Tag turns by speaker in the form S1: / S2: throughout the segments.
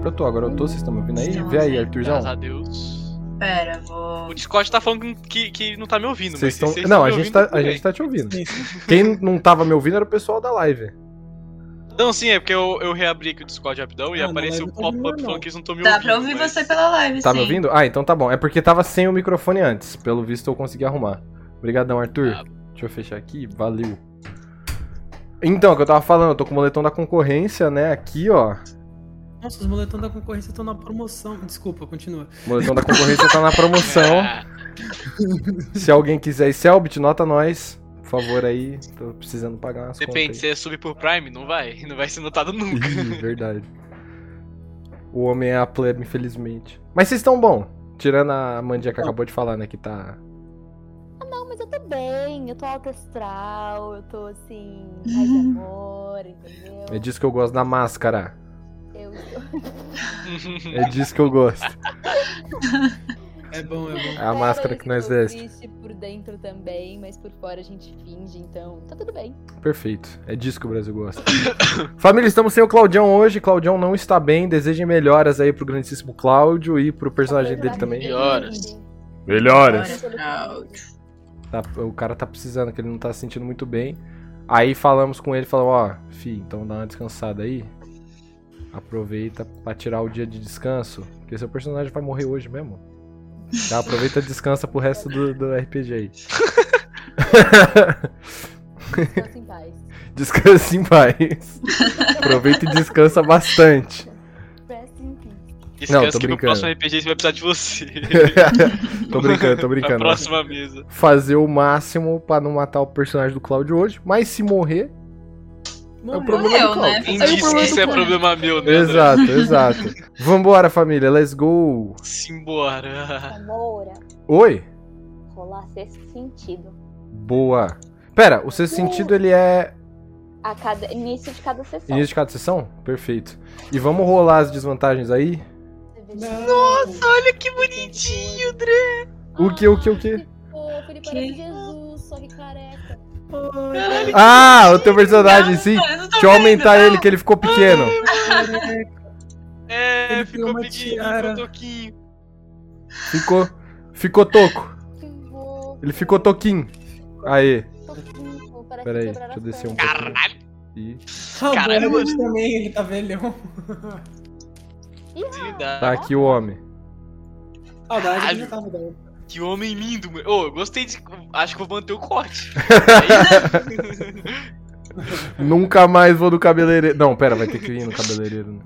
S1: Brotou, agora eu tô, vocês estão me ouvindo aí? Vê aí, Arthurzão.
S2: Graças a Deus.
S3: Pera, vou.
S2: O Discord tá falando que, que não tá me ouvindo,
S1: Vocês
S2: mas
S1: estão.
S2: vocês
S1: Não,
S2: tão
S1: a
S2: me
S1: gente,
S2: ouvindo
S1: tá, a
S2: também.
S1: gente tá te ouvindo. Quem não tava me ouvindo era o pessoal da live.
S2: Não, sim, é porque eu, eu reabri aqui o Discord rapidão e
S4: Ah, não,
S2: apareceu o
S4: mas eu tô
S2: pop-up
S4: ouvindo,
S2: falando
S4: não.
S2: que eles não estão me ouvindo.
S3: Dá pra ouvir
S2: mas-
S3: você pela live,
S1: Tá
S3: sim.
S1: me ouvindo? Ah, então tá bom. É porque tava sem o microfone antes. Pelo visto eu consegui arrumar. Obrigadão, Arthur.
S2: Ah.
S1: Deixa eu fechar aqui. Valeu. Então, é o que eu tava falando, eu tô com o moletom da concorrência, né? Aqui, ó.
S4: Nossa, os moletons da concorrência estão na promoção. Desculpa, continua.
S1: O moletom da concorrência tá na promoção.
S2: Ah,
S1: Se alguém quiser ir Selbit, nota nós. Por favor aí, tô precisando pagar umas
S2: depende,
S1: contas.
S2: se você subir pro Prime, não vai. Não vai ser notado
S1: aí.
S2: nunca.
S1: Ih, verdade. O homem é a plebe, infelizmente. Mas vocês estão bom. Tirando a Mandinha que acabou de falar, né? Que tá.
S5: Não, mas eu tô bem, eu tô alto astral, eu tô assim, mais amor, entendeu?
S1: É disso que eu gosto da máscara.
S5: Eu
S1: É disso que eu gosto.
S4: É bom, é bom.
S1: É a máscara que nós veste.
S5: existe por dentro também, mas por fora a gente finge, então tá tudo bem.
S1: Perfeito. É disso que o Brasil gosta. Família, estamos sem o Claudião hoje. Claudião não está bem. Desejem melhoras aí pro grandíssimo Cláudio e pro personagem
S5: Tá
S1: dele também.
S2: Melhoras.
S1: Melhoras.
S3: Bora,
S1: Tá- o cara tá precisando, que ele não tá se sentindo muito bem. Aí falamos com ele, falamos, ó, fi, então dá uma descansada aí. Aproveita pra tirar o dia de descanso, porque seu personagem vai morrer hoje mesmo. Tá, aproveita e descansa pro resto do, do RPG aí.
S5: Descansa em paz.
S1: Descansa em paz. Aproveita e descansa bastante.
S5: Rest in peace.
S2: Descansa
S1: tô
S2: que no
S1: brincando.
S2: próximo RPG a gente vai precisar de você.
S1: tô brincando, tô
S2: Na
S1: brincando.
S2: próxima mesa.
S1: Fazer o máximo pra não matar o personagem do Claudio hoje, mas se morrer, é o problema
S3: Morreu,
S1: do
S3: né?
S1: Claudio.
S2: Quem
S3: Aí o
S2: disse que
S3: problema
S2: isso
S3: do
S2: é
S3: Prime.
S2: problema meu, né?
S1: Exato, exato. Vambora, família, let's go.
S2: Simbora.
S5: Amora,
S1: Oi?
S5: rolar sexto sentido.
S1: Boa. Pera, o sexto sentido ele é
S5: A cada início de cada sessão.
S1: início de cada sessão? Perfeito. E vamos rolar as desvantagens aí?
S4: Nossa,
S5: olha que bonitinho, Dre.
S1: O que, o que, o que?
S5: Fofo, ele parece Jesus, só que careca.
S4: Oi,
S1: Ah, o teu personagem, sim.
S3: Não, eu não tô
S1: Deixa eu
S3: vendo,
S1: aumentar
S3: não.
S1: ele, que ele ficou pequeno.
S4: careca.
S2: É,
S4: Ele
S2: ficou
S4: tem uma
S2: pequenininho,
S4: tiara.
S2: ficou toquinho.
S1: Ficou. Ficou toco.
S5: Que fofo.
S1: Ele ficou toquinho. Aê.
S5: Fofinho, parece
S1: Pera aí,
S5: quebrar
S1: deixa eu
S5: as
S1: descer um
S5: pernas.
S1: pouquinho.
S2: Caralho.
S1: E...
S4: Ah, o
S2: Caralho,
S4: Borat também, ele tá velhão.
S5: Ih,
S1: Tá aqui o homem.
S4: Saudade, ele
S2: Caralho.
S4: já tava velho.
S2: Que homem lindo, mano. Ô, eu gostei de. Acho que vou manter o corte. né?
S1: Nunca mais vou no cabeleireiro. Não, pera, vai ter que ir no cabeleireiro. Né?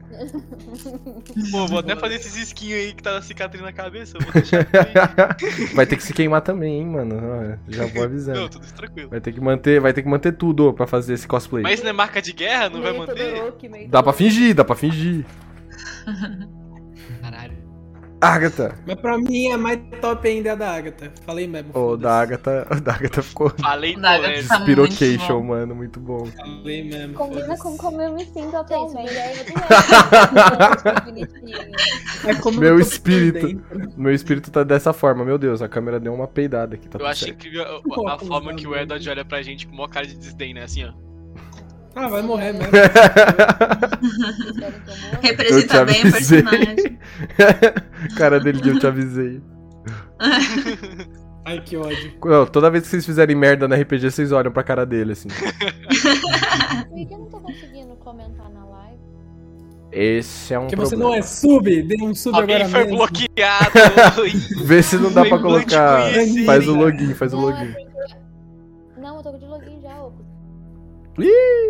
S2: Pô, vou até fazer esses esquinhos aí que tá na cicatriz na cabeça. eu Vou deixar por aí.
S1: Vai ter que se queimar também, hein, mano. Ó, Já vou avisando.
S2: Não, tudo tranquilo.
S1: Vai ter que manter, vai ter que manter tudo ó, pra fazer esse cosplay.
S2: Mas isso não é marca de guerra? Não vai
S5: Meio
S2: manter?
S5: Todoroki, meio
S1: Dá pra
S5: Todoroki.
S1: fingir, dá pra fingir.
S2: Caralho.
S1: Agatha.
S4: Mas pra mim é mais top ainda a da Agatha. Falei mesmo.
S1: Ô, o
S4: foda-se.
S1: da Agatha, o da Agatha ficou
S2: Falei
S3: Nada,
S2: poético.
S3: tá muito
S1: despirocation,
S3: bom.
S1: mano, muito bom.
S4: Falei mesmo.
S5: Combina
S4: foda-se.
S5: com como eu me sinto atualmente.
S4: É como
S1: Meu
S4: eu tô
S1: espírito.
S4: por dentro.
S1: Meu espírito tá dessa forma, meu Deus, a câmera deu uma peidada aqui, tá
S2: Eu
S1: tudo
S2: acho
S1: certo.
S2: incrível a, a- a forma que o Edward olha pra gente com maior cara de desdém, né? Assim, ó.
S4: Ah, vai morrer mesmo.
S3: Representa
S1: Eu te
S3: tá bem o
S1: avisei.
S3: personagem.
S1: Cara dele de eu te avisei.
S4: Ai, que ódio.
S1: Não, toda vez que vocês fizerem merda na RPG, vocês olham pra cara dele, assim.
S3: É.
S5: Por que eu não tô conseguindo comentar na live?
S1: Esse é um
S4: Porque você
S1: problema.
S4: não é sub, dê um sub
S2: Alguém
S4: agora
S2: foi
S4: mesmo.
S2: bloqueado. Ih,
S4: é.
S1: Vê se não dá
S2: Foi
S1: pra
S2: implante
S1: colocar...
S2: com isso, hein?
S1: Faz o login, faz o
S5: Não, é
S1: login.
S5: porque- Não, eu tô de login já, ô.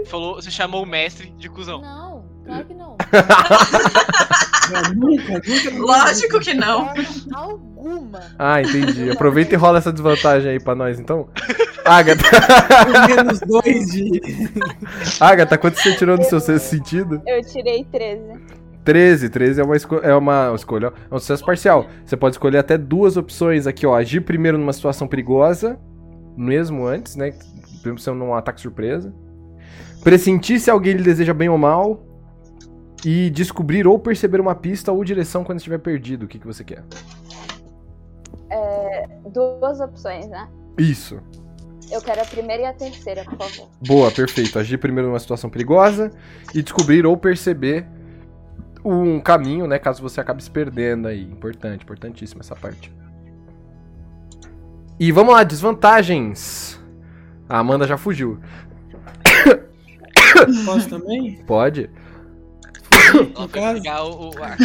S2: Falou, você chamou o mestre de cuzão.
S5: Não, claro que não.
S4: Não, Nunca, nunca.
S3: Lógico que não.
S5: Forma alguma.
S1: Ah, entendi. Aproveita e rola essa desvantagem aí pra nós, então. Agatha,
S4: Com menos dois de.
S1: Agatha, quanto você tirou no seu sexto sentido?
S5: Eu tirei 13.
S1: 13, 13 é uma, esco- é uma escolha, ó, é um sucesso parcial. Você pode escolher até duas opções aqui, ó. Agir primeiro numa situação perigosa, mesmo antes, né? Mesmo sendo um ataque surpresa. Pressentir se alguém lhe deseja bem ou mal. E descobrir ou perceber uma pista ou direção quando estiver perdido. O que, que você quer?
S5: Duas opções, né?
S1: Isso.
S5: Eu quero a primeira e a terceira, por favor.
S1: Boa, perfeito. Agir primeiro numa situação perigosa e descobrir ou perceber um caminho, né? Caso você acabe se perdendo aí. Importante, importantíssima essa parte. E vamos lá, desvantagens. A Amanda já fugiu.
S4: Posso também?
S1: Pode?
S2: Ó,
S4: No
S2: pra
S4: caso?
S2: pegar o, o- a-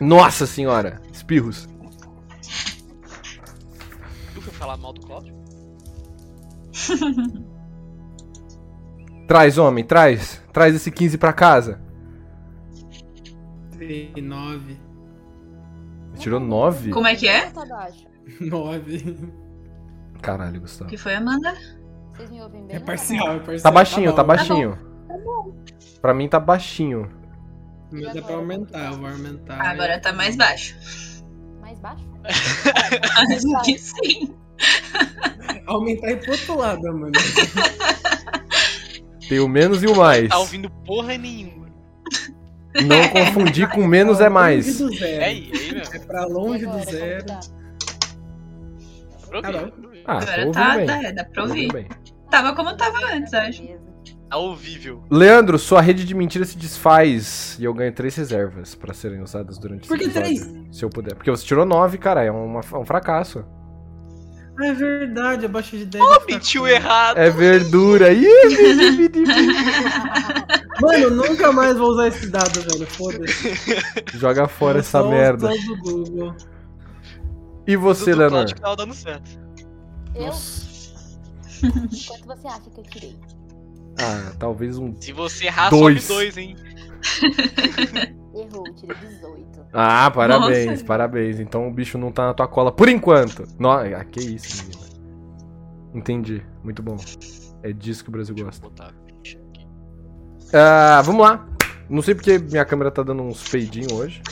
S1: Nossa senhora! Espirros.
S2: Viu que eu falar mal do Tá Cláudio?
S1: Traz, homem, traz. Traz esse 15 pra casa.
S4: 9.
S1: Tirou 9?
S3: Como é que é?
S5: Tá baixo.
S4: 9.
S1: Caralho, Gustavo.
S3: que foi, Amanda?
S5: Vocês me ouvem bem?
S4: É parcial, é parcial.
S1: Tá baixinho, tá
S4: bom.
S1: baixinho. Pra mim tá baixinho.
S4: Mas dá pra aumentar, eu vou aumentar. né?
S3: Ah, agora tá mais baixo.
S5: Mais baixo?
S3: Acho que sim.
S4: Aumentar e pro outro lado, mano.
S1: Tem o menos e o mais.
S2: Tá ouvindo porra nenhuma.
S1: Não confundir com menos é mais.
S4: Longe do zero.
S2: É aí, é aí mesmo.
S4: É pra
S5: E
S4: longe do
S5: agora, como
S4: zero.
S5: que tá?
S2: Pra
S4: Tá
S2: ouvir,
S4: bom.
S2: pra ouvir.
S1: Ah, tô
S3: agora
S1: ouvindo
S3: tá,
S1: bem.
S3: tá, é, dá pra
S1: Tô
S3: ouvir.
S1: ouvindo bem.
S3: Tava como tava antes, acho.
S5: Beleza.
S2: Tá ouvível.
S1: Leandro, sua rede de mentiras se desfaz e eu ganho três reservas pra serem usadas durante
S4: Por
S1: esse
S4: que
S1: episódio.
S4: três?
S1: Se eu puder. Porque você tirou nove, cara. É uma- um fracasso.
S4: Ah, é verdade, abaixo de 10.
S2: Ô, mentiu errado.
S1: É verdura. Ih, bidi, bidi, bidi.
S4: Mano, eu nunca mais vou usar esse dado, velho. Foda-se.
S1: Joga fora
S4: Eu
S1: essa
S4: só uso
S1: merda.
S4: dado do Google.
S1: E você,
S2: do
S1: Leonor?
S2: Cláudio que tava dando certo.
S5: Eu?
S4: Nossa.
S5: Quanto você acha que eu tirei?
S1: Ah, talvez um.
S2: Se você errar,
S1: Dois.
S2: sobe dois, hein?
S5: Errou, eu tirei 18.
S1: Ah, parabéns, parabéns. Então o bicho não tá na tua cola por enquanto. No... Ah, que isso, menina. Entendi. Muito bom. É disso que o Brasil
S2: Deixa eu
S1: gosta.
S2: botar aqui.
S1: Ah, vamos lá. Não sei porque minha câmera tá dando uns feidinhos hoje.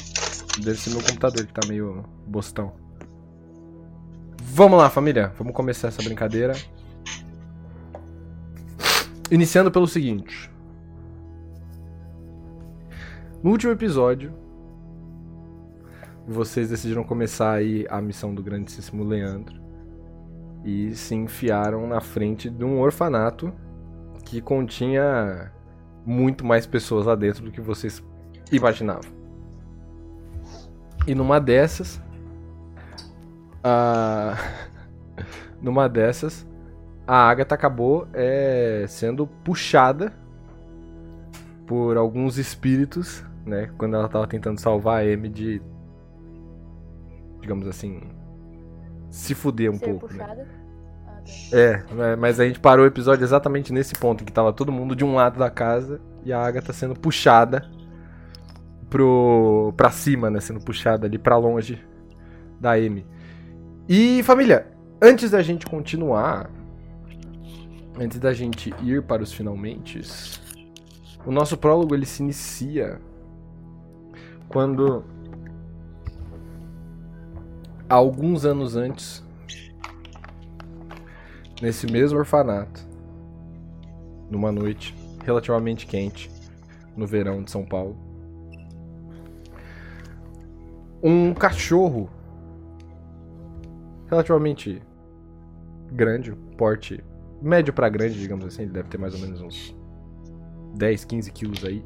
S1: Deve ser meu computador que tá meio bostão. Vamos lá, família. Vamos começar essa brincadeira. Iniciando pelo seguinte. No último episódio, vocês decidiram começar aí a missão do grandíssimo Leandro e se enfiaram na frente de um orfanato que continha muito mais pessoas lá dentro do que vocês imaginavam. E numa dessas. A... numa dessas, a Agatha acabou é, sendo puxada por alguns espíritos, né? Quando ela tava tentando salvar a Amy de. Digamos assim. Se fuder um
S5: Ser
S1: pouco, né?
S5: puxada? Ah, tá.
S1: É, né, mas a gente parou o episódio exatamente nesse ponto, em que tava todo mundo de um lado da casa e a Agatha sendo puxada pro pra cima, né, sendo puxada ali pra longe da Amy. E família, antes da gente continuar, antes da gente ir para os finalmente, o nosso prólogo ele se inicia quando alguns anos antes nesse mesmo orfanato, numa noite relativamente quente, no verão de São Paulo, um cachorro relativamente grande, um porte médio pra grande, digamos assim, ele deve ter mais ou menos uns 10, 15 quilos aí.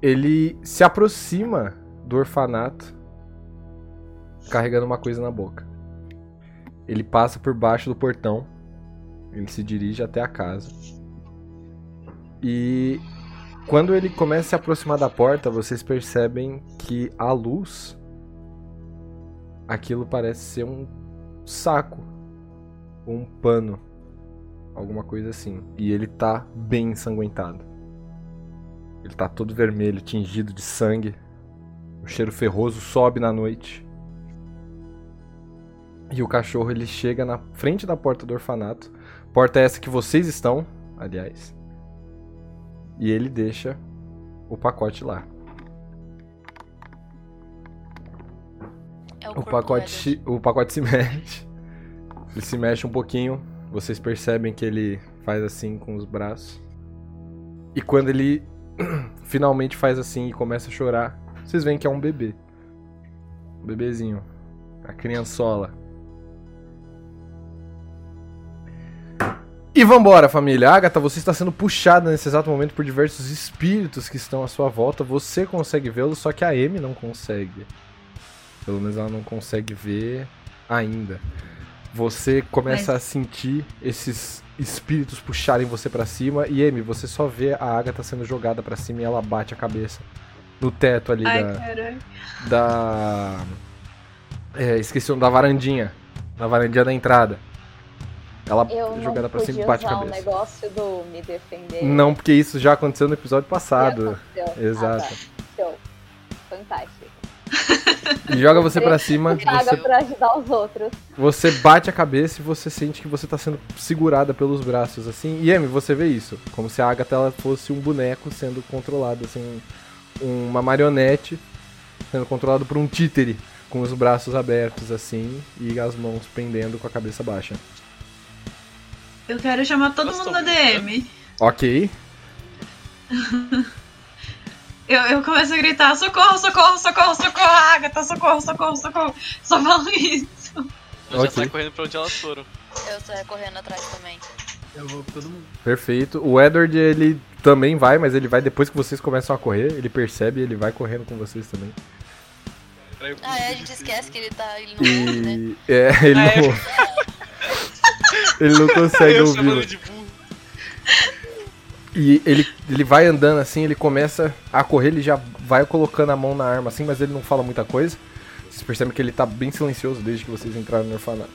S1: Ele se aproxima do orfanato carregando uma coisa na boca. Ele passa por baixo do portão. Ele se dirige até a casa. E quando ele começa a se aproximar da porta, vocês percebem que a luz aquilo parece ser um saco ou um pano, alguma coisa assim. E ele tá bem ensanguentado. Ele tá todo vermelho, tingido de sangue. O cheiro ferroso sobe na noite. E o cachorro ele chega na frente da porta do orfanato. Porta é essa que vocês estão, aliás. E ele deixa o pacote lá.
S5: É
S1: O
S5: corpo
S1: um pacote, se-
S5: leather.
S1: o pacote se mexe. Ele se mexe um pouquinho. Vocês percebem que ele faz assim com os braços. E quando ele finalmente faz assim e começa a chorar, vocês veem que é um bebê. Um bebezinho. A criançola. E vambora, família. Agatha, você está sendo puxada nesse exato momento por diversos espíritos que estão à sua volta. Você consegue vê-los, só que a Amy não consegue. Pelo menos ela não consegue ver ainda. Você começa a sentir esses espíritos puxarem você pra cima. E Amy, você só vê a Agatha sendo jogada pra cima e ela bate a cabeça no teto ali
S3: Ai,
S1: da,
S3: caralho.
S1: da. É, esqueci o nome da varandinha. Na varandinha da entrada. Ela
S5: Eu não
S1: jogada pra
S5: podia
S1: cima e bate a
S5: usar o
S1: cabeça.
S5: negócio do me defender.
S1: Não, porque isso já aconteceu no episódio
S5: Já
S1: passado.
S5: aconteceu.
S1: Exato.
S5: Ah, tá. Show. Fantástico. tá.
S1: E joga você pra cima,
S5: Paga
S1: você,
S5: pra ajudar os outros.
S1: você bate a cabeça e você sente que você tá sendo segurada pelos braços, assim. E Amy, você vê isso. Como se a Agatha ela fosse um boneco sendo controlado, assim. um- Uma marionete sendo controlado por um títere. Com os braços abertos, assim, e as mãos pendendo com a cabeça baixa.
S3: Eu quero chamar todo
S2: Elas
S3: mundo
S2: tão
S3: na
S2: brincando.
S3: DM.
S1: Ok.
S3: Eu, eu começo a gritar: socorro, socorro, socorro, socorro, Agatha, socorro, socorro, socorro. Só falo isso.
S2: Ela
S1: Ok.
S2: já sai correndo pra onde elas foram.
S6: Eu tô correndo atrás também.
S4: Eu vou com todo mundo.
S1: Perfeito. O Edward, ele também vai, mas ele vai depois que vocês começam a correr. Ele percebe e ele vai correndo com vocês também.
S2: Era eu com
S6: Ah, é, a gente
S2: difícil.
S6: esquece que ele tá. Ele não ouve, né?
S1: E. É, ele
S2: Ah, é.
S1: não. ele não consegue
S2: Eu
S1: ouvir.
S2: chamando de burro.
S1: E ele, ele vai andando assim, ele começa a correr, ele já vai colocando a mão na arma assim, mas ele não fala muita coisa. Vocês percebem que ele tá bem silencioso desde que vocês entraram no orfanato.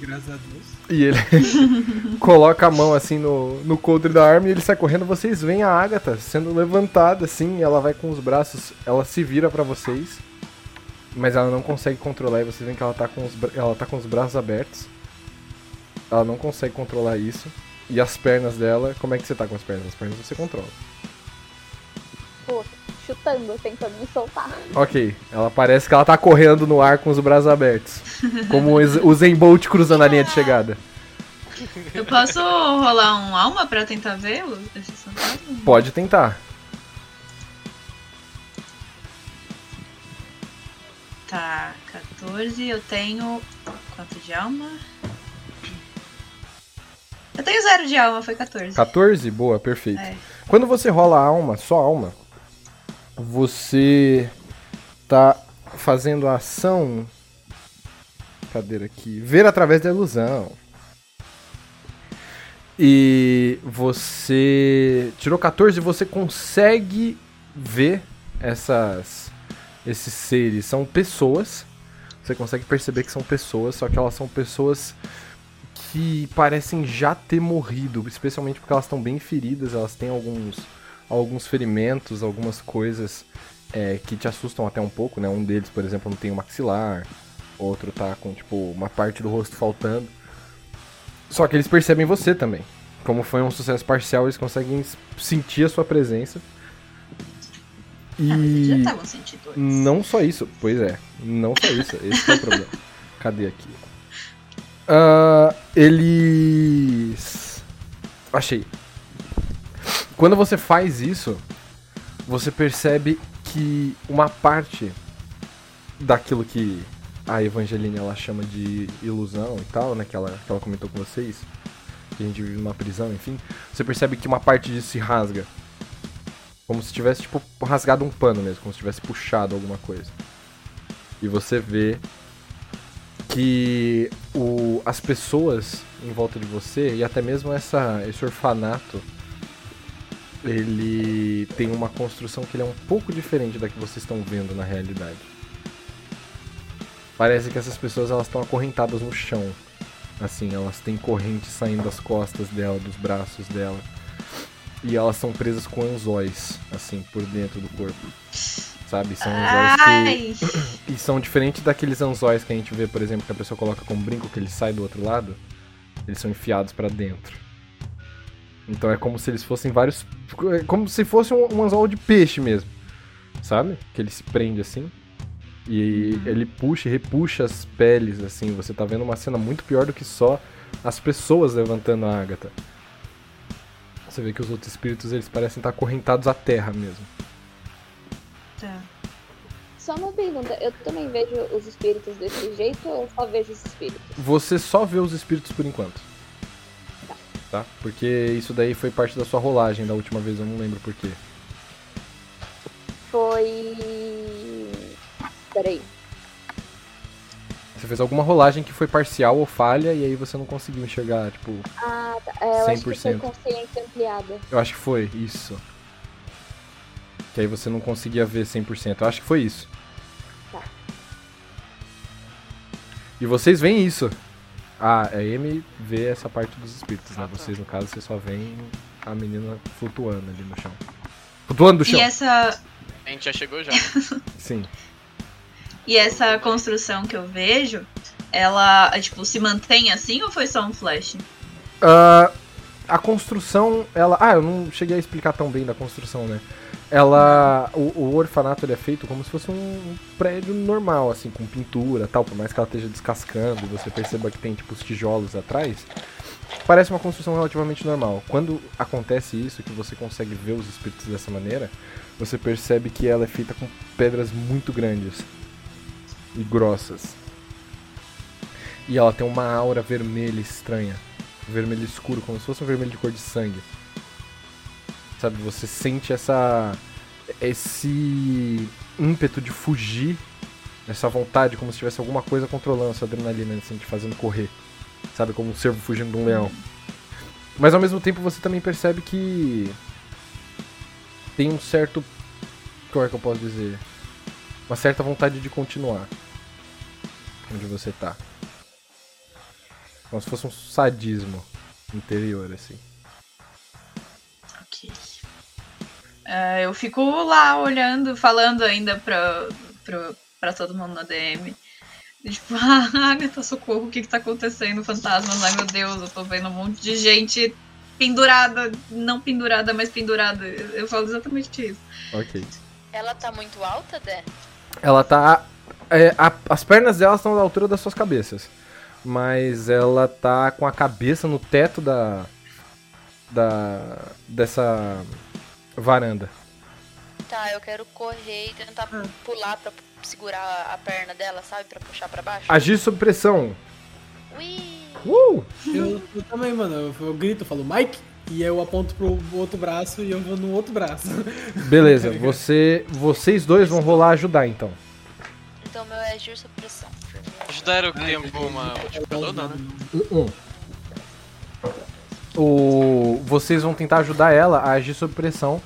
S4: Graças a Deus.
S1: E ele coloca a mão assim no, no coldre da arma e ele sai correndo. Vocês veem a Agatha sendo levantada assim, ela vai com os braços, ela se vira pra vocês, mas ela não consegue controlar. E vocês veem que ela tá com os, bra- ela tá com os braços abertos, ela não consegue controlar isso. E as pernas dela, como é que você tá com as pernas? As pernas você controla.
S5: Pô, chutando, tentando me soltar.
S1: Ok, ela parece que ela tá correndo no ar com os braços abertos, como o Z- o Zen Bolt cruzando a linha de chegada.
S3: Eu posso rolar um alma pra tentar vê-lo? Esse fantasma?
S1: Pode tentar.
S3: Tá, 14. Eu tenho. Quanto de alma? Eu tenho zero de alma, foi 14.
S1: Tá 14? Boa, perfeito.
S3: É.
S1: Quando você rola a alma, só a alma, você tá fazendo a ação. Cadeira aqui. Ver através da ilusão. E você tirou 14 você consegue ver essas esses seres. São pessoas. Você consegue perceber que são pessoas, só que elas são pessoas que parecem já ter morrido, especialmente porque elas estão bem feridas, elas têm alguns, alguns ferimentos, algumas coisas é, que te assustam até um pouco, né? Um deles, por exemplo, não tem o maxilar, outro tá com, tipo, uma parte do rosto faltando. Só que eles percebem você também. Como foi um sucesso parcial, eles conseguem s- sentir a sua presença. E...
S3: Ah, mas eles já estavam sentindo antes.
S1: Não só isso, pois é. Não só isso, esse que é o problema. Cadê aqui? Ah, eles. Achei. Quando você faz isso, você percebe que uma parte daquilo que a Evangelina ela chama de ilusão e tal, né? Que ela, que ela comentou com vocês. Que a gente vive numa prisão, enfim. Você percebe que uma parte disso se rasga. Como se tivesse, tipo, rasgado um pano mesmo, como se tivesse puxado alguma coisa. E você vê que o, as pessoas em volta de você, e até mesmo essa, esse orfanato, ele tem uma construção que ele é um pouco diferente da que vocês estão vendo na realidade. Parece que essas pessoas elas estão acorrentadas no chão. Assim, elas têm corrente saindo das costas dela, dos braços dela. E elas são presas com anzóis, assim, por dentro do corpo. Sabe? São anzóis que.
S3: Ai!
S1: E são diferentes daqueles anzóis que a gente vê, por exemplo, que a pessoa coloca com um brinco que ele sai do outro lado. Eles são enfiados pra dentro. Então é como se eles fossem vários. é Como se fosse um, um anzol de peixe mesmo. Sabe? Que ele se prende assim. E ele puxa e repuxa as peles, assim. Você tá vendo uma cena muito pior do que só as pessoas levantando a ágata. Você vê que os outros espíritos eles parecem estar acorrentados à terra mesmo.
S3: Tá.
S5: Só uma pergunta, eu também vejo os espíritos desse jeito ou eu só vejo os espíritos?
S1: Você só vê os espíritos por enquanto. tá? Porque isso daí foi parte da sua rolagem da última vez, eu não lembro porquê.
S5: Foi. Peraí.
S1: Você fez alguma rolagem que foi parcial ou falha e aí você não conseguiu enxergar, tipo,
S5: Ah, tá. É, eu acho que foi
S1: 100%.
S5: consciência ampliada.
S1: eu acho que foi isso. Que aí você não conseguia ver 100%. Eu acho que foi isso.
S5: Tá.
S1: E vocês veem isso. Ah, a Amy vê essa parte dos espíritos, né?
S2: Ah, tá.
S1: Vocês, no caso, vocês só veem a menina flutuando ali no chão. Flutuando do chão!
S3: E é essa,
S2: A gente já chegou já.
S1: Sim.
S3: e essa construção que eu vejo, ela, é, tipo, se mantém assim ou foi só um flash?
S1: Ah, a construção, ela. Ah, eu não cheguei a explicar tão bem da construção, né? Ela. O, o orfanato ele é feito como se fosse um prédio normal, assim, com pintura e tal. Por mais que ela esteja descascando e você perceba que tem, tipo, os tijolos atrás. Parece uma construção relativamente normal. Quando acontece isso, que você consegue ver os espíritos dessa maneira, você percebe que ela é feita com pedras muito grandes e grossas. E ela tem uma aura vermelha estranha vermelho escuro, como se fosse um vermelho de cor de sangue. Sabe, você sente essa esse ímpeto de fugir, essa vontade como se tivesse alguma coisa controlando essa adrenalina, assim, te fazendo correr. Sabe, como um cervo fugindo de um leão. Mas ao mesmo tempo você também percebe que tem um certo como é que eu posso dizer? Uma certa vontade de continuar onde você tá. Como se fosse um sadismo interior, assim.
S3: Ok. É, eu fico lá olhando, falando ainda pra, pra, pra todo mundo na DM. E Tipo, ah, Agatha, socorro, o que que tá acontecendo? Fantasmas, ai meu Deus, eu tô vendo um monte de gente pendurada, não pendurada, mas pendurada. Eu eu falo exatamente isso.
S1: Ok.
S6: Ela tá muito alta, Dé?
S1: Ela tá. é, a- as pernas dela estão da altura das suas cabeças. Mas ela tá com a cabeça no teto da. Da. Dessa. Varanda.
S6: Tá, eu quero correr e tentar pular pra segurar a perna dela, sabe? Pra puxar pra baixo.
S1: Agir sob pressão.
S6: Ui!
S1: Uh!
S4: Eu, eu também, mano. Eu, eu grito, eu falo Mike, e aí eu aponto pro outro braço e eu vou no outro braço.
S1: Beleza, você. Vocês dois vão rolar ajudar então.
S6: Então meu é agir sob pressão.
S2: Ajudar o tempo, uma
S7: é
S2: multiplicador, não, né?
S1: Um, um. O, vocês vão tentar ajudar ela a agir sob pressão.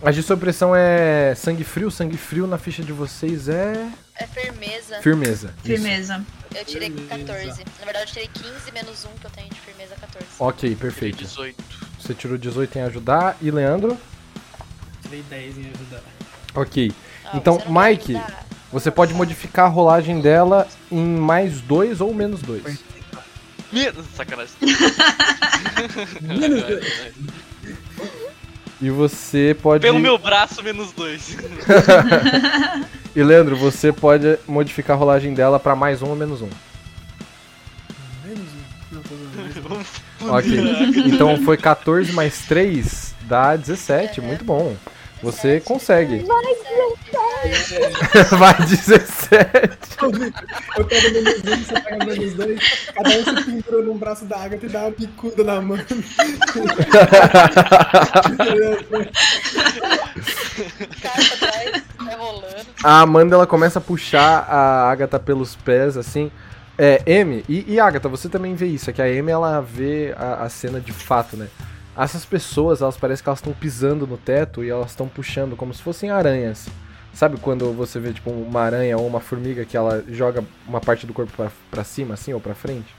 S1: Agir sob pressão é sangue frio. Sangue frio na ficha de vocês é.
S6: É firmeza.
S1: Firmeza. Isso.
S3: Firmeza.
S6: Eu tirei
S4: Firmeza.
S6: 14. Na verdade, eu tirei 15 menos 1 que eu tenho de firmeza 14.
S1: Ok, perfeito.
S2: 18.
S1: Você tirou 18 em ajudar. E Leandro?
S4: Tirei 10 em ajudar.
S1: Ok.
S6: Ah,
S1: Então,
S6: você não vai
S1: Mike,
S6: ajudar.
S1: Você pode modificar a rolagem dela em mais 2 ou menos 2.
S2: Menos sacanagem. Tipo,
S1: E você pode.
S2: Pelo meu braço, menos dois.
S1: E Leandro, você pode modificar a rolagem dela pra mais 1 ou menos 1.
S4: Menos um. Não, tô zoando.
S1: Ok. Então foi 14 mais 3, dá 17. Muito bom. Você consegue. Vai 17.
S4: Eu pego menos um, você pega menos dois, cada um se pendura num braço da Agatha e dá uma bicuda na mão.
S6: Cara pra trás, vai rolando.
S1: A Amanda ela começa a puxar a Agatha pelos pés, assim. É, M, e, e Agatha, você também vê isso, é que a M ela vê a, a cena de fato, né? Essas pessoas, elas parecem que elas estão pisando no teto e elas estão puxando como se fossem aranhas. Sabe quando você vê, tipo, uma aranha ou uma formiga que ela joga uma parte do corpo pra, pra cima, assim, ou pra frente?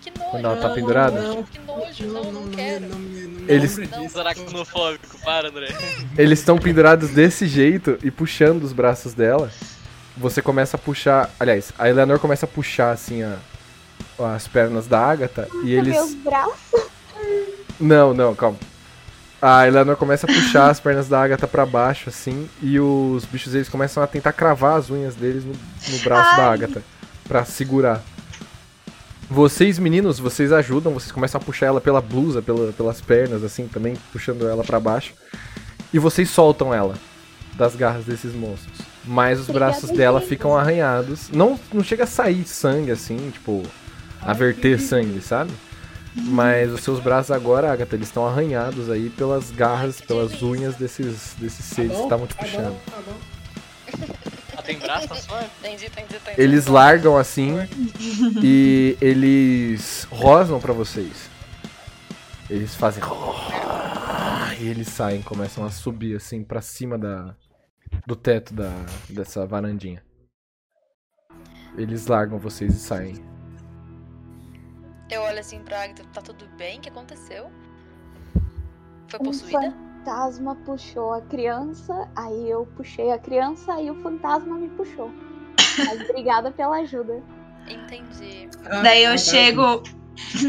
S6: Que nojo.
S1: Quando ela tá
S6: não,
S1: pendurada?
S6: não, Que nojo, não, não quero.
S4: Não, me- não, me
S1: Eles-
S4: lembra disso.
S2: Zaracnofóbico, para, André.
S1: Eles estão pendurados desse jeito e puxando os braços dela. Você começa a puxar. Aliás, a Eleanor começa a puxar assim a- as pernas da Agatha e
S5: Meus
S1: eles.
S5: braços.
S1: Não, não, calma. A Eleanor começa a puxar as pernas da Agatha pra baixo, assim, e os bichos eles começam a tentar cravar as unhas deles no, no braço da
S3: Ai.
S1: Agatha pra segurar. Vocês, meninos, vocês ajudam, vocês começam a puxar ela pela blusa, pela- pelas pernas, assim, também, puxando ela pra baixo. E vocês soltam ela das garras desses monstros. Mas os
S5: Obrigada,
S1: braços dela
S5: gente.
S1: ficam arranhados. Não, não chega a sair sangue, assim, tipo, a verter sangue, sabe? Mas os seus braços agora, Agatha, eles estão arranhados aí pelas garras,
S6: que
S1: pelas
S6: delícia.
S1: unhas desses, desses
S4: Tá
S1: seres que
S4: bom?
S1: estavam te
S4: Tá bom,
S1: puxando.
S4: tá bom.
S2: Ah, tem braço na sua?
S6: Entendi, entendi, entendi.
S1: Eles largam assim e eles rosnam pra vocês. Eles fazem e eles saem, começam a subir assim pra cima da do teto da dessa varandinha. Eles largam vocês e saem.
S6: Eu olho assim pra Agatha, tá tudo bem? O que aconteceu? Foi
S5: Um
S6: possuída?
S5: fantasma puxou a criança, aí eu puxei a criança, aí o fantasma me puxou. Mas obrigada pela ajuda.
S6: Entendi.
S3: Daí eu
S4: Ah, tá.
S3: chego.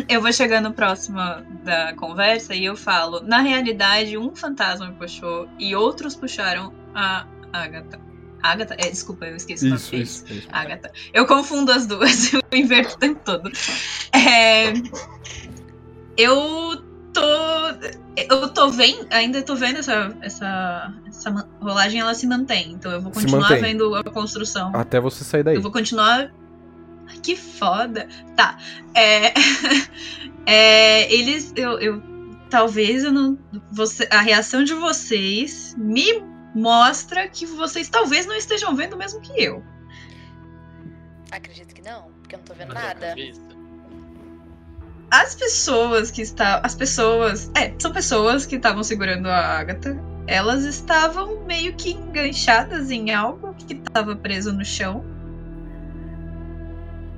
S3: Eu vou chegando próximo da conversa e eu falo: na realidade, um fantasma me puxou e outros puxaram a Agatha. Agatha? É, desculpa, eu esqueci o nome.
S1: Isso,
S3: dele.
S1: isso. isso.
S3: Agatha. Eu confundo as duas, eu inverto o tempo todo. É, eu tô. Eu tô vendo. Ainda tô vendo essa, essa, essa ma- rolagem, ela se mantém. Então eu vou
S1: Se
S3: continuar
S1: mantém.
S3: vendo a construção.
S1: Até você sair daí.
S3: Eu vou continuar. Ai, que foda. Tá. É... é, eles. Eu, eu- Talvez eu não. Você... A reação de vocês me mostra que vocês talvez não estejam vendo o mesmo que eu.
S6: Acredito que não, porque eu não tô vendo
S2: Na minha
S6: nada.
S2: cabeça.
S3: As pessoas que estavam. As pessoas. É, são pessoas que estavam segurando a Agatha. Elas estavam meio que enganchadas em algo que estava preso no chão.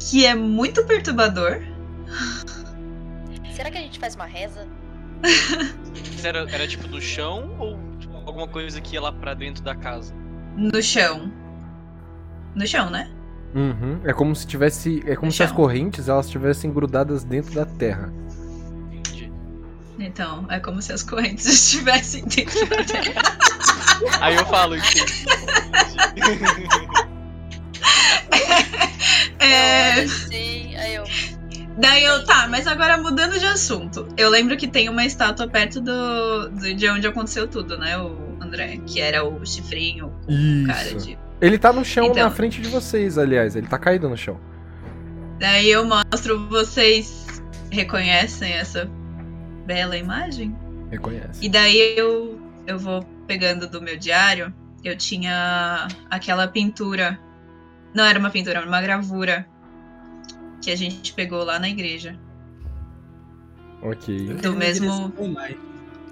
S3: Que é muito perturbador.
S6: Será que a gente faz uma reza?
S2: Mas Era, era tipo do chão ou tipo, alguma coisa que ia lá pra dentro da casa?
S3: No chão. No chão, né?
S1: Uhum. É como se tivesse, é como se
S3: Chão.
S1: as correntes elas estivessem grudadas dentro da terra.
S2: Entendi.
S3: Então, é como se as correntes estivessem dentro da terra.
S2: Aí eu falo, entendi. entendi.
S6: Eu
S3: É,
S6: olho assim, aí eu.
S3: daí eu, tá, mas agora mudando de assunto. Eu lembro que tem uma estátua perto do, do- de onde aconteceu tudo, né, o André? Que era o chifrinho, o cara
S1: Isso.
S3: de.
S1: Ele tá no chão
S3: Então.
S1: na frente de vocês, aliás, ele tá caído no chão.
S3: Daí eu mostro, vocês reconhecem essa bela imagem?
S1: Reconhece.
S3: E daí eu, eu vou pegando do meu diário, eu tinha aquela pintura. Não era uma pintura, era uma gravura. Que a gente pegou lá na igreja.
S1: OK.
S3: Do mesmo-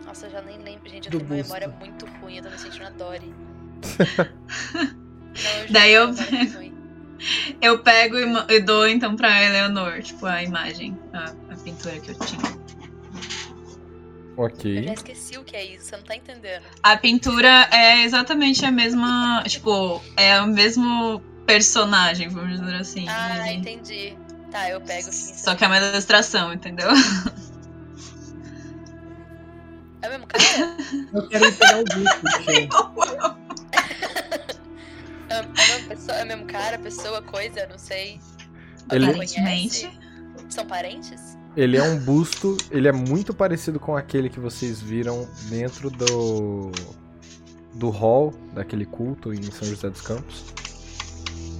S6: Nossa, eu já nem lembro. Gente, eu
S4: Do
S6: tenho uma memória
S4: busto.
S6: muito ruim, eu tô me sentindo a Dory. Não, juro,
S3: Daí eu-
S6: uma memória muito ruim.
S3: Eu pego e, ma- e dou então pra Eleanor, tipo, a imagem, a, a pintura que eu tinha.
S6: Eu já
S1: OK.
S6: esqueci o que é isso, você não tá entendendo.
S3: A pintura é exatamente a mesma. Tipo, é o mesmo personagem, vamos dizer assim.
S6: Ah,
S3: Ele-
S6: entendi. Tá, eu pego assim.
S3: Só que é uma ilustração, entendeu?
S6: É o mesmo cara?
S4: Eu quero ir pegar o bicho, gente.
S6: É a mesma pessoa- é o mesmo cara, pessoa, coisa, não sei.
S1: Ele-
S3: Aparentemente.
S6: São parentes?
S1: Ele é um busto, ele é muito parecido com aquele que vocês viram dentro do do hall daquele culto em São José dos Campos.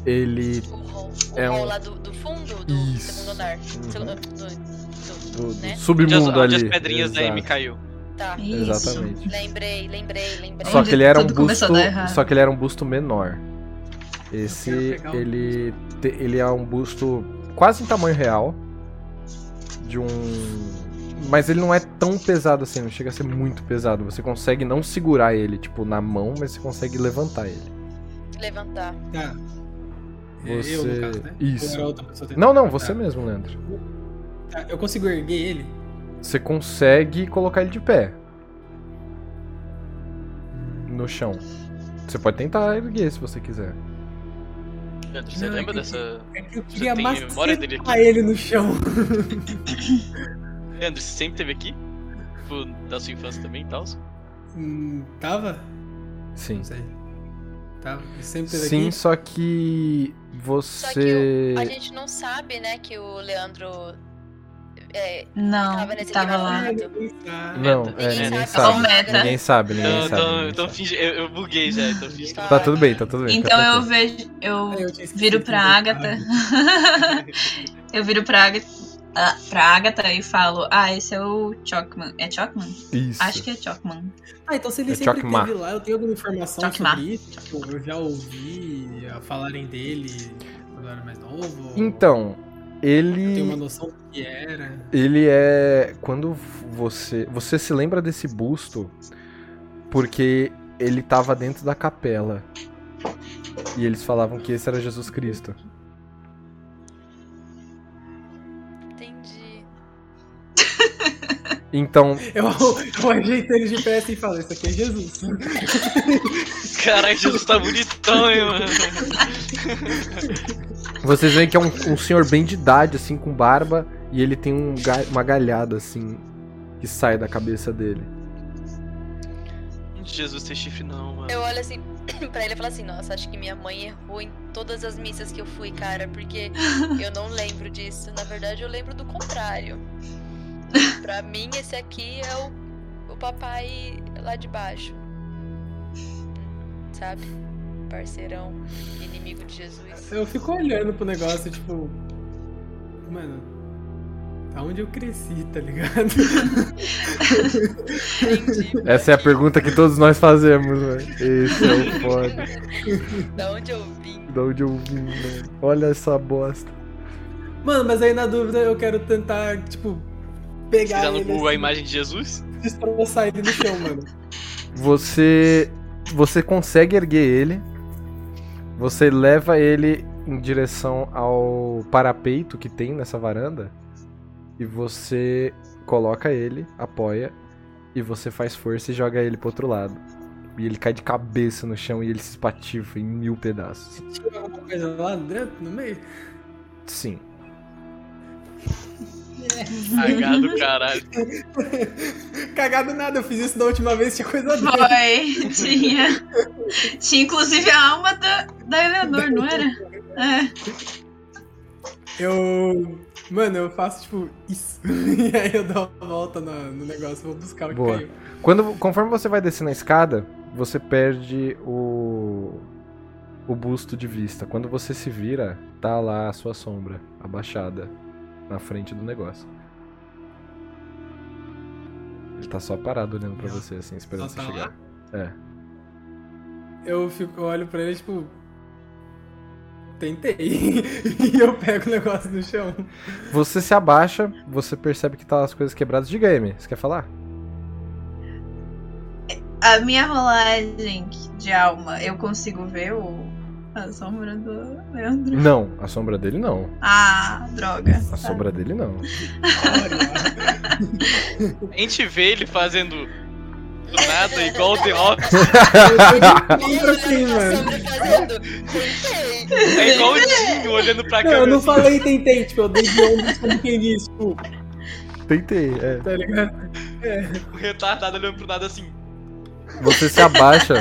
S1: Ele
S6: O hall, o
S1: É
S6: hall
S1: um-
S6: lá do, do fundo, do
S1: Isso.
S6: segundo andar.
S1: Uhum.
S6: Segundo, do, do-
S1: do, do
S6: né?
S2: Onde as,
S1: submundo
S2: onde
S1: ali.
S2: as pedrinhas da M
S1: Exato.
S2: caiu.
S6: Tá.
S3: Isso.
S1: Exatamente.
S6: Lembrei, lembrei, lembrei.
S1: Só
S3: Onde
S1: que ele era um
S3: tudo começou a
S1: busto,
S3: dar errado.
S1: só que ele era um busto menor. Esse
S4: Eu quero pegar um
S1: ele te- ele é um busto quase em tamanho real de um mas ele não é tão pesado assim, não chega a ser muito pesado. Você consegue não segurar ele, tipo, na mão, mas você consegue levantar ele.
S6: Levantar.
S4: Tá.
S1: Você-
S4: Eu, no caso, né?
S1: Isso.
S4: Ou era outra pessoa tentando
S1: Não, não,
S4: matar?
S3: É.
S1: você mesmo, Leandro.
S4: Tá, Eu consigo erguer ele?
S1: Você consegue colocar ele de pé. No chão. Você pode tentar erguer se você quiser.
S2: Leandro, você
S4: Não,
S2: lembra
S4: é que-
S2: dessa.
S4: É que eu
S2: Você
S4: queria
S2: tem memória dele
S4: macetar
S2: aqui?
S4: ele no chão.
S2: Leandro, você sempre teve aqui? Tipo, da sua infância também e tal?
S4: Hum, tava?
S1: Sim.
S4: Não sei. Tava. Ele sempre teve
S1: Sim,
S4: aqui.
S1: só que você.
S6: A gente não sabe, né, que o Leandro é,
S3: Não,
S6: Tava nesse
S3: tava
S6: livro.
S3: lá.
S4: Ah, ninguém sabe.
S1: Não,
S2: Ninguém
S1: é, ninguém
S6: sabe.
S1: sabe.
S3: Ó, meta.
S1: Ninguém sabe, ninguém
S2: Então,
S1: sabe.
S2: então,
S1: ninguém
S2: então
S1: sabe.
S2: finge. Eu, eu buguei já, então finge que
S6: Tá.
S1: Tá tudo bem, tá tudo bem. fica
S3: Então eu
S1: tranquilo.
S3: vejo. Eu
S4: Ah, eu tinha esquecido
S3: viro
S4: que
S3: pra
S4: ele
S3: Agatha.
S4: tava.
S3: eu viro pra Agatha. ah, pra Agatha e falo: Ah, esse é o Chokman. É Chokman?
S1: Isso.
S3: Acho que é Chokman.
S7: Ah, então se ele
S1: É
S7: sempre
S1: Chocmar.
S7: teve lá, eu tenho alguma informação
S3: Chocmar.
S7: sobre isso? Tipo, eu já ouvi a falarem dele quando eu era mais novo.
S1: Então,
S7: Eu tenho uma
S1: ele.
S7: noção do que era.
S1: Ele é. Quando você. Você se lembra desse busto porque ele tava dentro da capela. E eles falavam que esse era Jesus Cristo.
S6: Entendi.
S1: Então,
S7: Eu, eu ajeitei ele de peça e falei, isso aqui é Jesus.
S2: Caralho, Jesus tá bonitão, hein, mano.
S1: Vocês veem que é um, um senhor bem de idade, assim, com barba, e ele tem um ga- uma galhada, assim, que sai da cabeça dele.
S2: Jesus tem chifre não, mano.
S6: Eu olho assim pra ele e falo assim, nossa, acho que minha mãe errou em todas as missas que eu fui, cara, porque eu não lembro disso. Na verdade, eu lembro do contrário. Pra mim, esse aqui é o, o papai lá de baixo. Sabe? Parceirão, inimigo de Jesus.
S7: Eu fico olhando pro negócio, tipo. Mano. Aonde eu cresci, tá ligado?
S6: Entendi.
S1: Essa é a pergunta que todos nós fazemos, velho. Esse é o foda.
S6: Da onde eu vim?
S1: De onde eu vim, velho. Olha essa bosta.
S7: Mano, mas aí na dúvida eu quero tentar, tipo, pegar
S2: Pesquisar no
S7: ele,
S2: Google a
S7: assim,
S2: imagem de Jesus?
S7: destroçar ele no chão, mano.
S1: Você. Você consegue erguer ele. Você leva ele em direção ao parapeito que tem nessa varanda. E você coloca ele, apoia. E você faz força e joga ele pro outro lado. E ele cai de cabeça no chão e ele se espatifa em mil pedaços.
S7: Tinha alguma coisa lá dentro, no meio?
S1: Sim.
S2: Cagado, caralho.
S7: Cagado nada, eu fiz isso da última vez, tinha coisa dentro.
S3: Foi. Tinha. Tinha inclusive a alma da, da Eleanor, não era? É.
S7: Eu. Mano, eu faço tipo isso. e aí eu dou uma volta na- no, negócio, vou buscar o
S1: Boa.
S7: que caiu.
S1: Quando, conforme você vai descendo a escada, você perde o, o busto de vista. Quando você se vira, tá lá a sua sombra, abaixada, na frente do negócio. Ele tá só parado olhando pra você, assim, esperando
S7: Só
S1: você
S7: tá lá?
S1: chegar. É.
S7: Eu, fico, eu olho pra ele tipo. Tentei. e eu pego o negócio no chão.
S1: Você se abaixa, você percebe que tá as coisas quebradas. Diga, Amy, você quer falar?
S3: A minha rolagem de alma, eu consigo ver o. A sombra do Leandro.
S1: Não, a sombra dele não.
S3: Ah, droga.
S1: A sombra dele não.
S7: Olha.
S2: A gente vê ele fazendo do nada igual o The Office.
S7: Eu tô de
S6: Eu
S7: ombro assim,
S6: olhando pra
S7: mano.
S6: sombra fazendo. Tentei.
S2: É igual o Dinho olhando pra
S7: Não, eu
S2: câmera.
S7: não
S2: assim.
S7: falei tentei, tipo, eu dei de ombros como quem diz, tipo,
S1: Tentei, é.
S7: tá ligado?
S2: O assim, retardado olhando pro nada assim.
S1: Você se abaixa,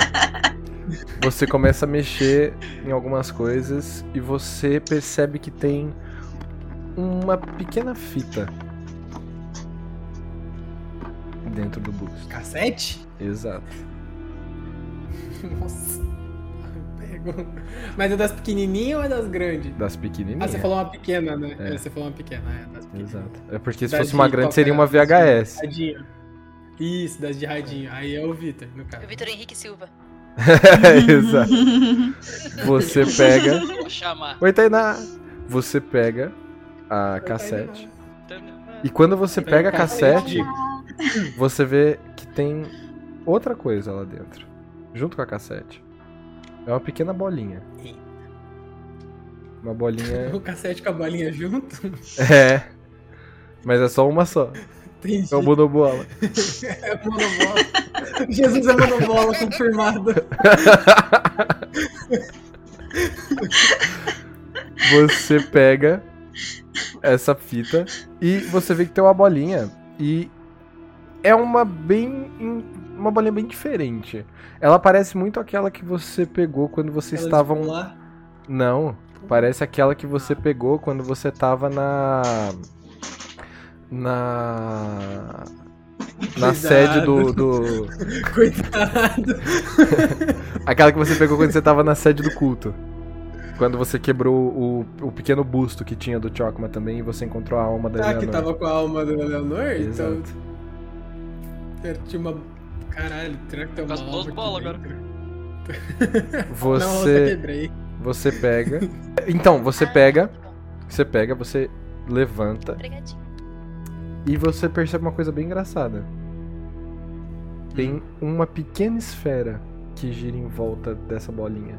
S1: você começa a mexer em algumas coisas e você percebe que tem uma pequena fita dentro do busto.
S7: Cassete?
S1: Exato.
S7: Nossa. Eu Pego. Mas é das pequenininhas ou é das grandes?
S1: Das
S7: Ah,
S1: pequenininhas.
S7: você falou uma pequena, né?
S1: É.
S7: É, você falou uma pequena, é, das pequenas.
S1: Exato. É porque se
S7: Das
S1: fosse uma
S7: de assim.
S1: grande
S7: qual
S1: seria
S7: que era?
S1: uma VHS.
S7: Radinho. Isso, das de radinho. Aí é o Vitor, no
S6: O
S7: caso.
S6: Vitor Henrique Silva.
S1: Exato. Você pega.
S2: Vou chamar.
S1: Oi, Tainá! Você pega a cassete. E quando você pega
S7: Pega
S1: a
S7: é o cassete.
S1: cassete, você vê que tem outra coisa lá dentro, junto com a cassete. É uma pequena bolinha. Uma bolinha.
S7: O cassete com a bolinha junto?
S1: é. Mas é só uma só.
S7: Entendi.
S1: É um monobola.
S7: É monobola. Jesus é monobola confirmado.
S1: Você pega essa fita e você vê que tem uma bolinha. E é uma bem. Uma bolinha bem diferente. Ela parece muito aquela que você um pegou quando vocês estavam.
S7: lá.
S1: Não, parece aquela que você pegou quando você tava na. Na. Na
S7: Cuidado.
S1: sede do, do.
S7: Coitado.
S1: Aquela que você pegou quando você tava na sede do culto. Quando você quebrou o, o pequeno busto que tinha do Chocma também e você encontrou a alma da
S7: Ah, que
S1: Eleanor.
S7: tava com a alma da Leonor? Então.
S1: Exato.
S7: é, Tinha uma. Caralho, será que tem uma
S2: Faz duas
S7: alma?
S2: bolas
S7: aqui
S2: agora.
S7: dentro? Não, eu só
S1: Você,
S7: quebrei.
S1: você pega. Então, você pega,
S6: Ah, tá bom.
S1: você pega, você levanta
S6: Obrigadinho.
S1: e você percebe uma coisa bem engraçada.
S6: Hum.
S1: Tem uma pequena esfera que gira em volta dessa bolinha.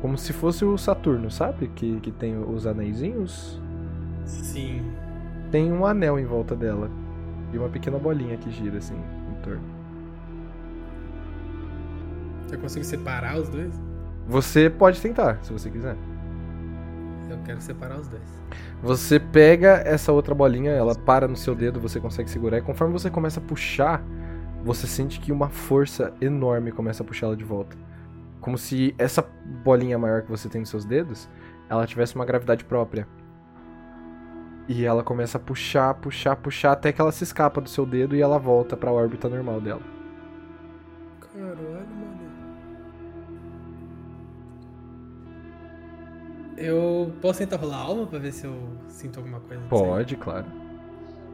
S1: Como se fosse o Saturno, sabe? Que, que tem os anéisinhos.
S7: Sim.
S1: Tem um anel em volta dela. E uma pequena bolinha que gira assim em torno.
S7: Eu consigo separar os dois?
S1: Você pode tentar, se você quiser.
S7: Eu quero separar os dois.
S1: Você pega essa outra bolinha, ela para no seu dedo, você consegue segurar. E conforme você começa a puxar, você sente que uma força enorme começa a puxá-la de volta. Como se essa bolinha maior que você tem nos seus dedos, ela tivesse uma gravidade própria. E ela começa a puxar, puxar, puxar, até que ela se escapa do seu dedo e ela volta pra órbita normal dela.
S7: Caralho, mano. Eu posso tentar rolar a alma pra ver se eu sinto alguma coisa? Não
S1: Pode, claro.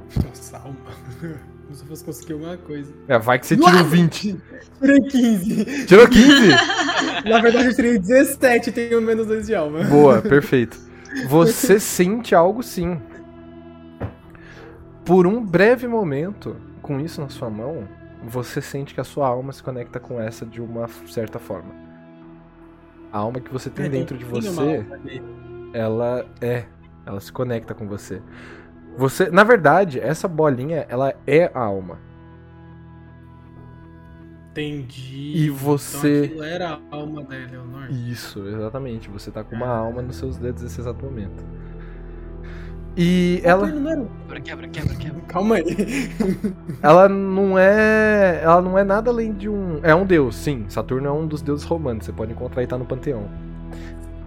S7: sei. Nossa, alma. Como se eu fosse conseguir alguma coisa.
S1: É, vai que você tirou 20.
S7: Tirei 15.
S1: Tirou 15?
S7: Na verdade, eu tirei 17 e tenho menos 2 de alma.
S1: Boa, perfeito. Você sente algo sim. Por um breve momento, com isso na sua mão, você sente que a sua alma se conecta com essa de uma certa forma. A alma que você tem
S7: É,
S1: dentro de
S7: tem uma
S1: você,
S7: alma ali.
S1: ela é, ela se conecta com você. Você, na verdade, essa bolinha, ela é a alma.
S7: Entendi.
S1: E você-
S7: Então é aquilo era a alma da Eleonor.
S1: Isso, exatamente. Você tá com uma
S7: Ah.
S1: alma nos seus dedos nesse exato momento. E ela
S7: Não, não era- um-
S2: Quebra, quebra, quebra, quebra.
S7: Calma aí.
S1: Ela não é. Ela não é nada além de um. É um deus, sim. Saturno é um dos deuses romanos. Você pode encontrar e tá no panteão.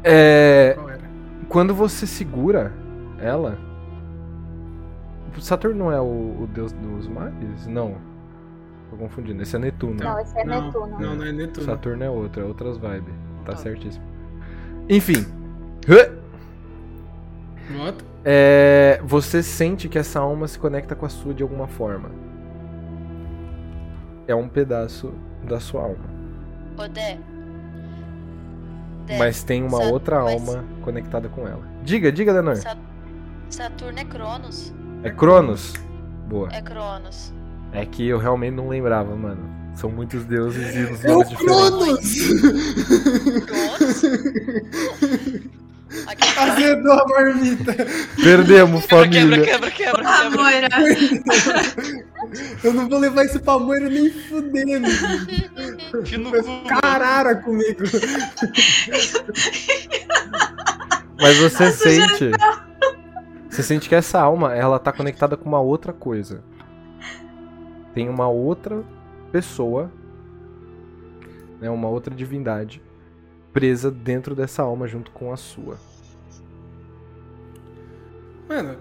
S1: É.
S7: Qual era?
S1: Quando você segura ela. Saturno não é o, o deus dos mares? Não. Tô confundindo. Esse é Netuno.
S5: Não, esse é
S7: Não,
S5: Netuno.
S7: Não, não é Netuno.
S1: Saturno é outro, é outras vibes. Tá
S2: Ah.
S1: certíssimo. Enfim. Hã?
S7: What?
S1: É, você sente que essa alma se conecta com a sua de alguma forma. É um pedaço da sua alma.
S6: Ô, Dé. Dé,
S1: Mas tem uma
S6: Sa-
S1: outra
S6: É, mas-
S1: alma conectada com ela. Diga, diga, Lenor.
S6: Sa- Saturno é Cronos.
S1: É Cronos? Boa.
S6: É Cronos.
S1: É que eu realmente não lembrava, mano. São muitos deuses e os
S7: É o
S1: nomes diferentes.
S7: Cronos!
S6: Cronos? tá. Aquele
S7: Azedou a marmita.
S1: Perdemos,
S2: Quebra,
S1: família.
S2: quebra, quebra,
S3: Ah,
S2: quebra.
S3: Moira.
S7: Eu não vou levar isso pra Moira nem fudendo.
S2: Fio no cu.
S7: Carara comigo.
S1: Mas você sente. Você sente que essa alma, ela tá conectada com uma outra coisa. Tem uma outra pessoa, né, uma outra divindade presa dentro dessa alma junto com a sua.
S7: Mano.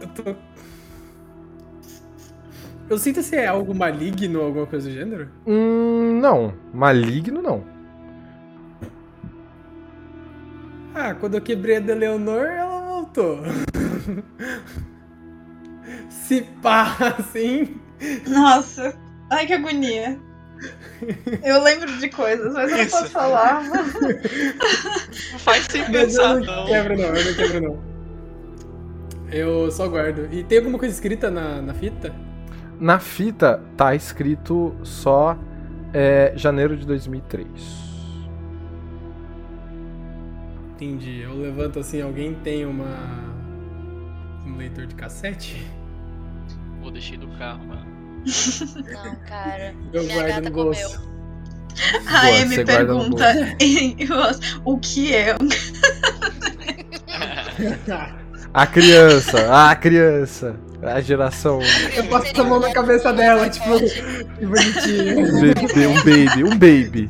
S7: Eu tô. Eu sinto se é algo maligno ou alguma coisa do gênero.
S1: Hum, não, maligno não.
S7: Ah, quando eu quebrei a da Leonor, ela voltou. Se pá, assim.
S3: Nossa. Ai, que agonia. Eu lembro de coisas, mas eu não
S2: Isso.
S3: posso falar.
S2: Não faz sem
S7: Mas eu
S2: pensar,
S7: não
S2: não.
S7: quebro, não. Eu não quebro, não. Eu só guardo. E tem alguma coisa escrita na, na fita?
S1: Na fita tá escrito só é, janeiro de 2003.
S7: Entendi. Eu levanto assim, alguém tem uma. um leitor de cassete?
S2: Pô, deixei no carro, mano.
S6: Não, cara.
S7: Eu
S6: Minha
S7: guardo um
S6: gata
S7: no bolso.
S3: A
S1: Boa,
S3: Amy
S1: você guarda no
S3: pergunta em voz, o que é?
S1: A criança, a criança, a geração.
S7: Eu passo a mão na cabeça dela, tipo, que bonitinho.
S1: Um bebê, um baby, um baby.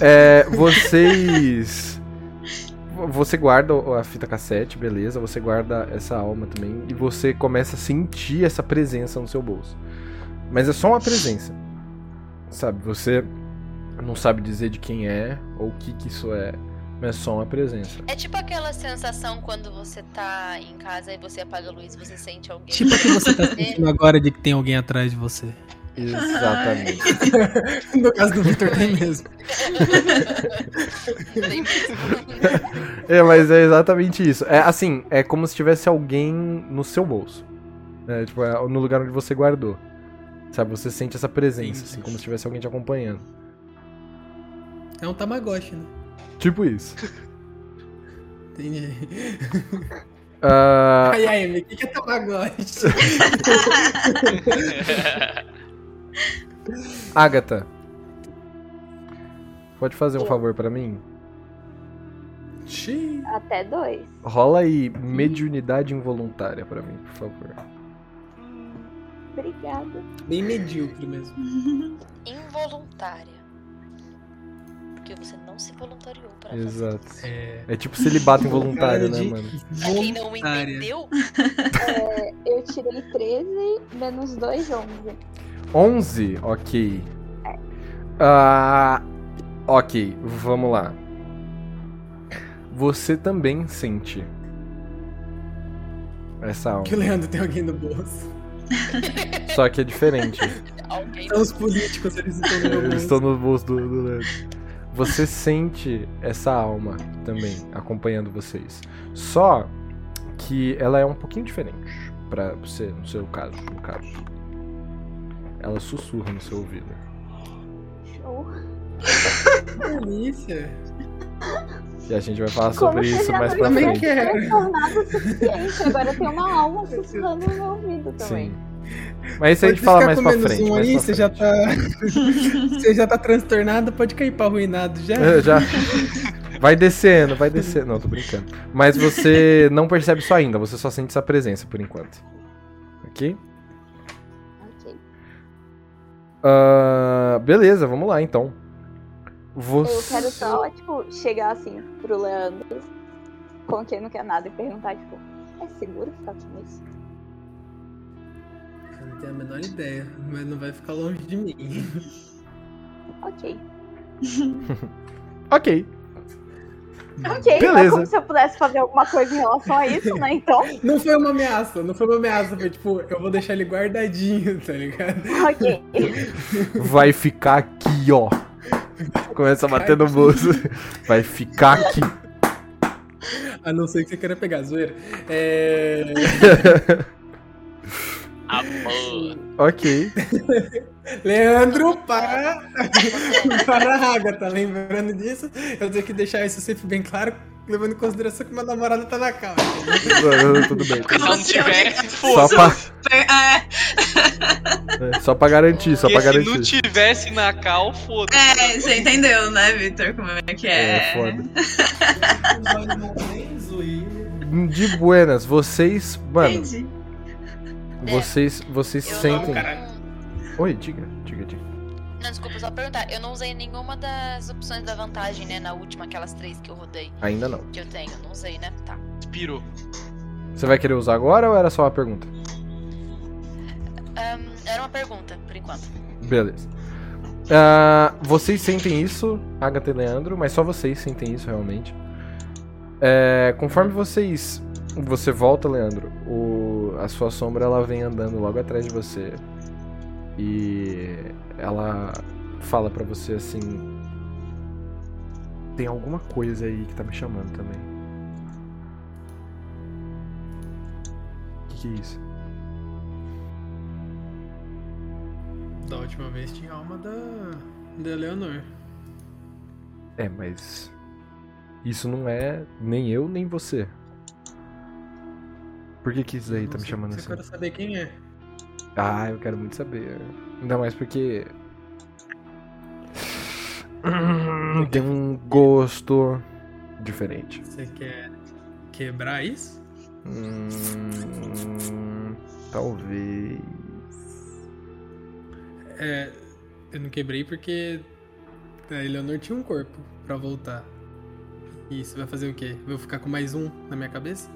S1: É, vocês. Você guarda a fita cassete, beleza. Você guarda essa alma também. E você começa a sentir essa presença no seu bolso. Mas é só uma presença. Sabe, você não sabe dizer de quem é ou o que que isso é, mas é só uma presença.
S6: É tipo aquela sensação quando você tá em casa e você apaga a luz e você sente alguém.
S7: Tipo o que você tá
S6: É,
S7: sentindo agora de que tem alguém atrás de você.
S1: Exatamente.
S7: No caso do Victor tem mesmo.
S6: bem mesmo.
S1: É, mas é exatamente isso. É assim, é como se tivesse alguém no seu bolso. né? Tipo, é no lugar onde você guardou. Sabe, você sente essa presença, assim, como se tivesse alguém te acompanhando.
S7: É um Tamagotchi, né?
S1: Tipo isso.
S7: Entendi.
S1: Ah,
S7: Ai, ai, Amy, o que que é Tamagotchi?
S1: Agatha. Pode fazer um favor pra mim?
S7: Xiii.
S5: Até dois.
S1: Rola aí mediunidade involuntária pra mim, por favor.
S5: Obrigada.
S7: Bem medíocre mesmo.
S6: Involuntária. Porque você não se voluntariou pra fazer.
S1: Exato.
S7: É.
S1: É tipo celibato involuntário,
S7: Cara
S1: né,
S7: de
S1: mano?
S6: Pra quem não
S7: voluntária.
S6: entendeu,
S5: Eu tirei 13, menos 2, 11.
S1: 11? Ok. Ah, ok, vamos lá. Você também sente essa
S7: Que
S1: alma.
S7: o Leandro tem alguém no bolso.
S1: Só que é diferente.
S6: alguém
S7: São os políticos, eles estão no
S1: Eu
S7: meu bolso.
S1: estou no bolso do, do Leandro. Você sente essa alma também acompanhando vocês. Só que ela é um pouquinho diferente Pra você, no seu caso, no caso. Ela sussurra no seu ouvido.
S5: Show.
S7: Que delícia.
S1: E a gente vai falar
S5: Como tá
S1: sobre
S5: se
S1: isso
S5: já
S1: mais
S5: não
S1: pra
S5: tivesse
S1: frente.
S7: quero.
S5: transtornado o suficiente. Agora tem uma alma sussurrando no meu ouvido também.
S1: Sim. Mas isso a gente fala mais pra frente.
S7: um
S1: mais
S7: aí,
S1: pra
S7: você já
S1: frente.
S7: tá. você já tá transtornado, pode cair pra arruinado já.
S1: É, já. Vai descendo, vai descendo. Não, tô brincando. Mas você não percebe isso ainda, você só sente essa presença por enquanto. Ok?
S5: Ok.
S1: Ah, beleza, vamos lá então.
S5: Eu
S1: Você.
S5: quero só, tipo, chegar assim pro Leandro, com quem não quer nada, e perguntar, tipo, é seguro ficar com isso?
S7: Eu não tenho a menor ideia, mas não vai ficar longe de mim.
S5: Ok.
S1: Ok.
S5: Ok, não é
S1: Beleza.
S5: como se eu pudesse fazer alguma coisa em relação a isso, né? Então,
S7: Não foi uma ameaça, não foi uma ameaça, foi tipo, eu vou deixar ele guardadinho, tá ligado?
S5: ok.
S1: Vai ficar aqui, ó. Começa a bater no bolso. Vai ficar aqui.
S7: A não ser que você queira pegar, zoeira. É.
S2: Amor.
S1: Ok.
S7: Leandro, para! para a Agatha, tá lembrando disso, eu tenho que deixar isso sempre bem claro, levando em consideração que minha namorada tá na calma.
S1: Tudo bem.
S2: Se não tiver,
S1: Só
S2: foda-se.
S1: pra,
S3: É,
S1: é, só pra garantir, só pra
S2: Porque se não
S1: garantir.
S2: tivesse na cal, foda-se.
S3: é, você entendeu, né, Vitor? Como é que é?
S1: É foda. De buenas, vocês. Mano,
S3: Entendi.
S1: vocês, vocês
S6: É. eu
S1: sentem.
S6: não...
S1: Oi, diga, diga, diga.
S6: não, desculpa, só perguntar. Eu não usei nenhuma das opções da vantagem, né? Na última, aquelas três que eu rodei,
S1: Ainda não.
S6: que eu tenho. Não usei, né? Tá.
S2: Inspirou.
S1: Você vai querer usar agora ou era só uma pergunta?
S6: Ahn, era uma pergunta, por enquanto.
S1: Beleza. Ah, vocês sentem isso, Agatha e Leandro, mas só vocês sentem isso realmente. É, conforme vocês. Você volta, Leandro, o- a sua sombra ela vem andando logo atrás de você. E ela fala pra você assim. Tem alguma coisa aí que tá me chamando também. O que, que é isso?
S7: Da última vez tinha alma da. da Leonor.
S1: É, mas. Isso não é nem eu, nem você. Por que, que isso daí tá me chamando
S7: Você
S1: assim?
S7: quer saber quem é?
S1: Ah, eu quero muito saber. Ainda mais porque. Tem um gosto diferente.
S7: Você quer quebrar isso?
S1: Hum, talvez.
S7: É. Eu não quebrei porque. A Eleanor tinha um corpo pra voltar. E isso vai fazer o quê? Vou ficar com mais um na minha cabeça?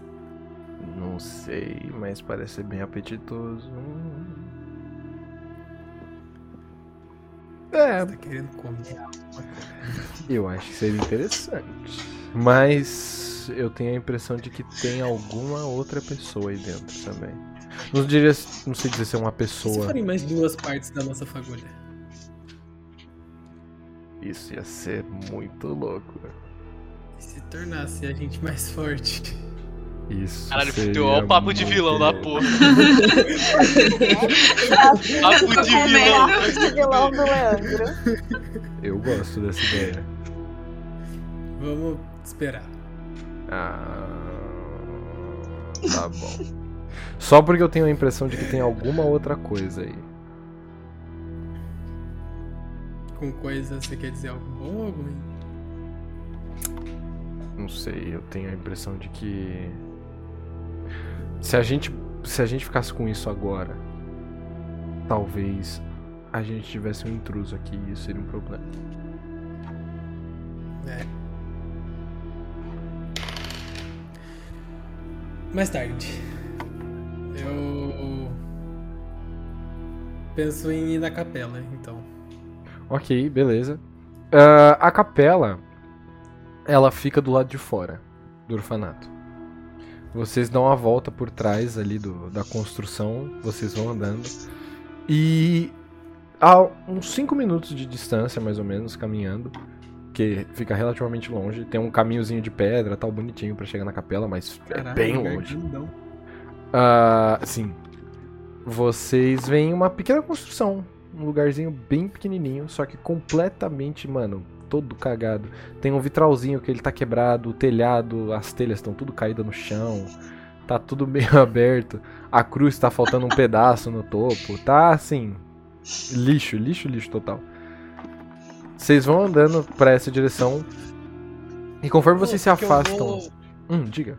S1: Não sei, mas parece bem apetitoso. Hum. É,
S7: Você tá querendo comer.
S1: eu acho que seria interessante. Mas eu tenho a impressão de que tem alguma outra pessoa aí dentro também. Não, diria, não sei dizer se é uma
S7: E se
S1: pessoa.
S7: forem mais duas partes da nossa fagulha?
S1: Isso ia ser muito louco.
S7: E se tornasse a gente mais forte?
S1: Isso.
S2: Caralho,
S1: seria
S2: deu ó o papo de
S1: muito
S2: vilão da porra.
S1: louco.
S5: Eu
S2: Papo
S5: tô
S2: de
S5: com
S2: vilão.
S5: medo de vilão do Leandro.
S1: Eu gosto dessa ideia.
S7: Vamos esperar.
S1: Ah, tá bom. Só porque eu tenho a impressão de que tem alguma outra coisa aí.
S7: Com coisa, você quer dizer algo bom ou algo ruim?
S1: Não sei, eu tenho a impressão de que se a gente se a gente ficasse com isso agora, talvez a gente tivesse um intruso aqui e isso seria um problema.
S7: Mais tarde. Eu. Penso em ir na capela, então.
S1: Ok, beleza. Ah, a capela, ela fica do lado de fora do orfanato. Vocês dão a volta por trás ali do, da construção, vocês vão andando. E a uns 5 minutos de distância, mais ou menos, caminhando, que fica relativamente longe, tem um caminhozinho de pedra, tal, bonitinho pra chegar na capela, mas é bem
S7: lugar
S1: longe.
S7: grandão.
S1: Ah, sim. Vocês veem uma pequena construção. Um lugarzinho bem pequenininho, só que completamente, mano, todo cagado. Tem um vitralzinho que ele tá quebrado, o telhado, as telhas estão tudo caídas no chão. Tá tudo meio aberto. A cruz tá faltando um pedaço no topo. Tá assim. Lixo, lixo, lixo total. Vocês vão andando pra essa direção. E conforme vocês se
S7: Pô, porque eu
S1: afastam.
S7: vou-
S1: Hum, diga.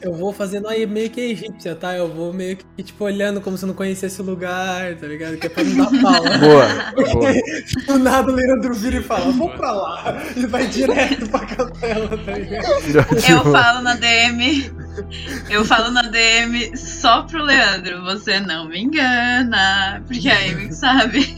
S7: Eu vou fazendo aí meio que egípcia, tá? Eu vou meio que, tipo, olhando como se eu não conhecesse o lugar, tá ligado? Que é pra não dar pau.
S1: Boa, boa.
S7: Do nada o Leandro vira e fala, vou pra lá. E vai direto pra capela, tá ligado?
S3: Eu
S1: Tipo,
S3: falo na DM. Eu falo na DM só pro Leandro. Você não me engana. Porque a Amy que sabe.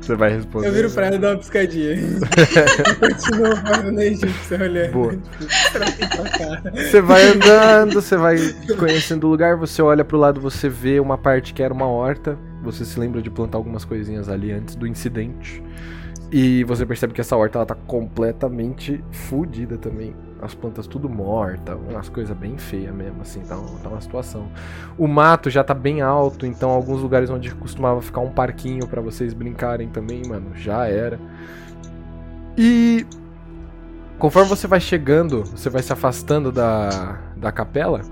S1: Você vai responder.
S7: Eu viro pra ela e dou uma piscadinha. e continuo fazendo a egípcia, olhando.
S1: Boa.
S7: Tipo, será que tem pra cá?
S1: Você vai andando, você vai conhecendo o lugar, você olha pro lado, você vê uma parte que era uma horta. Você se lembra de plantar algumas coisinhas ali antes do incidente. E você percebe que essa horta ela tá completamente fodida também. As plantas tudo morta, umas coisas bem feias mesmo, assim, tá, um- tá uma situação. O mato já tá bem alto, então alguns lugares onde costumava ficar um parquinho pra vocês brincarem também, mano, já era. E Conforme você vai chegando, você vai se afastando da, da capela.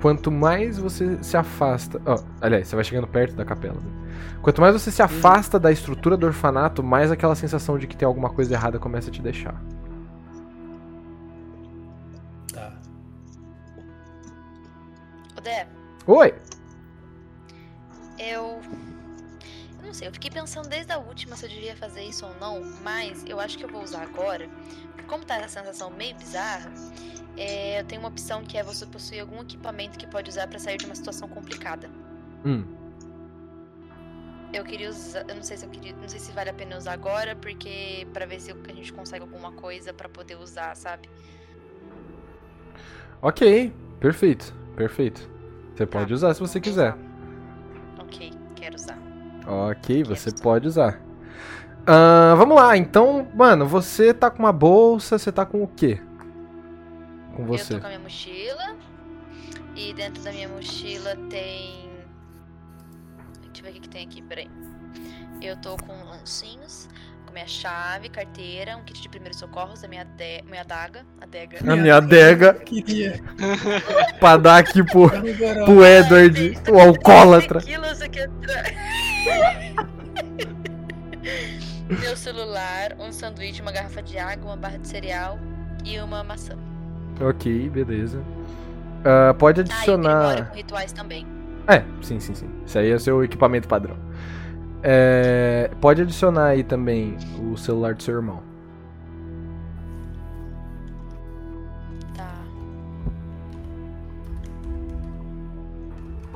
S1: Quanto mais você se afasta. ó, aliás, você vai chegando perto da capela. né? Quanto mais você se afasta da estrutura do orfanato, mais aquela sensação de que tem alguma coisa errada começa a te deixar.
S7: Tá.
S6: Ô, Dé,
S1: Oi!
S6: eu. Eu não sei, eu fiquei pensando desde a última se eu devia fazer isso ou não, mas eu acho que eu vou usar agora. Porque como tá essa sensação meio bizarra, é, eu tenho uma opção que é você possuir algum equipamento que pode usar pra sair de uma situação complicada.
S1: Hum,
S6: Eu queria usar, eu não sei se eu queria, não sei se vale a pena usar agora, porque pra ver se a gente consegue alguma coisa pra poder usar, sabe?
S1: ok, perfeito, perfeito. Você pode usar se você quiser.
S6: tá. Ok, quero usar.
S1: Ok, você pode usar. Ahn, vamos lá, então, mano, você tá com uma bolsa, você tá com o quê? Com
S6: Eu
S1: você.
S6: tô com a minha mochila. E dentro da minha mochila tem. Deixa eu ver o que, que tem aqui, peraí. Eu tô com lancinhos, com minha chave, carteira, um kit de primeiros socorros, a minha, ade... minha adaga. Adega.
S1: A minha adega,
S7: Queria.
S1: pra dar aqui pro,
S7: Tá no garoto.
S1: pro Edward, o alcoólatra.
S6: Quilos aqui atrás. Meu celular, um sanduíche, uma garrafa de água, uma barra de cereal e uma maçã.
S1: Ok, beleza. Ah, pode
S6: Ah, e eu tenho memória
S1: adicionar.
S6: com rituais também.
S1: É, sim, sim, sim. Isso aí é o seu equipamento padrão. É, pode adicionar aí também o celular do seu irmão.
S6: Tá.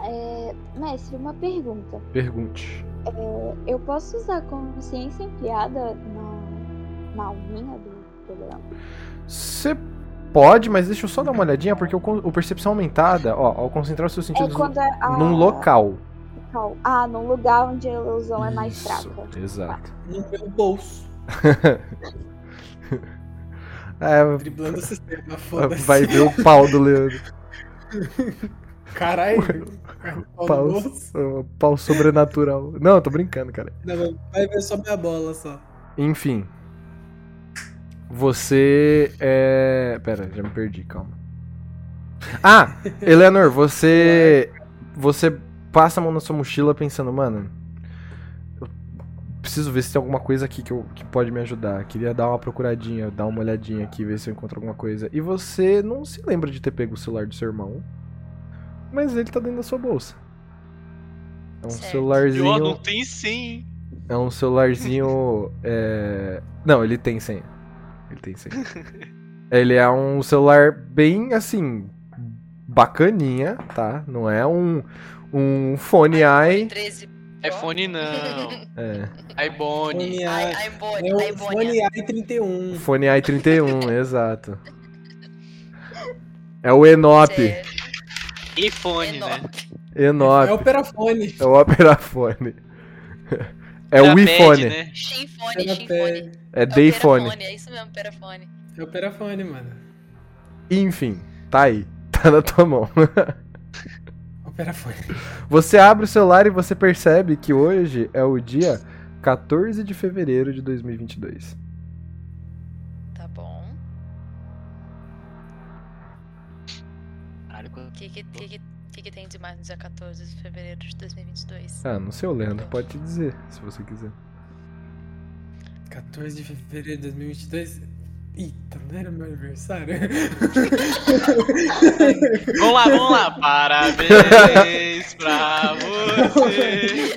S5: É, É, mestre, uma pergunta.
S1: Pergunte.
S5: Eu posso usar consciência ampliada na, na alminha do programa?
S1: Você pode, mas deixa eu só dar uma olhadinha, porque o, con- o percepção aumentada, ó, ao concentrar os seus
S5: É
S1: sentidos
S5: quando a,
S1: num local.
S5: local. Ah, num lugar onde a ilusão é mais
S1: Isso,
S5: fraca.
S1: Exato.
S7: No meu bolso.
S1: É,
S7: Driblando o sistema, foda-se.
S1: vai ver o pau do Leandro.
S7: Caralho.
S1: O
S7: Pau
S1: pau,
S7: no bolso.
S1: o pau sobrenatural. Não, eu tô brincando, cara.
S7: Não, vai ver só minha bola só.
S1: Enfim. Você é. Pera, já me perdi, calma. Ah! Eleanor, você. Você passa a mão na sua mochila pensando, mano. eu Preciso ver se tem alguma coisa aqui que, eu, que pode me ajudar. Queria dar uma procuradinha, dar uma olhadinha aqui, ver se eu encontro alguma coisa. E você não se lembra de ter pego o celular do seu irmão. Mas ele tá dentro da sua bolsa. É um
S6: Certo.
S2: E
S1: celularzinho.
S2: ó, não tem sim, hein?
S1: É um celularzinho. é... Não, ele tem senha. Ele tem senha. Ele é um celular bem assim. bacaninha, tá? Não é um, um fone i.
S6: 13.
S2: É fone não.
S1: É,
S2: iPhone.
S7: Fone A.
S6: Ai, tá, iPhone,
S2: um
S7: É o
S6: iPhone.
S7: Fone A31.
S1: fone i31, exato. É o Enop.
S6: Certo,
S2: iPhone, né?
S6: enorme.
S1: Enop.
S7: É o Perafone.
S1: É o Operafone. É o
S2: Era
S1: iPhone.
S2: bad, né?
S6: Chinfone,
S7: Era
S6: chinfone.
S1: É
S6: É o
S1: Dayfone.
S6: Perafone, É isso mesmo, perafone.
S7: É o Perafone, mano. É
S1: Enfim, tá aí. Tá na tua mão.
S7: É o Perafone.
S1: Você abre o celular e você percebe que hoje é o dia 14 de fevereiro de 2022.
S6: Tá bom.
S2: Caralho,
S6: O que que, que, que, que que tem de mais no dia 14 de fevereiro de 2022?
S1: Ah, não sei, o Leandro pode te dizer, se você quiser.
S7: 14 de fevereiro de 2022? Eita, não era meu aniversário?
S6: É.
S2: Vamos lá, vamos lá. Parabéns pra você.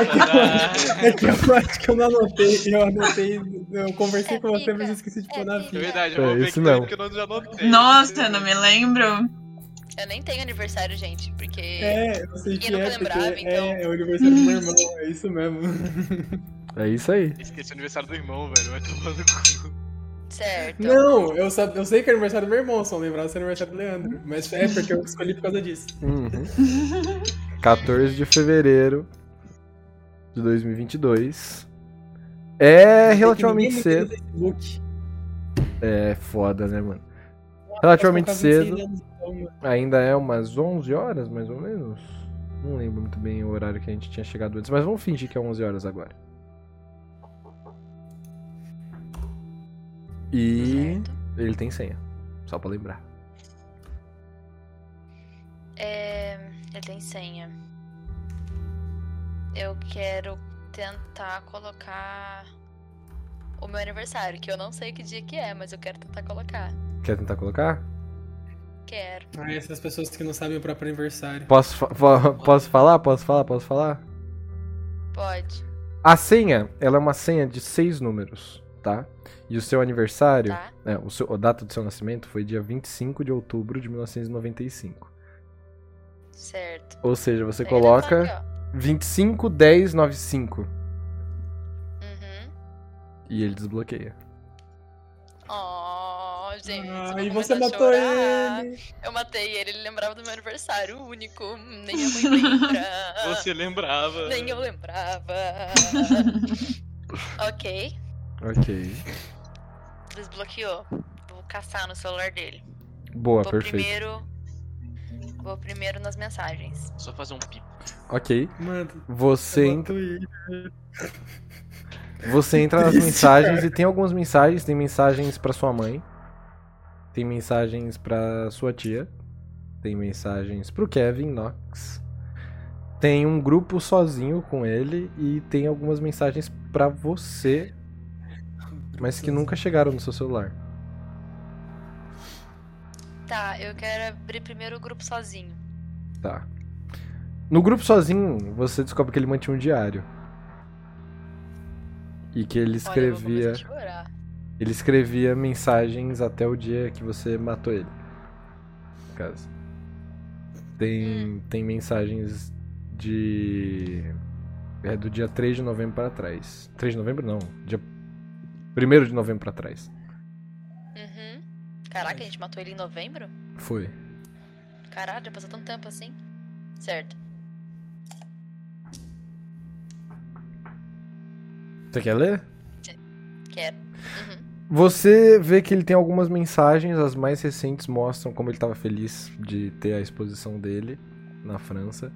S2: Essa
S7: É que eu acho que eu não anotei, eu anotei, eu conversei com você, mas eu esqueci de pôr na
S6: É
S2: É
S7: ficha.
S2: verdade,
S1: É,
S2: eu vou ver
S1: isso
S2: que
S1: não.
S2: não. né? porque eu já notei.
S3: Nossa, não me lembro.
S6: Eu nem tenho aniversário, gente, porque.
S7: É, eu sei
S6: E
S7: que
S6: eu nunca
S7: é, porque
S6: lembrava, então.
S7: é, é o aniversário do meu irmão, é isso mesmo.
S2: Então.
S1: É isso aí.
S2: Esqueci o aniversário do irmão, velho. Vai tomar no cu.
S6: Certo.
S7: Não, eu, sab... eu sei que é aniversário do meu irmão, só não lembrava se é aniversário do Leandro. Mas é porque eu escolhi por causa disso.
S1: Uhum. 14 de fevereiro de 2022. É relativamente
S7: Ninguém me
S1: cedo.
S7: tem no Facebook.
S1: É foda, né, mano? Relativamente
S7: Eu colocar
S1: cedo.
S7: 26 anos, então, mano.
S1: Ainda é umas 11 horas, mais ou menos. Não lembro muito bem o horário que a gente tinha chegado antes, mas vamos fingir que é 11 horas agora. E
S6: Certo.
S1: ele tem senha, só pra lembrar.
S6: É, ele tem senha. Eu quero tentar colocar o meu aniversário, que eu não sei que dia que é, mas eu quero tentar colocar.
S1: Quer tentar colocar?
S6: Quero.
S7: Ah, essas pessoas que não sabem o próprio aniversário.
S1: Posso, fa- fa- posso falar? Posso falar? Posso falar?
S6: Pode,
S1: A senha, ela é uma senha de seis números, tá? E o seu aniversário,
S6: tá?
S1: é, o seu, a data do seu nascimento foi dia 25 de outubro de 1995.
S6: Certo.
S1: Ou seja, você
S6: Aí eu levanto
S1: coloca
S6: aqui, ó.
S1: 25 10 95
S6: Uhum.
S1: e ele desbloqueia.
S6: Oh, gente. eu
S7: Ah,
S6: vou
S7: e você
S6: começar a
S7: matou
S6: chorar.
S7: ele!
S6: Eu matei ele, ele lembrava do meu aniversário único. hum, Nem a mãe lembra.
S2: Você lembrava.
S6: Nem eu lembrava. ok,
S1: Ok.
S6: desbloqueou. Vou caçar no celular dele.
S1: Boa,
S6: vou
S1: Tá, perfeito.
S6: primeiro. Vou primeiro nas mensagens.
S2: Só fazer um pip.
S1: Ok.
S7: Mano,
S1: Você, en-
S7: matou ele.
S1: você entra nas
S7: triste,
S1: mensagens e tem algumas mensagens. Tem mensagens pra sua mãe. Tem mensagens pra sua tia. Tem mensagens pro Kevin Knox. Tem um grupo sozinho com ele e tem algumas mensagens pra você, mas que nunca chegaram no seu celular.
S6: Tá, eu quero abrir primeiro o grupo sozinho.
S1: Tá. No grupo sozinho, você descobre que ele mantinha um diário. E que ele
S6: Olha, eu vou
S1: escrevia.
S6: começar a chorar.
S1: Ele escrevia mensagens até o dia que você matou ele. No caso. Tem,
S6: Hum.
S1: tem mensagens de. É do dia 3 de novembro pra trás. 3 de novembro não. Dia 1 de novembro pra trás.
S6: Uhum. Caraca, a gente matou ele em novembro?
S1: Foi.
S6: Caralho, já passou tanto tempo assim. Certo.
S1: Você quer ler?
S6: Quero. Uhum.
S1: Você vê que ele tem algumas mensagens, as mais recentes mostram como ele estava feliz de ter a exposição dele na França.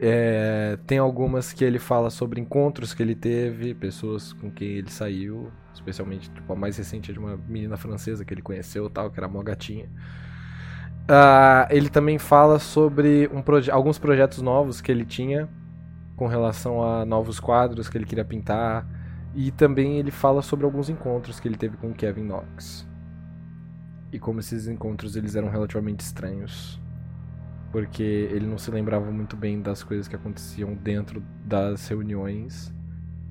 S1: É, tem algumas que ele fala sobre encontros que ele teve, pessoas com quem ele saiu, especialmente tipo, a mais recente é de uma menina francesa que ele conheceu, tal, que era mó gatinha. Ah, ele também fala sobre um proje- alguns projetos novos que ele tinha com relação a novos quadros que ele queria pintar. E também ele fala sobre alguns encontros que ele teve com o Kevin Knox. E como esses encontros eles eram relativamente estranhos. Porque ele não se lembrava muito bem das coisas que aconteciam dentro das reuniões.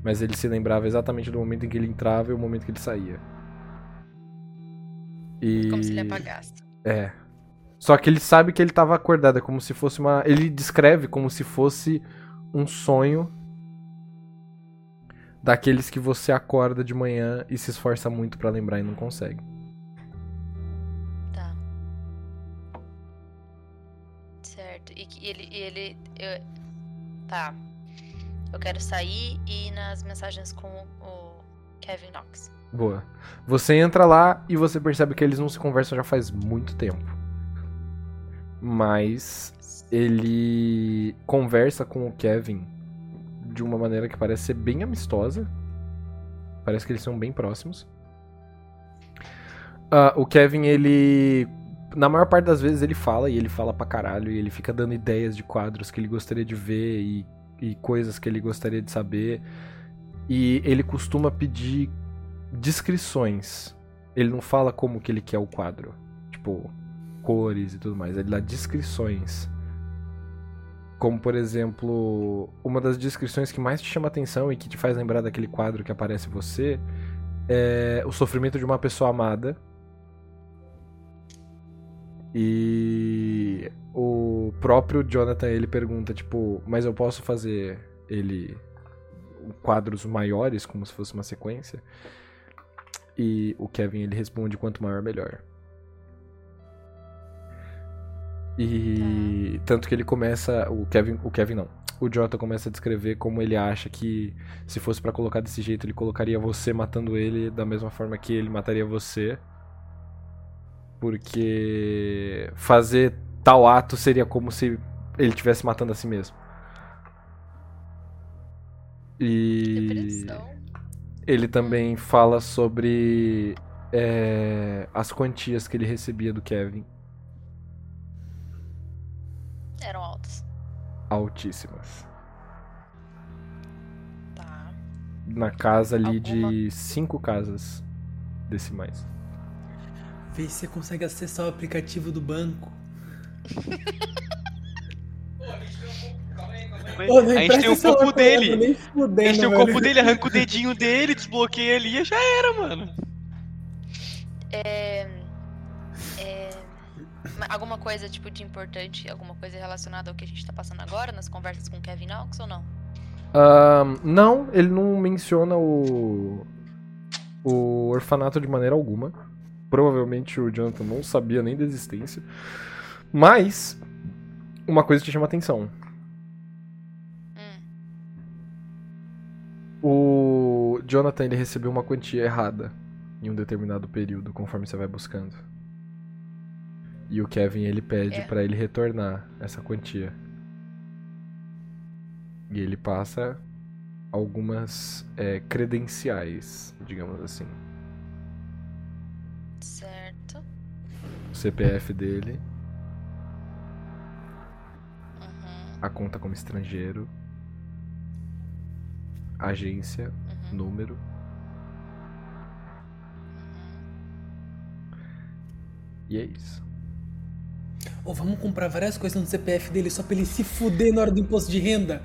S1: Mas ele se lembrava exatamente do momento em que ele entrava e o momento que ele saía. E...
S6: Como se ele apagasse.
S1: É. Só que ele sabe que ele tava acordado, é como se fosse uma. Ele descreve como se fosse um sonho daqueles que você acorda de manhã e se esforça muito pra lembrar e não consegue.
S6: Tá. Certo. E que ele. e ele eu- Tá. Eu quero sair e ir nas mensagens com o Kevin Knox.
S1: Boa. Você entra lá e você percebe que eles não se conversam já faz muito tempo. Mas ele conversa com o Kevin de uma maneira que parece ser bem amistosa. Parece que eles são bem próximos. Ah, o Kevin, ele. Na maior parte das vezes ele fala, e ele fala pra caralho, e ele fica dando ideias de quadros que ele gostaria de ver e, e coisas que ele gostaria de saber. E ele costuma pedir descrições. Ele não fala como que ele quer o quadro. Tipo, cores e tudo mais. Ele dá descrições. Como, por exemplo, uma das descrições que mais te chama atenção e que te faz lembrar daquele quadro que aparece você é o sofrimento de uma pessoa amada. E o próprio Jonathan, ele pergunta, tipo, mas eu posso fazer ele quadros maiores, como se fosse uma sequência? E o Kevin ele responde: quanto maior, melhor. E tanto que ele começa. O Kevin, o Kevin não. O Jonathan começa a descrever como ele acha que se fosse pra colocar desse jeito, ele colocaria você matando ele da mesma forma que ele mataria você. Porque fazer tal ato seria como se ele estivesse matando a si mesmo. E
S6: Depressão.
S1: ele também fala sobre é, as quantias que ele recebia do Kevin,
S6: Eram altos.
S1: altíssimas.
S6: Tá.
S1: Na casa ali de
S6: Alguma-
S1: cinco casas decimais.
S7: Vê se você consegue acessar o aplicativo do banco.
S2: A
S7: Ô, não
S2: gente tem
S7: empresta
S2: o
S7: esse celular
S2: corpo
S7: pra ela,
S2: dele.
S7: nem
S2: A
S7: fudendo,
S2: gente tem o
S1: né,
S7: velho.
S2: corpo dele, arranca o dedinho dele, desbloqueia ali e já era, mano.
S6: É, é, ma- alguma coisa tipo de importante, alguma coisa relacionada ao que a gente tá passando agora nas conversas com o Kevin Knox ou não?
S1: Ahn, não, ele não menciona o, o orfanato de maneira alguma. Provavelmente o Jonathan não sabia nem da existência. Mas, uma coisa te chama atenção.
S6: Hum,
S1: O Jonathan ele recebeu uma quantia errada em um determinado período, conforme você vai buscando. E o Kevin ele pede
S6: É.
S1: pra ele retornar essa quantia. E ele passa algumas é, credenciais, digamos assim.
S6: certo.
S1: O CPF dele,
S6: Uhum,
S1: a conta como estrangeiro, agência,
S6: uhum,
S1: número.
S6: uhum.
S1: E é isso.
S7: Ô, vamos comprar várias coisas no CPF dele só pra ele se fuder na hora do imposto de renda.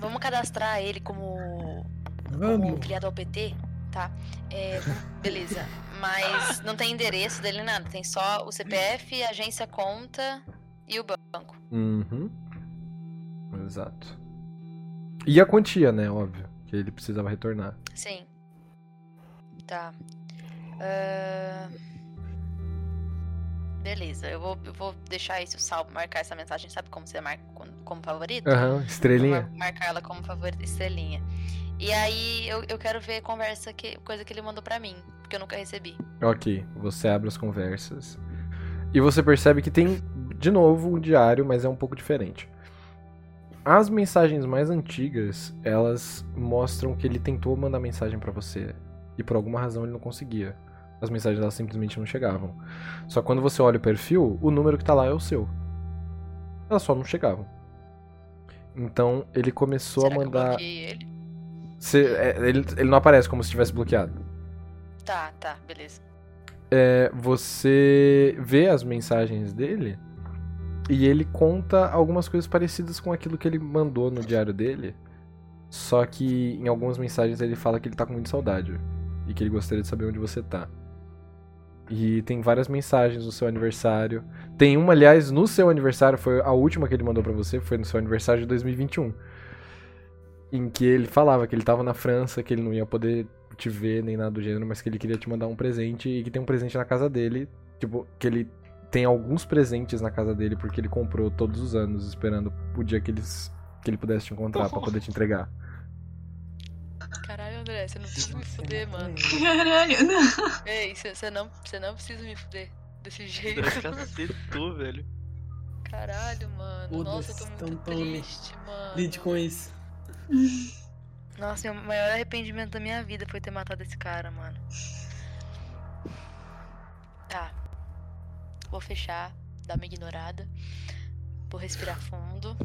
S6: Vamos cadastrar ele como, como
S7: Vamos.
S6: criado ao PT, tá? É, beleza. Mas não tem endereço dele nada, tem só o CPF, agência conta E o banco.
S1: Uhum. Exato. E a quantia, né? Óbvio. Que ele precisava retornar.
S6: Sim. Tá. Ah, Beleza, eu vou, eu vou deixar isso salvo, marcar essa mensagem, sabe como você marca quando- como favorito?
S1: Aham,
S6: Vou
S1: estrelinha.
S6: mar- marcar ela como favorita estrelinha. E aí eu, eu quero ver a conversa que coisa que ele mandou pra mim, porque eu nunca recebi.
S1: Ok, você abre as conversas. E você percebe que tem, de novo, um diário, mas é um pouco diferente. As mensagens mais antigas, elas mostram que ele tentou mandar mensagem pra você. E por alguma razão ele não conseguia. As mensagens elas simplesmente não chegavam. Só que quando você olha o perfil, o número que tá lá é o seu. Elas só não chegavam. Então ele começou
S6: Será
S1: a
S6: que eu
S1: mandar.
S6: bloqueei ele?
S1: Cê- é, ele, ele não aparece como se tivesse bloqueado.
S6: Tá, tá, beleza.
S1: é, você vê as mensagens dele e ele conta algumas coisas parecidas com aquilo que ele mandou no diário dele. Só que em algumas mensagens ele fala que ele tá com muita saudade e que ele gostaria de saber onde você tá. E tem várias mensagens no seu aniversário. Tem uma, aliás, no seu aniversário, foi a última que ele mandou pra você, foi no seu aniversário de 2021. Em que ele falava que ele tava na França, que ele não ia poder te ver nem nada do gênero, mas que ele queria te mandar um presente e que tem um presente na casa dele. Tipo, que ele tem alguns presentes na casa dele porque ele comprou todos os anos, esperando o dia que, eles, que ele pudesse te encontrar pra poder te entregar.
S6: Caralho, André, você não precisa me
S4: Nossa,
S6: fuder, mano.
S3: Caralho, não.
S6: Ei, você você não, você não precisa me fuder desse jeito.
S2: André cacetou, velho.
S6: Caralho, mano.
S7: Foda-se,
S6: Nossa, eu tô muito
S7: então tome.
S6: triste, mano.
S7: Lide com isso.
S6: Nossa, meu maior arrependimento da minha vida foi ter matado esse cara, mano. Tá. Vou fechar, dar uma ignorada. Vou respirar fundo.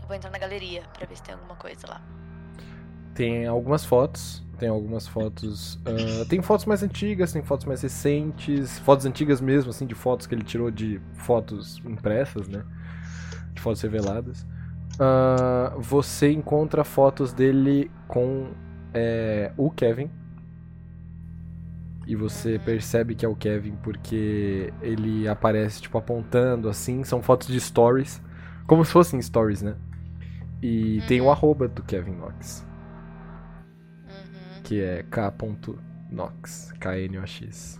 S6: Eu vou entrar na galeria pra ver se tem alguma coisa lá.
S1: Tem algumas fotos. Tem algumas fotos. ah, tem fotos mais antigas, tem fotos mais recentes. Fotos antigas mesmo, assim, de fotos que ele tirou de fotos impressas, né? De fotos reveladas. Ah, você encontra fotos dele com é, o Kevin. E você percebe que é o Kevin porque ele aparece, tipo, apontando assim. São fotos de stories. Como se fossem stories, né? E tem o
S6: Uhum.
S1: arroba do Kevin Knox
S6: Uhum.
S1: que é k.nox, K-N-O-X.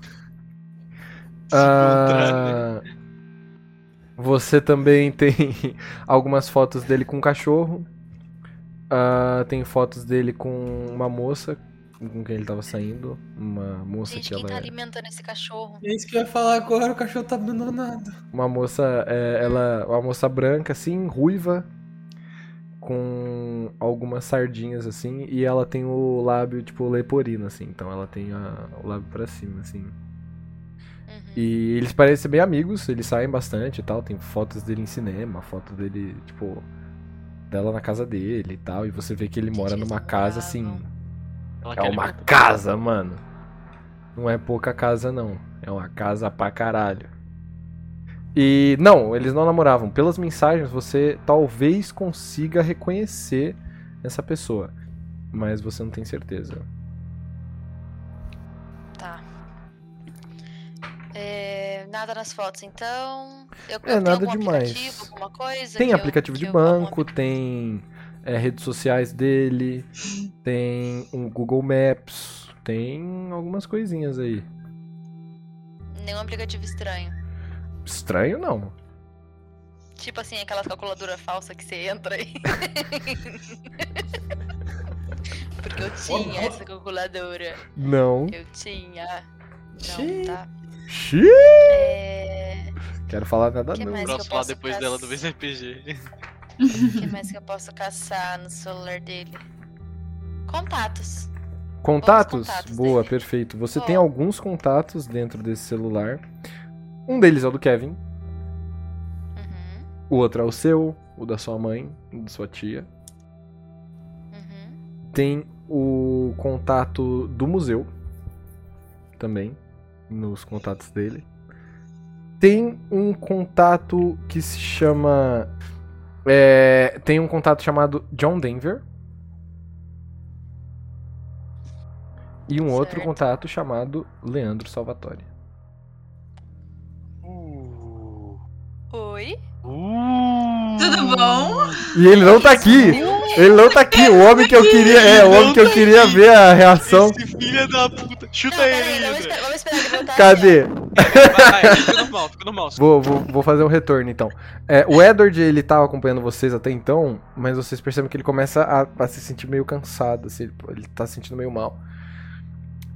S1: Ah,
S2: encontrar,
S1: você também tem algumas fotos dele com um cachorro. Ah, tem fotos dele com uma moça com quem ele tava saindo. Uma moça
S6: Gente,
S1: que
S6: quem
S1: ela
S6: tá
S1: é.
S6: alimentando esse cachorro?
S7: É isso que eu ia falar agora, o cachorro tá abandonado.
S1: Uma moça. é, ela. Uma moça branca, assim, ruiva. Com algumas sardinhas, assim. E ela tem o lábio, tipo, leporino, assim. Então ela tem a- o lábio pra cima, assim.
S6: Uhum.
S1: E eles parecem bem amigos, eles saem bastante e tal. Tem fotos dele em cinema, foto dele, tipo, dela na casa dele e tal. E você vê que ele
S6: Gente,
S1: mora
S6: eles
S1: numa casa assim.
S6: moravam.
S2: Ela
S1: É
S2: quer
S1: uma
S2: libertar.
S1: casa, mano. Não é pouca casa, não. É uma casa pra caralho. E não, eles não namoravam. Pelas mensagens, você talvez consiga reconhecer essa pessoa. Mas você não tem certeza.
S6: Tá. É, nada nas fotos, então. Eu, eu
S1: É,
S6: tenho
S1: nada
S6: algum
S1: demais.
S6: aplicativo, alguma coisa?
S1: Tem
S6: que eu-
S1: aplicativo
S6: que
S1: de
S6: eu- algum
S1: banco, tem é, redes sociais dele, tem um Google Maps, tem algumas coisinhas aí.
S6: Nenhum aplicativo estranho.
S1: Estranho não.
S6: Tipo assim, aquelas calculadoras falsas que você entra aí. Porque eu tinha essa calculadora.
S1: Não.
S6: Eu tinha. Não,
S7: Xiii.
S6: tá.
S1: Xiii,
S6: É...
S1: Quero falar nada
S6: Que
S1: não.
S6: mais? Mas que eu
S2: Posso falar
S6: posso
S2: depois
S6: caç-
S2: dela do VCPG.
S6: O que mais que eu posso caçar no celular dele? Contatos.
S1: Contatos?
S6: contatos
S1: Boa,
S6: dele.
S1: perfeito. Você
S6: Boa.
S1: tem alguns contatos dentro desse celular. Um deles é o do Kevin,
S6: Uhum,
S1: o outro é o seu, o da sua mãe, o da sua tia.
S6: uhum.
S1: Tem o contato do museu também nos contatos dele. Tem um contato que se chama é, tem um contato chamado John Denver e um outro
S6: Certo.
S1: contato chamado Leandro Salvatore.
S2: Uh,
S6: Oi?
S3: Tudo bom?
S1: E ele não tá aqui.
S6: é
S1: Ele não tá aqui. O homem que eu queria. É, o homem que eu queria ver a reação.
S2: Esse filho da puta. Chuta
S6: Não,
S2: ele,
S6: peraí, vamos
S2: Hydra.
S6: esperar, vamos esperar ele voltar.
S1: Cadê?
S2: Vai, vai, fica normal, fica normal.
S1: Vou, vou, vou fazer um retorno então. É, o Edward, ele tava acompanhando vocês até então, mas vocês percebem que ele começa a, a se sentir meio cansado, assim, ele, ele tá se sentindo meio mal.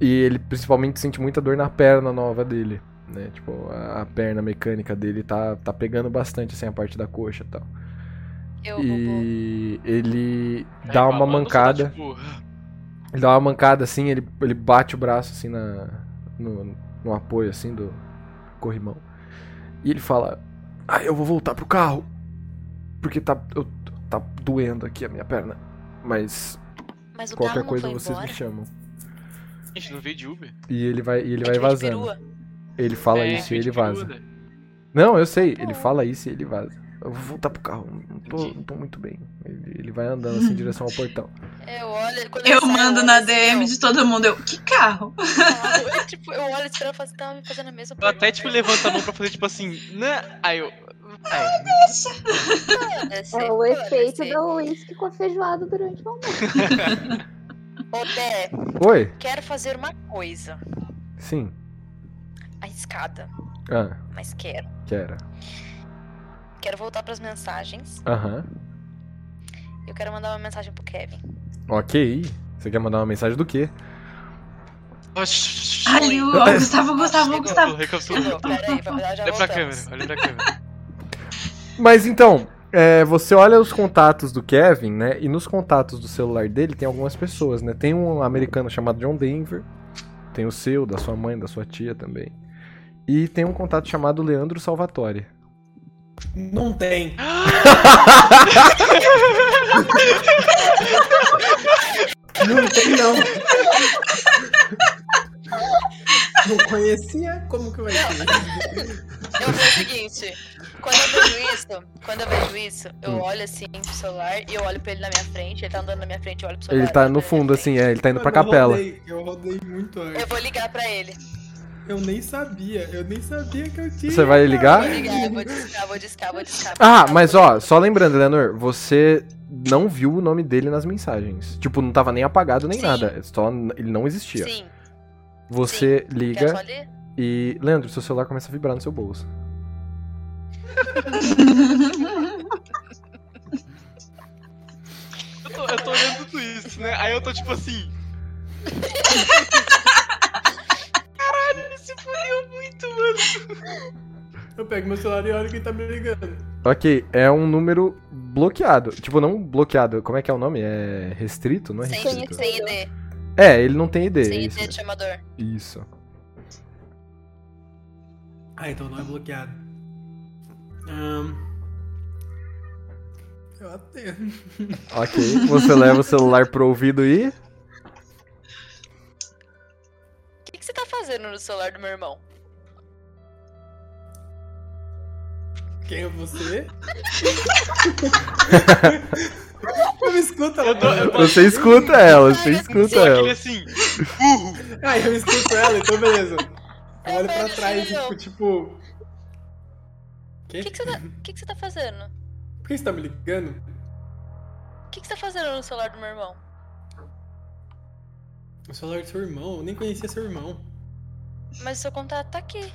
S1: E ele principalmente sente muita dor na perna nova dele, né? Tipo, a, a perna mecânica dele tá, tá pegando bastante, assim, a parte da coxa e tal.
S6: Eu, Bubu.
S1: E ele
S2: Tá
S1: dá uma
S2: embalando, só tá,
S1: mancada.
S2: tipo,
S1: Ele dá uma mancada assim, ele, ele bate o braço assim na, no, no apoio assim do corrimão. E ele fala: Ah, eu vou voltar pro carro. Porque tá, eu, tá doendo aqui a minha perna. Mas
S6: Mas o
S1: qualquer
S6: carro não
S1: coisa
S6: foi
S1: vocês
S6: embora.
S1: me chamam.
S2: Gente, não veio de Uber.
S1: E ele vai, e ele vai
S6: A gente vai Tipo de
S1: vazando.
S6: perua.
S1: Ele fala
S2: É,
S1: isso e
S2: veio de
S1: ele vaza.
S2: peruda.
S1: Não, eu sei, ele fala isso e ele vaza. Eu vou voltar pro carro, não tô, não tô muito bem. Ele, ele vai andando assim em direção ao portão.
S6: Eu olho. quando
S3: Eu
S6: saio,
S3: mando
S6: olho
S3: na
S6: assim,
S3: DM
S6: não.
S3: de todo mundo. Eu, que carro?
S6: Eu, tipo, eu olho esperando e falo assim, tá me fazendo a mesma
S2: Eu até, tipo,
S6: pergunta.
S2: levanto a mão pra fazer, tipo assim, né? Aí eu. é, Ai,
S6: Foda-se,
S5: É o efeito
S6: foda-se.
S5: do uísque com a feijoada durante o almoço.
S6: Ô, Dé,
S1: Oi?
S6: quero fazer uma coisa.
S1: Sim.
S6: Arriscada,
S1: Ah,
S6: mas quero.
S1: que era.
S6: Quero voltar pras mensagens.
S1: Aham.
S6: Eu quero mandar uma mensagem pro Kevin.
S1: Ok. Você quer mandar uma mensagem do quê?
S2: Ah, Oxi.
S3: Ai, o o Gustavo, o Gustavo, o
S6: Chegou.
S3: Gustavo.
S2: Recapitulou.
S6: Chegou, peraí, vai- já
S2: Olha pra
S6: voltamos.
S2: câmera, olha pra câmera.
S1: Mas então, é, você olha os contatos do Kevin, né? E nos contatos do celular dele tem algumas pessoas, né? Tem um americano chamado John Denver, tem o seu, da sua mãe, da sua tia também. E tem um contato chamado Leandro Salvatore.
S7: Não tem. Não tem, não. Não conhecia? Como que vai ser?
S6: Eu vou o seguinte, quando eu vejo isso, quando eu vejo isso, eu
S1: Hum.
S6: olho assim pro celular e eu olho pra ele na minha frente, ele tá andando na minha frente, eu olho pro celular. né,
S1: Ele tá
S6: ele
S1: no
S6: na
S1: fundo,
S6: minha frente.
S1: assim, é, ele tá indo pra
S7: Mano, eu
S1: capela.
S7: rodei- Eu rodei muito antes.
S6: Eu vou ligar pra ele.
S7: Eu nem sabia, eu nem sabia que eu tinha.
S1: Você vai ligar?
S6: Vou ligar, eu vou discar, vou discar, vou discar.
S1: Ah, mas ó, só lembrando, Eleanor, você não viu o nome dele nas mensagens. Tipo, não tava nem apagado nem
S6: Sim.
S1: nada. Só n- ele não existia.
S6: Sim,
S1: Você
S6: quer só
S1: liga
S6: ler?
S1: e. Leandro, seu celular começa a vibrar no seu bolso.
S2: Eu tô, eu tô olhando tudo isso, né? Aí eu tô tipo assim. Caralho, ele se fudeu muito, mano.
S7: Eu pego meu celular e olho quem tá me ligando.
S1: Ok, é um número bloqueado. Tipo, não bloqueado. Como é que é o nome? É restrito? Não é
S6: Sem,
S1: restrito?
S5: conhecer.
S6: sem ID,
S1: É, ele não tem ID.
S6: sem tipo.
S1: isso.
S6: ID de chamador.
S1: isso.
S7: Ah, então não é bloqueado. Ahn. Eu atendo.
S1: Ok, você leva o celular pro ouvido e.
S6: O que, que você tá fazendo no celular do meu irmão?
S7: Quem é você? eu me escuto, ela.
S2: Eu tô- eu tô-
S1: Você escuta ela, você escuta
S2: Só aquele
S1: ela.
S2: assim.
S7: Ah, eu escuto ela, então beleza. Eu olho pra
S6: Ele
S7: trás e
S6: se
S7: fico
S6: ligou.
S7: tipo.
S6: O
S7: Quê?
S6: que, que, você tá, o que, que você tá fazendo?
S7: Por que você tá me ligando?
S6: O que, que você tá fazendo no celular do meu irmão?
S7: O celular do seu irmão, eu nem conhecia seu irmão.
S6: Mas o seu contato tá aqui.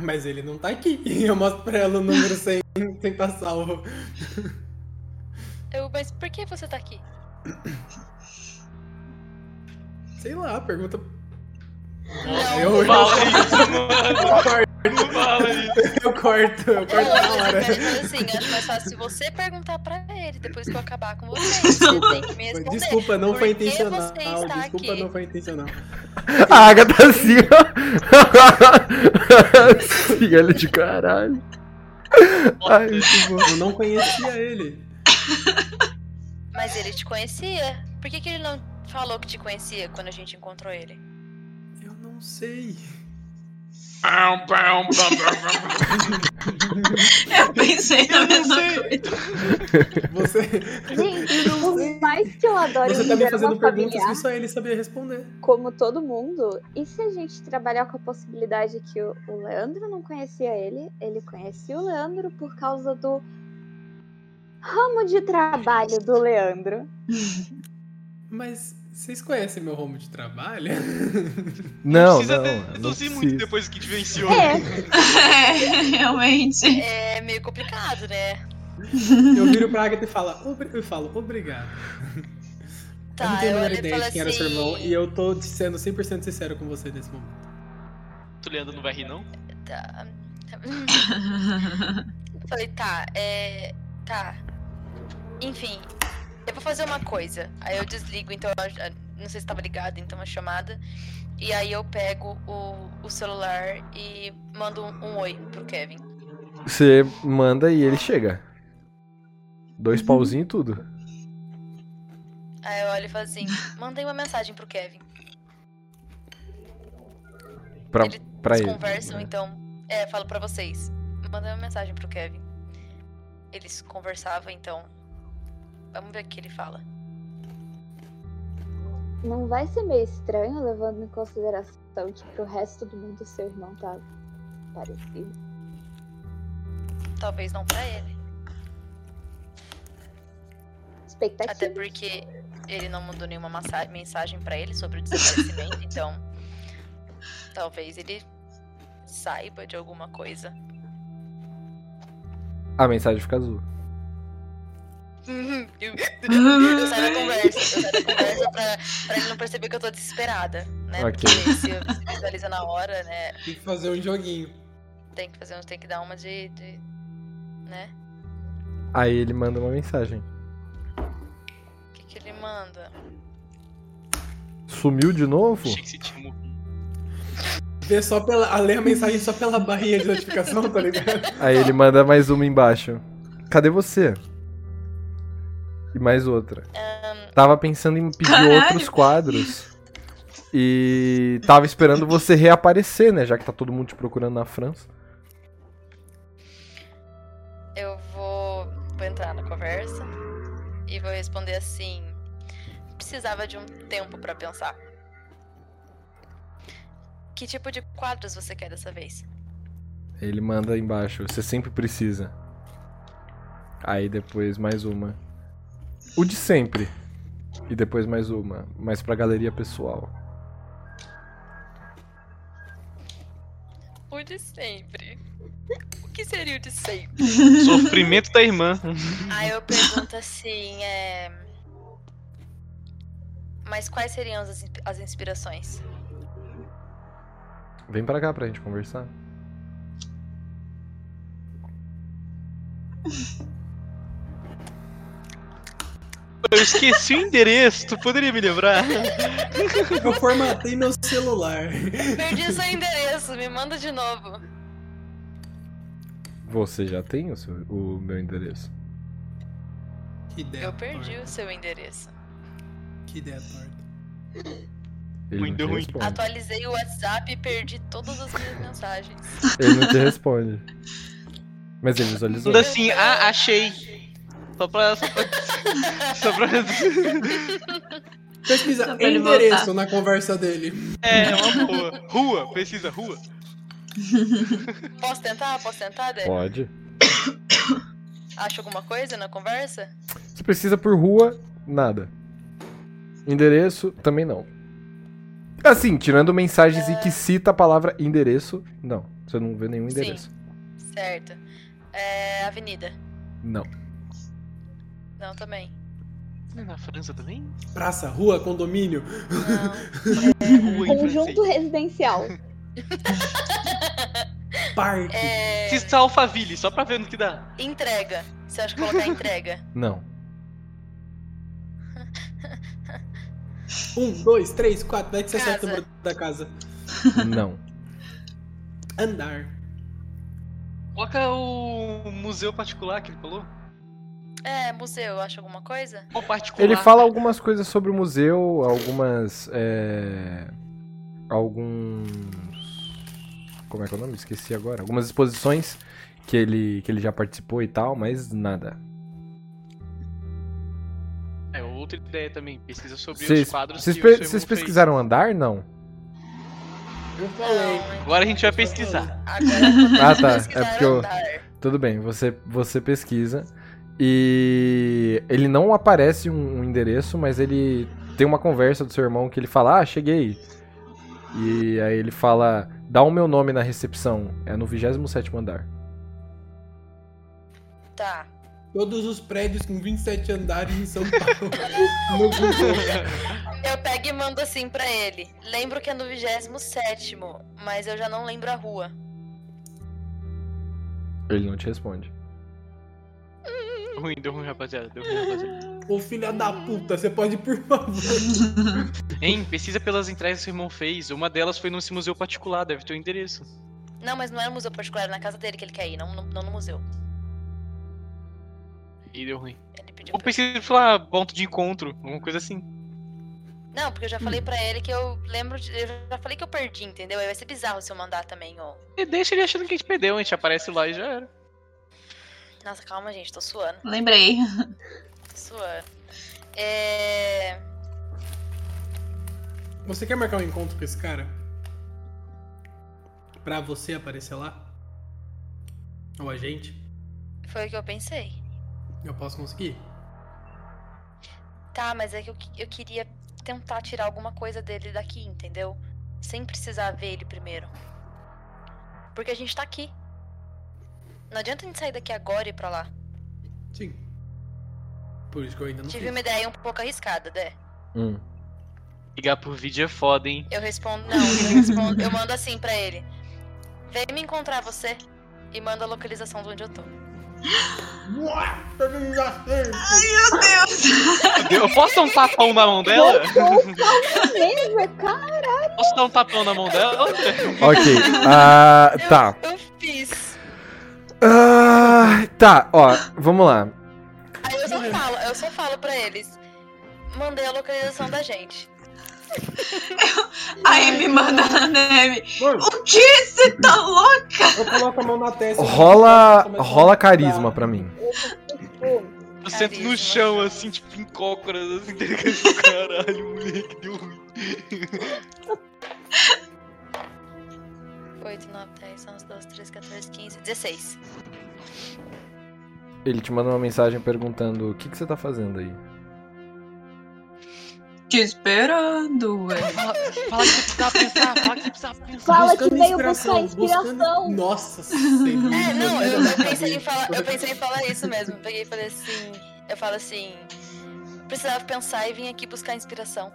S7: Mas ele não tá aqui. E eu mostro pra ela o número sem, sem estar salvo.
S6: Eu, mas por que você tá aqui?
S7: Sei lá, pergunta.
S6: Não,
S7: eu,
S2: Fala isso, mano. Não fala isso.
S7: eu corto, eu
S6: Eu
S7: corto
S6: olho
S7: na hora.
S6: assim pra ele e falo assim, acho mais fácil se você perguntar pra ele depois que eu acabar com você. Você tem que me responder.
S7: Desculpa, não
S6: Por
S7: foi
S6: que você
S7: intencional.
S6: está
S7: Desculpa,
S6: aqui?
S7: não foi intencional.
S1: A Agatha assim, ó. Sim, ela de caralho. Ai, muito bom.
S7: Eu não conhecia ele.
S6: Mas ele te conhecia. Por que, que ele não falou que te conhecia quando a gente encontrou ele?
S7: Eu não sei.
S3: Eu pensei na
S2: Eu não
S3: mesma
S2: sei.
S3: coisa.
S7: Você.
S5: Gente, o mais que eu adore
S7: Você tá me
S5: drama
S7: fazendo perguntas
S5: familiar,
S7: que só ele sabia responder.
S5: como todo mundo, e se a gente trabalhar com a possibilidade que o, o Leandro não conhecia ele, ele conhecia o Leandro por causa do ramo de trabalho do Leandro.
S7: Mas vocês conhecem meu home de trabalho?
S1: Não,
S2: precisa
S1: não.
S2: de-
S1: não
S2: deduzir muito
S1: precisa.
S2: depois que te venciou.
S5: É.
S3: É, realmente.
S6: É meio complicado, né?
S7: Eu viro pra Agatha e falo, "Obri- eu falo obrigado. eu não
S6: Tá,
S7: tenho a menor
S6: eu olhei e
S7: ideia
S6: falei
S7: de quem era seu irmão
S6: assim.
S7: e eu tô sendo 100% sincero com você nesse momento.
S2: Tu Leandro não vai rir, não?
S6: Tá. Eu falei, tá, é. Tá. Enfim, eu vou fazer uma coisa. Aí eu desligo, então eu- eu não sei se tava ligado, então a chamada. E aí eu pego o, o celular e mando um, um oi pro Kevin.
S1: Você manda e ele chega. Dois
S6: Uhum.
S1: pauzinhos e tudo.
S6: Aí eu olho e falo assim, mandei uma mensagem pro Kevin.
S1: Pra,
S6: Ele-
S1: pra
S6: Eles
S1: ele.
S6: conversam, então. É, falo pra vocês. Mandei uma mensagem pro Kevin. Eles conversavam, então. Vamos ver o que ele fala.
S5: Não vai ser meio estranho levando em consideração que pro resto do mundo seu irmão tá parecido.
S6: Talvez não pra ele.
S5: Expectativa.
S6: Até porque ele não mandou nenhuma massa- mensagem pra ele sobre o desaparecimento, então talvez ele saiba de alguma coisa.
S1: A mensagem fica azul.
S6: eu, eu saio da conversa, eu saio da conversa pra, pra ele não perceber que eu tô desesperada, né?
S1: Ok.
S6: Porque se eu se visualiza na hora, né?
S7: Tem que fazer um joguinho.
S6: Tem que fazer, um- tem que dar uma de, de- né?
S1: Aí ele manda uma mensagem.
S6: O que que ele manda?
S1: Sumiu de novo?
S2: Achei que se tinha morrido.
S7: Vê só pela. a- Lê a mensagem só pela barrinha de notificação, tá ligado?
S1: Aí ele manda mais uma embaixo. Cadê você? E mais outra. Tava pensando em pedir
S3: Caralho.
S1: outros quadros. E tava esperando você reaparecer, né? Já que tá todo mundo te procurando na França.
S6: Eu vou, vou entrar na conversa e vou responder assim. Precisava de um tempo pra pensar. Que tipo de quadros você quer dessa vez?
S1: Aí Ele manda embaixo. Você sempre precisa. Aí depois mais uma. O de sempre. E depois mais uma. Mas pra galeria pessoal.
S6: O de sempre. O que seria o de sempre?
S2: um Sofrimento da irmã.
S6: Aí eu pergunto assim, é. Mas quais seriam as, in- as inspirações?
S1: Vem pra cá pra gente conversar.
S2: Eu esqueci o endereço, tu poderia me lembrar?
S7: Eu formatei meu celular.
S6: Perdi seu endereço, me manda de novo.
S1: Você já tem o, seu- o meu endereço?
S7: Que ideia.
S6: Eu perdi
S7: torta.
S6: o seu endereço.
S7: Que ideia torta.
S1: Ele
S2: Ruim,
S1: não
S2: deu
S1: te
S2: ruim.
S1: responde.
S6: Atualizei o WhatsApp e perdi todas as minhas mensagens.
S1: Ele não te responde. Mas ele visualizou.
S2: Manda assim, ah, achei. Só pra. Só pra. só pra-
S7: Pesquisa
S3: Só pra ele
S7: endereço na conversa dele.
S2: É, uma boa. Rua, precisa, rua.
S6: Posso tentar? Posso tentar, Dé?
S1: Pode.
S6: Acha alguma coisa na conversa?
S1: Você precisa por rua, nada. Endereço, também não. Assim, tirando mensagens e que cita a palavra endereço, não. Você não vê nenhum
S6: Sim.
S1: endereço.
S6: Certo. É, avenida.
S1: Não.
S6: Não, também.
S2: Não é Na França também?
S7: Praça, rua, condomínio.
S6: Não.
S2: Rua em
S5: Conjunto
S2: francês.
S5: residencial.
S7: Parque.
S6: É,
S2: Assista Alphaville, só pra ver no que dá.
S6: entrega. Você acha que colocar entrega?
S1: Não.
S7: Um, dois, três, quatro. Daí que você acerta o
S6: Casa.
S7: número da casa.
S1: Não.
S7: Andar.
S2: Coloca o museu particular que ele falou.
S6: É, museu. Acha alguma coisa?
S2: Qual particular?
S1: Ele fala algumas coisas sobre o museu, algumas. É, alguns. Como é que é o nome? Esqueci agora. Algumas exposições que ele, que ele já participou e tal, mas nada.
S2: É, o outra ideia também. Pesquisa sobre os
S1: Vocês
S2: quadros
S1: vocês
S2: que
S1: pe-
S2: o seu
S1: vocês
S2: irmão fez.
S1: pesquisaram andar? Não.
S7: Eu falei.
S2: Agora a gente vai pesquisar.
S6: Agora
S1: Ah, tá. É
S6: pesquisaram
S1: porque eu-
S6: andar.
S1: Tudo bem, você, você pesquisa. E ele não aparece um, um endereço, mas ele tem uma conversa do seu irmão que ele fala: Ah, cheguei. E aí ele fala: Dá o meu nome na recepção. É no 27 andar.
S6: Tá.
S7: Todos os prédios com 27 andares em São Paulo. No Google.
S6: Eu pego e mando assim pra ele. Lembro que é no 27, mas eu já não lembro a rua.
S1: Ele não te responde.
S2: Ruim, deu ruim, rapaziada. Deu ruim, rapaziada.
S7: Ô filha da puta, você pode ir por favor.
S2: Hein, pesquisa pelas entregas que seu irmão fez. Uma delas foi nesse museu particular, deve ter o endereço.
S6: Não, mas não é no museu particular, é na casa dele que ele quer ir, não, não, não no museu.
S2: E deu ruim.
S6: Ele pediu
S2: Ou
S6: pra...
S2: pesquisa, sei lá, ponto de encontro, alguma coisa assim.
S6: Não, porque eu já
S7: Hum.
S6: falei pra ele que eu lembro. de- Eu já falei que eu perdi, entendeu? Aí vai ser bizarro se eu mandar também, ó.
S2: E deixa ele achando que a gente perdeu, a gente aparece lá e já era.
S6: Nossa, calma, gente, tô suando,
S3: Lembrei.
S6: tô suando. É.
S7: Você quer marcar um encontro com esse cara? Pra você aparecer lá? Ou a gente?
S6: Foi o que eu pensei.
S7: Eu posso conseguir?
S6: Tá, mas é que eu, que- eu queria tentar tirar alguma coisa dele daqui, entendeu? Sem precisar ver ele primeiro. Porque a gente tá aqui. Não adianta a gente sair daqui agora e ir pra lá.
S7: Sim. Por isso que eu ainda não
S6: Tive
S7: fiz.
S6: uma ideia um pouco arriscada, né?
S1: Hum.
S2: Ligar por vídeo é foda, hein?
S6: Eu respondo, não, eu respondo, eu mando assim pra ele. Vem me encontrar você e manda a localização de onde eu tô.
S7: Eu não já sei.
S3: Meu Deus!
S2: Eu posso dar um tapão na mão dela?
S5: Mesmo, cara,
S2: Posso dar um tapão na mão dela?
S1: Ok. Ah,
S6: Eu-
S1: tá.
S6: Eu fiz.
S1: Ah, tá, ó, vamos lá.
S6: Aí eu só falo, eu só falo pra eles. Mandei a localização da gente.
S3: Aí me manda na DM.
S7: Mano,
S3: O que? Você tá louco?
S7: eu coloco a mão na testa.
S1: Rola, rola carisma pra mim.
S5: tipo,
S2: Eu sento no chão, assim, tipo, em cócoras, assim, tá ligado? caralho, moleque, deu ruim.
S6: 8, 9, 10, 11, 12, 13, 14, 15, 16.
S1: Ele te manda uma mensagem perguntando o que, que você tá fazendo aí.
S3: Te esperando, ué.
S2: Fala que você precisava pensar, fala que você precisava pensar.
S5: fala que
S7: Buscando
S5: veio buscar
S7: buscando-
S5: inspiração.
S7: Nossa senhora.
S6: É, não, eu, eu pensei em falar, eu pensei em falar isso mesmo. Eu Peguei e falei assim. Eu falo assim. Precisava pensar e vim aqui buscar inspiração.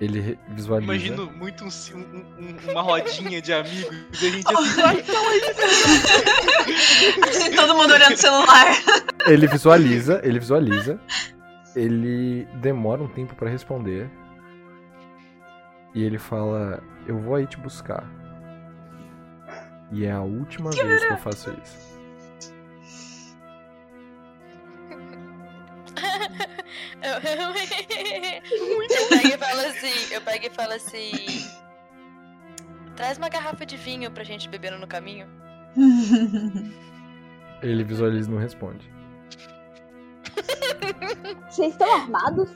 S1: Ele re- visualiza.
S2: Imagino muito um ci- um- um- uma rodinha de amigos e a gente assim, vai,
S3: Assim, Todo mundo olhando o celular.
S1: Ele visualiza, ele visualiza. Ele demora um tempo pra responder. E ele fala: Eu vou aí te buscar. E é a última vez que eu faço isso.
S6: Eu, eu pego e falo assim. Eu pego e falo assim. Traz uma garrafa de vinho pra gente bebendo no caminho.
S1: Ele visualiza e não responde.
S5: Vocês estão armados?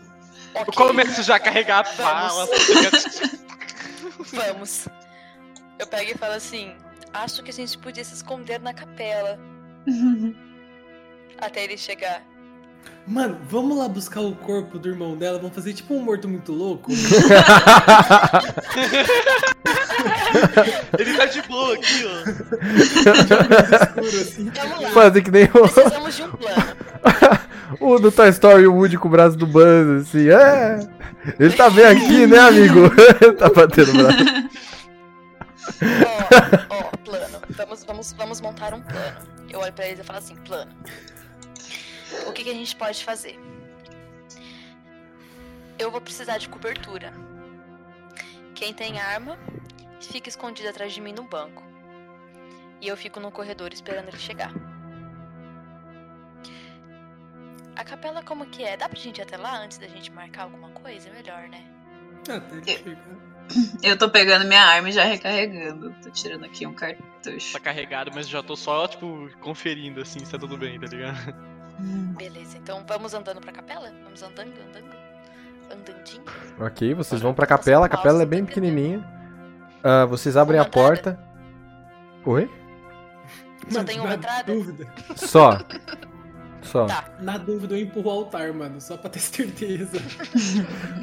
S2: eu
S6: Ok,
S2: começo já a carregar a fala. tá ligado?
S6: vamos. Eu pego e falo assim. Acho que a gente podia se esconder na capela até ele chegar.
S7: Mano, vamos lá buscar o corpo do irmão dela. Vamos fazer tipo um morto muito louco.
S2: Ele tá de boa aqui, ó.
S7: escuro, assim.
S6: Vamos lá.
S1: Fazer que nem o,
S6: Precisamos de um plano.
S1: o do Toy Story o Woody com o braço do Buzz, assim. É. Ele tá bem aqui, né, amigo? tá batendo o braço.
S6: Ó, ó, plano. Vamos, vamos, vamos montar um plano. Eu olho pra eles e falo assim, plano. O que, que a gente pode fazer? Eu vou precisar de cobertura. Quem tem arma, fica escondido atrás de mim no banco. E eu fico no corredor esperando ele chegar. A capela como que é? Dá pra gente ir até lá antes da gente marcar alguma coisa? Melhor, né?
S7: Até ele chegar.
S3: Eu tô pegando minha arma e já recarregando. Tô tirando aqui um cartucho.
S2: Tá carregado, mas já tô só, tipo, conferindo assim se tá tudo bem, tá ligado?
S3: Hum,
S6: Beleza, então vamos andando pra capela? Vamos andando, andando. Andandinho.
S1: Ok, vocês vão pra capela. A capela é bem pequenininha. Ah, vocês abrem a porta. Oi?
S6: Só
S7: Mano,
S6: tem uma
S7: na
S6: entrada?
S7: Dúvida.
S1: Só. Só.
S6: Tá.
S7: Na dúvida, eu empurro o altar, mano, só pra ter certeza.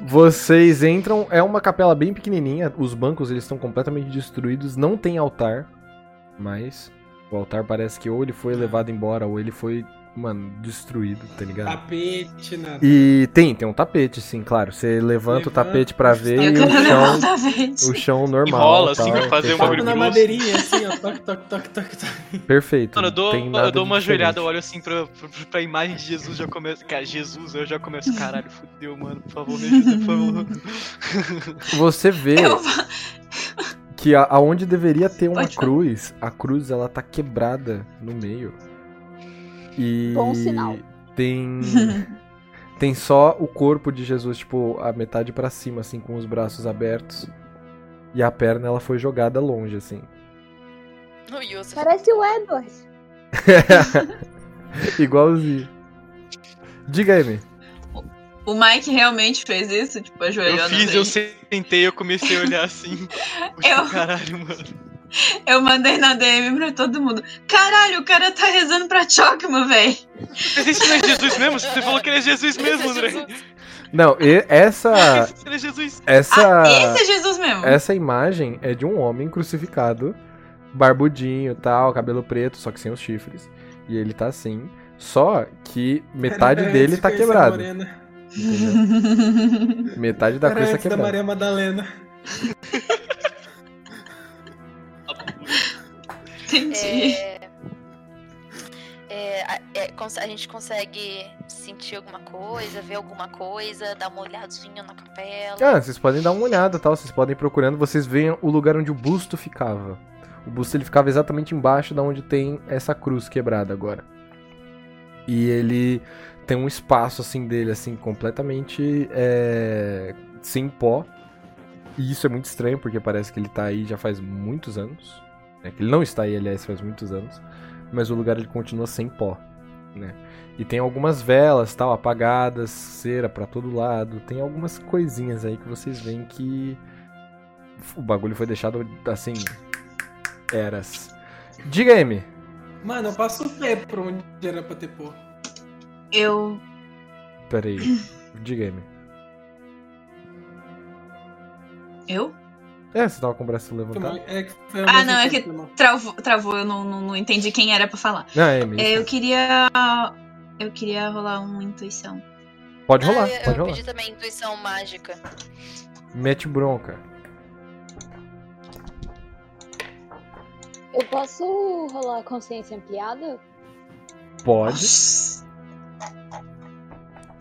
S1: Vocês entram, é uma capela bem pequenininha, os bancos eles estão completamente destruídos, não tem altar, mas o altar parece que ou ele foi levado embora ou ele foi, mano, destruído, tá ligado?
S7: Tapete, nada.
S1: E tem, tem um tapete, sim, claro. Você levanta o tapete pra ver
S3: eu
S1: e
S3: quero
S1: o
S3: levar o
S1: chão,
S3: tá tapete.
S1: o chão normal.
S2: Enrola, assim,
S1: tal,
S2: pra fazer um
S1: fechado.
S2: bagulho
S7: Na
S2: grosso.
S7: madeirinha, assim, ó, toque, toque, toque, toque, toque.
S1: Perfeito.
S2: Mano, eu dou,
S1: tem nada
S2: eu dou uma
S1: de diferente.
S2: ajoelhada, eu olho assim pra, pra, pra imagem de Jesus, já começo. Cara, Jesus, eu já começo. Caralho, fudeu, mano. Por favor, me ajuda, por favor.
S1: Você vê
S3: Eu vou-
S1: que a- aonde deveria ter uma
S3: Pode falar.
S1: cruz, a cruz ela tá quebrada no meio. E
S5: Bom sinal.
S1: tem tem só o corpo de Jesus, tipo, a metade pra cima assim com os braços abertos. E a perna ela foi jogada longe assim.
S6: No Yusuf.
S5: Parece o Edward.
S1: Igualzinho. Diga, Amy.
S3: O Mike realmente fez isso, tipo, ajoelhou
S2: Eu
S3: na
S2: fiz, eu
S3: frente.
S2: sentei, eu comecei a olhar assim. Puxa,
S3: Eu-
S2: caralho, mano.
S3: Eu mandei na DM pra todo mundo. Caralho, o cara tá rezando pra Chocma, véi.
S2: Mas isso não é Jesus mesmo? Você falou que ele é Jesus mesmo, André.
S1: Não, e- essa
S2: Ele é Jesus.
S1: essa
S3: Ah, Esse é Jesus mesmo.
S1: essa imagem é de um homem crucificado, barbudinho, tal, cabelo preto, só que sem os chifres. E ele tá assim, só que metade
S7: Era
S1: dele
S7: antes
S1: tá
S7: de conhecer a
S1: quebrado.
S7: É, Morena.
S1: entendeu? Metade da
S7: Era
S1: cruz tá
S7: antes da
S1: quebrada.
S7: Maria Madalena.
S2: é
S3: Entendi.
S6: É... É, a, é, cons- a gente consegue sentir alguma coisa, ver alguma coisa, dar uma olhadinha na capela.
S1: Ah, vocês podem dar uma olhada, tal, vocês podem ir procurando, vocês veem o lugar onde o busto ficava. O busto ele ficava exatamente embaixo da onde tem essa cruz quebrada agora. E ele tem um espaço assim dele assim completamente é, sem pó. E isso é muito estranho porque parece que ele tá aí já faz muitos anos. né? Que ele não está aí, aliás, faz muitos anos. Mas o lugar ele continua sem pó, né? E tem algumas velas, tal, apagadas, cera pra todo lado. Tem algumas coisinhas aí que vocês veem que o bagulho foi deixado assim eras. Diga, Amy.
S7: Mano, eu passo o pé pra onde era pra ter pô.
S3: Eu.
S1: Pera aí. Diga, Amy.
S3: Eu?
S1: É, você tava com o braço levantado?
S7: É que foi ao
S3: Ah,
S7: mesmo
S3: não, é
S7: tempo,
S3: que-
S7: irmão.
S3: Travou, travou eu não, não, não entendi quem era pra falar.
S1: Não, Amy.
S3: É,
S1: isso.
S3: eu queria. Eu queria rolar uma intuição.
S1: Pode rolar,
S6: Ah, eu,
S1: pode
S6: eu
S1: rolar.
S6: pedi também intuição mágica.
S1: Mete bronca.
S5: Eu posso rolar consciência ampliada?
S1: Pode.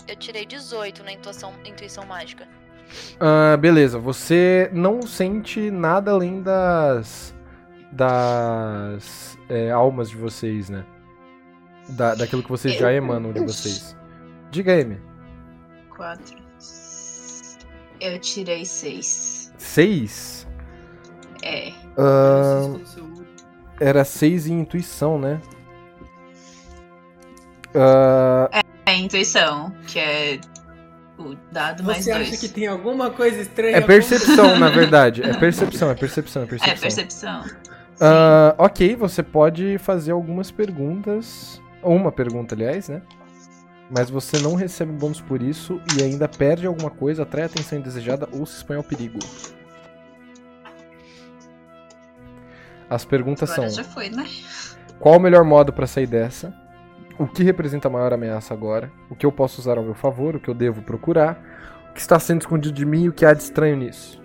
S6: Eu tirei 18 na intuição, intuição mágica.
S1: Ah, beleza, você não sente nada além das. das. é, almas de vocês, né? Da, daquilo que vocês já emanam de vocês. Diga, Amy.
S3: Quatro. Eu tirei seis.
S1: Seis?
S3: É.
S1: Ah, era seis em intuição, né? Ah,
S3: É a intuição, que é o dado mais
S7: Você acha
S3: dois.
S7: que tem alguma coisa estranha?
S1: é
S7: alguma coisa-
S1: percepção, na verdade. É percepção, é percepção, é
S3: É
S1: percepção.
S3: percepção.
S1: Ah, ok, você pode fazer algumas perguntas. Ou uma pergunta, aliás, né? Mas você não recebe bônus por isso e ainda perde alguma coisa, atrai a atenção indesejada ou se expõe ao perigo. As perguntas
S3: Agora
S1: são:
S3: já foi, né?
S1: qual o melhor modo pra sair dessa? O que representa a maior ameaça agora? O que eu posso usar ao meu favor? O que eu devo procurar? O que está sendo escondido de mim e o que há de estranho nisso?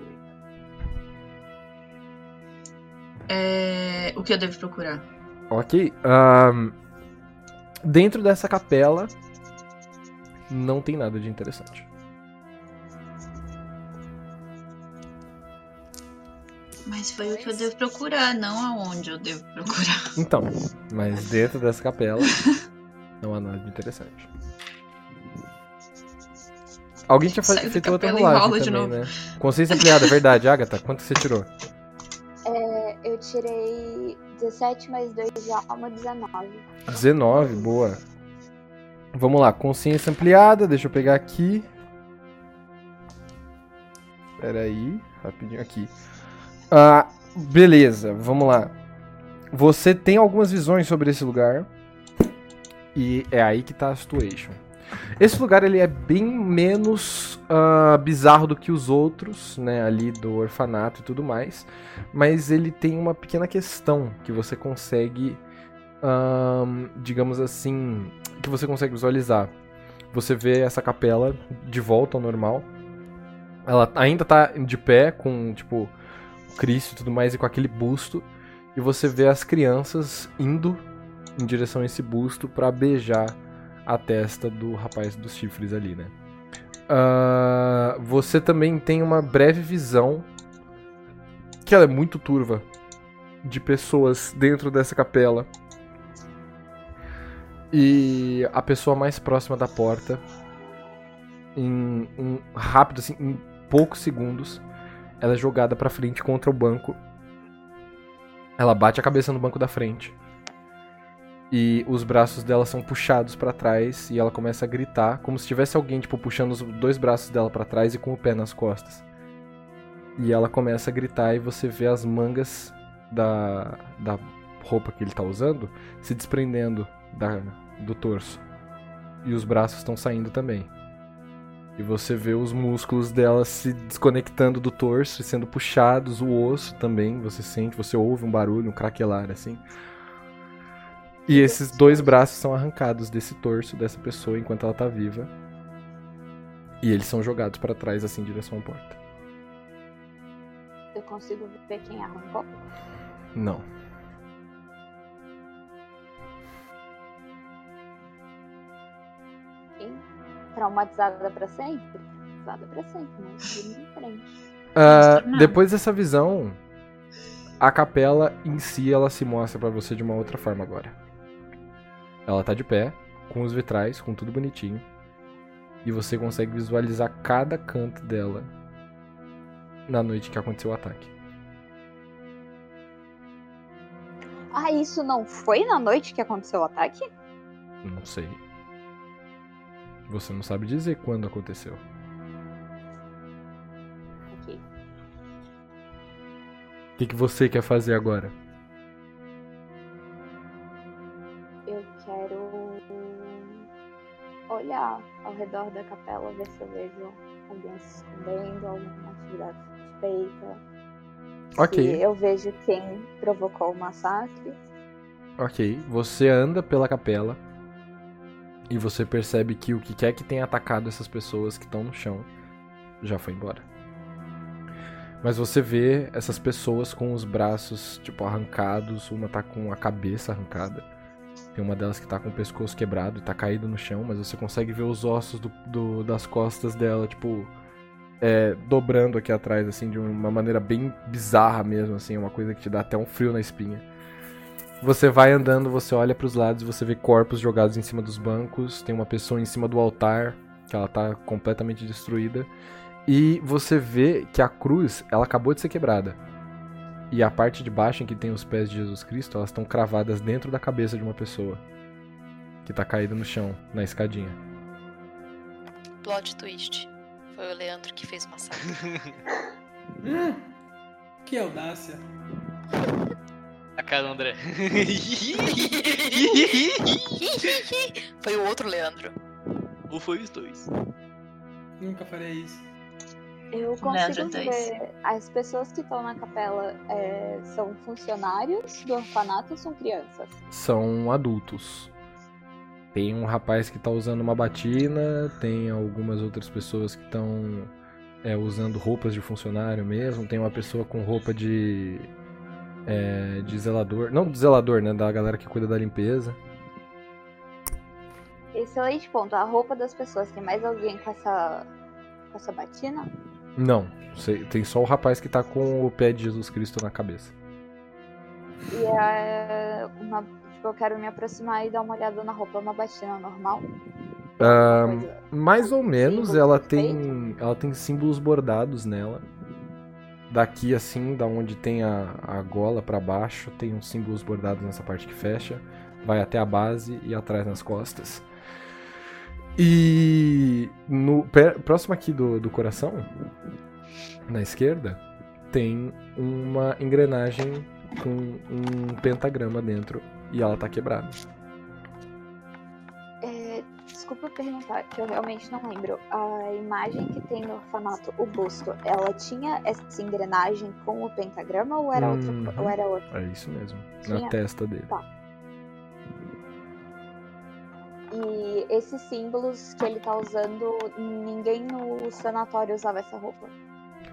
S3: É, o que eu devo procurar?
S1: Ok. ahn, dentro dessa capela não tem nada de interessante.
S3: Mas foi o que eu devo procurar, não aonde eu devo procurar.
S1: Então, mas dentro dessa capela não há nada de interessante. Alguém tinha fa-
S3: Sai do
S1: feito outra
S3: capela e
S1: rolagem
S3: rola de
S1: também,
S3: novo.
S1: né? Consciência ampliada, é verdade. Agatha, quanto você tirou?
S5: É, Eu tirei 17 mais 2 de alma, 19.
S1: 19, boa. Vamos lá, consciência ampliada, deixa eu pegar aqui. Pera aí, rapidinho aqui. Ah, beleza, vamos lá. Você tem algumas visões sobre esse lugar. E é aí que tá a situation. Esse lugar ele é bem menos ah, bizarro do que os outros, né? Ali do orfanato e tudo mais. Mas ele tem uma pequena questão que você consegue ahn, digamos assim, que você consegue visualizar. Você vê essa capela de volta ao normal. Ela ainda tá de pé com, tipo, o Cristo e tudo mais e com aquele busto. E você vê as crianças indo em direção a esse busto pra beijar a testa do rapaz dos chifres ali, né? Ah, você também tem uma breve visão que ela é muito turva de pessoas dentro dessa capela e a pessoa mais próxima da porta, em um rápido, assim, em poucos segundos, ela é jogada pra frente contra o banco. Ela bate a cabeça no banco da frente. E os braços dela são puxados pra trás e ela começa a gritar, como se tivesse alguém, tipo, puxando os dois braços dela pra trás e com o pé nas costas. E ela começa a gritar e você vê as mangas da, da roupa que ele tá usando se desprendendo da- do torso. E os braços estão saindo também. E você vê os músculos dela se desconectando do torso e sendo puxados, o osso também, você sente, você ouve um barulho, um craquelar assim. E esses dois braços são arrancados desse torso dessa pessoa enquanto ela tá viva. E eles são jogados pra trás assim em direção à porta.
S5: Eu consigo ver quem é arrancou.
S1: Não.
S5: Traumatizada pra sempre? Traumatizada pra sempre, né? Seguindo em frente.
S1: Ah,
S3: Não.
S1: depois dessa visão, a capela em si ela se mostra pra você de uma outra forma agora. Ela tá de pé, com os vitrais, com tudo bonitinho, e você consegue visualizar cada canto dela na noite que aconteceu o ataque.
S5: Ah, isso não foi na noite que aconteceu o ataque?
S1: Não sei. Você não sabe dizer quando aconteceu.
S5: Ok.
S1: O que, que você quer fazer agora?
S5: Eu quero olhar ao redor da capela, ver se eu vejo alguém se escondendo, alguma atividade suspeita.
S1: Ok.
S5: Se eu vejo quem provocou o massacre.
S1: Ok, você anda pela capela e você percebe que o que quer que tenha atacado essas pessoas que estão no chão já foi embora. Mas você vê essas pessoas com os braços, tipo, arrancados, uma tá com a cabeça arrancada. Tem uma delas que tá com o pescoço quebrado e tá caído no chão, mas você consegue ver os ossos do- do- das costas dela, tipo, é, dobrando aqui atrás, assim, de uma maneira bem bizarra mesmo, assim, uma coisa que te dá até um frio na espinha. Você vai andando, você olha pros lados, você vê corpos jogados em cima dos bancos, tem uma pessoa em cima do altar, que ela tá completamente destruída, e você vê que a cruz, ela acabou de ser quebrada. E a parte de baixo em que tem os pés de Jesus Cristo, elas estão cravadas dentro da cabeça de uma pessoa que tá caída no chão, na escadinha.
S6: Plot twist. Foi o Leandro que fez o massacre.
S7: Hum, que audácia.
S2: A cara do André.
S6: Foi o outro Leandro.
S2: Ou foi os dois?
S7: Nunca farei isso.
S5: Eu
S3: Leandro
S5: consigo
S3: dois.
S5: ver as pessoas que estão na capela é, são funcionários do orfanato ou são crianças?
S1: São adultos. Tem um rapaz que tá usando uma batina, tem algumas outras pessoas que estão é, usando roupas de funcionário mesmo. Tem uma pessoa com roupa de. é, de zelador. Não de zelador, né? Da galera que cuida da limpeza.
S5: Excelente ponto. A roupa das pessoas. Tem mais alguém com essa, com essa batina?
S1: Não, sei- tem só o rapaz que tá com o pé de Jesus Cristo na cabeça.
S5: E é uma. Tipo, eu quero me aproximar e dar uma olhada na roupa. É uma batina normal? Alguma coisa.
S1: Mais ou menos,
S5: Símbolo
S1: ela
S5: feito?
S1: tem, ela tem símbolos bordados nela. Daqui assim, da onde tem a, a gola pra baixo, tem uns símbolos bordados nessa parte que fecha, vai até a base e atrás nas costas. E no pé- próximo aqui do, do coração, na esquerda, tem uma engrenagem com um pentagrama dentro e ela tá quebrada.
S5: É, desculpa perguntar, que eu realmente não lembro. A imagem que tem no orfanato, o busto, ela tinha essa engrenagem com o pentagrama ou era outra?
S1: Uhum.
S5: co- Ou era outra?
S1: É isso mesmo, na
S5: Tinha-
S1: testa dele.
S5: E esses símbolos que ele tá usando, ninguém no sanatório usava essa roupa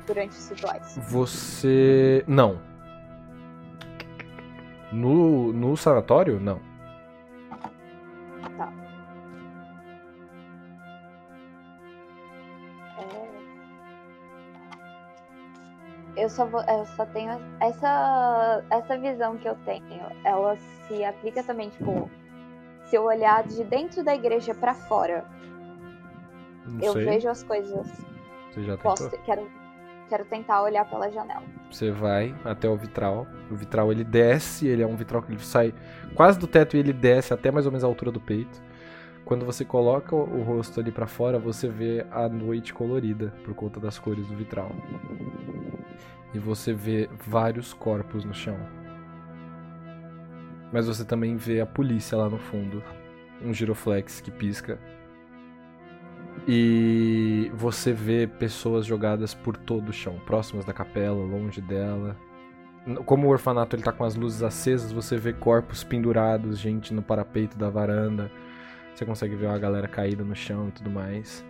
S5: durante os rituais.
S1: Você. Não. No, no sanatório? Não.
S5: É. Eu só, vou- eu só tenho essa, essa visão que eu tenho. Ela se aplica também, tipo, se eu olhar de dentro da igreja pra fora,
S1: Não
S5: eu
S1: sei. Então.
S5: vejo as coisas.
S1: Você já tentou?
S5: Posso, quero, quero tentar olhar pela janela.
S1: Você vai até o vitral. O vitral ele desce, ele é um vitral que ele sai quase do teto e ele desce até mais ou menos a altura do peito. Quando você coloca o o rosto ali pra fora, você vê a noite colorida por conta das cores do vitral. E você vê vários corpos no chão. Mas você também vê a polícia lá no fundo, um giroflex que pisca. E você vê pessoas jogadas por todo o chão, próximas da capela, longe dela. N- Como o orfanato ele tá com as luzes acesas, você vê corpos pendurados, gente no parapeito da varanda. Você consegue ver uma galera caída no chão e tudo mais.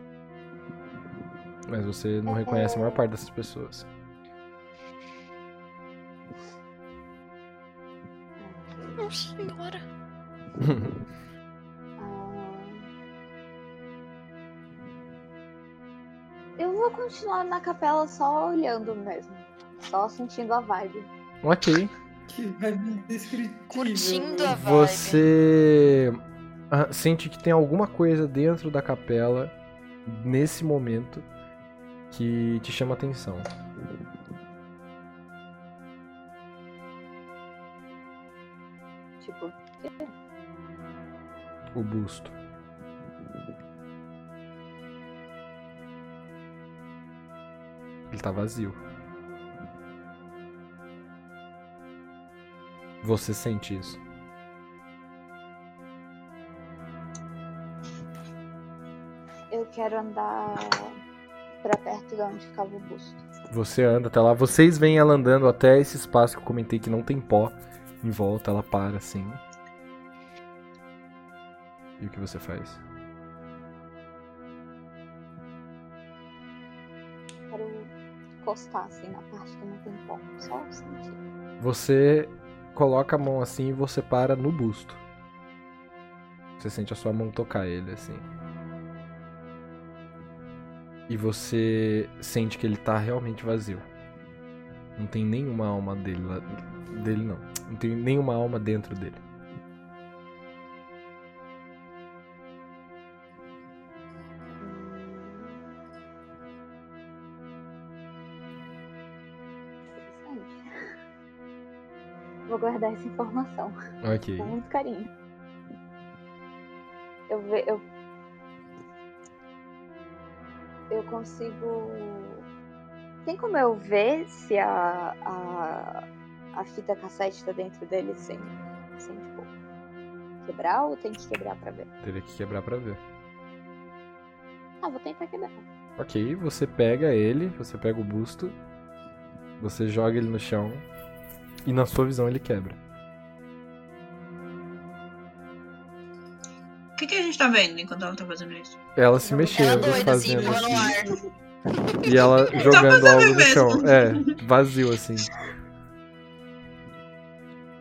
S1: Mas você não reconhece a maior parte dessas pessoas.
S6: Nossa senhora.
S5: Ah. Eu vou continuar na capela só olhando mesmo. Só sentindo a vibe.
S1: ok.
S7: Que vibe indescritível.
S6: Curtindo a vibe.
S1: Você ah, sente que tem alguma coisa dentro da capela nesse momento que te chama atenção.
S5: Tipo,
S1: O busto. Ele tá vazio. Você sente isso.
S5: eu quero andar pra perto de onde ficava o busto.
S1: Você anda até lá. Vocês veem ela andando até esse espaço que eu comentei que não tem pó em volta. Ela para assim. E o que você faz?
S5: Quero encostar assim na parte que não tem pó. Só sentir.
S1: Você coloca a mão assim e você para no busto. Você sente a sua mão tocar ele assim. E você sente que ele tá realmente vazio. Não tem nenhuma alma dele lá. Dele não. Não tem nenhuma alma dentro dele.
S5: Interessante. é Vou guardar essa informação.
S1: Ok.
S5: com muito carinho. Eu ve eu eu consigo tem como eu ver se a a, a fita cassete tá dentro dele sem sem tipo quebrar ou tem que quebrar pra ver?
S1: Teria que quebrar pra ver.
S5: Ah, vou tentar quebrar.
S1: Ok, você pega ele, você pega o busto, você joga ele no chão e na sua visão ele quebra.
S3: O que, que a gente tá vendo enquanto ela tá fazendo isso?
S1: Ela se mexendo,
S6: Ela doida, assim,
S1: fazendo
S6: voando no ar.
S1: E ela jogando
S3: fazendo
S1: algo no
S3: mesmo.
S1: chão. É, vazio assim.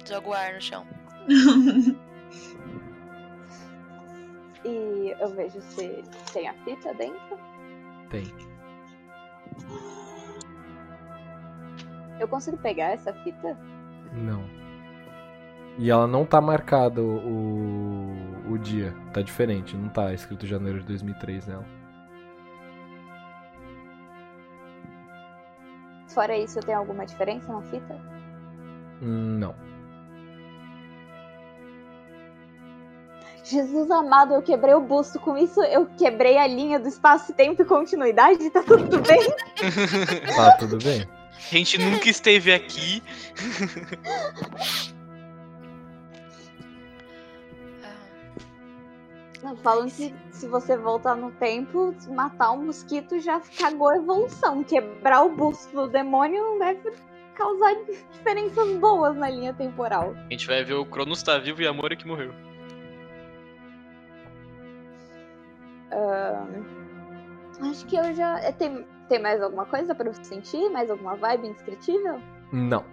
S6: Joga o ar no chão.
S5: E eu vejo se tem a fita dentro.
S1: Tem.
S5: Eu consigo pegar essa fita?
S1: Não. E ela não tá marcada o, o dia. Tá diferente, não tá escrito janeiro de 2003 nela.
S5: Fora isso, tem alguma diferença na fita?
S1: Hum, não.
S5: Jesus amado, eu quebrei o busto com isso, eu quebrei a linha do espaço-tempo e continuidade, tá tudo bem?
S1: Tá tudo bem.
S2: A gente nunca esteve aqui.
S5: Não, falam que se você voltar no tempo, matar um mosquito já cagou a evolução. Quebrar o busto do demônio não deve causar diferenças boas na linha temporal.
S2: A gente vai ver o Cronos tá vivo e a Moira que morreu.
S5: Acho que eu já. é, Tem, tem mais alguma coisa pra eu sentir? Mais alguma vibe indescritível?
S1: Não.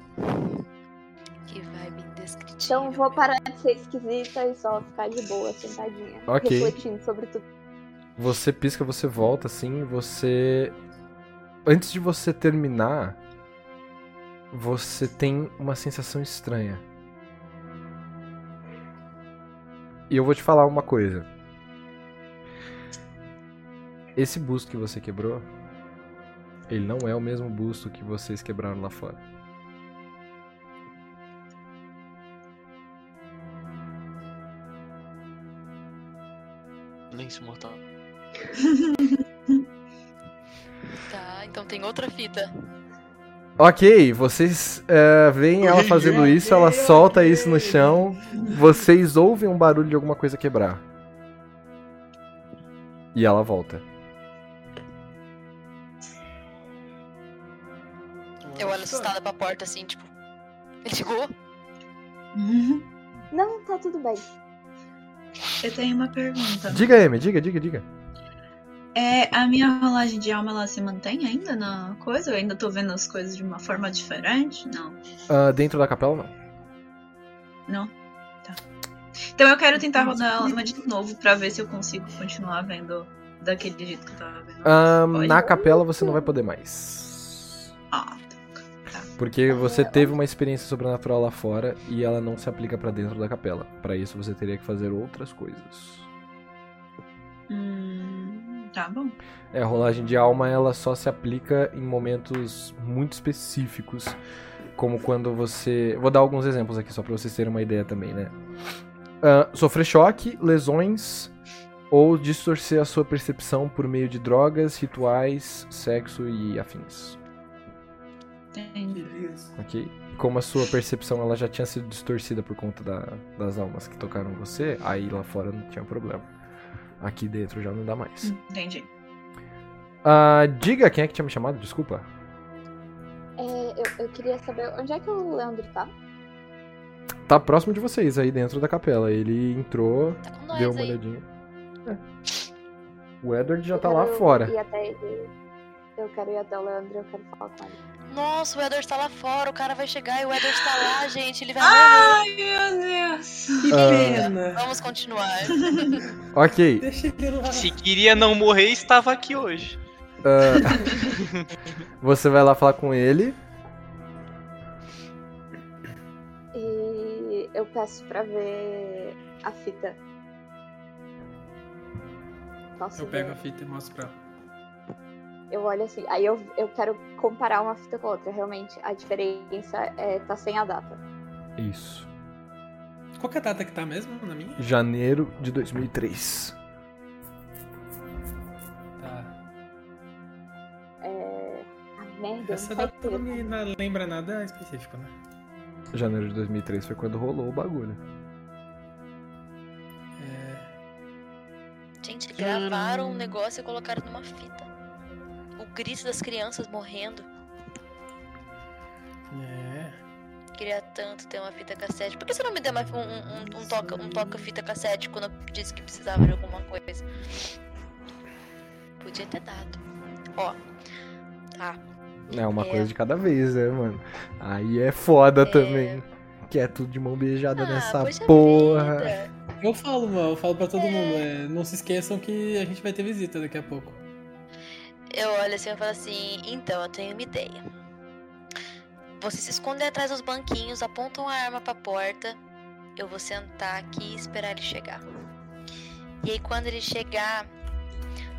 S6: Que vibe indescritível.
S5: Então vou parar de ser esquisita e só ficar de boa, sentadinha.
S1: Ok.
S5: Refletindo sobre tudo.
S1: Você pisca, você volta, assim, você. Antes de você terminar, você tem uma sensação estranha. E eu vou te falar uma coisa. Esse busto que você quebrou, ele não é o mesmo busto que vocês quebraram lá fora.
S2: Nem se mortal.
S6: Tá, então tem outra fita.
S1: Ok, vocês eh, veem ela fazendo isso, ela solta isso no chão, vocês ouvem um barulho de alguma coisa quebrar. E ela volta.
S6: Eu
S7: Ah,
S6: olho assustada pra porta assim, tipo. Ele chegou?
S1: Uhum.
S5: Não, tá tudo bem.
S3: Eu tenho uma pergunta.
S1: Diga, Amy, diga, diga, diga.
S3: É, a minha rolagem de alma ela se mantém ainda na coisa? Eu ainda tô vendo as coisas de uma forma diferente? Não.
S1: Ah, dentro da capela, não.
S3: Então eu quero tentar rodar alma de novo pra ver se eu consigo continuar vendo daquele jeito que eu tava vendo.
S1: Ah,
S3: Olha.
S1: na capela você não vai poder mais.
S3: Ah,
S1: Porque você teve uma experiência sobrenatural lá fora e ela não se aplica pra dentro da capela. Pra isso você teria que fazer outras coisas.
S3: hum, tá bom.
S1: É, a rolagem de alma ela só se aplica em momentos muito específicos, como quando você. Vou dar alguns exemplos aqui só pra vocês terem uma ideia também, né? Ah, sofrer choque, lesões ou distorcer a sua percepção por meio de drogas, rituais, sexo e afins,
S3: Entendi.
S4: Beleza.
S1: ok? Como a sua percepção ela já tinha sido distorcida por conta da- das almas que tocaram você, aí lá fora não tinha problema. Aqui dentro já não dá mais.
S3: Hum. Entendi.
S1: Ah, diga quem é que tinha me chamado, desculpa.
S5: É, eu, eu queria saber onde é que o Leandro tá?
S1: Tá próximo de vocês, aí dentro da capela. Ele entrou,
S6: Tá com nós
S1: deu uma
S6: aí.
S1: olhadinha. É. O Edward já tá lá
S5: Eu
S1: fora.
S5: quero ir até ele. Eu quero ir até o Leandro, eu quero falar com ele.
S6: Nossa, o Edward tá lá fora, o cara vai chegar e o Edward tá lá, gente, ele vai morrer.
S3: Ai, meu Deus.
S4: Que
S7: Ah.
S4: pena.
S6: Vamos continuar.
S1: Ok.
S4: Deixa ele lá.
S2: Se queria não morrer, estava aqui hoje.
S1: ah, Você vai lá falar com ele.
S5: E eu peço pra ver a fita. Posso
S7: Eu
S5: ver?
S7: pego a fita e mostro pra ela.
S5: Eu olho assim. Aí eu, eu quero comparar uma fita com a outra. Realmente, a diferença é, tá sem a data.
S1: Isso.
S7: Qual que é a data que tá mesmo na minha?
S1: Janeiro de 2003.
S7: Tá.
S5: É... Ah, merda.
S7: Essa
S5: não
S7: data é- não
S5: faz
S7: me não lembra nada específico, né?
S1: Janeiro de 2003 foi quando rolou o bagulho.
S7: É...
S6: Gente, gravaram um negócio e colocaram numa fita. O grito das crianças morrendo.
S7: É...
S6: Queria tanto ter uma fita cassete. Por que você não me deu uma- um, um- um- um toca, um toca fita cassete quando eu disse que precisava de alguma coisa? Podia ter dado. Ó. Tá.
S1: É uma
S6: É.
S1: coisa de cada vez, né, mano? Aí é foda também. Que é tudo de mão beijada
S6: ah,
S1: nessa
S6: poxa
S1: porra.
S6: vida.
S7: Eu falo, mano, eu falo pra todo mundo. é, Não se esqueçam que a gente vai ter visita daqui a pouco.
S6: Eu olho assim e falo assim, então eu tenho uma ideia. Vocês se escondem atrás dos banquinhos, apontam a arma pra porta. Eu vou sentar aqui e esperar ele chegar. E aí quando ele chegar,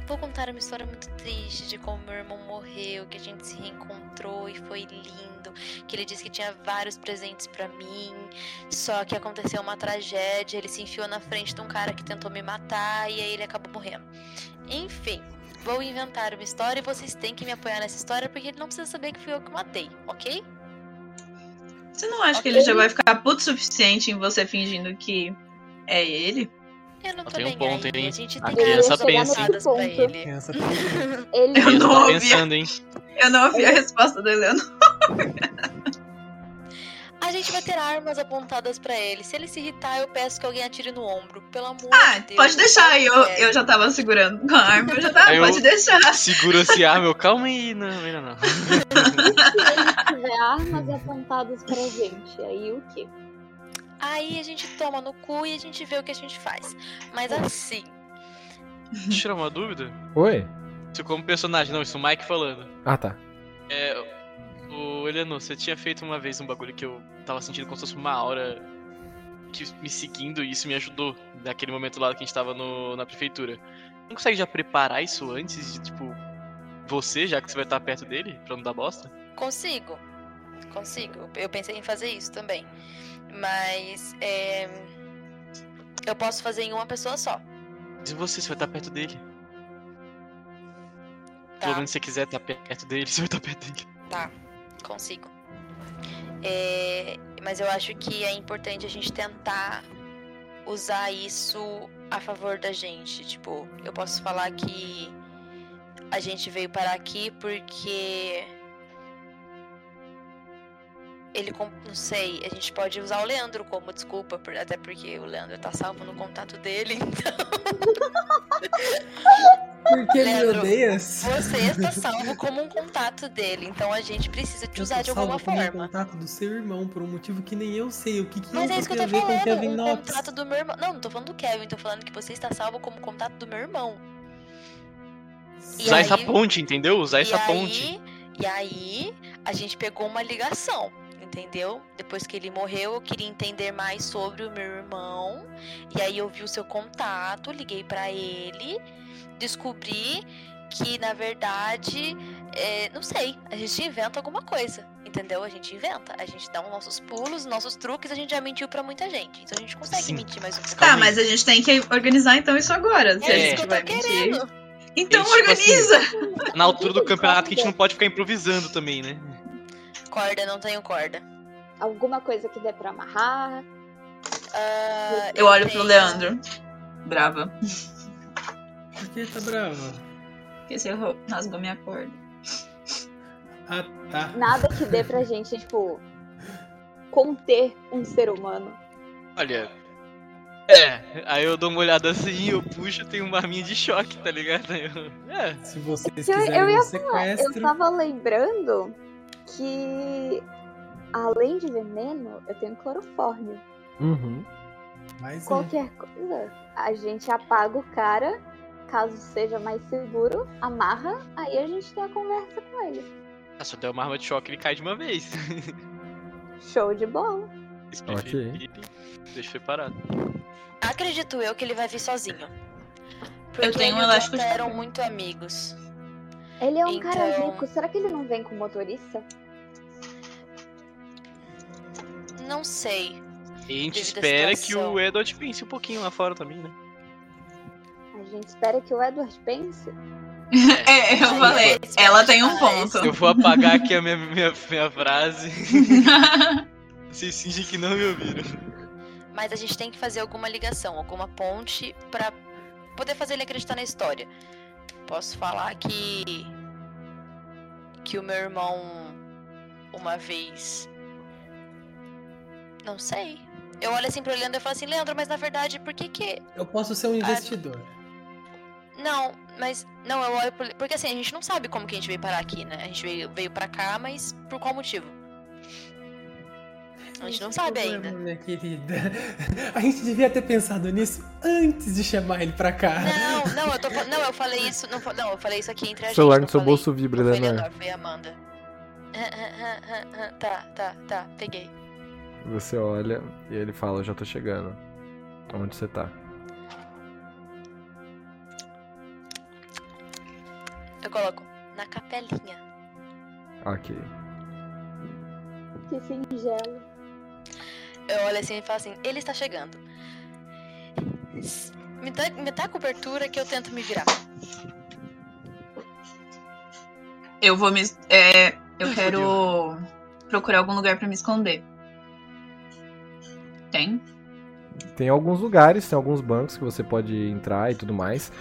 S6: vou contar uma história muito triste de como meu irmão morreu, que a gente se reencontrou e foi lindo. Que ele disse que tinha vários presentes pra mim, só que aconteceu uma tragédia, ele se enfiou na frente de um cara que tentou me matar e aí ele acabou morrendo. Enfim, vou inventar uma história e vocês têm que me apoiar nessa história porque ele não precisa saber que fui eu que matei, ok?
S3: Você não acha que ele já vai ficar puto o suficiente em você fingindo que é ele?
S6: Eu não tô
S2: Tem um
S6: nem
S2: ponto,
S6: aí.
S2: hein?
S6: A gente
S2: A
S6: tem
S5: criança
S6: que dar
S5: pensa, hein?
S6: porradas pra ele.
S7: Criança.
S5: Ele
S3: Eu não
S2: Tá
S3: ouvi.
S2: pensando, hein?
S3: Eu não ouvi a resposta do Eleanor.
S6: A gente vai ter armas apontadas pra ele. Se ele se irritar, eu peço que alguém atire no ombro. Pelo amor
S3: Ah,
S6: de Deus.
S3: pode deixar. Eu,
S6: É.
S3: eu já tava segurando com a arma. Eu já tava,
S2: Eu-
S3: pode deixar.
S2: Segura-se, ah, meu, calma aí. Não, ainda não.
S5: se tiver armas apontadas pra gente, aí o quê?
S6: Aí a gente toma no cu e a gente vê o que a gente faz. Mas assim,
S2: Deixa eu tirar uma dúvida.
S1: Oi?
S2: Isso como personagem, não, isso o Mike falando.
S1: Ah, tá.
S2: É. O Eleanor, você tinha feito uma vez um bagulho que eu tava sentindo como se fosse uma aura que me seguindo e isso me ajudou naquele momento lá que a gente tava no, na prefeitura. Não consegue já preparar isso antes de, tipo, você, já que você vai estar perto dele, pra não dar bosta?
S6: consigo. Consigo. Eu pensei em fazer isso também. Mas é, eu posso fazer em uma pessoa só.
S2: E você, você vai estar perto dele. Pelo
S6: Tá?
S2: menos se você quiser estar perto dele, você vai estar perto dele.
S6: Tá. Consigo. É, mas eu acho que é importante a gente tentar usar isso a favor da gente. Tipo, eu posso falar que a gente veio parar aqui porque. Ele, com- não sei, a gente pode usar o Leandro como desculpa, por- até porque o Leandro tá salvo no contato dele.
S7: Porque ele
S6: Leandro,
S7: odeia.
S6: Você está salvo como um contato dele, então a gente precisa te usar de alguma forma.
S7: contato do seu irmão por um motivo que nem eu sei o que que
S6: Mas é
S7: isso
S6: isso que eu
S7: tem
S6: tô
S7: a ver com o
S6: falando,
S7: Kevin
S6: um
S7: Knox.
S6: contato do meu irmão. Não, não tô falando do Kevin, tô falando que você está salvo como contato do meu irmão. E
S2: Usar
S6: aí-
S2: essa ponte, entendeu? Usar essa
S6: aí,
S2: ponte.
S6: E aí, a gente pegou uma ligação, entendeu? Depois que ele morreu, eu queria entender mais sobre o meu irmão. E aí eu vi o seu contato, liguei pra ele, descobri que na verdade, é, não sei, a gente inventa alguma coisa, entendeu? A gente inventa, a gente dá os nossos pulos, nossos truques, a gente já mentiu pra muita gente, então a gente consegue
S2: Sim.
S6: mentir mais um pouco.
S3: Tá,
S2: Calma aí.
S3: mas a gente tem que organizar então isso agora. Se
S6: É
S3: a
S6: isso
S3: gente
S6: que eu tô
S3: vai mentir.
S6: querendo.
S3: Então
S2: Isso, tipo assim,
S3: organiza!
S2: Na altura do campeonato que um a gente não pode ficar improvisando também, né?
S6: Corda, não tenho corda.
S5: Alguma coisa que dê pra amarrar.
S6: Ah,
S3: eu olho pro
S6: tenho-
S3: Leandro. Brava.
S7: Por que tá brava?
S3: Porque se errou, rasgou minha corda.
S7: Ah, tá.
S5: Nada que dê pra gente, tipo, conter um ser humano.
S2: Olha. É, aí eu dou uma olhada assim, eu puxo, tem uma arminha de choque, tá ligado? Aí eu- É,
S7: Se vocês
S5: Eu- eu
S7: quiserem
S5: ia
S7: um
S5: falar, Eu
S7: sequestro,
S5: tava lembrando que, além de veneno, eu tenho clorofórmio.
S1: Uhum.
S7: mais um.
S5: Qualquer coisa, a gente apaga o cara, caso seja mais seguro, amarra, aí a gente tem a conversa com ele.
S2: ah, só der uma arma de choque ele cai de uma vez.
S5: Show de bola.
S2: Eles
S1: Ok.
S2: preferirem, Deixa preparado.
S6: Acredito eu que ele vai vir sozinho.
S3: Eu tenho um
S6: eles
S3: elástico de
S6: eram
S3: papel.
S6: muito amigos.
S5: Ele é um
S6: Então-
S5: cara rico, será que ele não vem com motorista?
S6: Não sei.
S2: E a gente
S6: Devido à
S2: espera que
S6: situação.
S2: o Edward pense um pouquinho lá fora também, né?
S5: A gente espera que o Edward pense.
S3: É, eu
S6: Aí
S3: falei.
S6: depois
S3: Ela
S6: pode
S3: tem um
S6: falar
S3: ponto.
S2: Eu vou apagar aqui a minha, minha, minha frase. Vocês fingem que não me ouviram.
S6: isso, Mas a gente tem que fazer alguma ligação, alguma ponte pra poder fazer ele acreditar na história. Posso falar que que o meu irmão uma vez não sei. Eu olho assim pro Leandro e falo assim: "Leandro, mas na verdade, por que que
S7: Eu posso
S6: Ah,
S7: ser um investidor.
S6: Não, mas. Não, eu olho. Por... Porque assim, a gente não sabe como que a gente veio parar aqui, né? A gente veio, veio pra cá, mas por qual motivo? A gente não
S7: Esse é
S6: sabe
S7: problema,
S6: ainda.
S7: Minha querida. A gente devia ter pensado nisso antes de chamar ele pra cá.
S6: Não, não, eu tô fal- Não, eu falei isso. Não, fa- não, eu falei isso aqui entre a gente.
S1: O celular
S6: não
S1: no seu
S6: falei-
S1: bolso né, vibra,
S6: não foi
S1: Leonor.
S6: Leonor, foi Amanda. Tá, tá, tá. Peguei.
S1: Você olha e ele fala, eu já tô chegando. Onde você tá?
S6: coloco na capelinha.
S1: Ok.
S5: Que singelo.
S6: Eu olho assim e falo assim, ele está chegando. Me dá, me dá a cobertura que eu tento me virar.
S3: Eu vou me. é, eu quero procurar algum lugar pra me esconder. Tem?
S1: Tem alguns lugares, tem alguns bancos que você pode entrar e tudo mais.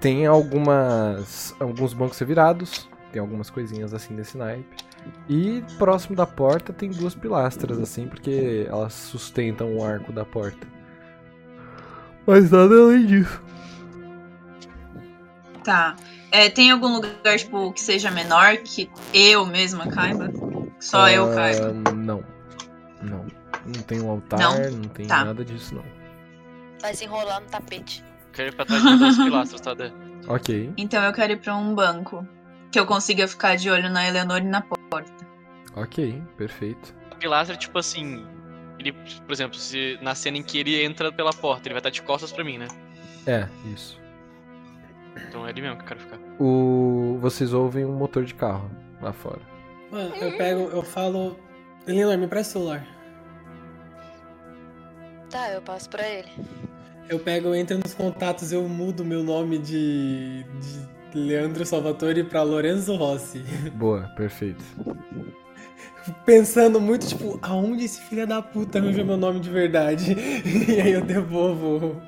S1: Tem algumas alguns bancos revirados, tem algumas coisinhas assim desse naipe. E próximo da porta tem duas pilastras assim, porque elas sustentam o arco da porta. Mas nada além disso.
S3: Tá. É, tem algum lugar, tipo, que seja menor que eu mesma caiba? Só eu caiba.
S1: Ah, Não. Não. Não tem um altar, não,
S3: Não?
S1: tem
S3: Tá.
S1: nada disso não.
S6: Vai se enrolar no tapete.
S2: Quero ir pra trás de duas pilastras, tá, Dé?
S1: Ok,
S3: Então eu quero ir pra um banco. Que eu consiga ficar de olho na Eleanor e na porta.
S1: ok, perfeito.
S2: A pilastra, tipo assim. Ele, por exemplo, se na cena em que ele entra pela porta, ele vai estar de costas pra mim, né?
S1: É, isso.
S2: Então é ele mesmo que eu quero ficar.
S5: Ah,
S1: O... Vocês ouvem um motor de carro lá fora.
S7: Mano, eu pego, eu falo. Elinor, me presta o celular.
S6: Tá, eu passo pra ele.
S7: Eu pego, eu entro nos contatos, eu mudo meu nome de, de Leandro Salvatore pra Lorenzo Rossi.
S1: Boa, perfeito.
S7: Pensando muito, tipo, aonde esse filho da puta arranjou meu nome de verdade? E aí eu devolvo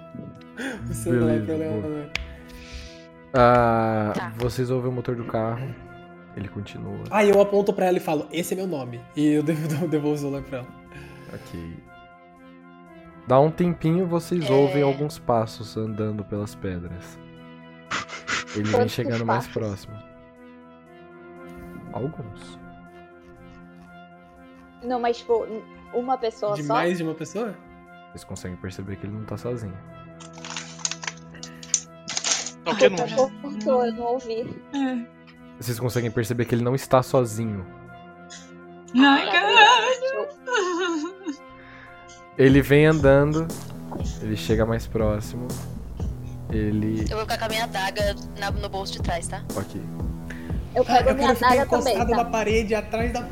S7: o celular
S1: Beleza,
S7: pra né?
S1: boa.
S7: Leandro.
S1: Ah,
S6: Tá.
S1: Vocês ouvem o motor do carro. Ele continua.
S7: Aí eu aponto pra ela e falo, esse é meu nome. E eu devo- devolvo o celular pra ela.
S1: Ok. Dá um tempinho, vocês
S6: É.
S1: ouvem alguns passos andando pelas pedras. Ele vem
S5: Quantos
S1: chegando mais
S5: passos?
S1: próximo. Alguns.
S5: Não, mas tipo, uma pessoa
S7: De
S5: só.
S7: mais de uma pessoa?
S1: Vocês conseguem perceber que ele não tá sozinho.
S2: Não, que eu não.
S5: Tá bom, cortou, eu não ouvi.
S3: É.
S6: Ah,
S1: Vocês conseguem perceber que ele não está sozinho.
S3: Ai, caralho.
S1: Ele vem andando. Ele chega mais próximo. Ele.
S6: Eu vou ficar com a minha adaga na- no bolso de trás, tá?
S1: Ok.
S5: Eu
S7: Ah,
S5: pego
S7: eu
S5: minha
S7: quero ficar
S5: adaga também,
S7: encostado na
S5: tá?
S7: parede atrás da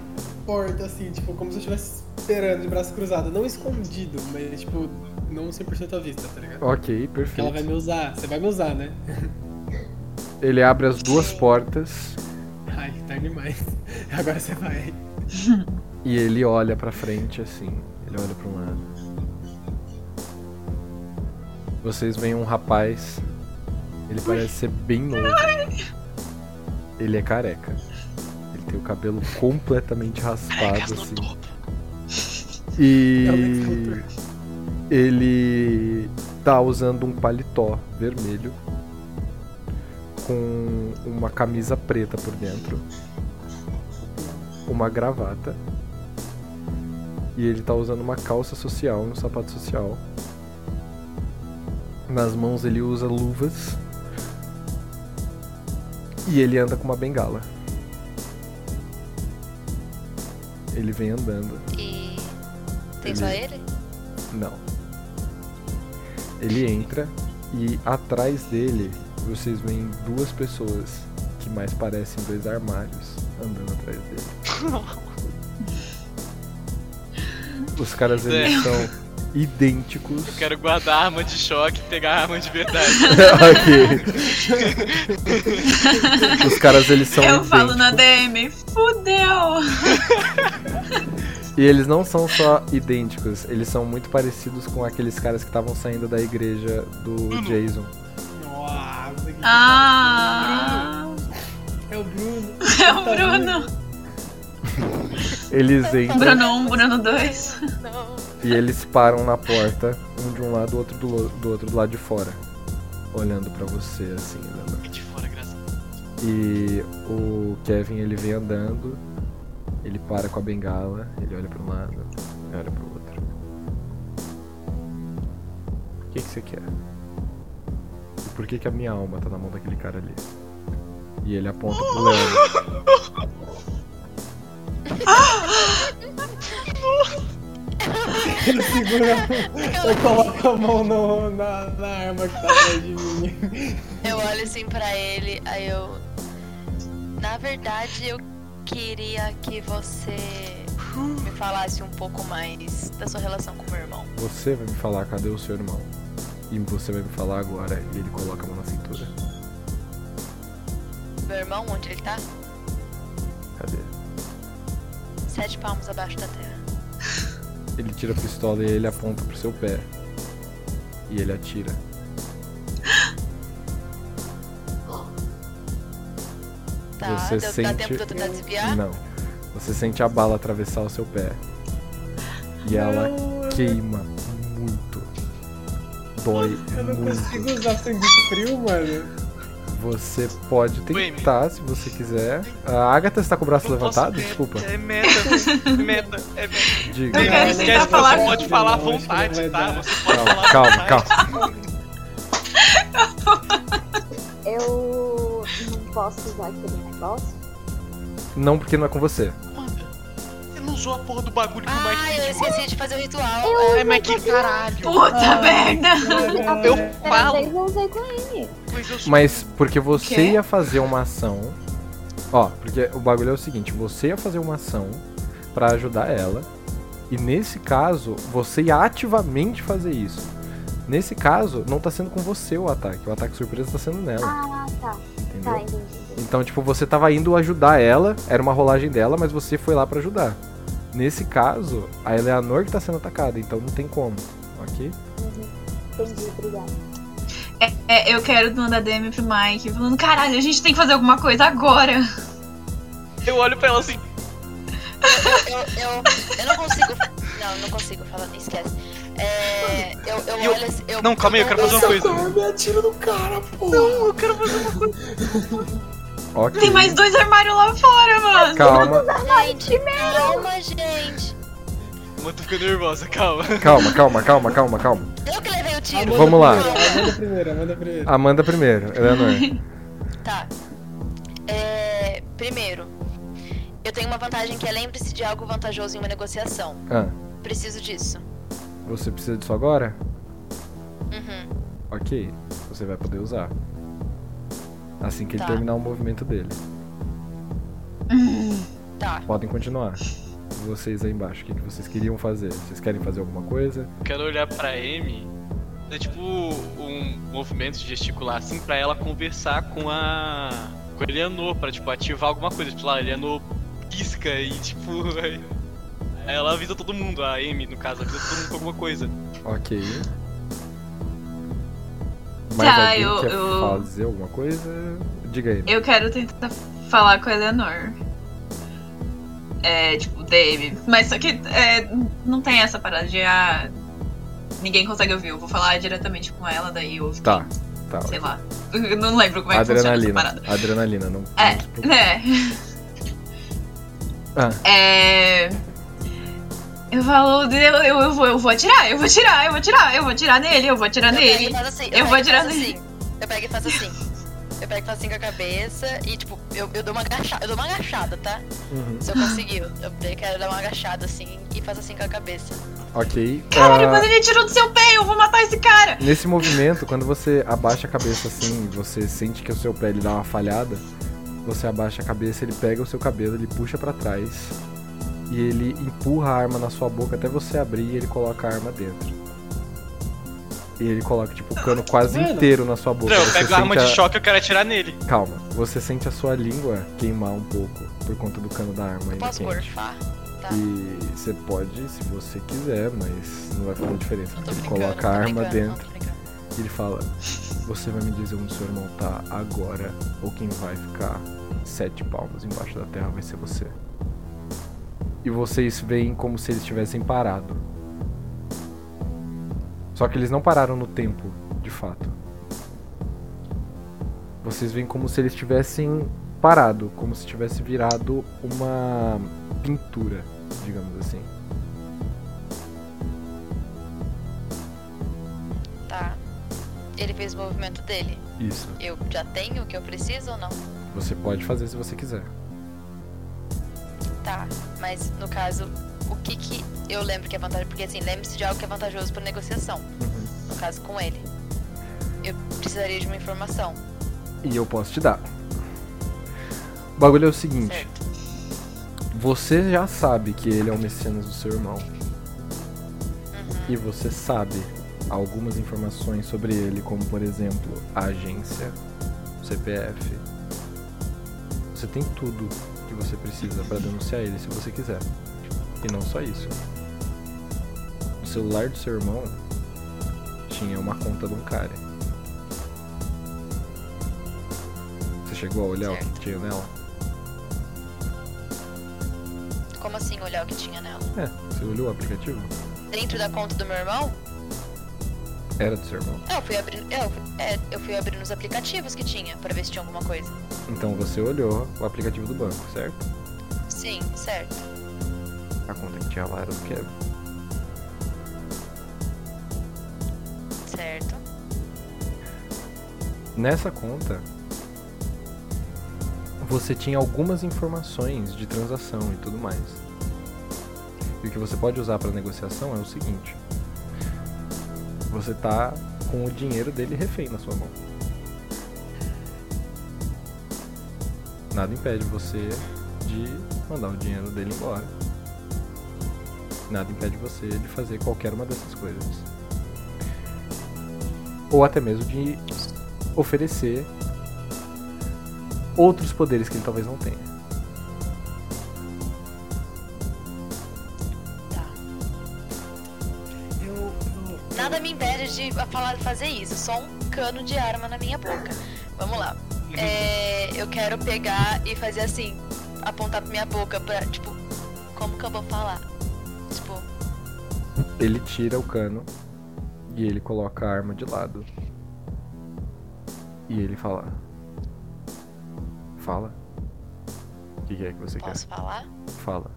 S7: porta, assim, tipo, como se eu estivesse esperando de braço cruzado. Não escondido, mas tipo, não 100% à vista, tá ligado?
S1: Ok,
S7: Porque ela vai
S1: perfeito.
S7: me usar, você vai me usar, né?
S1: Ele abre as duas portas
S7: Ai, tá demais. Agora você vai.
S1: E ele olha pra frente assim. Ele olha pra um lado. Vocês veem um rapaz. Ele parece ser bem novo. Ele é careca. Ele tem o cabelo completamente raspado assim.
S7: É o Lex
S1: E
S7: Luthor.
S1: ele tá usando um paletó vermelho com uma camisa preta por dentro, uma gravata e ele tá usando uma calça social, um sapato social. Nas mãos ele usa luvas e ele anda com uma bengala. Ele vem andando.
S6: E. Tem só ele?
S1: Não. Ele entra e atrás dele vocês veem duas pessoas que mais parecem dois armários andando atrás dele. Os caras eles
S3: É.
S1: são idênticos.
S2: Eu quero guardar a arma de choque e pegar a arma de verdade.
S1: ok. Os caras eles são
S3: Eu falo
S1: idênticos.
S3: na DM. Fudeu!
S1: E eles não são só idênticos, eles são muito parecidos com aqueles caras que estavam saindo da igreja do Jason.
S7: Nossa, que
S3: Ah!
S7: É o Bruno.
S3: É o Bruno.
S1: Eles entram
S3: Bruno 1, Bruno 2.
S6: Não.
S1: E eles param na porta, um de um lado, o outro do, lo- do outro do lado de fora. Olhando pra você, assim, Leonor.
S2: Fica É de fora, graças a Deus.
S1: E o Kevin, ele vem andando, ele para com a bengala, ele olha pra um lado, ele olha pro outro. O que que você quer? E por que que a minha alma tá na mão daquele cara ali? E ele aponta pro Leandro.
S7: Ele segura a mão. Eu coloco a mão no- na, na arma que tá atrás de mim.
S6: Eu olho assim pra ele, aí eu. Na verdade, eu queria que você me falasse um pouco mais da sua relação com o meu irmão.
S1: Você vai me falar cadê o seu irmão. E você vai me falar agora. E ele coloca a mão na cintura.
S6: Meu irmão, onde ele tá?
S1: Cadê?
S6: Sete palmos abaixo da terra.
S1: Ele tira a pistola e ele aponta pro seu pé. E ele atira.
S6: Tá,
S1: Você
S6: deu, dá
S1: sente-
S6: tempo de eu tentar desviar?
S1: Não. Você sente a bala atravessar o seu pé. E ela queima muito. Dói
S7: Eu não
S1: muito.
S7: consigo usar sangue frio, mano.
S1: Você pode
S2: Wait.
S1: tentar se você quiser. A Agatha está com o braço
S2: Não posso
S1: Tá levantado?
S2: ter-
S1: Desculpa.
S2: É meta, é meta, é meta.
S1: Diga.
S3: Eu quero
S2: Esquece,
S3: tentar
S2: você
S3: falar com-
S2: pode falar à
S7: Não, acho que não
S2: vontade,
S7: vai
S2: tá?
S7: dar.
S2: Você pode
S1: Calma,
S2: falar à
S1: calma,
S2: vontade.
S1: calma.
S5: Eu não posso usar aquele negócio.
S1: Não, porque não é com você.
S2: Amanda, Você não usou a porra do bagulho que o
S6: Ah,
S2: Mike
S6: eu
S2: pediu.
S6: esqueci de fazer o ritual.
S2: Ai, mas que caralho.
S3: Puta merda!
S2: Eu
S5: Primeira
S2: falo,
S5: vez eu usei com ele.
S2: mas eu sou...
S1: Mas porque você
S3: Quê?
S1: ia fazer uma ação. Ó, porque o bagulho é o seguinte: você ia fazer uma ação pra ajudar ela. E nesse caso, você ia ativamente fazer isso. Nesse caso, não tá sendo com você o ataque. O ataque surpresa tá sendo nela,
S5: Ah, tá.
S1: entendeu?
S5: Tá, entendi.
S1: Então, tipo, você tava indo ajudar ela, era uma rolagem dela, mas você foi lá pra ajudar. Nesse caso, a Eleanor que tá sendo atacada, então não tem como, ok?
S5: Uhum. Entendi, obrigada.
S3: É, eu quero mandar DM pro Mike, falando, caralho, a gente tem que fazer alguma coisa agora.
S2: Eu olho pra ela assim,
S6: Eu, eu, eu não consigo. Não, não consigo falar, esquece. É, eu, eu,
S2: Eu-
S6: olho assim. Eu,
S2: Não, calma aí, eu quero fazer uma coisa.
S4: Eu me atiro no cara, pô.
S1: Ok.
S3: Tem mais dois armários lá fora, mano.
S1: Calma,
S6: Gente, calma, gente.
S2: Mano, tô ficando nervosa, calma.
S1: calma, calma, calma, calma, calma.
S6: Eu que levei o tiro.
S1: Vamos lá.
S7: Manda primeiro, manda primeiro.
S1: Amanda primeiro, Eleanor.
S6: Tá. É, primeiro, eu tenho uma vantagem que é lembre-se de algo vantajoso em uma negociação.
S1: Ah,
S6: Preciso disso.
S1: você precisa disso agora?
S6: Uhum.
S1: Ok, você vai poder usar. Assim que ele
S6: Tá.
S1: terminar o movimento dele.
S6: Tá.
S1: Podem continuar. Vocês aí embaixo, o que, que vocês queriam fazer? Vocês querem fazer alguma coisa?
S2: Eu quero olhar pra Amy. É tipo um movimento de gesticular assim pra ela conversar com a. com a Eleanor, pra tipo ativar alguma coisa. Tipo, lá, a Eleanor pisca e tipo. aí- aí Ela avisa todo mundo, a Amy, no caso, avisa todo mundo com alguma coisa.
S1: Ok.
S3: Tá,
S1: alguém
S3: eu-
S1: quer
S3: eu-
S1: fazer alguma coisa? Diga aí.
S3: Eu quero tentar falar com a Eleanor. É, tipo, DM. Mas só que é, não tem essa parada de ah, ninguém consegue ouvir. Eu vou falar diretamente com ela, daí eu
S1: Tá, tá.
S3: sei lá. Eu não lembro como é que funciona essa
S1: adrenalina.
S3: parada.
S1: Adrenalina, não. não se preocupe.
S3: É.
S1: Ah.
S3: É. Eu falo, eu, eu, eu vou, eu vou atirar, eu vou atirar, eu vou atirar, eu vou atirar nele, eu vou atirar
S6: Eu pego e
S3: Tá nele.
S6: faço assim.
S3: Eu vou
S6: pego e
S3: atirar
S6: faço
S3: nele.
S6: assim. Eu pego e faço assim. Eu pego e faço assim com a cabeça e, tipo, eu, eu dou uma agachada. Eu dou uma agachada, tá?
S1: Uhum.
S6: Se eu conseguir, eu eu quero dar uma agachada assim e faço assim com a cabeça.
S1: Ok.
S3: Caralho,
S1: ah,
S3: quando ele tirou do seu pé, eu vou matar esse cara.
S1: Nesse movimento, quando você abaixa a cabeça assim, você sente que o seu pé ele dá uma falhada. Você abaixa a cabeça, ele pega o seu cabelo, ele puxa pra trás e ele empurra a arma na sua boca até você abrir e ele coloca a arma dentro. E ele coloca tipo o
S6: Ah,
S1: cano
S6: tá
S1: quase
S7: Mano.
S1: inteiro na sua boca.
S2: Não, eu
S1: Você
S2: pego a arma
S1: sente
S2: de
S1: a-
S2: choque e eu quero atirar nele.
S1: Calma, você sente a sua língua queimar um pouco por conta do cano da arma
S6: Eu
S1: ainda
S6: posso
S1: quente.
S6: gorfar? Tá.
S1: E você pode, se você quiser, mas não vai fazer diferença.
S6: Não
S1: porque
S6: tô
S1: Ele
S6: brincando.
S1: coloca a
S6: não tô
S1: arma
S6: brincando, não
S1: dentro
S6: tô brincando.
S1: e ele fala: Você vai me dizer onde seu irmão tá agora, ou quem vai ficar sete palmos embaixo da terra vai ser você. E vocês veem como se eles tivessem parado. Só que eles não pararam no tempo, de fato. Vocês veem como se eles tivessem parado, como se tivesse virado uma pintura, digamos assim.
S6: Tá. Ele fez o movimento dele.
S1: Isso.
S6: Eu já tenho o que eu preciso ou não?
S1: Você pode fazer se você quiser.
S6: Tá. Mas, no caso, o que que eu lembro que é vantajoso? Porque, assim, lembre-se de algo que é vantajoso pra negociação. No caso, com ele. Eu precisaria de uma informação.
S1: E eu posso te dar. bagulho é o seguinte.
S2: Certo.
S1: Você já sabe que ele é o Messias do seu irmão. E você sabe algumas informações sobre ele, como por exemplo, a agência, o CPF. Você tem tudo que você precisa pra denunciar ele se você quiser. E não só isso. O celular do seu irmão tinha uma conta um bancária. Você chegou a olhar o que
S6: Certo.
S1: tinha nela?
S6: Como assim olhar o que tinha nela?
S1: É, você olhou o aplicativo?
S6: Dentro da conta do meu irmão?
S1: Era do seu irmão.
S6: É, eu fui abrir, eu, é, eu fui abrir nos aplicativos que tinha pra ver se tinha alguma coisa.
S1: Então você olhou o aplicativo do banco, certo?
S6: Sim, certo.
S1: A conta que tinha lá era do Kevin.
S6: Certo.
S1: Nessa conta, você tinha algumas informações de transação e tudo mais. E o que você pode usar para negociação é o seguinte: você tá com o dinheiro dele refém na sua mão. Nada impede você de mandar o dinheiro dele embora. Nada impede você de fazer qualquer uma dessas coisas. Ou até mesmo de oferecer outros poderes que ele talvez não tenha.
S6: Nada me impede de falar, fazer isso, só um cano de arma na minha boca. Vamos lá. É, eu quero pegar e fazer assim, apontar pra minha boca pra, tipo, como que eu vou falar? Tipo,
S1: Ele tira o cano e ele coloca a arma de lado. E ele fala: Fala. O que, que é que você
S6: posso falar?
S1: quer? Fala.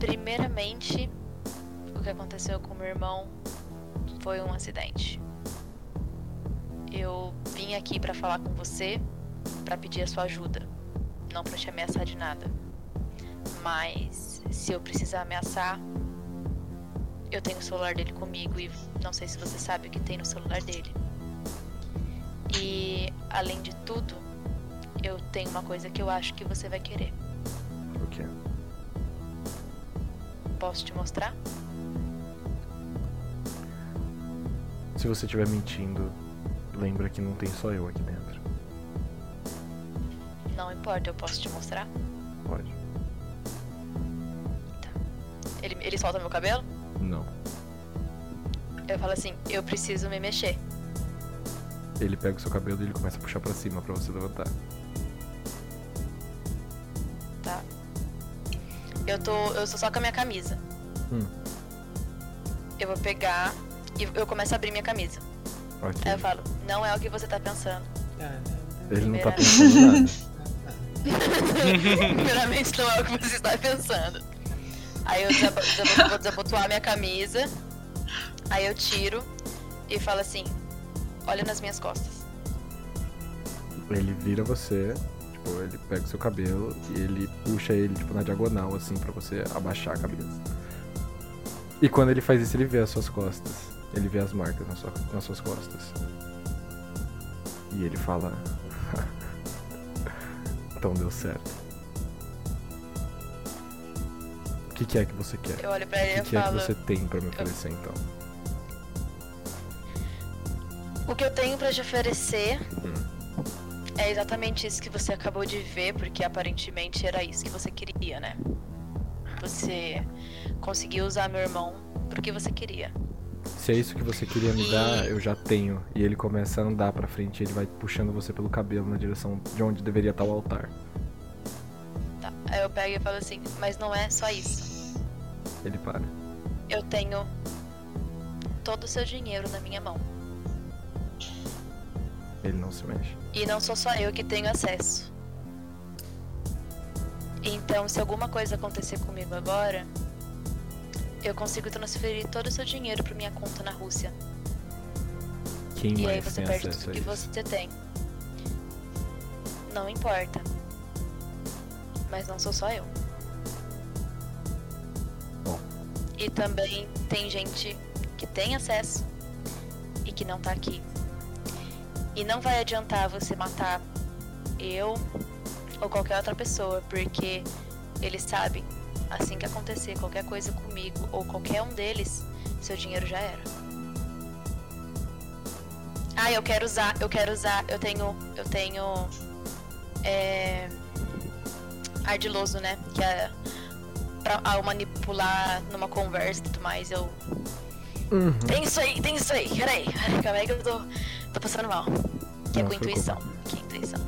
S6: Primeiramente, o que aconteceu com meu irmão foi um acidente. Eu vim aqui pra falar com você, pra pedir a sua ajuda, não pra te ameaçar de nada. Mas se eu precisar ameaçar, eu tenho o celular dele comigo e não sei se você sabe o que tem no celular dele. E além de tudo, eu tenho uma coisa que eu acho que você vai querer.
S1: O que?
S6: Posso te mostrar?
S1: Se você estiver mentindo, lembra que não tem só eu aqui dentro.
S6: Não importa, eu posso te mostrar.
S1: Pode.
S6: Ele, ele solta meu cabelo,
S1: Não.
S6: eu falo assim, eu preciso me mexer.
S1: Ele pega o seu cabelo e ele começa a puxar pra cima pra você levantar.
S6: tá? Eu tô. Eu sou só com a minha camisa.
S1: Hum.
S6: Eu vou pegar e eu começo a abrir minha camisa.
S1: Ok.
S6: Aí eu falo, não é o que você tá pensando.
S1: Ele não tá
S6: primeira-
S1: pensando nada.
S6: Primeiramente não é o que você está pensando. Aí eu desabo- desabo- vou desabotoar minha camisa. Aí eu tiro e falo assim, olha nas minhas costas.
S1: Ele vira você, tipo, ele pega o seu cabelo e ele puxa ele, tipo, na diagonal, assim, pra você abaixar a cabeça. E quando ele faz isso, ele vê as suas costas. Ele vê as marcas na sua- nas suas costas. E ele fala. então deu certo. O que, que é que você quer?
S6: Eu olho pra ele
S1: O
S6: e
S1: que, que é que
S6: falo.
S1: você tem pra me oferecer então?
S6: O que eu tenho pra te oferecer é exatamente isso que você acabou de ver, porque aparentemente era isso que você queria, né? Você conseguiu usar meu irmão porque você queria.
S1: Se é isso que você queria me dar, eu já tenho. E ele começa a andar pra frente e ele vai puxando você pelo cabelo na direção de onde deveria estar o altar.
S6: Tá? Aí eu pego e falo assim, mas não é só isso.
S1: Ele para.
S6: Eu tenho todo o seu dinheiro na minha mão.
S1: Ele não se mexe.
S6: E não sou só eu que tenho acesso. Então, se alguma coisa acontecer comigo agora, eu consigo transferir todo o seu dinheiro para minha conta na Rússia.
S1: Quem
S6: E aí
S1: mais
S6: você
S1: tem
S6: perde
S1: acesso
S6: tudo
S1: a
S6: que
S1: isso?
S6: você tem. Não importa. Mas não sou só eu.
S1: Bom.
S6: E também tem gente que tem acesso e que não tá aqui. E não vai adiantar você matar eu, ou qualquer outra pessoa, porque eles sabem, assim que acontecer qualquer coisa comigo ou qualquer um deles, seu dinheiro já era. Ah, eu quero usar, eu quero usar, eu tenho, eu tenho é, ardiloso, né? Que é pra ao manipular numa conversa e tudo mais, eu
S1: Hum. Uhum.
S6: tem isso aí, tem isso aí, peraí. Ai, Calma aí que eu tô, tô passando mal. Que é
S1: Não,
S6: com
S1: se preocupa.
S6: intuição. Que é intuição.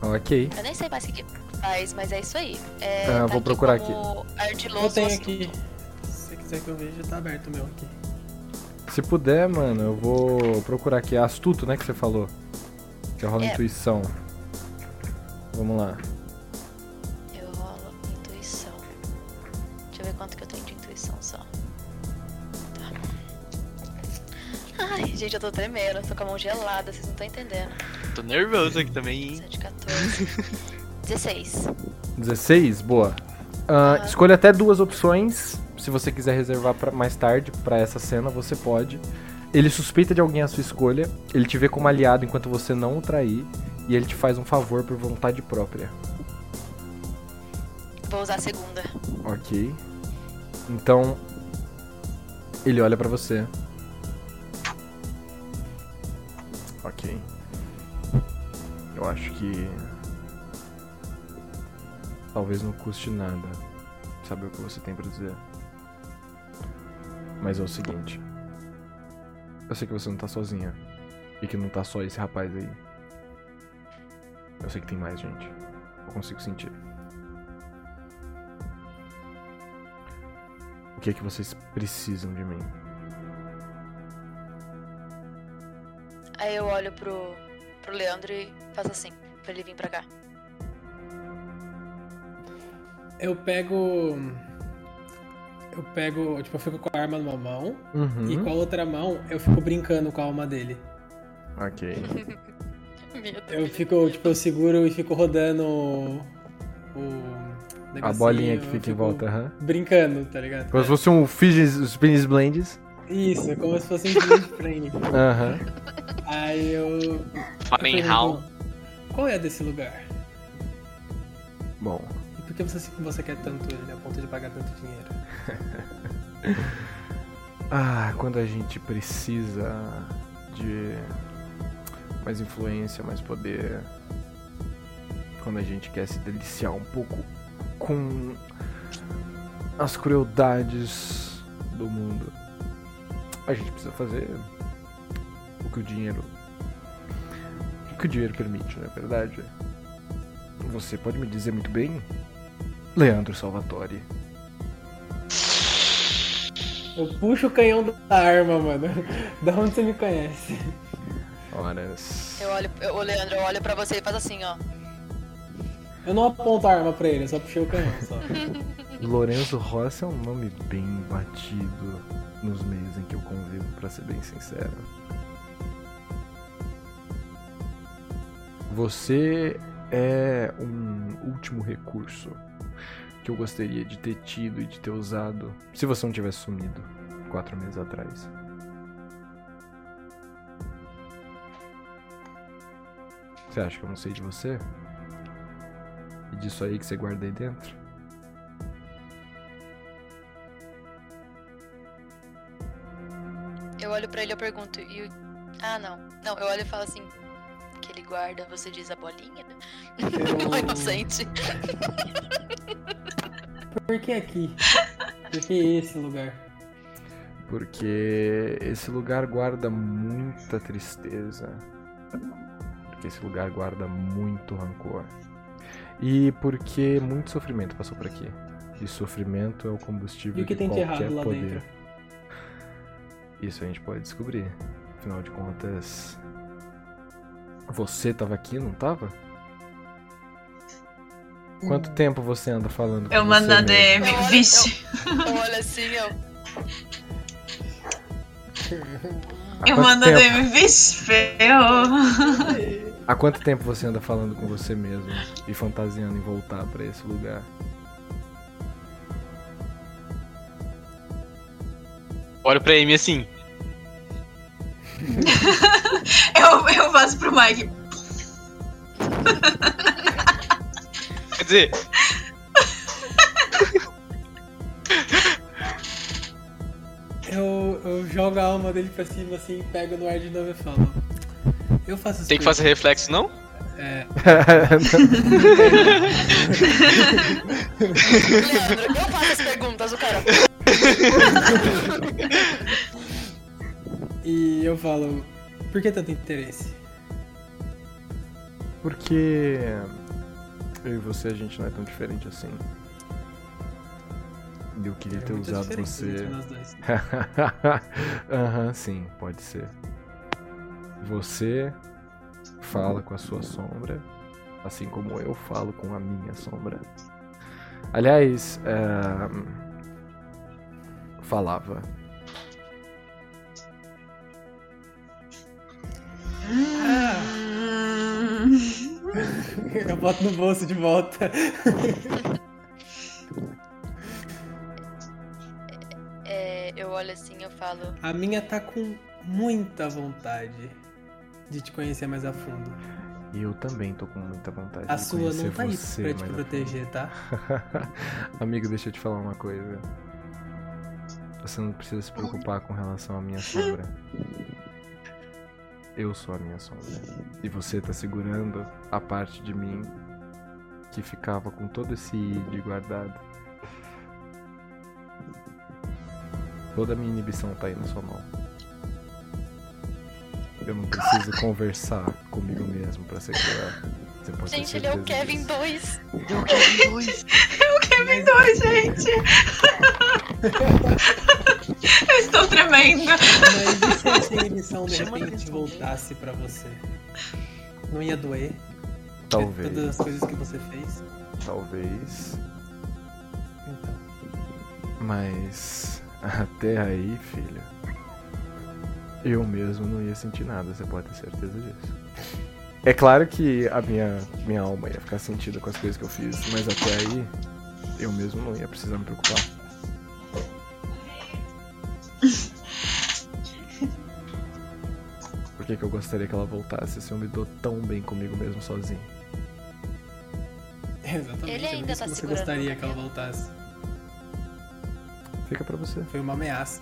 S1: Ok.
S6: Eu nem sei mais o que que faz, mas é isso aí. É,
S1: Ah, vou procurar
S6: como Ardiloso
S7: Eu tenho
S6: assunto.
S7: aqui. Se você quiser que eu veja, tá aberto o meu aqui.
S1: Se puder, mano, eu vou procurar aqui. É astuto, né, que você falou. Que rola
S6: É.
S1: intuição. Vamos lá.
S6: Eu rolo intuição. Deixa eu ver quanto que eu tenho de intuição só. Tá. Ai, gente, eu tô tremendo. Tô com a mão gelada, vocês não estão entendendo.
S2: Tô nervoso aqui também, hein?
S6: 7, 14. 16.
S1: 16? Boa. Ah,
S6: Ah.
S1: Escolha até duas opções. Se você quiser reservar pra mais tarde pra essa cena, você pode. Ele suspeita de alguém a sua escolha. Ele te vê como aliado enquanto você não o trair. E ele te faz um favor por vontade própria.
S6: Vou usar a segunda.
S1: Ok. Então. Ele olha pra você. Ok. Eu acho que. Talvez não custe nada saber o que você tem pra dizer. Mas é o seguinte. Eu sei que você não tá sozinha. E que não tá só esse rapaz aí. Eu sei que tem mais gente. Eu consigo sentir. O que é que vocês precisam de mim?
S6: Aí eu olho pro, pro Leandro e faço assim, pra ele vir pra cá.
S7: Eu pego. Eu pego. Tipo, eu fico com a arma numa mão
S1: Uhum.
S7: e com a outra mão eu fico brincando com a alma dele.
S1: Ok.
S6: Meu Deus.
S7: Eu fico, tipo, eu seguro e fico rodando o. o
S1: A bolinha que
S7: negocinho, eu
S1: fica em
S7: fico
S1: volta, aham.
S7: Brincando, tá ligado?
S1: Como se fosse um Fidget Spinning Blends.
S7: Isso, é como se fosse um green frame.
S1: Aham.
S7: Aí eu. eu pergunto,
S2: Fahrenheit.
S7: Qual é desse lugar?
S1: Bom,
S7: E por que você, você quer tanto ele né, a ponto de pagar tanto dinheiro?
S1: ah, quando a gente precisa de mais influência, mais poder. Quando a gente quer se deliciar um pouco com as crueldades do mundo, a gente precisa fazer o que o dinheiro. O que o dinheiro permite, não é verdade? Você pode me dizer muito bem, Leandro Salvatore.
S7: Eu puxo o canhão da arma, mano. Da onde você me conhece?
S1: Horas.
S6: Eu olho, eu, ô, Leandro, eu olho pra você e faço assim, ó.
S7: Eu não aponto a arma pra ele, eu só puxei o canhão só.
S1: Lorenzo Rossi é um nome bem batido nos meios em que eu convivo, pra ser bem sincero. Você é um último recurso que eu gostaria de ter tido e de ter usado se você não tivesse sumido quatro meses atrás. Você acha que eu não sei de você? E disso aí que você guarda aí dentro?
S6: Eu olho pra ele e eu pergunto, e o... Ah, não. Não, eu olho e falo assim, que ele guarda, você diz a bolinha? Não é inocente.
S7: Por que aqui? Por que esse lugar?
S1: Porque esse lugar guarda muita tristeza. Porque esse lugar guarda muito rancor. E porque muito sofrimento passou por aqui. E sofrimento é o combustível
S7: E o que
S1: de
S7: tem de
S1: qualquer
S7: errado lá
S1: poder.
S7: dentro?
S1: Isso a gente pode descobrir. Afinal de contas, você tava aqui, não tava? Quanto tempo você anda falando com
S3: Hum. Eu mando
S1: você
S3: na
S1: mesmo?
S3: DM.
S6: Eu olho-
S3: Vixe,
S6: Eu olho assim, eu...
S1: Há
S3: eu
S1: quanto
S3: mando na
S1: tempo-
S3: DM. Vixe, ferrou.
S1: Há quanto tempo você anda falando com você mesmo e fantasiando em voltar pra esse lugar?
S2: Olho pra Amy assim.
S3: Eu, eu faço pro Mike.
S2: Quer dizer,
S7: Eu, eu jogo a alma dele pra cima assim, pego no ar de novo e falo. Eu faço as
S2: tem que
S7: coisas."
S2: fazer reflexo, não?
S7: É,
S6: Leandro, eu faço as perguntas, o cara.
S7: e eu falo, por que tanto interesse?
S1: Porque eu e você, a gente não é tão diferente assim. E Eu queria
S7: É
S1: ter
S7: muitas
S1: usado
S7: diferenças
S1: você.
S7: entre nós dois.
S1: Aham, sim, pode ser. Você fala com a sua sombra, assim como eu falo com a minha sombra. Aliás, é, falava.
S3: Hum.
S7: Ah, Eu boto no bolso de volta.
S6: É, eu olho assim, eu falo.
S7: A minha tá com muita vontade de te conhecer mais a fundo.
S1: E eu também tô com muita vontade
S7: A
S1: de
S7: sua
S1: conhecer
S7: não tá aí
S1: você,
S7: pra te
S1: mas-
S7: proteger, tá?
S1: Amigo, deixa eu te falar uma coisa. Você não precisa se preocupar com relação à minha sombra. Eu sou a minha sombra. E você tá segurando a parte de mim que ficava com todo esse id guardado. Toda a minha inibição tá aí na sua mão. Eu não preciso conversar comigo mesmo pra segurar. Você pode ter
S6: Gente, ele é o
S1: certeza
S6: Kevin
S1: disso.
S6: 2.
S3: Oi, gente! Eu estou tremendo.
S7: Mas e se essa inibição de repente voltasse pra você? Não ia doer?
S1: Talvez.
S7: Todas as coisas que você fez?
S1: Talvez.
S7: Então.
S1: Mas até aí, filho. Eu mesmo não ia sentir nada, você pode ter certeza disso. É claro que a minha, minha alma ia ficar sentida com as coisas que eu fiz, mas até aí eu mesmo não ia precisar me preocupar. Por que, que eu gostaria que ela voltasse se eu me dou tão bem comigo mesmo sozinho?
S7: Exatamente.
S6: Ele
S7: eu
S6: ainda
S7: disse
S6: tá
S7: que você
S6: segurando
S7: gostaria
S6: o
S7: que ela voltasse.
S1: Fica pra você.
S7: Foi uma ameaça.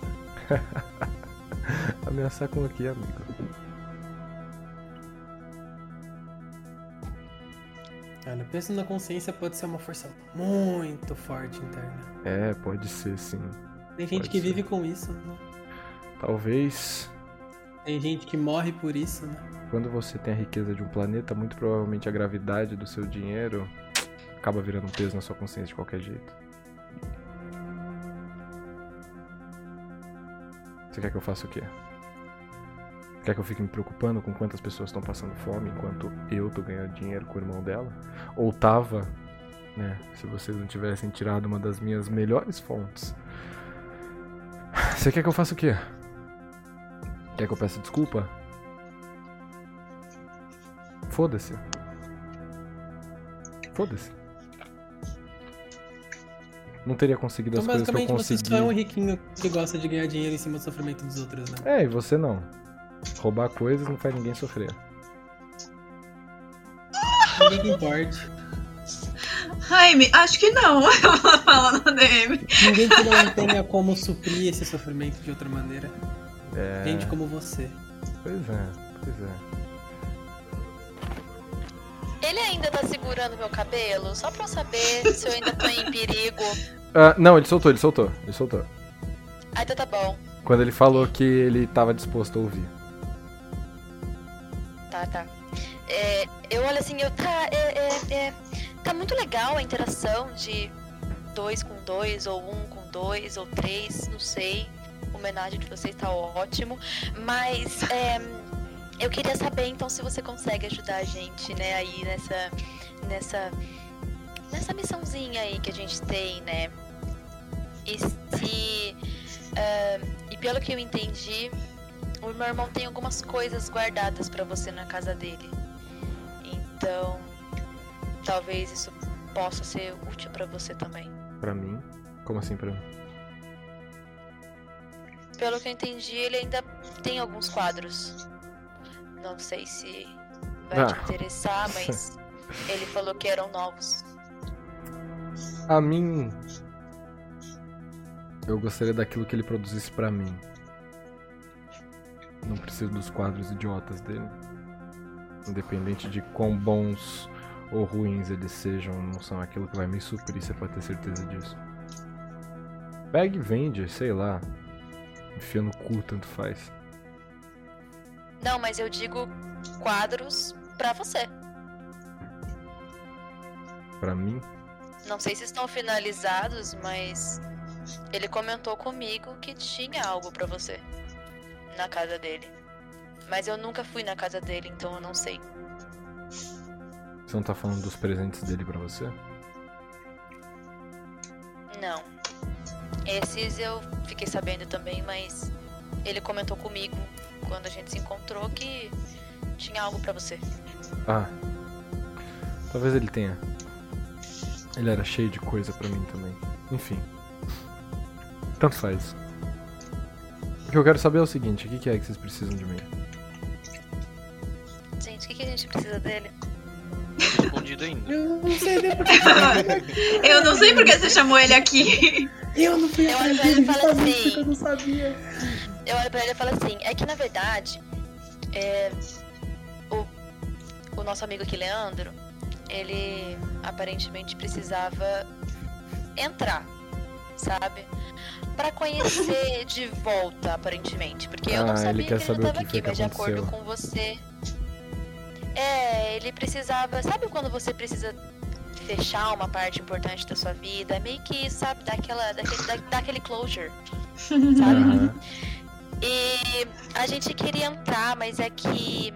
S1: Ameaçar com o que, amigo?
S7: Olha, peso na consciência pode ser uma força muito forte interna.
S1: É, pode ser sim.
S7: Tem gente
S1: Pode
S7: que
S1: ser.
S7: vive com isso, né?
S1: Talvez
S7: Tem gente que morre por isso, né?
S1: Quando você tem a riqueza de um planeta, muito provavelmente a gravidade do seu dinheiro acaba virando um peso na sua consciência de qualquer jeito. Você quer que eu faça o quê? Quer que eu fique me preocupando com quantas pessoas estão passando fome enquanto eu tô ganhando dinheiro com o irmão dela? Ou tava, né? Se vocês não tivessem tirado uma das minhas melhores fontes. Você quer que eu faça o quê? Quer que eu peça desculpa? Foda-se. Foda-se. Não teria conseguido as
S7: Então,
S1: coisas que eu
S7: basicamente, você
S1: consegui.
S7: só é um riquinho que gosta de ganhar dinheiro em cima do sofrimento dos outros, né?
S1: É, e você não. Roubar coisas não faz ninguém sofrer.
S7: Ninguém que importe.
S3: Jaime, acho que não. Eu falo no DM.
S7: Ninguém que não tenha como suprir esse sofrimento de outra maneira.
S1: É.
S7: Gente como você.
S1: Pois é, pois é.
S6: Ele ainda tá segurando meu cabelo, só pra eu saber se eu ainda tô em perigo.
S1: Ah, não, ele soltou, ele soltou, ele soltou.
S6: Ah, então tá bom.
S1: Quando ele falou que ele tava disposto a ouvir.
S6: Tá, tá. É, eu olho assim, eu tá, é, é, é, tá muito legal a interação de dois com dois, ou um com dois, ou três, não sei. A homenagem de vocês tá ótimo. Mas é, eu queria saber então se você consegue ajudar a gente, né, aí nessa. nessa. nessa missãozinha aí que a gente tem, né? E se. ah, e pelo que eu entendi, o meu irmão tem algumas coisas guardadas pra você na casa dele. Então, talvez isso possa ser útil pra você também.
S1: Pra mim? Como assim pra mim?
S6: Pelo que eu entendi, ele ainda tem alguns quadros. Não sei se vai
S1: Ah.
S6: te interessar, mas ele falou que eram novos.
S1: Pra mim, eu gostaria daquilo que ele produzisse pra mim. Não preciso dos quadros idiotas dele. Independente de quão bons ou ruins eles sejam, não são aquilo que vai me suprir, você pode ter certeza disso. Pega e vende, sei lá. Enfia no cu, tanto faz.
S6: Não, mas eu digo quadros pra você.
S1: Pra mim,
S6: Não sei se estão finalizados, mas ele comentou comigo que tinha algo pra você na casa dele. Mas eu nunca fui na casa dele, então eu não sei.
S1: você não tá falando dos presentes dele pra você?
S6: Não. Esses eu fiquei sabendo também, mas ele comentou comigo quando a gente se encontrou que tinha algo pra você.
S1: Ah. Talvez ele tenha. Ele era cheio de coisa pra mim também. Enfim. Tanto faz. O que eu quero saber é o seguinte, o que que é que vocês precisam de mim?
S6: Gente, o que, que a gente precisa dele?
S2: Escondido ainda.
S4: Eu não sei nem porque.
S3: Eu não sei porque você chamou ele aqui.
S4: Eu não fui
S6: Eu
S4: atrás
S6: olho pra ele
S4: dele,
S6: e falo
S4: justamente
S6: assim.
S4: porque eu não sabia.
S6: Eu olho pra ele e falo assim, é que na verdade, é, o, o nosso amigo aqui, Leandro, ele aparentemente precisava entrar, sabe? Pra conhecer de volta, aparentemente. Porque eu
S1: Ah,
S6: não
S1: ele
S6: sabia que
S1: quer
S6: ele não
S1: saber o
S6: tava
S1: que foi
S6: aqui,
S1: que
S6: mas de acordo
S1: aconteceu.
S6: com você. É, ele precisava. Sabe quando você precisa fechar uma parte importante da sua vida? É Meio que, sabe, daquela, daquele, da, daquele closure. Sabe?
S1: Aham.
S6: E a gente queria entrar, mas é que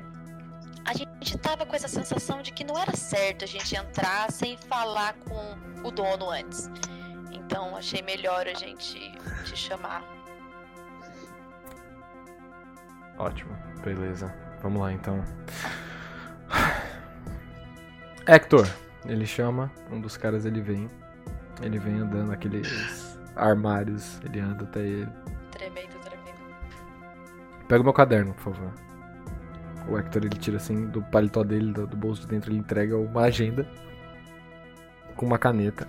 S6: a gente tava com essa sensação de que não era certo a gente entrar sem falar com o dono antes. Então achei melhor a gente te chamar.
S1: Ah, Ótimo. Beleza. Vamos lá então. Hector. Ele chama, um dos caras ele vem. Ele vem andando aqueles armários, ele anda até ele.
S6: Tremendo, tremendo.
S1: Pega o meu caderno, por favor. O Hector ele tira assim do paletó dele, do, do bolso de dentro, ele entrega uma agenda com uma caneta.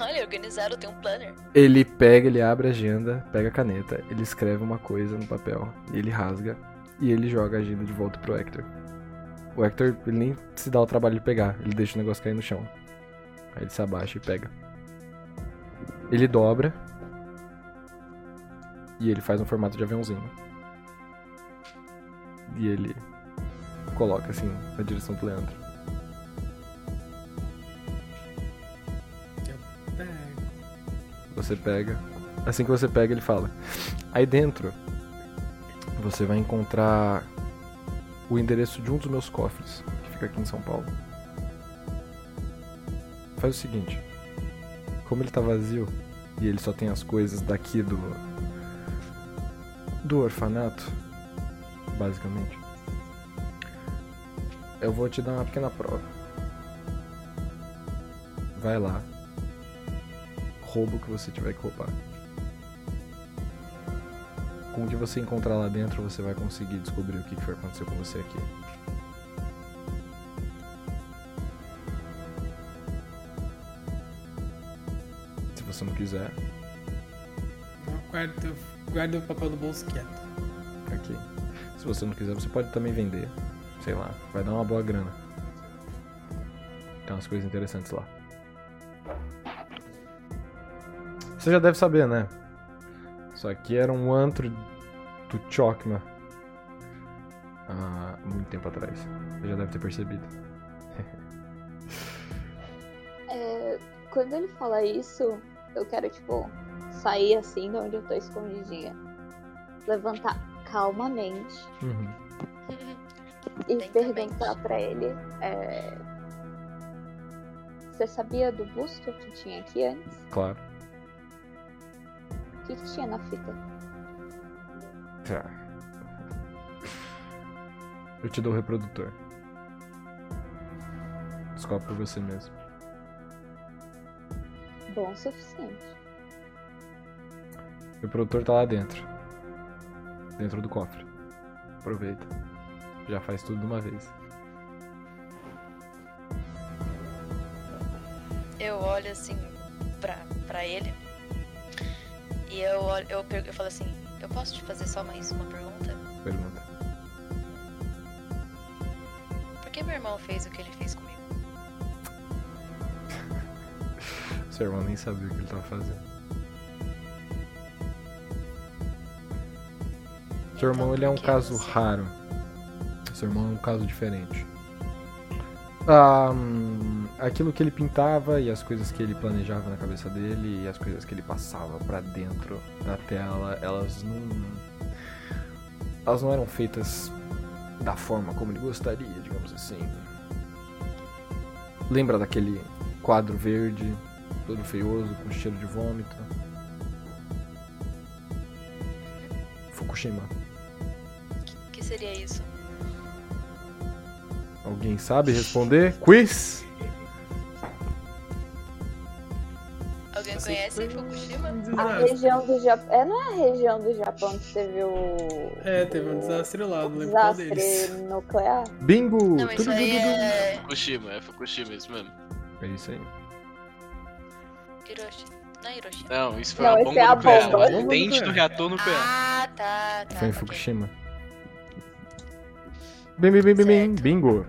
S6: Olha, organizaram, tem um planner.
S1: Ele pega, ele abre a agenda, pega a caneta, ele escreve uma coisa no papel, ele rasga e ele joga a agenda de volta pro Hector. O Hector ele nem se dá o trabalho de pegar, ele deixa o negócio cair no chão. Aí ele se abaixa e pega. Ele dobra e ele faz um formato de aviãozinho. E ele coloca assim na direção do Leandro.
S4: É,
S1: Você pega. Assim que você pega, ele fala. Aí dentro, você vai encontrar o endereço de um dos meus cofres, que fica aqui em São Paulo. Faz o seguinte. Como ele tá vazio e ele só tem as coisas daqui do. do orfanato, basicamente. Eu vou te dar uma pequena prova. Vai lá, roubo que você tiver que roubar. Com o que você encontrar lá dentro, você vai conseguir descobrir o que que foi acontecer com você aqui. Se você não quiser,
S4: Então, guarda, guarda o papel do bolso quieto.
S1: aqui. Se você não quiser, você pode também vender. Sei lá, vai dar uma boa grana. Tem umas coisas interessantes lá. Você já deve saber, né? Isso aqui era um antro do Chokma. Há muito tempo atrás. Você já deve ter percebido.
S5: É, quando ele fala isso, eu quero, tipo, sair assim de onde eu tô escondidinha. Levantar calmamente
S1: Uhum.
S5: e
S6: Lentamente.
S5: perguntar pra ele. é, Você sabia do busto que tinha aqui antes?
S1: Claro.
S5: O que que tinha na fita?
S1: Tá. Eu te dou o reprodutor. Descobre por você mesmo.
S5: Bom o suficiente.
S1: O produtor tá lá dentro. Dentro do cofre. Aproveita. Já faz tudo de uma vez.
S6: olho assim pra, pra ele. E eu, olho- eu, pergu- eu falo assim: Eu posso te fazer só mais uma pergunta?
S1: Pergunta.
S6: Por que meu irmão fez o que ele fez comigo?
S1: Seu irmão nem sabia o que ele tava fazendo. Seu irmão,
S6: Então,
S1: ele é
S6: por
S1: um
S6: que
S1: caso
S6: você-
S1: raro. Seu irmão é um caso diferente. Ah, hum, aquilo que ele pintava e as coisas que ele planejava na cabeça dele e as coisas que ele passava pra dentro da tela, elas não. Elas não eram feitas da forma como ele gostaria, digamos assim. Lembra daquele quadro verde, todo feioso, com cheiro de vômito? Fukushima.
S6: O que seria isso?
S1: Alguém sabe responder? Quiz?
S6: Alguém
S4: Você
S6: conhece
S4: foi-
S6: Fukushima?
S5: A
S4: Assim, tipo, um desastre.
S5: região do Japão. É, não é a região do Japão que teve o.
S4: É, teve um
S5: o-
S4: desastre lá, não lembro qual
S5: desastre
S4: deles.
S5: nuclear.
S1: Bingo!
S6: Não, isso
S1: Tudu,
S6: aí
S1: dudu,
S6: é Tá,
S2: Fukushima, é Fukushima isso mesmo.
S1: dudu. É isso aí.
S6: Hiroshima. Não é Hiroshima?
S2: Não, isso foi
S5: Não,
S2: uma
S5: esse
S2: bomba
S5: é a
S2: nuclear.
S5: bomba.
S2: Um dente do reator nuclear.
S6: Ah, tá, tá.
S1: Foi em
S6: ok.
S1: Fukushima. Bim, bim, bim, bim, bim.
S6: Certo.
S1: Bingo!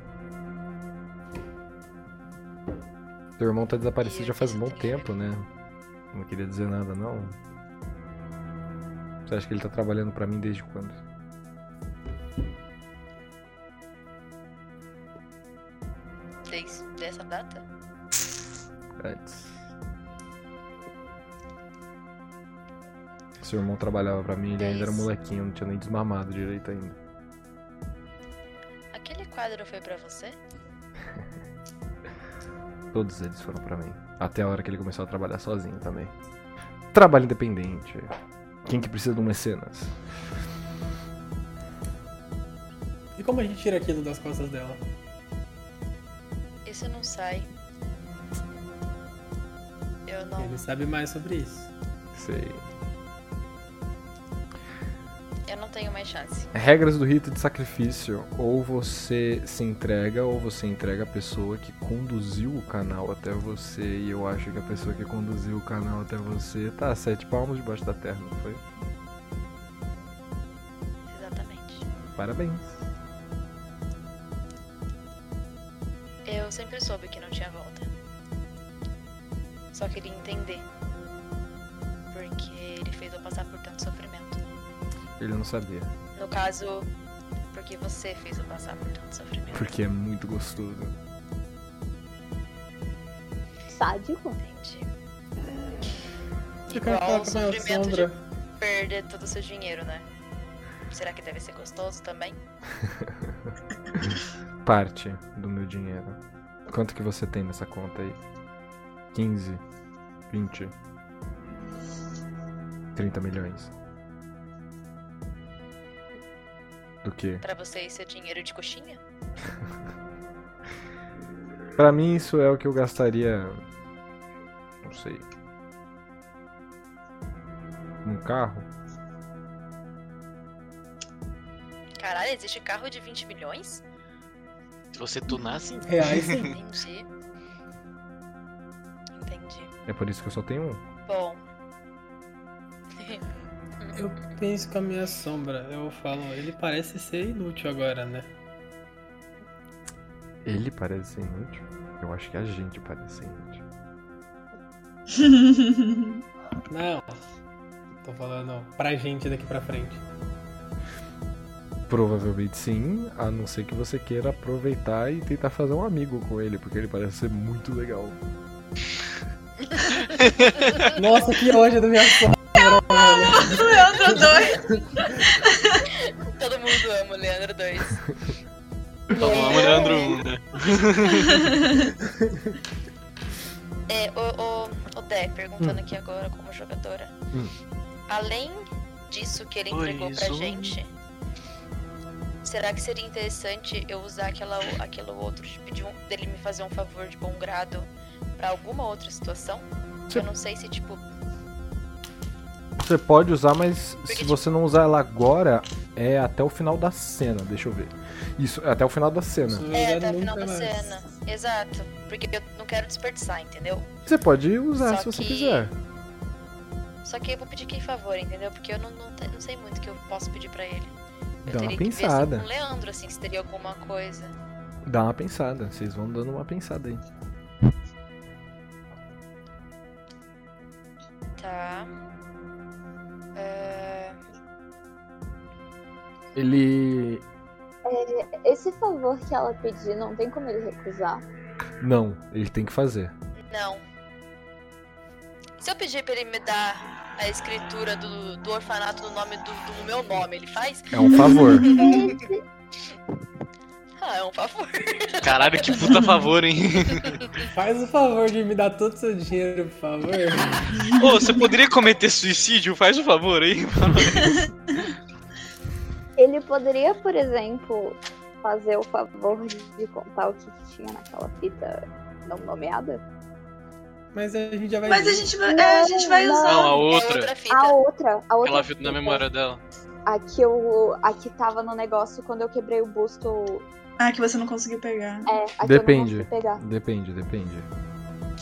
S1: Teu irmão tá desaparecido
S6: E
S1: já
S6: o que
S1: faz um
S6: você
S1: bom
S6: tem?
S1: tempo, né? Não queria dizer nada, não. Você acha que ele tá trabalhando pra mim desde quando?
S6: Desde dessa data?
S1: Antes. Seu irmão trabalhava pra mim, ele ainda era
S6: Dez.
S1: molequinho, não tinha nem desmamado direito ainda.
S6: Aquele quadro foi pra você?
S1: Todos eles foram pra mim. Até a hora que ele começou a trabalhar sozinho também. Trabalho independente. Quem que precisa de umas cenas?
S4: E como a gente tira aquilo das costas dela?
S6: Isso não sai. Eu não.
S4: Ele sabe mais sobre isso.
S1: Sei.
S6: Eu não tenho mais chance.
S1: Regras do rito de sacrifício. Ou você se entrega, ou você entrega a pessoa que conduziu o canal até você. E eu acho que a pessoa que conduziu o canal até você tá a sete palmos debaixo da terra, não foi?
S6: Exatamente.
S1: Parabéns.
S6: Eu sempre soube que não tinha volta. Só queria entender. Porque ele fez eu passar por tanto sofrimento.
S1: Ele não sabia.
S6: No caso, porque você fez eu passar por tanto sofrimento.
S1: Porque é muito gostoso.
S5: Sádico?
S6: Entendi.
S4: Fica
S6: Igual
S4: aquela
S6: o
S4: com a
S6: sofrimento
S4: sombra.
S6: de perder todo o seu dinheiro, né? Será que deve ser gostoso também?
S1: parte do meu dinheiro. Quanto que você tem nessa conta aí? 15? 20? 30 milhões? Do que?
S6: Pra você isso é dinheiro de coxinha?
S1: Pra mim isso é o que eu gastaria. Não sei. Num carro?
S6: Caralho, existe carro de 20 milhões?
S2: Se você tunar assim,
S4: Reais, sim.
S6: Entendi. Entendi.
S1: É por isso que eu só tenho um.
S6: Bom,
S4: Eu penso com a minha sombra. Eu falo, ele parece ser inútil agora, né?
S1: Ele parece ser inútil. Eu acho que a gente parece ser inútil.
S4: Não. Tô falando pra gente daqui pra frente.
S1: Provavelmente sim, a não ser que você queira aproveitar e tentar fazer um amigo com ele, porque ele parece ser muito legal.
S4: Nossa, que ódio da
S6: É,
S4: minha sombra. velho.
S3: Leandro 2.
S6: todo mundo ama o Leandro 2.
S2: todo mundo Leandro 1, né?
S6: É, o, o, o Dé, perguntando aqui agora como jogadora.
S1: Hum.
S6: Além disso que ele entregou pra
S2: Pois um.
S6: gente, será que seria interessante eu usar aquela, aquele outro, de pedir um, dele me fazer um favor de bom grado pra alguma outra situação?
S1: Sim.
S6: Eu não sei se, tipo,
S1: Você pode usar, mas
S6: Porque,
S1: se
S6: tipo-
S1: você não usar ela agora, é até o final da cena. Deixa eu ver. Isso, é até o final da cena.
S4: Isso
S6: É,
S4: já
S6: até o
S4: nunca
S6: final da
S4: mais.
S6: cena. Exato. Porque eu não quero desperdiçar, entendeu?
S1: Você pode usar
S6: Só
S1: se você
S6: que-
S1: quiser.
S6: Só que eu vou pedir que em favor, entendeu? Porque eu não, não, te- não sei muito o que eu posso pedir pra ele. Eu
S1: Dá uma
S6: teria que ver se-
S1: pensada.
S6: com o Leandro, assim, se teria alguma coisa.
S1: Dá uma pensada. Vocês vão dando uma pensada aí.
S6: Tá. É,
S1: Ele.
S5: é, Esse favor que ela pediu, não tem como ele recusar.
S1: Não, ele tem que fazer.
S6: Não. Se eu pedir pra ele me dar a escritura do, do orfanato no nome do, do meu nome, ele faz?
S1: É um favor.
S5: Esse-
S6: Ah, é um favor.
S2: Caralho, que puta favor, hein?
S7: Faz o favor de me dar todo o seu dinheiro, por favor.
S2: Ô, você poderia cometer suicídio? Faz o favor aí.
S5: Ele poderia, por exemplo, fazer o favor de contar o que tinha naquela fita não nomeada?
S7: Mas a gente já vai.
S3: Mas a gente vai, é, a gente vai
S5: Não,
S3: usar.
S2: Não, a
S6: É
S2: outra.
S6: outra fita.
S5: A outra, a outra.
S2: Ela viu na
S5: fita,
S2: memória dela.
S5: A que, eu, a que tava no negócio quando eu quebrei o busto.
S3: Ah, que você não conseguiu pegar.
S5: É, a
S1: Depende.
S5: que eu não consegui pegar.
S1: Depende, depende.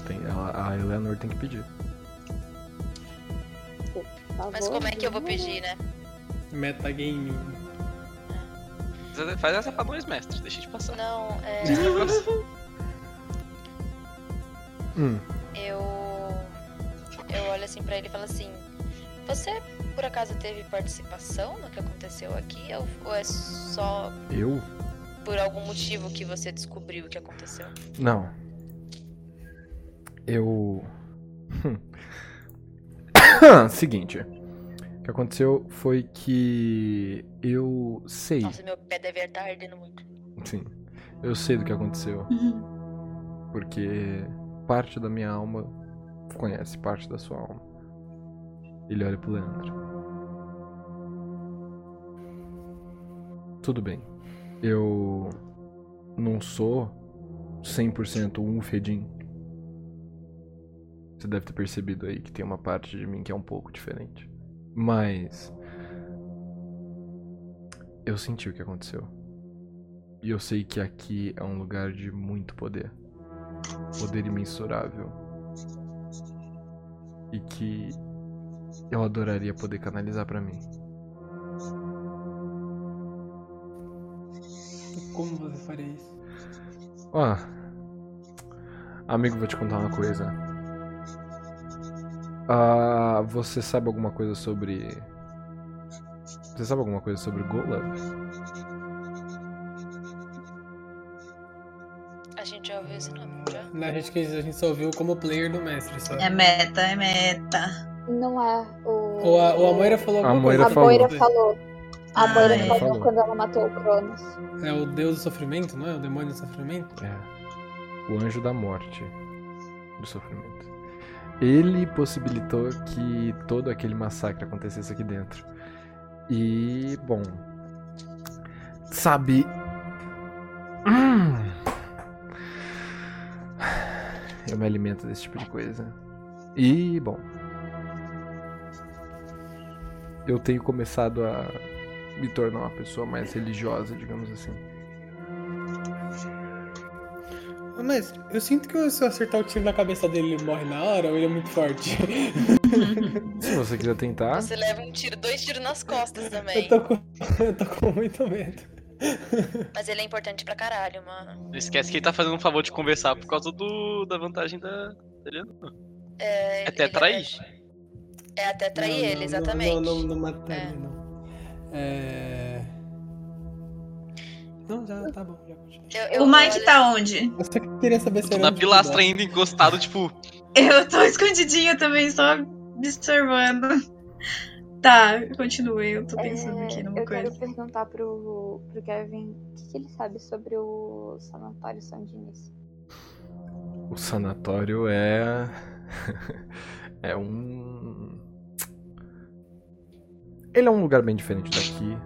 S1: Tem- ela- a Eleanor tem que pedir.
S6: Mas
S5: Favor
S6: como é que eu vou
S5: de-
S6: pedir, né?
S7: Metagame.
S2: Faz essa pra dois mestres, deixa de passar.
S6: Não, é.
S1: Hum,
S6: Eu. Eu olho assim pra ele e falo assim: Você por acaso teve participação no que aconteceu aqui? Ou, ou é só
S1: eu?
S6: por algum motivo que você descobriu o que aconteceu?
S1: Não. Eu. Seguinte. O que aconteceu foi que eu sei.
S6: Nossa, meu pé deve estar ardendo muito.
S1: Sim. Eu sei do que aconteceu.
S3: Uhum.
S1: Porque parte da minha alma conhece parte da sua alma. Ele olha pro Leandro. Tudo bem. Eu não sou 100% um fedim. Você deve ter percebido aí que tem uma parte de mim que é um pouco diferente. Mas eu senti o que aconteceu. E eu sei que aqui é um lugar de muito poder poder imensurável. E que eu adoraria poder canalizar pra mim.
S7: Como você faria isso?
S1: Ó. Amigo, vou te contar uma coisa. Ah, você sabe alguma coisa sobre. Você sabe alguma coisa sobre Golub?
S6: A gente já ouviu esse nome, não já?
S7: Não, a, gente, a gente só ouviu como player do mestre, só.
S3: É meta, é meta.
S5: Não é o.
S7: Ou a, ou a Moira falou
S1: A
S7: alguma
S1: Moira
S7: coisa.
S5: A
S1: falou.
S5: Moira falou. A
S3: Ah,
S5: Moira
S3: é.
S5: falou,
S1: Falou.
S5: quando ela matou o Cronos.
S7: É o deus do sofrimento, não é? O demônio do sofrimento?
S1: É. O anjo da morte. Do sofrimento. Ele possibilitou que todo aquele massacre acontecesse aqui dentro. E, bom. Sabe. Hum. Eu me alimento desse tipo de coisa. E, bom. Eu tenho começado a me tornar uma pessoa mais religiosa, digamos assim.
S7: Ah, Mas eu sinto que se eu acertar o tiro na cabeça dele, ele morre na hora ou ele é muito forte.
S1: Se você quiser tentar.
S6: Você leva um tiro, dois tiros nas costas também.
S7: Eu tô com, eu tô com muito medo.
S6: Mas ele é importante pra caralho, mano.
S2: Não esquece que ele tá fazendo um favor de conversar por causa do, da vantagem da. da Eleanor.
S6: É,
S2: É até
S6: ele-
S2: trair?
S6: É até trair
S7: Não,
S6: ele,
S7: não,
S6: exatamente.
S7: Não, não, não, não matar
S6: É.
S7: ele, não. É... Não, já tá bom, já continua.
S6: Eu- eu
S3: O Mike
S6: olho- assim,
S3: tá onde?
S7: Eu só queria saber se
S2: Tô
S7: era
S2: na
S7: onde
S2: pilastra
S7: que
S2: ainda encostado, tipo.
S3: Eu tô escondidinha também, só observando. Tá, continue, eu tô pensando
S5: É,
S3: aqui numa
S5: eu
S3: coisa.
S5: quero perguntar pro, pro Kevin o que, que ele sabe sobre o Sanatório São Diniz.
S1: O sanatório é. é um. Ele é um lugar bem diferente daqui.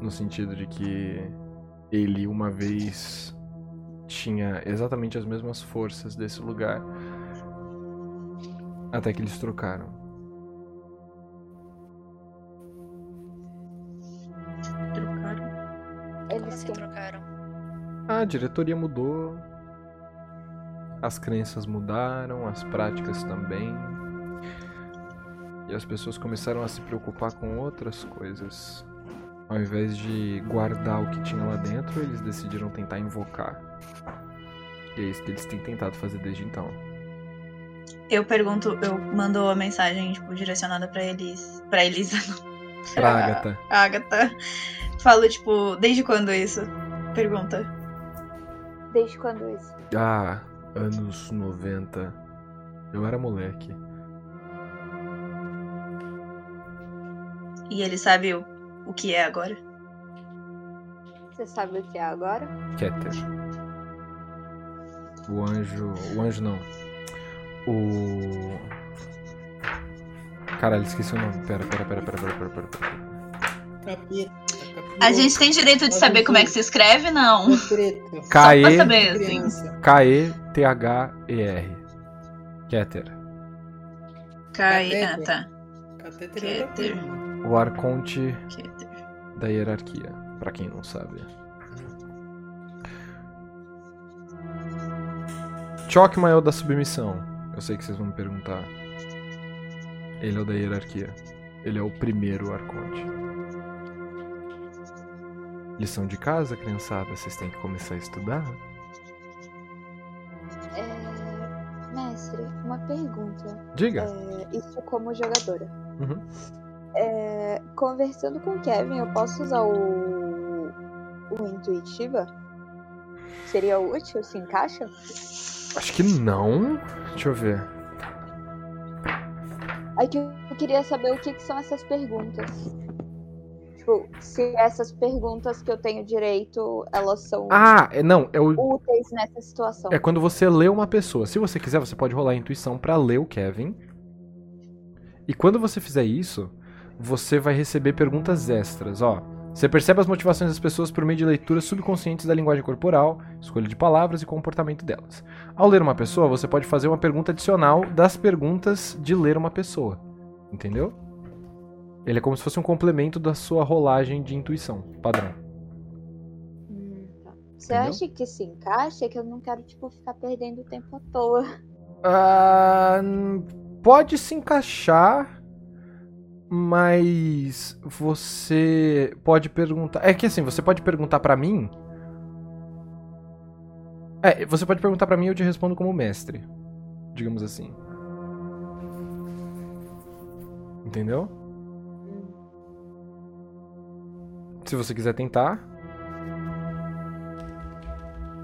S1: No sentido de que ele uma vez tinha exatamente as mesmas forças desse lugar. Até que eles trocaram.
S3: Trocaram.
S6: Como
S5: Eles
S6: assim
S5: têm
S6: trocaram?
S1: A diretoria mudou. As crenças mudaram, as práticas também. E as pessoas começaram a se preocupar com outras coisas. Ao invés de guardar o que tinha lá dentro, eles decidiram tentar invocar. E é isso que eles têm tentado fazer desde então.
S3: Eu pergunto, eu mando uma mensagem, tipo, direcionada pra eles. Pra Elisa, não.
S1: Pra Agatha.
S3: A Agatha. Falo, tipo, desde quando isso? Pergunta.
S5: Desde quando isso?
S1: Ah, anos 90. Eu era moleque.
S3: E ele sabe o, o que é agora.
S5: Você sabe o que é agora?
S1: Keter. O anjo. O anjo não. O. Caralho, esqueci o nome. Pera, pera, pera, pera, pera, pera, pera. pera.
S7: Capeta.
S3: A gente tem direito de saber como é que se escreve, não.
S7: Preto.
S3: Só pra
S1: Caê.
S3: saber, assim.
S7: Criança.
S1: K-E-T-H-E-R. Keter.
S3: Cai. Ah, tá.
S7: Cateter é outra
S3: Keter.
S7: coisa.
S1: O arconte
S3: Keter.
S1: da hierarquia, pra quem não sabe. Chokma é o da submissão. Eu sei que vocês vão me perguntar. Ele é o da hierarquia. Ele é o primeiro arconte. Lição de casa, criançada, vocês têm que começar a estudar?
S5: É, Mestre, uma pergunta.
S1: Diga.
S5: É, Isso como jogadora.
S1: Uhum.
S5: É, Conversando com o Kevin, eu posso usar o. o intuitiva? Seria útil? Se encaixa?
S1: Acho que não. Deixa eu ver.
S5: É que eu queria saber o que, que são essas perguntas. Tipo, se essas perguntas que eu tenho direito, elas são
S1: Ah, é, não, é o
S5: úteis nessa situação.
S1: É quando você lê uma pessoa. Se você quiser, você pode rolar a intuição pra ler o Kevin. E quando você fizer isso, você vai receber perguntas extras, ó. Você percebe as motivações das pessoas por meio de leituras subconscientes da linguagem corporal, escolha de palavras e comportamento delas. Ao ler uma pessoa, você pode fazer uma pergunta adicional das perguntas de ler uma pessoa. Entendeu? Ele é como se fosse um complemento da sua rolagem de intuição, padrão.
S5: Hum, tá. Você
S1: Entendeu?
S5: acha que se encaixa? É que eu não quero, tipo, ficar perdendo tempo à toa.
S1: Ah, hum, pode se encaixar, mas você pode perguntar. É que assim, você pode perguntar pra mim. É, você pode perguntar pra mim e eu te respondo como mestre. Digamos assim. Entendeu? Se você quiser tentar,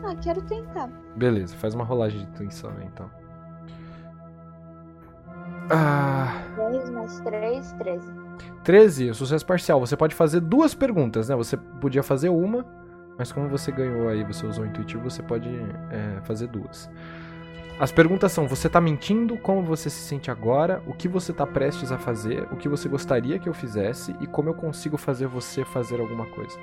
S5: Ah, quero tentar.
S1: beleza, faz uma rolagem de intuição aí então. Ah.
S5: 10 mais 3, 13.
S1: 13, o sucesso parcial. Você pode fazer duas perguntas, né? Você podia fazer uma, mas como você ganhou aí, você usou o intuitivo, você pode é, fazer duas. As perguntas são: você tá mentindo? Como você se sente agora? O que você tá prestes a fazer? O que você gostaria que eu fizesse? E como eu consigo fazer você fazer alguma coisa?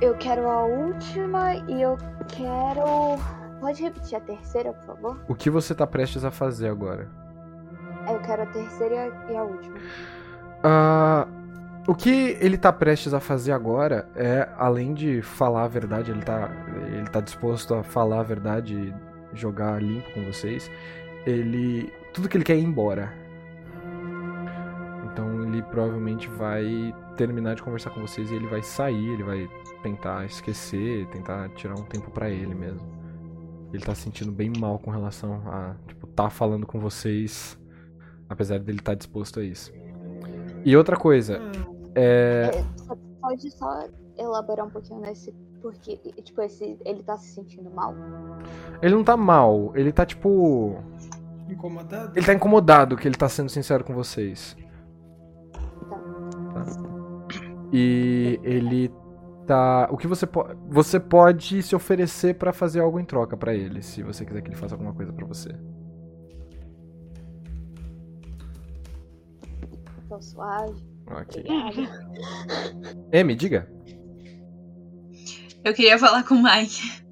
S5: Eu quero a última e eu quero. Pode repetir a terceira, por favor?
S1: O que você tá prestes a fazer agora?
S5: Eu quero a terceira e a- e a última.
S1: Ah, o que ele tá prestes a fazer agora é, além de falar a verdade, ele tá, ele tá disposto a falar a verdade e jogar limpo com vocês. Ele. Tudo que ele quer é ir embora. Então ele provavelmente vai terminar de conversar com vocês e ele vai sair, ele vai tentar esquecer, tentar tirar um tempo pra ele mesmo. Ele tá se sentindo bem mal com relação a, tipo, tá falando com vocês, apesar dele estar tá disposto a isso. E outra coisa, é.
S5: É, só- pode só elaborar um pouquinho nesse. Porque, tipo, esse, ele tá se sentindo mal.
S1: Ele não tá mal, ele tá tipo.
S7: Incomodado?
S1: Ele tá incomodado que ele tá sendo sincero com vocês. Tá. E ele tá. O que você pode. Você pode se oferecer pra fazer algo em troca pra ele, se você quiser que ele faça alguma coisa pra você.
S5: Tô suave.
S1: Ok.
S5: Obrigada.
S1: M, diga.
S3: Eu queria falar com o Mike.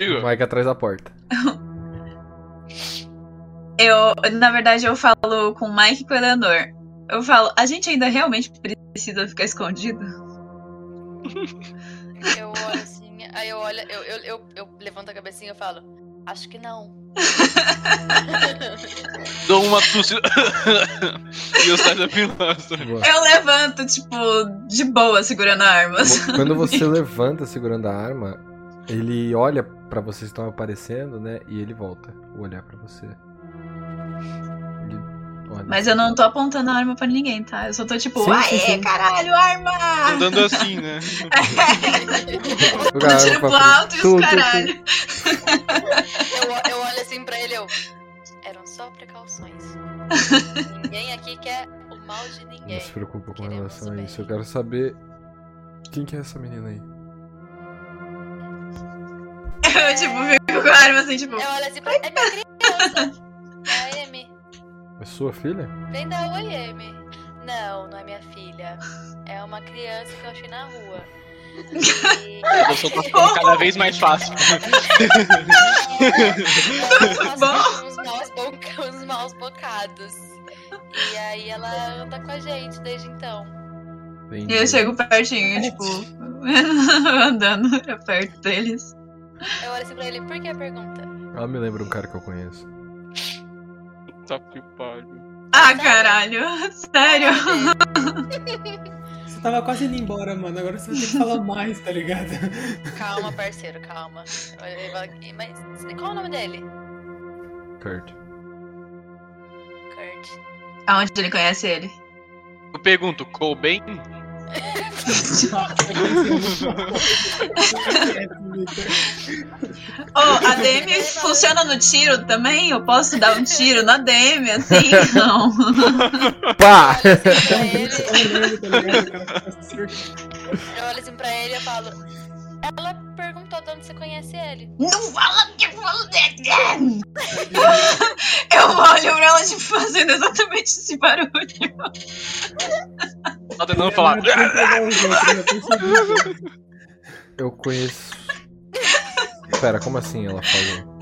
S2: Igor,
S1: Mike atrás da porta.
S3: Eu, na verdade, eu falo com o Mike e com o Eleanor. Eu falo, a gente ainda realmente precisa ficar escondido?
S6: Eu olho assim, cabecinha. Aí eu olho, eu, eu, eu, eu levanto a cabecinha e eu falo, acho que não.
S2: Dou uma tosse e eu saio da pilastra.
S1: Boa.
S3: Eu levanto, tipo, de boa, segurando a arma.
S1: Quando você levanta segurando a arma, ele olha pra vocês que estão aparecendo, né? E ele volta a olhar pra você. Ele olha.
S3: Mas eu não tô apontando a arma pra ninguém, tá? Eu só tô tipo,
S1: Sim,
S3: aê,
S1: sim, sim.
S3: caralho, arma!
S2: Andando assim, né?
S1: Joga a arma pra
S3: Tiro pro
S1: frente.
S3: alto e
S1: Tu, tu,
S3: os
S1: tu.
S3: caralho.
S6: Eu, o- eu olho assim pra ele eu. Eram só precauções. Ninguém aqui quer o mal de
S1: Não
S6: ninguém.
S1: se preocupa com
S6: Queremos
S1: relação a
S6: bem.
S1: isso. Eu quero saber quem que é essa menina aí.
S3: Eu, tipo, fico com a arma assim, tipo,
S6: Eu olho assim pra. É minha criança! É a Amy.
S1: É sua filha?
S6: Vem dar oi, Amy. Não, não é minha filha. É uma criança que eu achei na rua. E...
S2: Eu sou ficando cada vez mais fácil.
S6: Ela
S3: bom?
S6: passa uns maus, boca- uns maus bocados. E aí ela anda com a gente desde então.
S1: Tem- um-
S3: e eu chego pertinho,
S1: É
S3: tipo, andando pra perto deles.
S6: Eu olho assim pra ele, por que a pergunta?
S1: Ela me lembra um cara que eu conheço.
S2: Tá que pariu.
S3: Ah, caralho, sério?
S7: Você tava quase indo embora, mano. Agora você vai ter que falar mais, tá ligado?
S6: Calma, parceiro, calma. Eu- eu falo aqui, Mas qual é o nome dele?
S1: Kurt.
S6: Kurt.
S3: Aonde ele conhece ele?
S2: Eu pergunto, Colben?
S3: Ô, a DM funciona no tiro também? Eu posso dar um tiro na DM, assim? Não.
S1: Pá!
S6: Eu olho assim pra ele,
S7: tá ligado? Cara, tá surto.
S6: eu olho assim pra ele e eu falo. Ela perguntou de onde você conhece ele.
S3: Não fala que eu falo dele. Eu olho pra ela tipo, fazendo exatamente esse barulho.
S2: Tá tentando falar.
S7: Tem que pegar os outros, eu percebi.
S1: Eu conheço. Pera, como assim ela falou?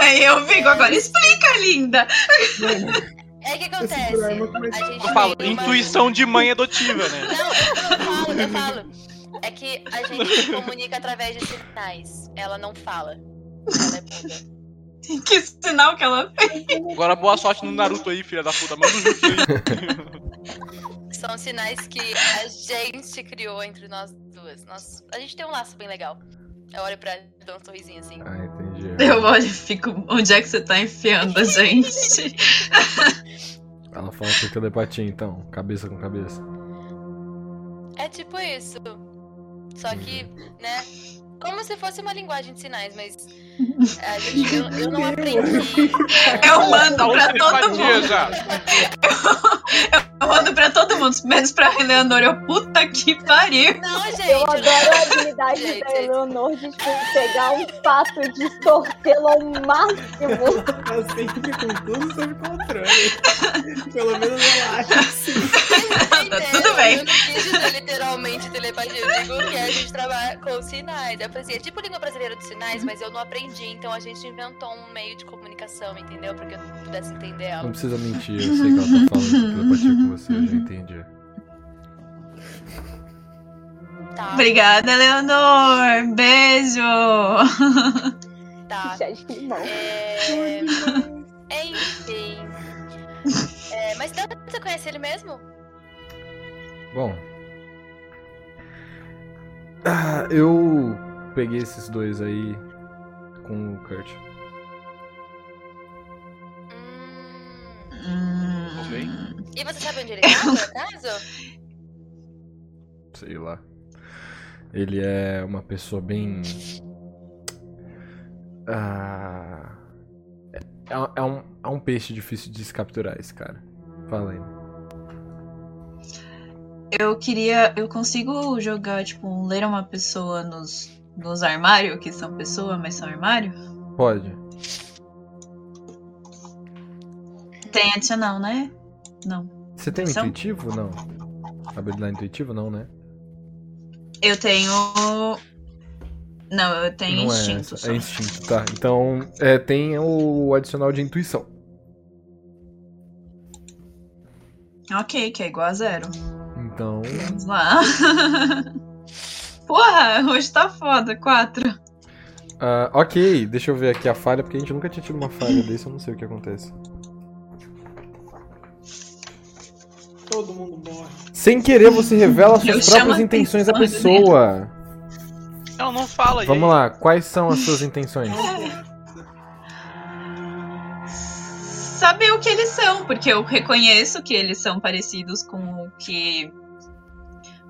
S3: Aí eu fico agora, explica, linda.
S6: É que
S7: Eu
S6: acontece.
S7: seguro a arma, mas-
S6: A gente
S2: Eu falo,
S6: tem uma-
S2: intuição de mãe adotiva, né?
S6: Não, eu falo, eu falo. É que a gente se comunica através de sinais. Ela não fala. Ela é muda.
S3: Que sinal que ela fez.
S2: Agora boa sorte no Naruto aí, filha da puta. Manda um jutsu aí.
S6: São sinais que a gente criou entre nós duas. Nós, a gente tem um laço bem legal. Eu olho pra ela, dou um sorrisinho assim.
S1: Ah, entendi.
S3: Eu olho e fico, onde é que você tá enfiando a gente?
S1: Ela fala por telepatia então, cabeça com cabeça.
S6: É tipo isso. Só que, né? Como se fosse uma linguagem de sinais, mas. A gente, eu, eu não aprendi.
S3: Eu mando pra todo
S2: Telepatia
S3: mundo.
S2: já.
S3: Eu mando pra todo mundo, menos pra Eleanor. Eu, puta que pariu.
S6: Não, gente.
S5: Eu adoro a
S6: Gente,
S5: habilidade da
S6: gente.
S5: Eleonor de tipo, pegar um fato e distorcê-lo ao máximo.
S7: Tá sempre com tudo sob controle. Pelo menos eu acho que sim.
S3: Tá tudo bem.
S6: Eu não quis dizer literalmente telepatia. Eu digo que a gente trabalha com sinais. Eu falei assim, é tipo língua brasileira dos sinais, mas eu não aprendi. Então a gente inventou um meio de comunicação, entendeu? Pra que eu pudesse entender
S1: Não
S6: ela.
S1: precisa mentir, eu sei que ela tá falando de telepatia com você, eu já entendi.
S6: Tá,
S3: Obrigada, Eleanor. Beijo.
S6: tá.
S5: Chá de limão.
S6: É... Enfim. É, mas então você conhece ele mesmo?
S1: Bom. Ah, eu peguei esses dois aí com o Kurt.
S6: Hum...
S3: Hum,
S6: E você sabe onde ele tá, por acaso?
S1: Sei lá. Ele é uma pessoa bem. Ah. É, é um, é um peixe difícil de se capturar, esse cara. Fala aí.
S3: eu queria. Eu consigo jogar, tipo, um ler uma pessoa nos, nos armários, que são pessoa, mas são armário?
S1: Pode.
S3: Tem adicional, né?
S1: Você tem um
S3: São-
S1: intuitivo? Não. Habilidade intuitiva? Não, né?
S3: Eu tenho. Não, eu tenho
S1: não
S3: instinto.
S1: é,
S3: só.
S1: essa. é instinto, tá. Então, é, tem o adicional de intuição.
S3: Ok, que é igual a zero.
S1: Então,
S3: Vamos lá. Porra, hoje tá foda. Quatro.
S1: Ah, ok, deixa eu ver aqui a falha, porque a gente nunca tinha tido uma falha desse, eu não sei o que acontece.
S4: Todo mundo morre.
S1: Sem querer, você revela
S3: Eu
S1: suas
S3: chamo
S1: próprias
S3: a
S1: intenções à
S3: atenção do
S1: pessoa.
S2: Não, não fala, e
S1: Vamos
S2: aí?
S1: lá, quais são as suas intenções?
S3: Saber o que eles são, porque eu reconheço que eles são parecidos com o que.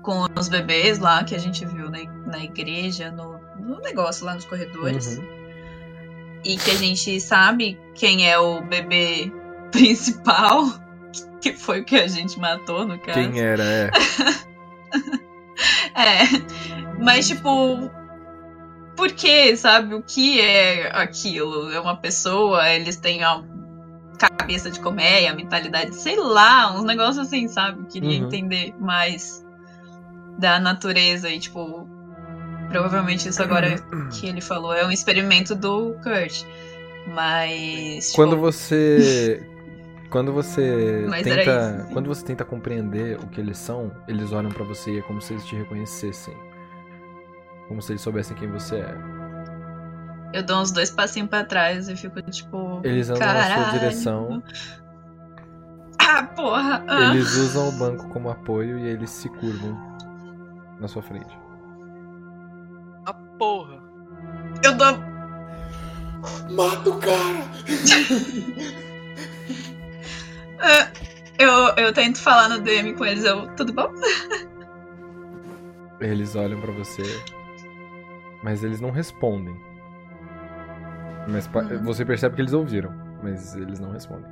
S3: com os bebês lá que a gente viu na, na igreja, no, no negócio lá nos corredores.
S1: Uhum.
S3: e que a gente sabe quem é o bebê principal, que foi o que a gente matou, no caso.
S1: Quem era, é.
S3: É.
S1: Uhum.
S3: Mas, tipo, por que, sabe? O que é aquilo? É uma pessoa, eles têm a cabeça de colmeia, mentalidade, sei lá, uns negócios assim, sabe? Queria
S1: Uhum.
S3: entender mais da natureza e, tipo, provavelmente isso agora
S1: Uhum.
S3: que ele falou é um experimento do Kurt. Mas. tipo,
S1: Quando você. Quando você
S3: Mas era
S1: tenta.
S3: isso.
S1: Quando você tenta compreender o que eles são, eles olham pra você e é como se eles te reconhecessem. Como se eles soubessem quem você é.
S3: eu dou uns dois passinhos pra trás e fico, tipo.
S1: Eles andam na sua
S3: Caralho.
S1: direção,
S3: Ah, porra! ah."
S1: eles usam o banco como apoio e eles se curvam na sua frente.
S2: Ah, porra.
S3: Eu dou
S4: Mata o cara!
S3: Ah, Eu, eu tento falar no DM com eles, eu, tudo bom?
S1: Eles olham pra você, mas eles não respondem. Mas pa-
S3: Uhum.
S1: você percebe que eles ouviram, mas eles não respondem.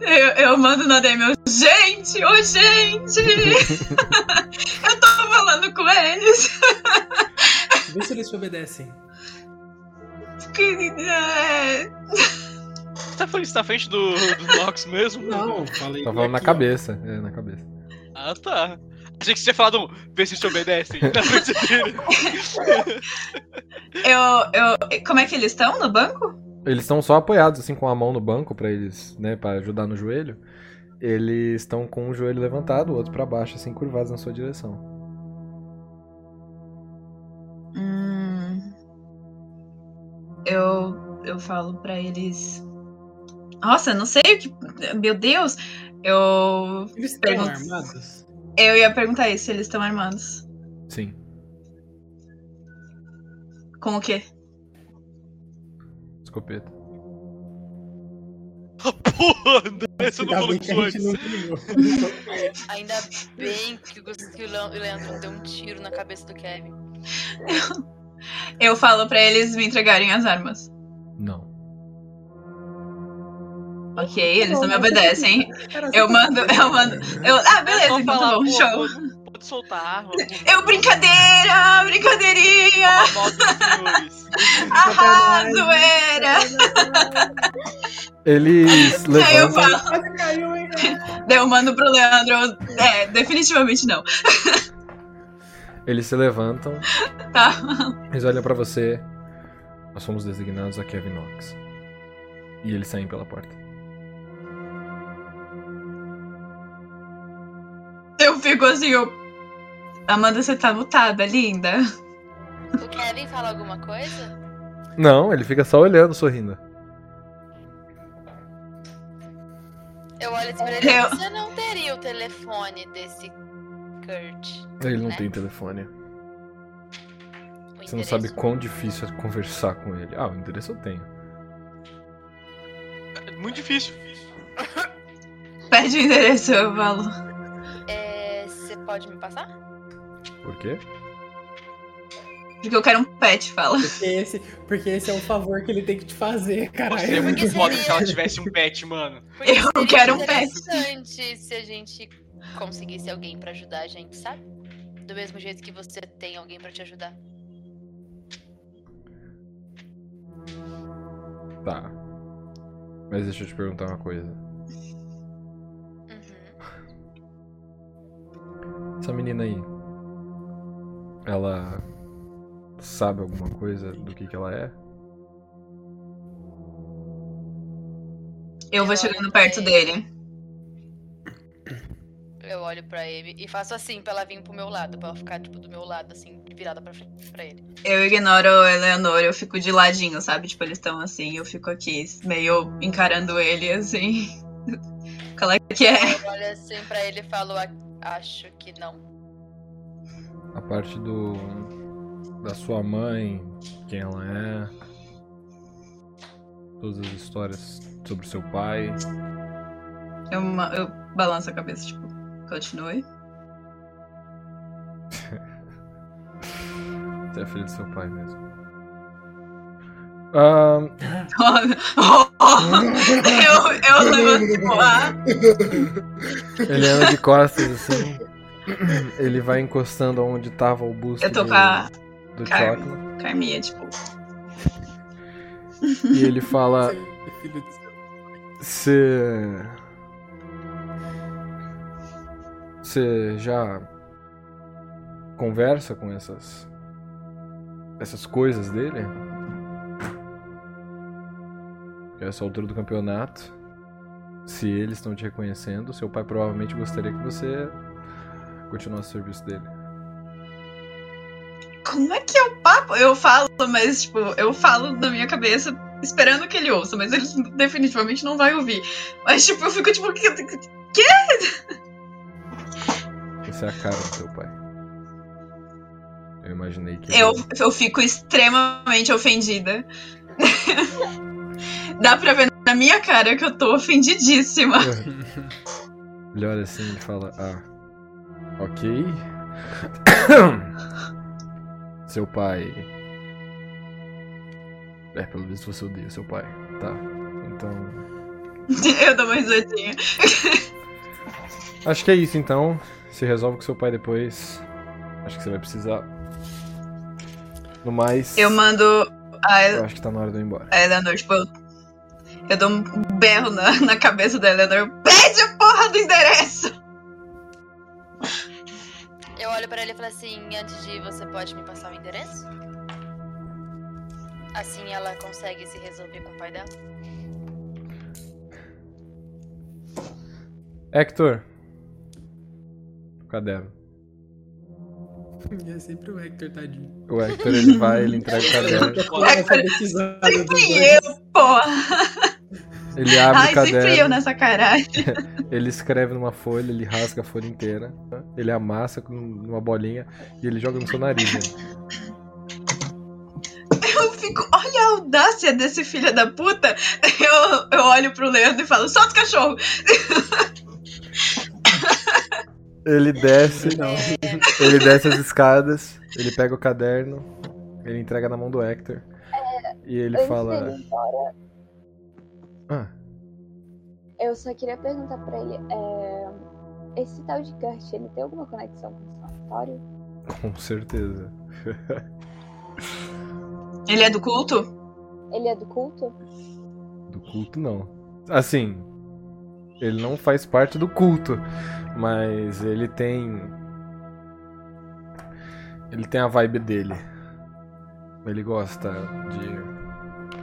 S1: Tá
S3: Eu, eu mando no DM, eu, gente, ô gente! eu tô falando com eles!
S7: Vê se eles te obedecem.
S3: Que- é,
S2: Você tá falando isso na frente do, do Nox mesmo?
S7: Não, falei.
S1: Tá falando na
S7: aqui,
S1: cabeça, é, na cabeça.
S2: Ah, tá. Achei que você tinha falado um, vê se te obedecem na frente dele.
S3: eu, eu, como é que eles estão no banco?
S1: Eles estão só apoiados, assim, com a mão no banco pra eles, né, pra ajudar no joelho. Eles estão com um joelho levantado, o outro pra baixo, assim, curvados na sua direção.
S3: Hum, eu, eu falo pra eles. Nossa, não sei o que. Meu Deus! Eu,
S7: ó. Eles estão
S3: Pergunta-
S7: armados?
S3: eu ia perguntar isso, se eles estão armados.
S1: Sim.
S3: Com o quê?
S1: Escopeta.
S2: Porra, André, você não
S4: Ainda
S2: falou
S4: bem que
S2: isso
S4: a
S2: antes.
S4: gente não criou.
S6: Ainda bem que o Gus- que o Leon- o Leandro deu um tiro na cabeça do Kevin.
S3: Eu falo pra eles me entregarem as armas.
S1: Não.
S3: Ok, eles não me
S5: Bom,
S3: obedecem.
S4: Cara,
S3: Eu mando, eu mando. Eu, ah,
S2: É só
S3: beleza, então tá
S2: falar,
S3: bom,
S2: pô,
S3: show.
S2: pô, Pode soltar a arma.
S3: Eu, brincadeira, brincadeirinha,
S2: Nossa, senhores.
S7: tá
S3: ah, zoeira.
S1: Eles
S3: Aí eu
S1: levantam.
S3: falo,
S4: Quase caiu, hein?
S3: daí eu mando pro Leandro, eu- é, definitivamente não.
S1: Eles se levantam.
S3: Tá.
S1: Eles olham pra você. Nós somos designados a Kevin Knox. E eles saem pela porta.
S3: Eu fico assim, eu... Amanda, você tá mutada, linda.
S6: O Kevin fala alguma coisa?
S1: Não, ele fica só olhando, sorrindo.
S6: Eu olho assim pra ele.
S3: Eu-
S6: Você não teria o telefone desse Kurt.
S1: Ele não
S6: É.
S1: tem telefone.
S6: o
S1: Você não
S6: endereço?
S1: sabe quão difícil é conversar com ele. Ah, o endereço eu tenho.
S2: É Muito difícil.
S3: Pede o endereço, eu falo.
S6: É, Você pode me passar?
S1: Por quê?
S3: Porque eu quero um pet, fala.
S4: Porque esse, porque esse
S7: um
S4: é o favor que ele tem que te
S2: Pô, Seria
S4: fazer, caralho.
S2: é muito
S6: Porque
S2: foda
S6: seria-
S2: se ela tivesse um pet, mano.
S6: Porque
S3: Eu
S6: seria
S3: quero um
S6: interessante se a gente conseguisse alguém pra ajudar a gente, sabe? Do mesmo jeito que você tem alguém pra te ajudar.
S1: Tá. Mas deixa eu te perguntar uma coisa.
S6: Uhum.
S1: Essa menina aí. Ela. Sabe alguma coisa do que, que ela é?
S3: Eu vou chegando perto dele.
S6: Eu olho olho pra ele e faço assim pra ela vir pro meu lado, pra ela ficar, tipo, do meu lado, assim, virada pra frente pra ele.
S3: Eu ignoro o Eleanor, eu fico de ladinho, sabe? Tipo, eles estão assim, eu fico aqui, meio encarando ele, assim. Qual é que é?
S6: Eu olho assim pra ele e falo, "A- acho que não.
S1: A parte do. da sua mãe, quem ela é. Todas as histórias sobre o seu pai.
S3: Eu, ma- eu balanço a cabeça, tipo, continue.
S1: Você é filho do seu pai mesmo. Ahn,
S3: eu, eu levanto pro ar.
S1: ele anda de costas assim. Ele vai encostando onde tava o busto
S3: Eu tô
S1: do,
S3: com a
S1: do
S3: Carmen.
S1: Chocolate.
S3: Carminha, tipo.
S1: E ele fala.
S7: Filho do céu.
S1: Você. Você já conversa com essas. essas coisas dele? Porque é Essa altura do campeonato. Se eles estão te reconhecendo, seu pai provavelmente gostaria que você continuasse o serviço dele.
S3: Como é que é o papo? Eu falo, mas, tipo, eu falo na minha cabeça, esperando que ele ouça, mas ele definitivamente não vai ouvir. Mas, tipo, eu fico tipo, que- que-
S1: Você é a cara do seu pai. Eu imaginei que.
S3: eu, eu fico extremamente ofendida. Dá pra ver na minha cara que eu tô ofendidíssima.
S1: Ele olha assim e fala: Ah, ok. seu pai. É, pelo visto você odeia seu pai. Tá. Então.
S3: Eu dou uma risadinha.
S1: Acho que é isso então. Se resolve com seu pai depois. Acho que você vai precisar. No mais.
S3: Eu mando a,
S1: eu acho que tá na hora de eu ir embora.
S3: a Eleanor, tipo, eu, eu dou um berro na, na cabeça da Eleanor. Pede a porra do endereço!
S6: Eu olho pra ele e falo assim, antes de ir, você pode me passar o endereço? Assim ela consegue se resolver com o pai dela.
S1: Hector. Cadê?
S7: E é sempre o Hector, tadinho.
S1: O Hector ele vai, ele entrega o caderno.
S7: O alfabetizado dos
S3: Sempre
S7: dois.
S3: Porra!
S1: Ele abre
S3: Ai,
S1: o
S3: sempre eu né?
S1: caderno.
S3: nessa caralho.
S1: Ele escreve numa folha, ele rasga a folha inteira, né? ele amassa com uma bolinha e ele joga no seu nariz. Né?
S3: Eu fico, olha a audácia desse filho da puta. Eu, eu olho pro Leandro e falo, solta o cachorro!
S1: Ele desce,
S7: Não.
S1: ele desce as escadas, ele pega o caderno, ele entrega na mão do Hector e ele
S5: Antes
S1: fala:
S5: dele ir embora,
S1: ah,
S5: eu só queria perguntar pra ele: é, esse tal de Gert, ele tem alguma conexão com o sanatório?
S1: com certeza.
S3: Ele é do culto?
S5: Ele é do culto?
S1: Do culto não. Assim, ele não faz parte do culto, mas ele tem ele tem a vibe dele. Ele gosta de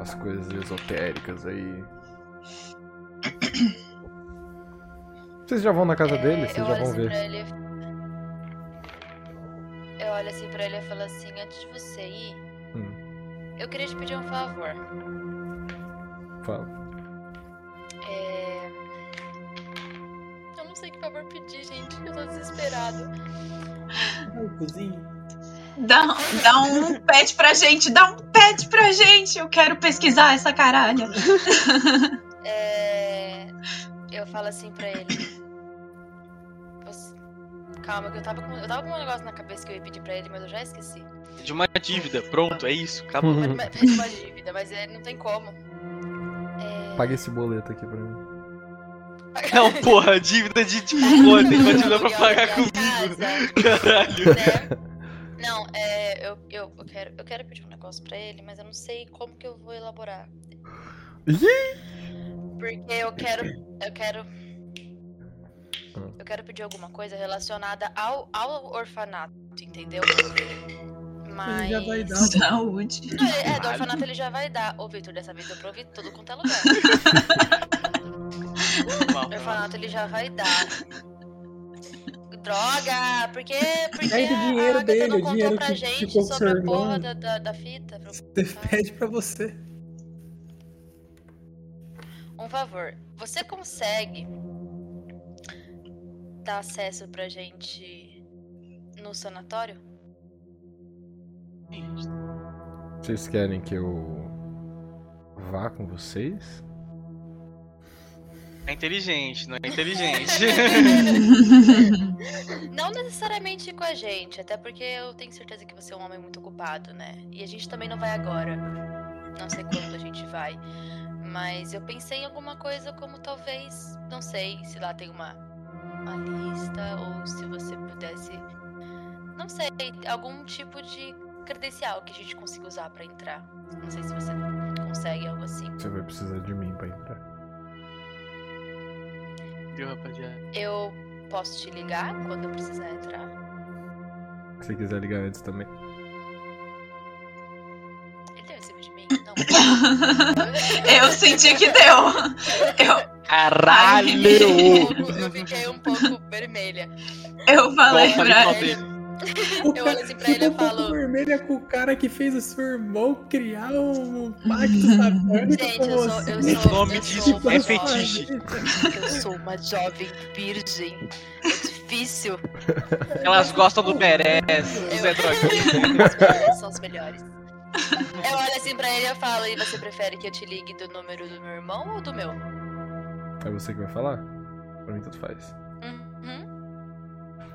S1: as coisas esotéricas aí. Vocês já vão na casa
S6: É,
S1: dele, vocês
S6: eu
S1: já
S6: olho
S1: vão
S6: assim
S1: ver.
S6: pra ele- Eu olho assim pra ele e falo assim, antes de você ir,
S1: Hum.
S6: eu queria te pedir um favor.
S1: Fala.
S6: É... Eu não sei que favor pedir, gente. Eu tô desesperado.
S7: Ai, cozinha.
S3: Dá, dá um pet pra gente, dá um pet pra gente! Eu quero pesquisar essa caralha.
S6: É... Eu falo assim pra ele. Você- Calma, que eu tava, com... eu tava com um negócio na cabeça que eu ia pedir pra ele, mas eu já esqueci.
S2: De uma dívida, pronto, é isso, acabou.
S1: Uhum.
S6: Mas- mas- uma dívida, mas é, não tem como. É...
S1: Paga esse boleto aqui pra mim.
S2: Não, É porra, dívida de tipo, pô, tem que continuar pra pagar
S6: Aluguel
S2: comigo. né?
S6: da minha
S2: Caralho.
S6: casa, né? Não, é, eu, eu, eu, quero, eu quero pedir um negócio pra ele, mas eu não sei como que eu vou elaborar.
S1: Ih!
S6: Porque eu quero. Eu quero.
S1: Hum.
S6: Eu quero pedir alguma coisa relacionada ao, ao orfanato, entendeu?
S7: Ele
S6: Mas.
S7: já vai dar.
S3: Saúde.
S6: Não, ele- é, do orfanato ele já vai dar. Ô, Victor, dessa vez eu provi tudo quanto é lugar. O orfanato ele já vai dar. Droga! Por quê? Porque
S7: Pede o
S6: a
S7: dinheiro
S6: Agatha
S7: dele,
S6: não
S7: o
S6: contou
S7: dinheiro
S6: pra
S7: que
S6: gente
S7: ficou com
S6: sobre
S7: seu
S6: a porra
S7: irmão.
S6: da, da, da fita. pro
S7: Você pede pra você.
S6: Um favor, você consegue dar acesso pra gente no sanatório?
S1: Vocês querem que eu vá com vocês?
S2: É inteligente, não é inteligente.
S6: Não necessariamente com a gente, até porque eu tenho certeza que você é um homem muito ocupado, né? E a gente também não vai agora. Não sei quando a gente vai. Mas eu pensei em alguma coisa como talvez, não sei, se lá tem uma, uma lista ou se você pudesse, não sei, algum tipo de credencial que a gente consiga usar pra entrar. Não sei se você consegue algo assim.
S1: Você vai precisar de mim pra entrar.
S2: Viu, rapaziada?
S6: Eu posso te ligar quando eu precisar entrar?
S1: Se você quiser ligar antes também.
S6: Ele deu esse vídeo de mim? né?
S3: Eu senti que deu. Eu,
S6: Eu, eu fiquei um pouco vermelha.
S3: eu falei
S2: Volta ali,
S3: pra
S2: volta
S3: ele.
S2: ali.
S7: O
S6: Eu
S7: cara
S6: olho assim pra ele
S7: ficou
S6: e
S7: um pouco
S6: falo:
S7: vermelha com o cara que fez o seu irmão criar um pacto satânico
S6: Gente,
S7: com
S6: eu sou.
S7: você.
S1: assim.
S7: Tipo,
S6: Eu
S2: O
S6: sou,
S2: nome
S6: eu
S2: disso
S6: sou uma
S2: é
S6: jovem-
S2: fetiche.
S6: Eu sou uma jovem virgem. É difícil.
S2: Elas gostam do Beres, do Zé Droguinha.
S6: As mulheres são as melhores. Eu olho assim pra ele e eu falo: E você prefere que eu te ligue do número do meu irmão ou do meu?
S1: É você que vai falar? Pra mim tanto faz.
S6: Uhum.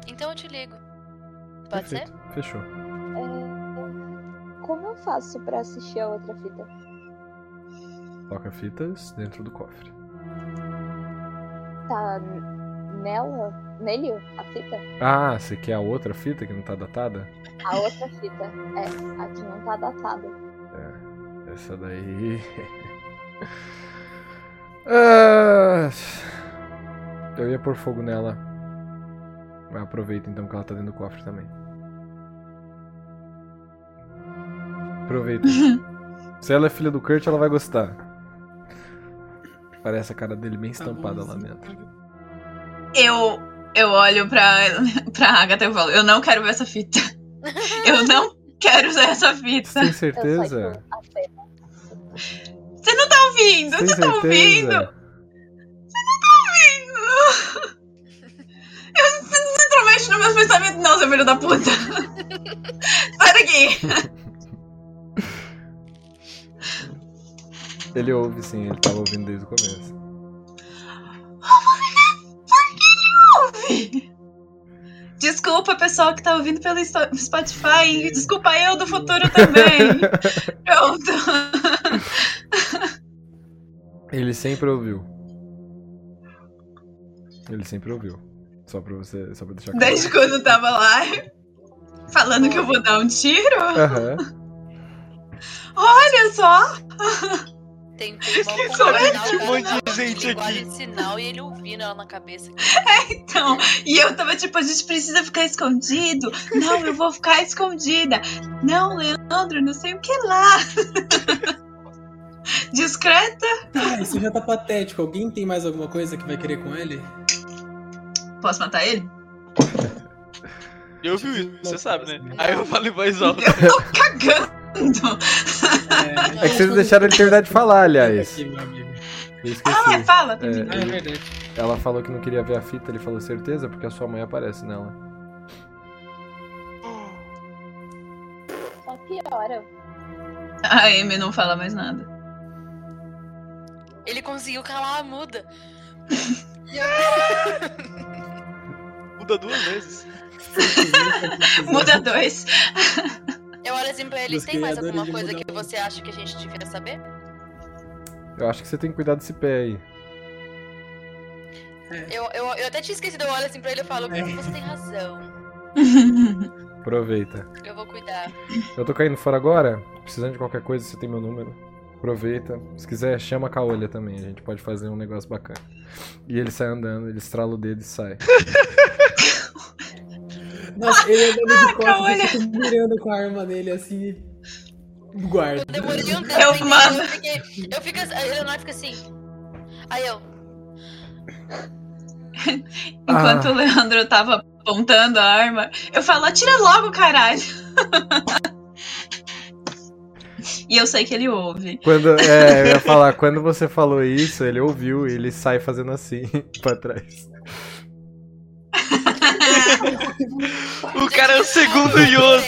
S6: Então eu te ligo. Pode ser?
S1: ser? Fechou.
S5: É, Como eu faço pra assistir a outra fita?
S1: Coloca fitas dentro do cofre.
S5: Tá n- nela? Nele? A fita?
S1: Ah, você quer a outra fita que não tá datada?
S5: A outra fita. É, a que não tá datada.
S1: É, essa daí. Ah, eu ia pôr fogo nela. Mas aproveita então que ela tá dentro do cofre também. Aproveita. Se ela é filha do Kurt, ela vai gostar. Parece a cara dele bem estampada lá dentro.
S3: Eu, eu olho pra, pra Agatha e falo, eu não quero ver essa fita. Eu não quero ver essa
S1: Você
S3: fita.
S1: tem
S5: Eu
S1: certeza?
S5: saio com a fé.
S3: Você não tá ouvindo,
S1: Tem
S3: você tá ouvindo.
S1: certeza?
S3: Você não se intromete nos meus pensamentos não, seu filho da puta. Sai daqui.
S1: Ele ouve sim, ele tava ouvindo desde o começo.
S3: Ouve. Desculpa, pessoal que tá ouvindo pelo Sto- Spotify. e Desculpa eu do futuro também. Pronto.
S1: Ele sempre ouviu. Ele sempre ouviu. Só pra você. Só pra deixar claro.
S3: Desde quando eu tava lá, falando que eu vou dar um tiro.
S1: Aham.
S3: Olha só.
S6: Tem tem uma
S3: Que
S6: convencional,
S2: um monte de
S6: cara, falando
S2: gente
S6: linguagem
S2: aqui.
S6: de sinal e ele ouvindo ela na cabeça.
S3: Então, e eu tava tipo, a gente precisa ficar escondido. Não, eu vou ficar escondida. Não, Leandro, não sei o que lá. Discreta?
S7: Ah, isso já tá patético. Alguém tem mais alguma coisa que vai querer com ele?
S3: Posso matar ele?
S2: Eu vi isso, você sabe, né? Aí eu falo em voz alta.
S3: Cagando.
S1: É que vocês deixaram ele terminar de falar, aliás.
S7: Aqui, meu amigo.
S1: Eu
S3: Ah, mas
S1: esqueci.
S3: fala.
S1: É,
S7: Ah, é verdade.
S1: ela falou que não queria ver a fita, ele falou certeza, porque a sua mãe aparece nela.
S5: tipo, é. Só piora.
S3: A Amy não fala mais nada.
S6: Ele conseguiu calar a muda.
S2: Muda duas vezes.
S3: Muda dois.
S6: Eu olho assim pra ele,
S7: Dos
S6: tem mais
S7: criadores
S6: alguma
S7: de
S6: coisa
S7: muda
S6: que você acha que a gente devia saber?
S1: Eu acho que você tem que cuidar desse pé aí.
S6: Eu, eu, eu até tinha esquecido, eu olho assim pra ele e falo,
S7: É.
S6: você tem razão,
S1: Aproveita.
S6: eu vou cuidar.
S1: Eu tô caindo fora agora? Precisando de qualquer coisa, você tem meu número. Aproveita. Se quiser, chama a Caolha também. A gente pode fazer um negócio bacana. E ele sai andando, ele estrala o dedo e sai.
S7: Nossa, ele andando
S3: Ah,
S7: de costas,
S3: Caolha.
S7: eu fico mirando com a arma nele assim e. Guarda.
S6: Eu demorei um tempo,
S3: Eu,
S6: entendeu?
S3: mano.
S6: eu fiquei, eu fico, assim- a Leonor fica assim, aí eu...
S3: Enquanto
S1: Ah.
S3: o Leandro tava apontando a arma, eu falo, atira logo, caralho. e eu sei que ele ouve.
S1: Quando, é, eu ia falar, quando você falou isso, ele ouviu e ele sai fazendo assim pra trás.
S2: O cara é o segundo
S6: Ele.
S2: Yoda,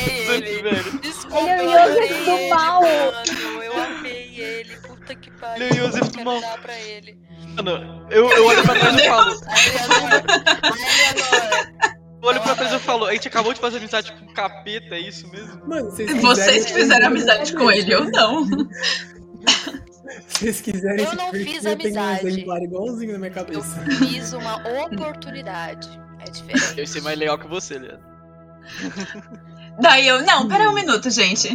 S2: velho.
S6: Desculpa,
S5: Ele é o
S6: eu adorei
S5: Joseph do
S6: ele,
S5: mal.
S6: mano, Eu amei ele, puta que pariu.
S2: Ele é o Joseph
S6: eu
S2: do
S6: quero
S2: mal.
S6: dar pra ele.
S2: Mano, eu, eu olho pra trás e falo.
S6: Aí agora, aí agora.
S2: Eu olho pra trás e falo, a gente acabou de fazer amizade com o capeta, é isso mesmo?
S7: Mano, vocês
S3: Vocês que
S7: quiserem-
S3: fizeram amizade com ele, eu não.
S7: Se vocês quiserem
S6: Eu
S7: se
S6: não
S7: divertir,
S6: fiz
S7: eu tenho
S6: amizade.
S7: um exemplar igualzinho na minha
S6: Eu
S7: cabeça.
S6: fiz uma oportunidade. É diferente.
S2: Eu sei mais legal que você, Leandro.
S3: Daí eu, não, pera um minuto, gente.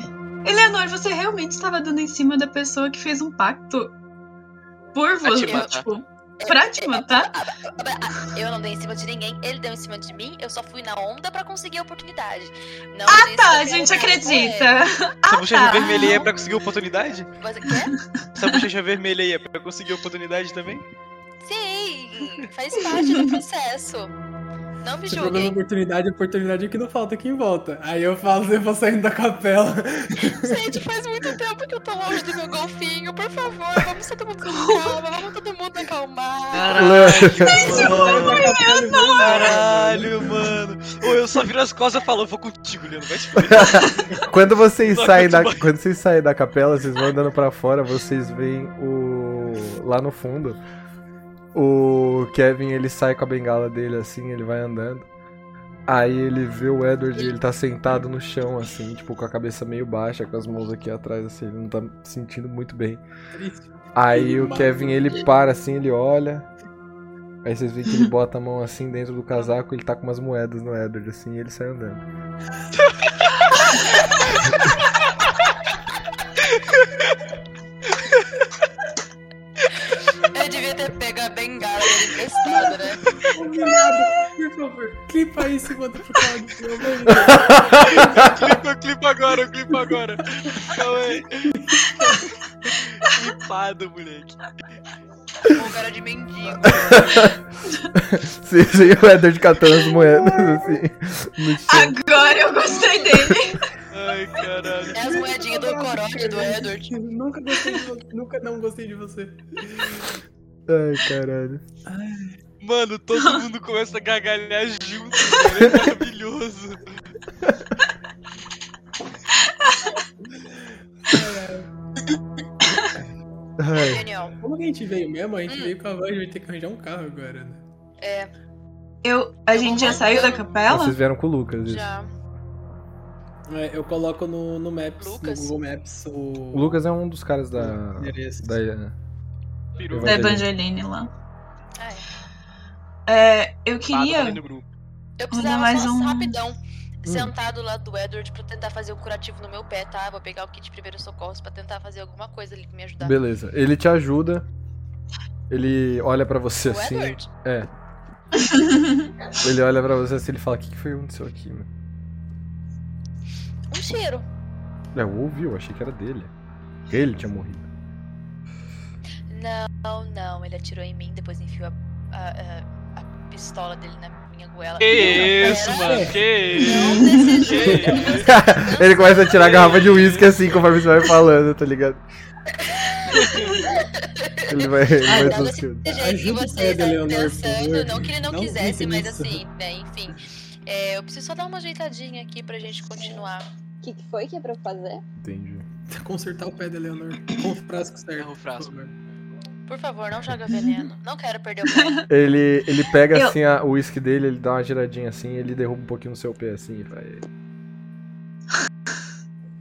S3: Eleanor, você realmente estava dando em cima da pessoa que fez um pacto por
S2: Pra te
S3: você,
S2: matar.
S3: tipo, pra te matar?
S6: Eu não dei em cima de ninguém, ele deu em cima de mim, eu só fui na onda pra conseguir a oportunidade. Não dei em
S3: Tá,
S6: cima
S3: a gente
S6: dele,
S2: É.
S3: acredita.
S2: Essa bochecha
S3: tá.
S2: vermelha aí é pra conseguir oportunidade?
S6: é. Ah, Mas quer?
S2: Essa bochecha vermelha aí é pra conseguir oportunidade também?
S6: Sim, faz parte do processo. Não me
S7: Você jogando
S6: julguem.
S7: oportunidade, oportunidade é o que não falta aqui em volta. Aí eu falo, eu vou saindo da capela.
S6: Gente, faz muito tempo que eu tô longe do meu golfinho. Por favor, vamos todo mundo com calma, vamos todo mundo acalmar.
S2: Caralho,
S7: Capela é né? e vou
S2: caralho, mano. Ou eu só viro as costas e falo, eu vou contigo, Leandro, vai te fuder.
S1: Quando vocês
S2: Não
S1: saem da,
S2: aguento mais.
S1: quando vocês saem da capela, vocês vão andando pra fora, vocês veem o lá no fundo o Kevin, ele sai com a bengala dele assim, ele vai andando. Aí ele vê o Edward e ele tá sentado no chão assim, tipo com a cabeça meio baixa, com as mãos aqui atrás assim, ele não tá sentindo muito bem.
S7: triste.
S1: Aí o Kevin ele para assim, ele olha. Aí vocês veem que ele bota a mão assim dentro do casaco, ele tá com umas moedas no Edward assim, e ele sai andando.
S6: Eu devia ter pego a bengala dele emprestada, né?
S7: Obrigado, por favor, clipa isso e manda pro Claudio. eu vou ver.
S2: Clipa, clipa agora, clipa agora. Calma aí. Clipado, moleque.
S6: Com cara de mendigo.
S1: Vocês veem o Edward catando as moedas assim no chão.
S3: Agora eu gostei dele.
S2: Ai, caralho.
S6: É as moedinhas do corote do Edward.
S7: Nunca gostei de você. Nunca não gostei de você.
S1: Ai, caralho.
S2: Mano, todo mundo começa a gargalhar junto, velho. É maravilhoso.
S1: Ai.
S6: Genial.
S7: É, Como que a gente veio mesmo? A gente
S6: Hum.
S7: veio com a voz, a gente tem que arranjar um carro agora, né?
S6: É,
S3: Eu, a gente já saiu da capela?
S1: Vocês vieram com o Lucas. isso.
S6: já.
S7: É, Eu coloco no, no Maps,
S6: Lucas?
S7: no Google Maps, o...
S1: O Lucas é um dos caras da.
S7: Endereço.
S1: da é,
S2: Pirou.
S3: Da Evangeline lá.
S6: Ah, é.
S3: É, eu
S2: Clipado ali
S3: queria.
S2: no grupo.
S6: Eu
S3: dar
S6: precisava
S3: mais
S6: só
S3: um.
S6: rapidão. Sentado lá do Edward pra tentar fazer o curativo no meu pé, tá? Vou pegar o kit de primeiros socorros pra tentar fazer alguma coisa ali que me ajudar.
S1: Beleza. Ele te ajuda. Ele olha pra você
S6: o
S1: assim.
S6: Edward?
S1: Ele olha pra você assim ele fala: O que, que foi que aconteceu aqui, mano?
S6: Um cheiro.
S1: É, eu ouvi, eu achei que era dele. Ele tinha morrido.
S6: Não, não. Ele atirou em mim, depois enfiou a, a- a- a pistola dele na minha goela.
S2: Que isso,
S7: É,
S6: Era-
S2: mano. Que
S6: Não
S2: isso.
S6: desse jeito.
S2: Que isso.
S1: Ele começa a tirar a garrafa de uísque assim, conforme você vai falando, tá ligado? Ele vai, ele
S6: Ah,
S1: vai
S6: não,
S1: sussurrando.
S6: Do jeito que
S7: Ajuda o
S6: você
S7: Pedro,
S6: está
S7: Leonor, por
S6: pensando,
S7: favor.
S6: não que ele não,
S7: Não
S6: quisesse,
S7: fique
S6: mas
S7: nisso.
S6: assim, né, enfim. É, eu preciso só dar uma ajeitadinha aqui pra gente continuar.
S5: O que, que foi que é pra eu fazer?
S1: Entendi.
S7: é, Consertar o pé da Leonor. Com o frasco certo.
S2: Erra o frasco.
S7: por favor.
S6: Por favor, não joga veneno. Não quero perder o pé.
S1: Ele, ele pega
S3: Eu-
S1: assim a- o uísque dele, ele dá uma giradinha assim, ele derruba um pouquinho no seu pé assim e vai.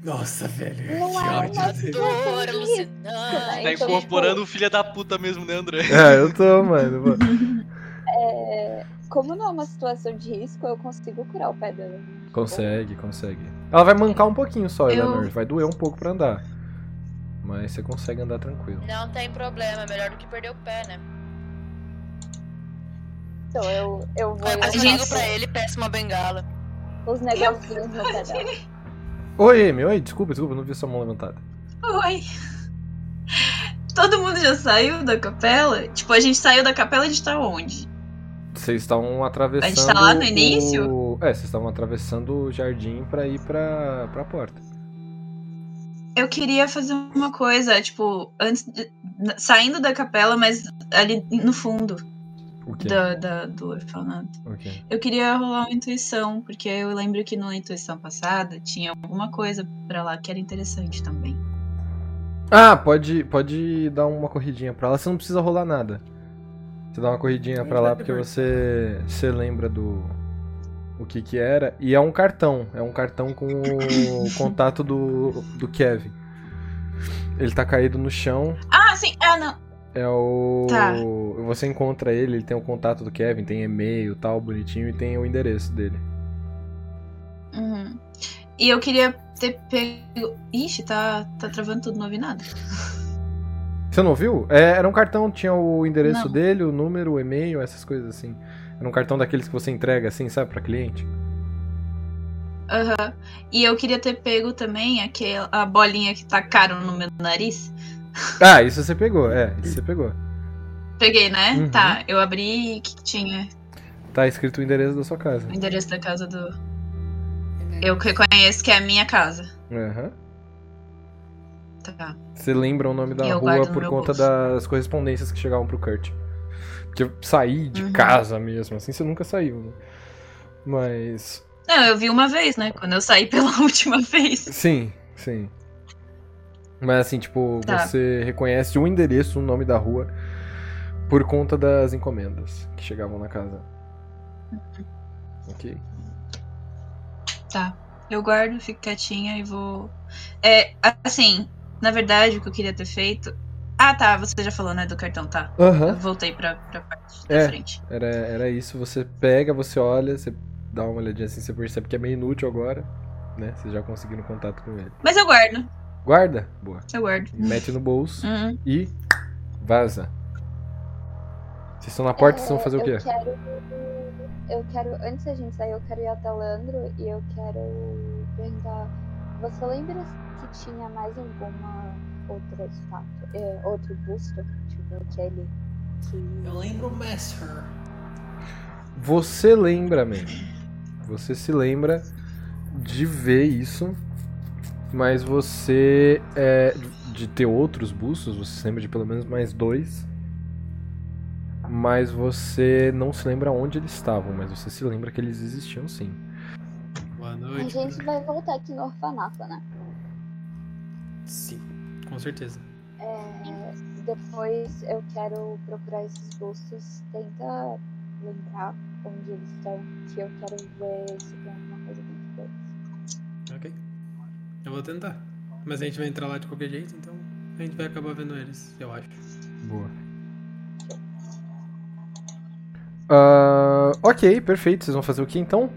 S7: Nossa, velho.
S5: Não
S7: que
S5: é
S7: ódio.
S5: uma
S7: dele.
S6: Dor
S5: isso,
S6: alucinante.
S2: Tá
S5: Então,
S2: incorporando o filho da puta mesmo, né, André?
S1: Ah, eu tô, mano. Pô.
S5: É, como não é uma situação de risco, eu consigo curar o pé da Leonor.
S1: Consegue, consegue. Ela vai mancar um pouquinho só,
S3: Eu-
S1: Eleanor. Vai doer um pouco pra andar. Mas você consegue andar tranquilo.
S6: Não tem problema, é melhor do que perder o pé, né?
S5: Então eu, eu vou.
S6: Eu
S5: eu
S6: digo
S5: faço
S6: pra ele, peço uma bengala.
S5: Os negocinhos no pé dela.
S1: Oi, Amy. Oi, desculpa, desculpa, não vi sua mão levantada.
S3: Oi. Todo mundo já saiu da capela? Tipo, a gente saiu da capela e a gente tá onde?
S1: vocês estavam atravessando.
S3: A gente tá lá no
S1: o-
S3: início?
S1: É, vocês estavam atravessando o jardim pra ir pra, pra porta.
S3: Eu queria fazer uma coisa, tipo, antes de- n- saindo da capela, mas ali no fundo
S1: O quê?
S3: da, da- do orfanato.
S1: O quê?
S3: Eu queria rolar uma intuição, porque eu lembro que na intuição passada tinha alguma coisa pra lá que era interessante também.
S1: Ah, pode, pode dar uma corridinha pra lá. Você não precisa rolar nada. Você dá uma corridinha pra lá porque você, você lembra do. O que que era. E é um cartão. É um cartão com o contato do, do Kevin. Ele tá caído no chão.
S3: Ah, sim! Ah, não!
S1: É o.
S3: Tá.
S1: Você encontra ele, ele tem o contato do Kevin, tem e-mail tal, bonitinho, e tem o endereço dele.
S3: Uhum. E eu queria ter pego. Ixi, tá, tá travando tudo, não ouvi nada.
S1: Você não viu? É, era um cartão, tinha o endereço
S3: Não.
S1: dele, o número, o e-mail, essas coisas assim. Era um cartão daqueles que você entrega, assim, sabe, pra cliente.
S3: Aham. E eu queria ter pego também aquela, a bolinha que tacaram no meu nariz.
S1: Ah, isso você pegou, é, isso você pegou.
S3: Peguei, né?
S1: Uhum.
S3: Tá, eu abri e que tinha
S1: Tá escrito o endereço da sua casa.
S3: o endereço da casa do. Eu reconheço que é a minha casa.
S1: Aham.
S3: Tá.
S1: Você lembra o nome da
S3: Eu guardo
S1: rua
S3: no
S1: por
S3: meu
S1: conta
S3: bolso.
S1: das correspondências que chegavam pro Kurt. Porque sair de
S3: Uhum.
S1: casa mesmo, assim, você nunca saiu, né? Mas.
S3: Não, eu vi uma vez, né? Quando eu saí pela última vez.
S1: Sim, sim. Mas assim, tipo,
S3: Tá.
S1: você reconhece o endereço, o nome da rua, por conta das encomendas que chegavam na casa.
S3: Uhum.
S1: Ok.
S3: Eu guardo, fico quietinha e vou. É, assim, na verdade, o que eu queria ter feito. Ah, tá, você já falou, né? Do cartão, tá.
S1: Aham.
S3: Eu voltei pra, pra parte da
S1: É.
S3: frente.
S1: Era, era isso, você pega, você olha, você dá uma olhadinha assim, você percebe que é meio inútil agora, né? Vocês já conseguiram contato com ele.
S3: Mas eu guardo,
S1: Guarda, boa.
S3: eu guardo.
S1: Mete no bolso
S3: Uhum.
S1: e vaza. Vocês estão na porta, vocês vão fazer o quê?
S5: Eu quero. Eu quero. Antes da gente sair, eu quero ir até o Leandro e eu quero perguntar. Você lembra se tinha mais alguma outra estátua? É, outro busto? Tipo, aquele que.
S7: Eu lembro o Messer.
S1: Você lembra, man. Você se lembra de ver isso, mas você é, de ter outros bustos, você se lembra de pelo menos mais dois. Mas você não se lembra onde eles estavam, mas você se lembra que eles existiam sim.
S7: Boa
S5: A
S7: noite.
S5: gente vai voltar aqui no orfanato, né?
S7: Sim, com certeza.
S5: É, depois eu quero procurar esses bustos. Tenta lembrar onde eles estão, que eu quero ver se tem alguma coisa dentro deles.
S7: Ok. Eu vou tentar. Mas a gente vai entrar lá de qualquer jeito, então a gente vai acabar vendo eles, eu acho.
S1: Boa. Ah, ok, perfeito. Vocês vão fazer o que então?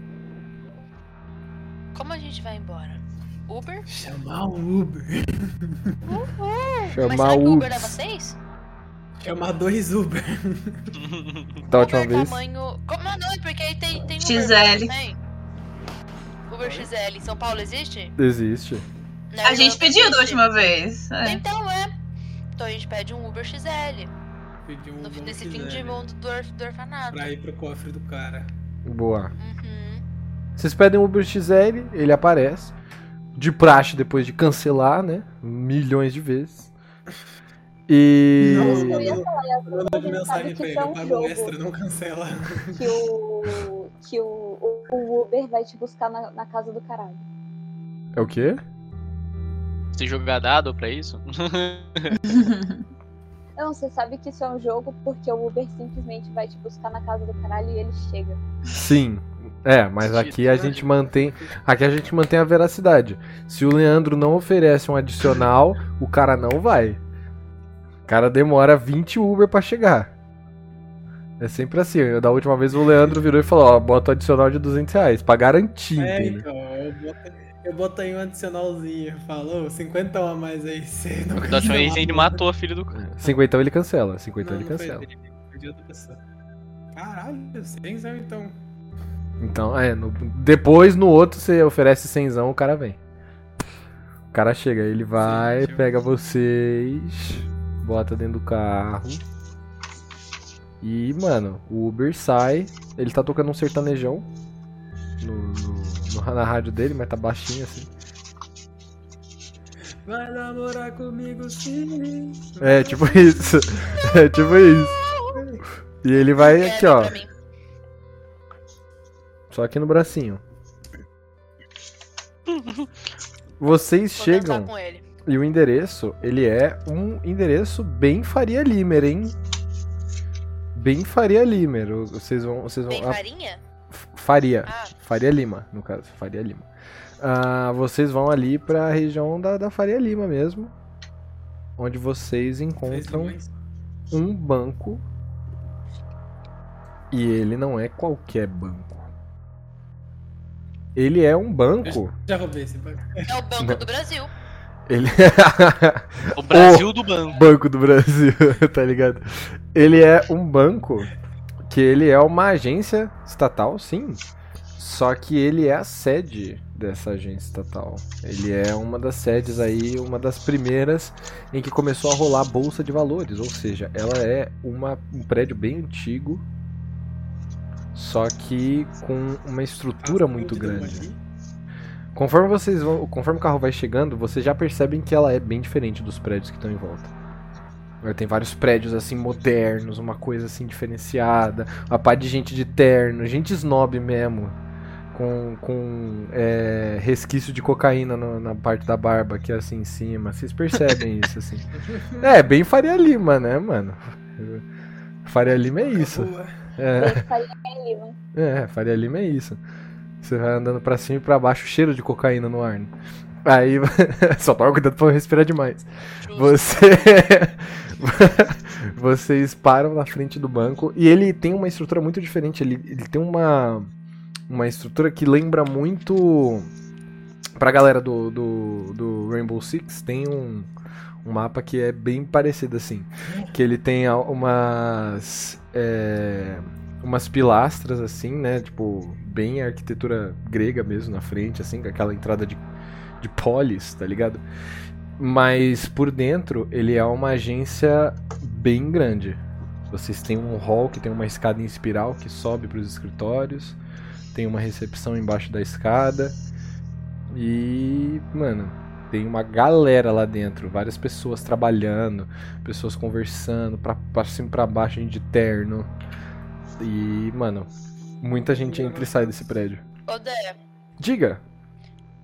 S6: Como a gente vai embora? Uber?
S7: Chamar o Uber.
S6: É, Mas será
S1: Chamar
S6: que
S1: o
S6: o Uber leva
S1: Ups.
S6: seis?
S7: Chamar dois Uber.
S1: da última
S6: Uber é
S1: vez.
S6: tamanho. Como não? é Porque aí tem, tem Uber
S3: XL.
S6: também. Uber XL. Em São Paulo existe?
S1: Existe.
S6: Na
S3: A
S6: Irlanda
S3: gente pediu da
S6: existe.
S3: última vez. É.
S6: Então é. Então a gente pede um Uber XL.
S7: Pedir um
S6: No fim
S7: bom
S6: desse
S7: quiser,
S6: fim de
S7: né?
S6: mundo do, orf- do orfanato.
S7: Pra ir pro cofre do cara.
S1: Boa.
S6: Uhum.
S1: Vocês pedem o Uber XL, ele aparece. De praxe, depois de cancelar, né? Milhões de vezes. E.
S7: Nossa,
S5: Eu ia falar, eu
S7: Eu mando
S5: gente
S7: mensagem pra
S5: sabe que
S7: ele,
S5: tá um
S7: paga um
S5: jogo.
S7: extra, não cancela.
S5: que o que o, o Uber vai te buscar na, na casa do caralho.
S1: É o quê?
S2: Você tem jogar dado pra isso?
S5: Não, você sabe que isso é um jogo porque o Uber simplesmente vai te buscar na casa do caralho e ele chega.
S1: Sim. É, mas aqui a gente mantém. Aqui a gente mantém a veracidade. Se o Leandro não oferece um adicional, o cara não vai. O cara demora 20 Uber pra chegar. É sempre assim. Eu- Da última vez o Leandro virou e falou: Ó, bota o adicional de 200 reais, pra garantir,
S7: É,
S1: entendeu?
S7: então, eu boto, eu boto aí um adicionalzinho. Falou, 50 a mais aí, você não
S2: Da última vez
S7: cancela.
S2: ele matou a filha do cara.
S1: 50 ele cancela, 50
S7: então. Não,
S1: ele
S7: não foi
S1: cancela.
S7: dele, foi de outra pessoa. Caralho, sem sabe então.
S1: Então, é, no- depois no outro você oferece cenzão, o cara vem. O cara chega, ele vai,
S7: Sim, sim.
S1: pega vocês, bota dentro do carro. E, mano, o Uber sai, Ele tá tocando um sertanejão no, no- no- na rádio dele, mas tá baixinho assim.
S7: Vai namorar comigo sim.
S1: É, tipo isso. É, tipo isso. E ele vai aqui, ó.
S6: Pra mim.
S1: Só aqui no bracinho. Vocês
S6: Vou
S1: chegam
S6: dançar com ele.
S1: e o endereço, ele é um endereço bem Faria Limer, hein? Bem Faria Limer. O- Vocês vão, vocês vão
S6: Tem
S1: a-
S6: farinha?
S1: F- Faria.
S6: Ah,
S1: Faria Lima, no caso, Faria Lima. Ah, vocês vão ali pra região da, da Faria Lima mesmo, onde vocês
S7: Três
S1: encontram
S7: limões.
S1: um banco e ele não é qualquer banco. Ele é um banco.
S7: Já roubei esse banco.
S6: é o Banco
S1: Não.
S6: do Brasil.
S1: Ele é
S2: O Brasil do banco.
S1: Banco do Brasil, tá ligado? Ele é um banco que ele é uma agência estatal, sim. Só que ele é a sede dessa agência estatal. Ele é uma das sedes aí, uma das primeiras em que começou a rolar a bolsa de valores, ou seja, ela é uma- um prédio bem antigo, só que com uma
S7: Tá,
S1: estrutura muito grande. Conforme vocês vão, conforme o carro vai chegando, vocês já percebem que ela é bem diferente dos prédios que estão em volta. Ela Tem vários prédios assim modernos, uma coisa assim diferenciada, uma pá de gente de terno, gente snob mesmo, com, com é, resquício de cocaína no- na parte da barba aqui assim em cima. Vocês percebem isso assim? É bem Faria Lima, né, mano? Faria Lima é isso.
S7: Boa.
S1: É.
S5: Bem Faria Lima.
S1: É, Faria Lima é isso. Você vai andando pra cima e pra baixo, cheiro de cocaína no ar. né? Aí, só toma cuidado pra não respirar demais.
S6: Justo.
S1: Você. Vocês param na frente do banco e ele tem uma estrutura muito diferente. Ele, ele tem uma. Uma estrutura que lembra muito. Pra galera do, do, do Rainbow Six, tem um, um mapa que é bem parecido assim. Que ele tem a- umas. é, umas pilastras assim, né? Tipo, bem arquitetura grega mesmo na frente, assim, com aquela entrada de, de polis, tá ligado? Mas por dentro ele é uma agência bem grande. Vocês têm um hall que tem uma escada em espiral que sobe para os escritórios, tem uma recepção embaixo da escada e, mano, tem uma galera lá dentro, várias pessoas trabalhando, pessoas conversando, pra, pra cima e pra baixo, gente de terno. E, mano, muita gente entra e sai desse prédio.
S6: Ô, Dé,
S1: Diga!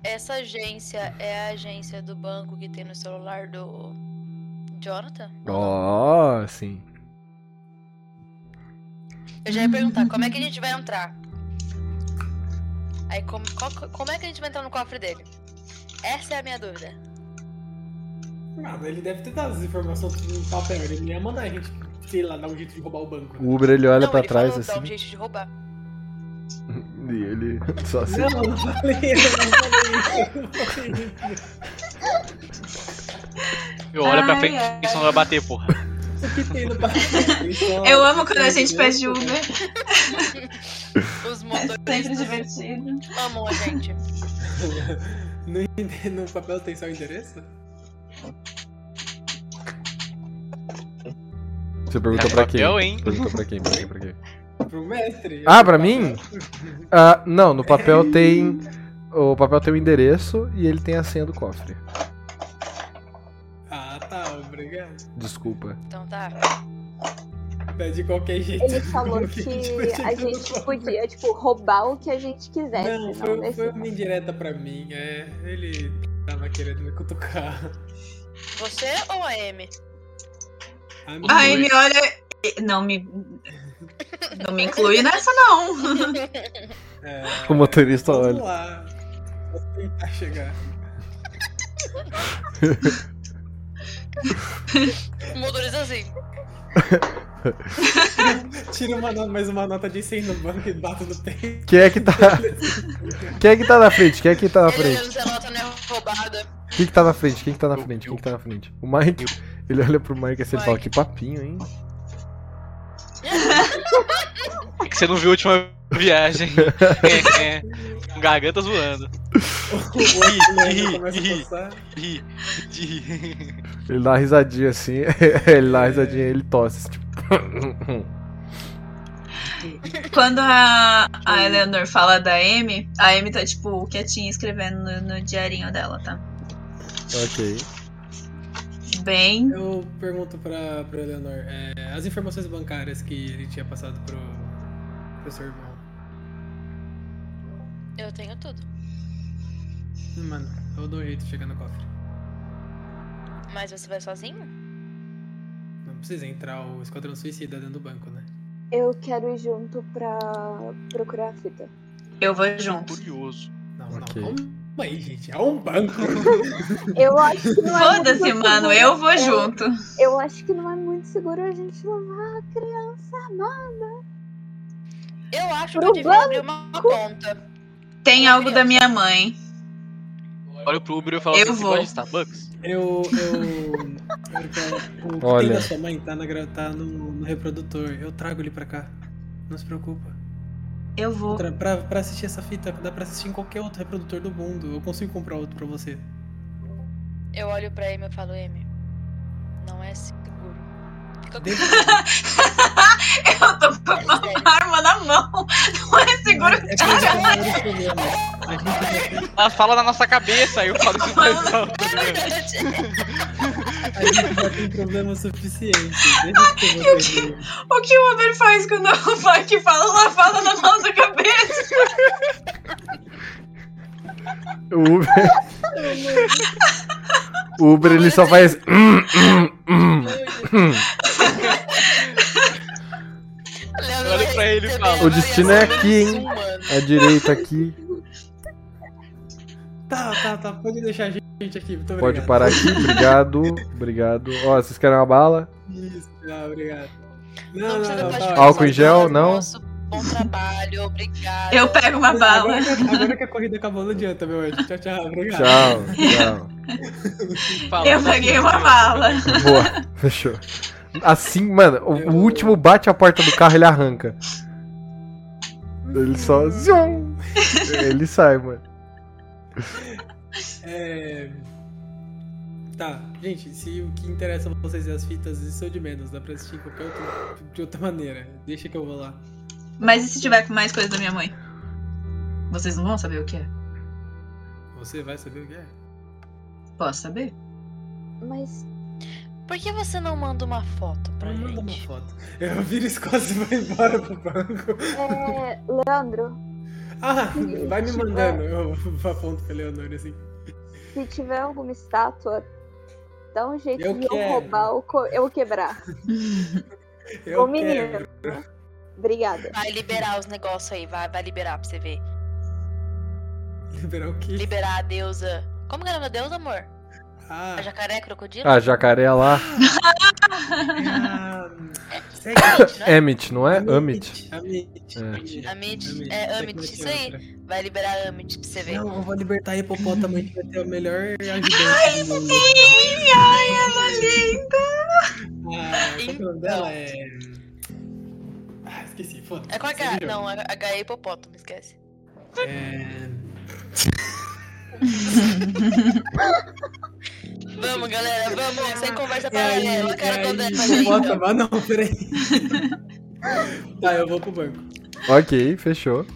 S6: essa agência é a agência do banco que tem no celular do Jonathan?
S1: Ó, sim.
S6: Eu já ia perguntar, como é que a gente vai entrar? Aí, como, qual- como é que a gente vai entrar no cofre dele? Essa é a minha dúvida.
S7: Nada, Ah, ele deve ter dado as informações tudo no papel. Ele ia mandar a gente, sei lá, dar um jeito de roubar o banco.
S1: O Uber ele olha
S6: Não,
S1: pra
S6: ele
S1: trás
S6: falou, Dá um
S1: assim.
S6: jeito de roubar.
S1: E ele só assim.
S7: Não, eu não falei, eu não falei. isso, eu não falei isso.
S2: Eu olho pra
S3: Ai,
S2: frente
S3: ai.
S2: e senão vai bater, porra.
S7: Isso que tem no papel. Isso é-
S3: Eu amo quando a gente pede um, Uber.
S6: Os
S3: Sempre
S6: motoristas
S3: divertido.
S6: amam a gente.
S7: No, ende- no papel tem só o endereço?
S1: Você perguntou
S2: É
S1: pra quem?
S2: papel, hein?
S1: Perguntou pra quem? Perguntou pra quem?
S7: Pro mestre.
S1: Ah, pra mim? Ah, não, no papel tem. O papel tem o endereço e ele tem a senha do cofre.
S7: Ah, tá, obrigado.
S1: Desculpa.
S6: Então tá.
S7: É de qualquer jeito.
S5: Ele falou
S7: Porque a gente vai
S5: que a
S7: chegar no
S5: gente
S7: papel.
S5: podia, tipo, roubar o que a gente quisesse.
S7: Não,
S5: Não,
S7: foi,
S5: nesse
S7: foi uma indireta pra mim. É, ele tava querendo me cutucar.
S6: Você ou a Amy?
S7: A mim,
S3: Aí me olha. Não me. Não me inclui nessa, não.
S7: é,
S1: O motorista
S7: Vamos
S1: olha.
S7: lá. Vou tentar chegar.
S6: Motorista assim.
S7: Tira uma nota, mais uma nota de 100 no banco e bato no peito.
S1: Quem é que tá. Quem é que tá na frente? Quem é que tá na
S6: Ele
S1: frente?
S6: olhando se a nota não é roubada.
S1: Quem que tá na frente? Quem que tá na frente? Quem que tá na frente? O Mike. Ele olha pro Mike assim e fala:
S6: Mike.
S1: Que papinho, hein?
S2: É que você não viu a última viagem. É, é. Com Garganta zoando.
S7: O olho
S2: Ih,
S7: começa a
S2: ih.
S7: coçar.
S2: Ri, ri.
S1: Ele dá uma assim, risadinha assim. ele dá uma risadinha e ele tosse. Tipo.
S3: Quando a, a Eleanor fala da Amy, a Amy tá, tipo, quietinha escrevendo no, no diarinho dela, tá?
S1: Ok.
S3: Bem.
S7: Eu pergunto pra, pra Eleanor, é, as informações bancárias que ele tinha passado pro, pro seu irmão.
S6: Eu tenho tudo.
S7: Hum, Mano, eu dou um jeito de chegar no cofre.
S6: Mas você vai sozinho?
S7: Não precisa entrar o esquadrão suicida dentro do banco, né?
S5: Eu quero ir junto pra procurar a fita.
S3: Eu vou junto.
S2: Curioso.
S7: Não,
S1: Ok.
S7: não. Calma aí, gente. É um banco.
S5: Eu acho que não é
S3: Foda-se,
S5: muito
S3: mano,
S5: seguro.
S3: eu vou junto.
S5: Eu acho que não é muito seguro a gente levar a criança amada.
S6: Eu acho que
S5: Pro
S6: eu devia abrir uma uma conta.
S3: Tem algo da minha mãe.
S2: Olha pro Uber e eu falo
S3: Eu
S2: assim, você
S3: vou.
S2: gosta de Starbucks?
S7: Eu. eu, eu quero- o que
S1: Olha.
S7: tem da sua mãe tá, na, gra- tá no, no reprodutor. Eu trago ele pra cá. Não se preocupa.
S3: Eu vou.
S7: Pra, pra- pra assistir essa fita, dá pra assistir em qualquer outro reprodutor do mundo. Eu consigo comprar outro pra você.
S6: Eu olho pra Amy e falo, Amy, não é seguro. Fica com
S7: Dentro
S3: Eu tô com uma arma na mão. Não é seguro.
S7: É pra evitar maiores problemas. A gente,
S2: Ela Ah, fala na nossa cabeça, aí eu falo isso pra ela.
S6: Sério.
S7: a gente já tem problema suficiente. Deixa que eu vou ter.
S3: O que o Uber faz quando o Mike fala, ela fala na nossa cabeça.
S1: O Uber. o Uber ele só faz. hum,
S6: Leandro
S2: Olha
S6: vai
S2: pra ele e
S6: receber
S2: fala.
S1: O destino é aqui, hein?
S6: avaliação menos um, mano.
S1: A direita aqui.
S7: Tá, tá, tá. Pode deixar a gente aqui. Muito obrigado.
S1: Pode parar aqui. Obrigado. Obrigado. Ó, vocês querem uma bala?
S7: Isso, tá, obrigado. Não,
S6: Não
S7: não,
S6: precisa
S7: não.
S6: dar
S7: tá
S6: de
S7: ótimo.
S1: Álcool em gel, não?
S6: Nosso Bom trabalho, obrigado.
S3: Eu pego uma bala.
S7: Agora que, agora que a corrida acabou, não adianta, meu anjo. Tchau, tchau. Obrigado.
S1: Tchau, tchau.
S2: Fala,
S3: Eu peguei uma bala.
S1: Boa, fechou. Assim, mano, o, o último bate a porta do carro, ele arranca. Ele só. zium. Ele sai, mano.
S7: É... Tá, gente, se o que interessa a vocês é as fitas, isso é o de menos. Dá pra assistir em qualquer outro, de outra maneira. Deixa que eu vou lá.
S3: Mas e se tiver com mais coisa da minha mãe? Vocês não vão saber o que é?
S7: Você vai saber o que é?
S3: Posso saber?
S5: Mas
S6: Por que você não manda uma foto pra
S7: Não manda uma
S6: gente?
S7: foto. Eu viro as costas e vou embora pro banco.
S5: é, Leandro,
S7: Ah, vai me mandando. Eu aponto pra Leonor assim.
S5: se tiver alguma estátua, dá um jeito
S7: Eu
S5: de eu
S7: quero.
S5: roubar ou co- eu quebrar.
S7: Eu
S5: Ô menino.
S7: quero.
S5: Obrigada.
S6: Vai liberar os negócios aí, vai, vai liberar pra você ver.
S7: Liberar o quê?
S6: Liberar a deusa. Como que é o nome da deusa, amor?
S7: Ah,
S6: A jacaré, crocodilo?
S1: Ah, jacaré lá.
S7: ah,
S6: É,
S7: segue.
S1: Emmett, não é? Amit.
S7: Amit.
S1: É.
S7: Amit.
S6: Amit, é,
S7: Só que
S6: Amit,
S7: vai ter
S6: isso aí.
S7: outra.
S6: Vai liberar a Amit pra você ver.
S7: né? Não, eu vou libertar a hipopótamo, a gente vai ter o melhor ajudante. Ai, do mundo.
S3: Sim, ai, ela linda.
S7: Ah, qual que é o nome
S6: Então.
S7: dela? É. Ah, esqueci, foda-se.
S6: É com H.
S7: Segue o jogo.
S6: Não, H é hipopótamo, esquece.
S7: É.
S6: Vamos, galera, vamos. né? Sem conversa
S7: É aí,
S6: paralela. A cara
S7: é
S6: toda é
S7: aí,
S6: pra gente.
S7: hipopótamo. Ah, não, peraí. tá, eu vou pro banco.
S1: Ok, fechou.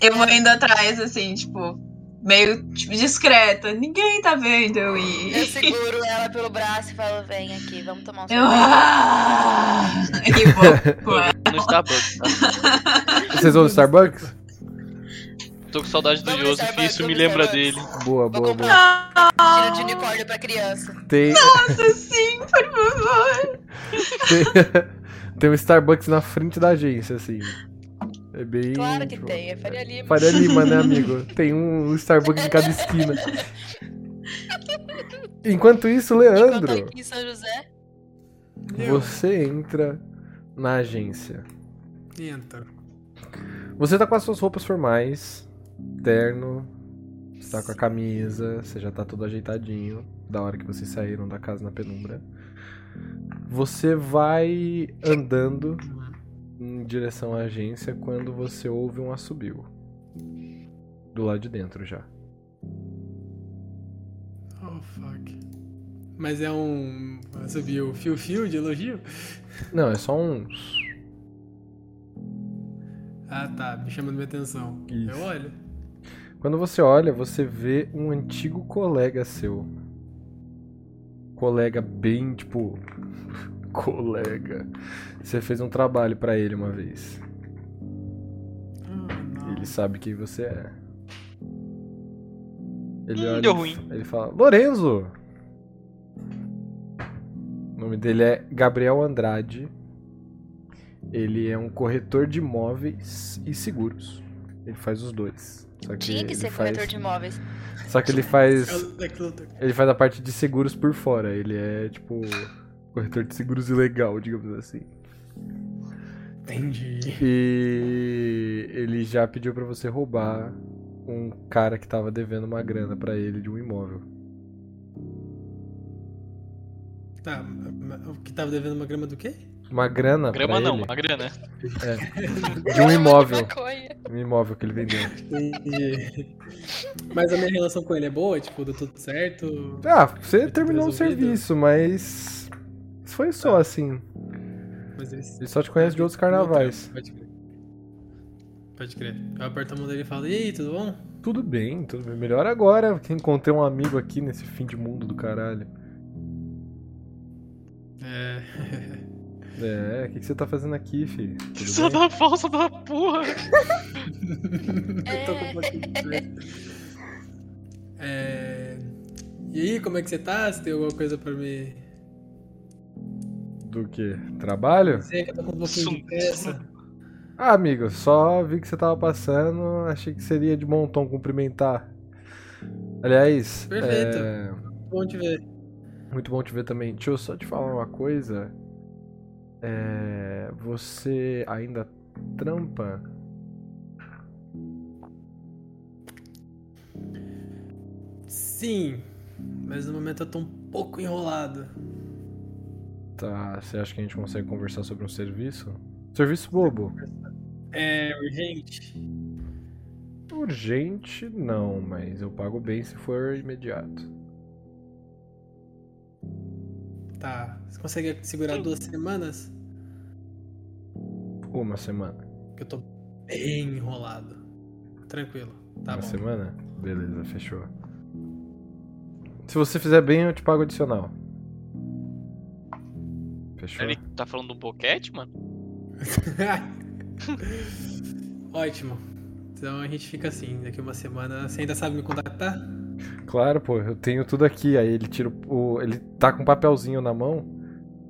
S3: Eu vou indo atrás, assim, tipo, meio tipo, discreta. Ninguém tá vendo eu
S6: Eu
S3: ir.
S6: seguro ela pelo braço e falo, vem aqui, vamos tomar um
S3: Eu. Ah!
S6: sorvete.
S3: E vou. com ela.
S2: No Starbucks, tá?
S1: Vocês vão no Starbucks?
S2: Tô com saudade do
S6: Vamos no
S2: Joseph e
S6: Starbucks,
S2: isso me
S6: vamos no
S2: lembra
S6: Starbucks.
S2: dele.
S1: Boa,
S6: Vou
S1: boa, boa.
S6: comprar um tiro de unicórnio pra criança.
S1: Tem,
S3: Nossa, sim, por favor.
S1: tem, tem um Starbucks na frente da agência, assim. É bem.
S6: Claro que
S1: tipo,
S6: tem, é Faria Lima.
S1: Faria Lima, né, amigo? Tem um Starbucks em cada esquina. Enquanto isso,
S6: Enquanto
S1: Leandro.
S6: aqui em São José,
S7: Eu
S1: Você entra na agência.
S7: entro.
S1: Você tá com as suas roupas formais, terno, você tá com a camisa, você já tá todo ajeitadinho, da hora que vocês saíram da casa na penumbra. Você vai andando em direção à agência quando você ouve um assobio. Do lado de dentro já.
S7: Oh, fuck. Mas é um.
S1: é
S7: Subiu fio-fio de elogio?
S1: Não, é só um.
S7: Ah, tá. Me chamando minha atenção.
S1: Isso.
S7: Eu olho.
S1: Quando você olha, você vê um antigo colega seu. Colega bem, tipo. Colega. Você fez um trabalho pra ele uma vez. Ele sabe quem você é. Ele
S2: Hum,
S1: olha,
S2: deu
S1: e-
S2: ruim.
S1: Ele fala: Lorenzo! O nome dele é Gabriel Andrade. Ele é um corretor de imóveis e seguros. Ele faz os dois. Só que
S6: Tinha que
S1: ele
S6: ser
S1: faz...
S6: corretor de imóveis.
S1: Só que ele faz.
S7: É o Lex Luthor.
S1: Ele faz a parte de seguros por fora. Ele é tipo. Corretor de seguros ilegal, digamos assim.
S7: Entendi.
S1: E ele já pediu pra você roubar um cara que tava devendo uma grana pra ele de um imóvel.
S7: Tá, mas o que tava devendo uma grama do quê?
S1: Uma grana
S2: Grama
S1: pra
S2: não,
S1: ele
S2: uma grana.
S1: de um imóvel.
S6: é Maconha.
S1: Um imóvel que ele vendeu.
S7: Entendi. Mas a minha relação com ele é boa? Tipo, deu tudo certo?
S1: Ah, você terminou o
S7: resolvido.
S1: serviço, mas. Foi só assim.
S7: Mas ele
S1: Ele só te conhece de outros carnavais.
S7: Pode crer. Pode crer. Eu aperto a mão dele e falo, e aí, tudo bom?
S1: Tudo bem, tudo bem. Melhor agora que encontrei um amigo aqui nesse fim de mundo do caralho.
S7: É.
S1: É, o que, que você tá fazendo aqui, filho? Tudo
S2: Só
S1: bem?
S2: da falsa da porra.
S7: Eu tô com um pouquinho de pressa. É. E aí, como é que você tá? Você tem alguma coisa pra me.
S1: Do que? Trabalho?
S7: Sei que eu tô com um pouquinho de
S2: Sum-
S7: pressa.
S1: Ah, amigo, só vi que você tava passando, achei que seria de bom tom cumprimentar. Aliás,
S7: Perfeito.
S1: é,
S7: Bom te ver.
S1: muito bom te ver também. Deixa eu só te falar uma coisa. É, Você ainda trampa?
S7: Sim. Mas no momento eu tô um pouco enrolado.
S1: Tá, você acha que a gente consegue conversar sobre um serviço? Serviço bobo.
S7: É urgente.
S1: Urgente, não, mas eu pago bem se for imediato.
S7: Tá. Você consegue segurar duas semanas?
S1: Uma semana.
S7: Que eu tô bem enrolado. Tranquilo. Tá
S1: Uma
S7: bom.
S1: semana? Beleza, fechou. Se você fizer bem, eu te pago adicional. Fechou?
S2: Ele tá falando um boquete, mano?
S7: Ótimo. Então a gente fica assim, daqui uma semana. Você ainda sabe me contactar?
S1: Claro, pô, eu tenho tudo aqui. Aí ele tira o. Ele tá com um papelzinho na mão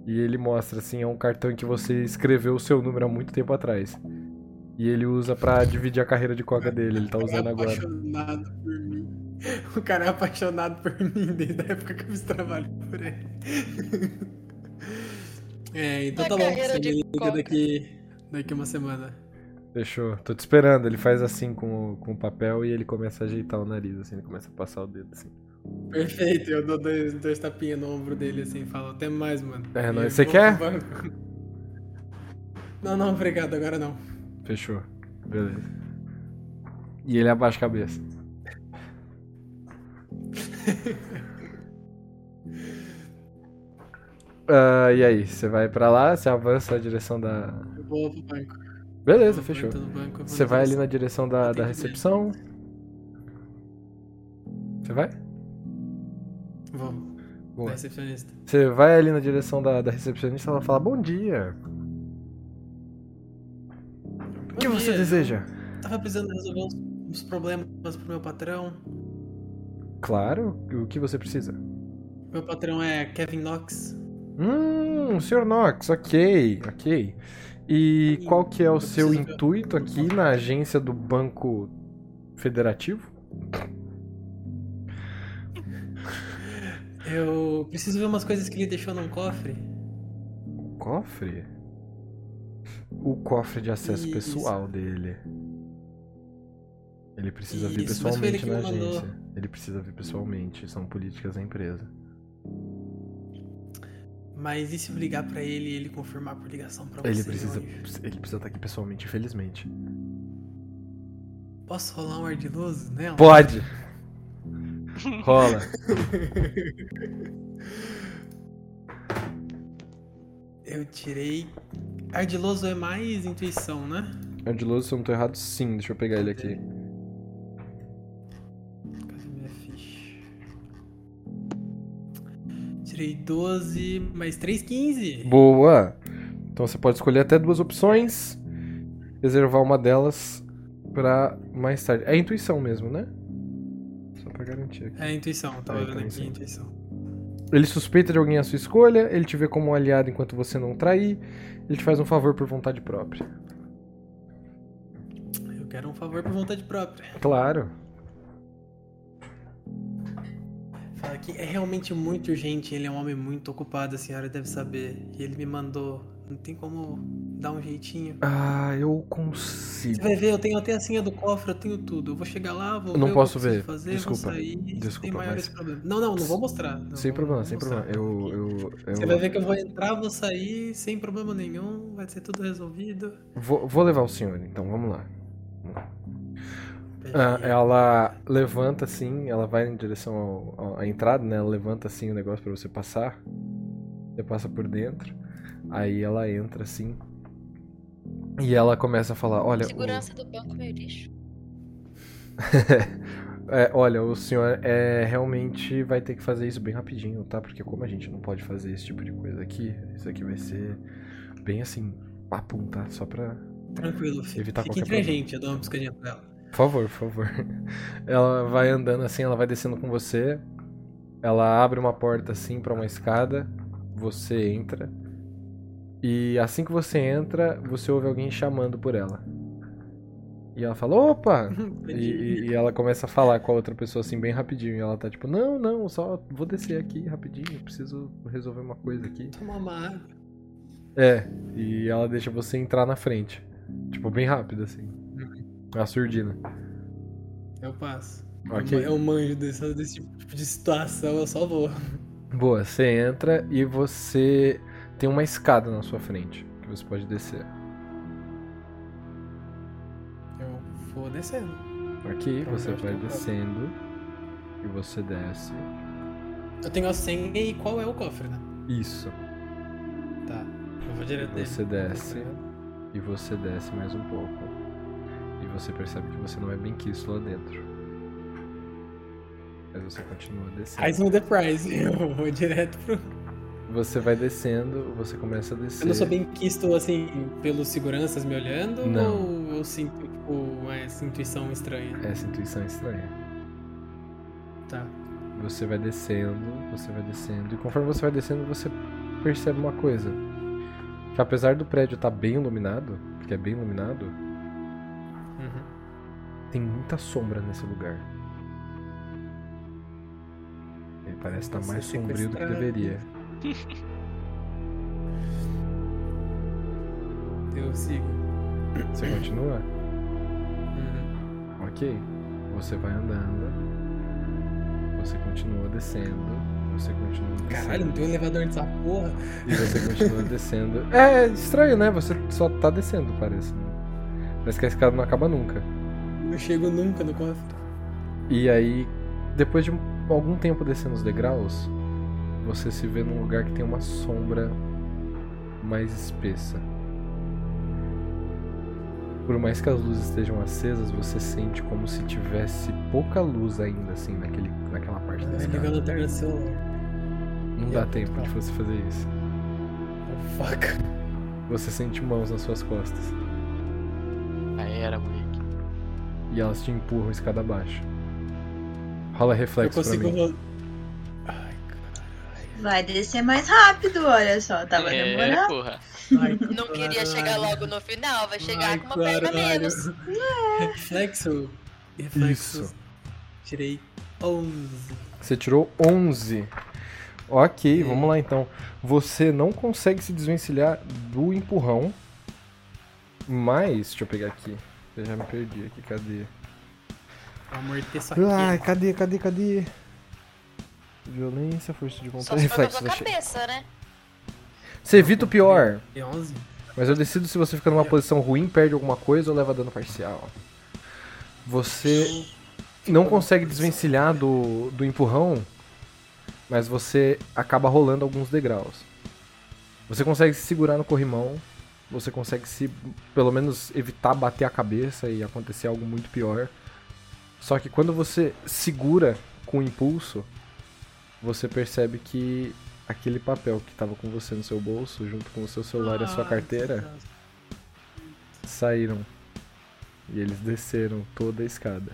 S1: e ele mostra assim: é um cartão que você escreveu o seu número há muito tempo atrás. E ele usa pra dividir a carreira de coca dele, ele tá
S7: O cara
S1: usando
S7: é
S1: agora.
S7: apaixonado por mim. O cara é apaixonado por mim desde a época que eu fiz trabalho por ele. É, então
S6: Uma
S7: tá bom.
S6: carreira
S7: Você
S6: de
S7: me liga
S6: coca.
S7: daqui, daqui uma semana.
S1: Fechou. Tô te esperando. Ele faz assim com o, com o papel e ele começa a ajeitar o nariz, assim, ele começa a passar o dedo assim.
S7: Perfeito, eu dou dois, dois tapinhas no ombro dele assim, falo, até mais, mano.
S1: É,
S7: E
S1: nóis. Você
S7: eu vou
S1: quer?
S7: pro banco. Não, não, obrigado, agora não.
S1: Fechou. Beleza. E ele abaixa a cabeça. Ah, e aí, você vai pra lá, você avança na direção da.
S7: Eu vou pro banco.
S1: Beleza,
S7: Eu
S1: fechou.
S7: entro no banco, eu vou
S1: Você
S7: no
S1: vai ali
S7: banco.
S1: na direção da, da recepção. Você vai?
S7: Vou.
S1: Boa.
S7: Recepcionista.
S1: Você vai ali na direção da, da recepcionista ela fala bom dia. O que
S7: Bom
S1: você
S7: dia,
S1: deseja?
S7: eu Tava precisando resolver uns, uns problemas pro meu patrão.
S1: Claro, o que você precisa?
S7: Meu patrão é Kevin Knox.
S1: Hum, Sr. Knox, ok, ok. E
S7: Sim,
S1: qual que é o
S7: eu
S1: seu
S7: preciso ver-
S1: intuito aqui na agência do Banco Federativo?
S7: Eu preciso ver umas coisas que ele deixou num cofre.
S1: O cofre? O cofre de acesso
S7: Isso.
S1: pessoal dele. Ele precisa vir
S7: Isso, mas foi ele
S1: pessoalmente
S7: que
S1: na
S7: me mandou.
S1: agência. Ele precisa vir pessoalmente, são políticas da empresa.
S7: Mas e se eu ligar pra ele e ele confirmar por ligação pra
S1: Ele
S7: você?
S1: precisa,
S7: meu anjo?
S1: ele precisa estar aqui pessoalmente, infelizmente.
S7: Posso rolar um ardiloso nela?
S1: Pode! Rola.
S7: Eu tirei. Ardiloso é mais intuição, né?
S1: Andiloso, se eu não tô errado, sim. Deixa eu pegar ele aqui.
S7: Cadê minha ficha? Tirei 12, mais 3, 15.
S1: Boa! Então você pode escolher até duas opções. Reservar uma delas pra mais tarde. É intuição mesmo, né? Só pra garantir aqui.
S7: É a intuição, eu tava
S1: Ah,
S7: vendo
S1: então,
S7: aqui
S1: sim.
S7: a intuição.
S1: Ele suspeita de alguém à sua escolha, ele te vê como um aliado enquanto você não trair, ele te faz um favor por vontade própria.
S7: Eu quero um favor por vontade própria.
S1: Claro.
S7: Fala que é realmente muito urgente, ele é um homem muito ocupado, a senhora deve saber. E ele me mandou, não tem como dar um jeitinho.
S1: Ah, eu
S7: Você
S1: consigo.
S7: vai ver, eu tenho até a senha do cofre, eu tenho tudo. Eu vou chegar lá, vou
S1: Eu não
S7: ver o que
S1: posso
S7: preciso
S1: ver,
S7: fazer,
S1: desculpa,
S7: Vou sair, não tem
S1: desculpa,
S7: maiores
S1: mas-
S7: problemas. Não, não, não vou mostrar. não,
S1: Sem
S7: não
S1: problema,
S7: vou
S1: sem
S7: mostrar.
S1: problema. Eu. eu,
S7: Você
S1: eu-
S7: vai ver que eu vou entrar, vou sair sem problema nenhum, vai ser tudo resolvido.
S1: Vou, vou levar o senhor, então, vamos lá. Ah, ela levanta assim, ela vai em direção ao- ao- à entrada, né? Ela levanta assim o negócio pra você passar. Você passa por dentro. Aí ela entra assim. E ela começa a falar: Olha, o,
S6: Segurança do banco meio lixo.
S1: é, olha, o senhor é, realmente vai ter que fazer isso bem rapidinho, tá? Porque como a gente não pode fazer esse tipo de coisa aqui, isso aqui vai ser bem assim, papum, tá? Só pra
S7: Tranquilo, fica,
S1: Evitar
S7: fica
S1: qualquer
S7: entre a
S1: problema.
S7: gente, eu dou uma piscadinha pra ela.
S1: Por favor, por favor. Ela vai andando assim, ela vai descendo com você. Ela abre uma porta assim pra uma escada. Você entra. E assim que você entra, você ouve alguém chamando por ela. E ela fala: "Opa!" E, e- e ela começa a falar com a outra pessoa assim bem rapidinho. E ela tá tipo: "Não, não, só vou descer aqui rapidinho, preciso resolver uma coisa aqui".
S7: Toma uma água.
S1: É, e ela deixa você entrar na frente. Tipo, bem rápido assim. A surdina.
S7: Eu passo.
S1: OK.
S7: Eu, eu é um manjo desse, desse tipo de situação, eu só vou.
S1: Boa, você entra e você tem uma escada na sua frente que você pode descer.
S7: Eu vou descendo.
S1: Aqui
S7: Então,
S1: você
S7: eu
S1: vai
S7: estou
S1: descendo e você desce.
S7: Eu tenho a senha e qual é o cofre, né?
S1: Isso.
S7: Tá. Eu vou direto nele.
S1: Você desce e você desce mais um pouco. E você percebe que você não é bem quisto lá dentro. Mas você continua descendo.
S7: Eyes on the prize. Eu vou direto pro.
S1: Você vai descendo, você começa a descer.
S7: um- Eu não sou bem que estou assim, pelos seguranças me olhando,
S1: Não.
S7: ou eu sinto, tipo, essa intuição estranha?
S1: Essa intuição é estranha.
S7: Tá.
S1: Você vai descendo, você vai descendo, e conforme você vai descendo, você percebe uma coisa. Que apesar do prédio estar bem iluminado, porque é bem iluminado,
S7: Uhum.
S1: tem muita sombra nesse lugar. Ele parece estar
S7: Você
S1: mais
S7: é
S1: sombrio do que
S7: sequestrado.
S1: deveria.
S7: Eu sigo.
S1: Você continua?
S7: Uhum.
S1: Ok. Você vai andando. Você continua descendo. Você continua descendo.
S7: Caralho, não tem um elevador nessa porra.
S1: E você continua descendo. É estranho, né? Você só tá descendo, parece. né? Parece que a escada não acaba nunca.
S7: Não chego nunca no cofre.
S1: E aí, depois de um- algum tempo descendo os degraus, você se vê num lugar que tem uma sombra mais espessa. Por mais que as luzes estejam acesas, você sente como se tivesse pouca luz ainda, assim, naquele, naquela parte da
S7: Vai ligar a
S1: escada.
S7: lanterna do celular.
S1: Não dá tempo
S7: tá.
S1: de você fazer isso.
S7: Oh, fuck.
S1: Você sente mãos nas suas costas
S2: Aí era, moleque.
S1: e elas te empurram escada abaixo. Rola
S7: Eu
S1: reflexo pra
S7: consigo.
S1: mim.
S7: ro- Ai, caralho.
S3: Vai descer mais rápido, olha só. Tava
S2: É,
S3: demorando.
S2: porra.
S7: Ai,
S6: Não queria
S7: caralho.
S6: chegar logo no final, vai chegar
S7: Ai,
S6: com uma perna
S7: caralho.
S6: menos.
S7: Reflexo. Reflexo.
S1: Isso.
S7: Tirei 11.
S1: Você tirou 11. Ok, vamos lá então. Você não consegue se desvencilhar do empurrão. Mas, deixa eu pegar aqui. Eu já me perdi aqui, cadê?
S7: Vou amorter só
S1: Ai,
S7: aqui.
S1: cadê, cadê, cadê? Violência, força de
S6: Só
S1: vontade.
S6: se for com a
S1: Reflexo,
S6: sua
S1: achei.
S6: cabeça, né?
S1: Você evita o pior,
S7: Tirei 11.
S1: mas eu decido se você fica numa posição ruim, perde alguma coisa ou leva dano parcial. Você não consegue desvencilhar do, do empurrão, mas você acaba rolando alguns degraus. Você consegue se segurar no corrimão, você consegue se, pelo menos, evitar bater a cabeça e acontecer algo muito pior. Só que quando você segura com o impulso, você percebe que aquele papel que estava com você no seu bolso, junto com o seu celular e a
S7: Ah,
S1: sua carteira, saíram. E eles desceram toda a escada.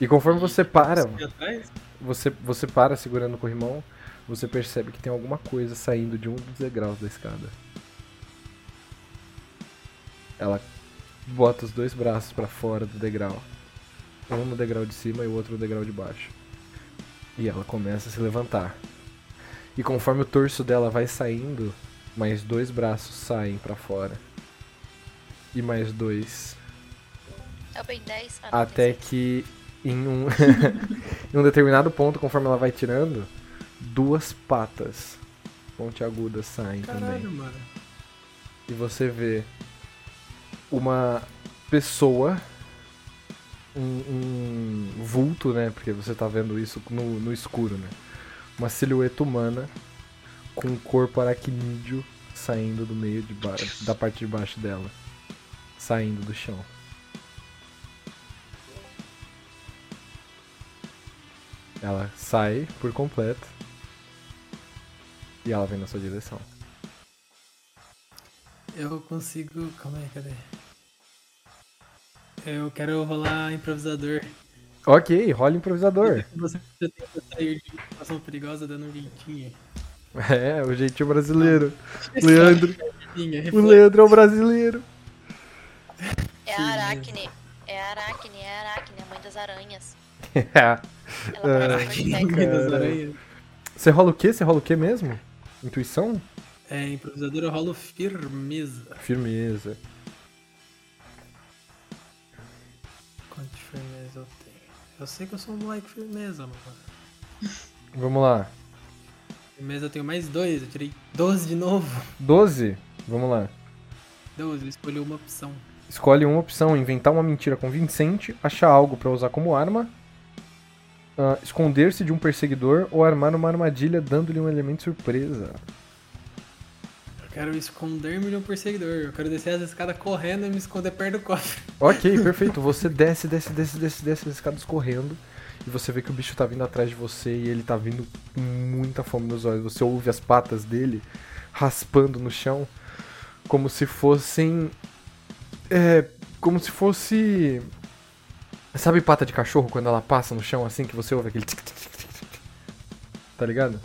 S1: E conforme você para, você, você para segurando o corrimão, você percebe que tem alguma coisa saindo de um dos degraus da escada. Ela bota os dois braços pra fora do degrau. Um no degrau de cima e o outro no degrau de baixo. E ela começa a se levantar. E conforme o torso dela vai saindo, mais dois braços saem pra fora. E mais dois
S6: É o Ben 10. Ah, não,
S1: até
S6: tem
S1: que em um, em um determinado ponto, conforme ela vai tirando, duas patas pontiagudas saem também.
S7: Caralho, mano.
S1: E você vê uma pessoa, um, um vulto, né? Porque você tá vendo isso no, no escuro, né? Uma silhueta humana com um corpo aracnídeo saindo do meio de ba- da parte de baixo dela. Saindo do chão. Ela sai por completo. E ela vem na sua direção.
S7: Eu consigo. Calma aí, cadê? Eu quero rolar improvisador.
S1: Ok, rola improvisador.
S7: Você tenta sair de uma situação perigosa dando um jeitinho.
S1: É, o jeitinho brasileiro. Leandro.
S7: Jeitinho,
S1: O
S7: reflexo.
S1: Leandro é o brasileiro.
S6: essa. É a Aracne. É a Aracne, é a Aracne, a mãe das aranhas. Ela parece um
S7: Aracne,
S6: Moisés.
S7: mãe das
S1: Caralho.
S7: aranhas.
S1: Você rola o quê? Você rola o quê mesmo? Intuição?
S7: É, improvisador eu rolo firmeza.
S1: Firmeza.
S7: Quanto de firmeza eu tenho? Eu sei que eu sou um moleque firmeza, mano.
S1: Vamos lá.
S7: Firmeza eu tenho mais dois, eu tirei 12 de novo.
S1: 12. Vamos lá.
S7: 12, eu escolhi uma opção.
S1: Escolhe uma opção: inventar uma mentira convincente, achar algo pra usar como arma, ah, esconder-se de um perseguidor ou armar uma armadilha dando-lhe um elemento surpresa.
S7: Eu quero esconder-me de um perseguidor. Eu quero descer as escadas correndo e me esconder perto do cofre.
S1: Ok, perfeito. Você desce, desce, desce, desce, desce as escadas correndo. E você vê que o bicho tá vindo atrás de você e ele tá vindo com muita fome nos olhos. Você ouve as patas dele raspando no chão, como se fossem. É. Como se fosse. Sabe pata de cachorro quando ela passa no chão assim que você ouve aquele. tic, tic, tic, tic, tic, tic? Tá ligado?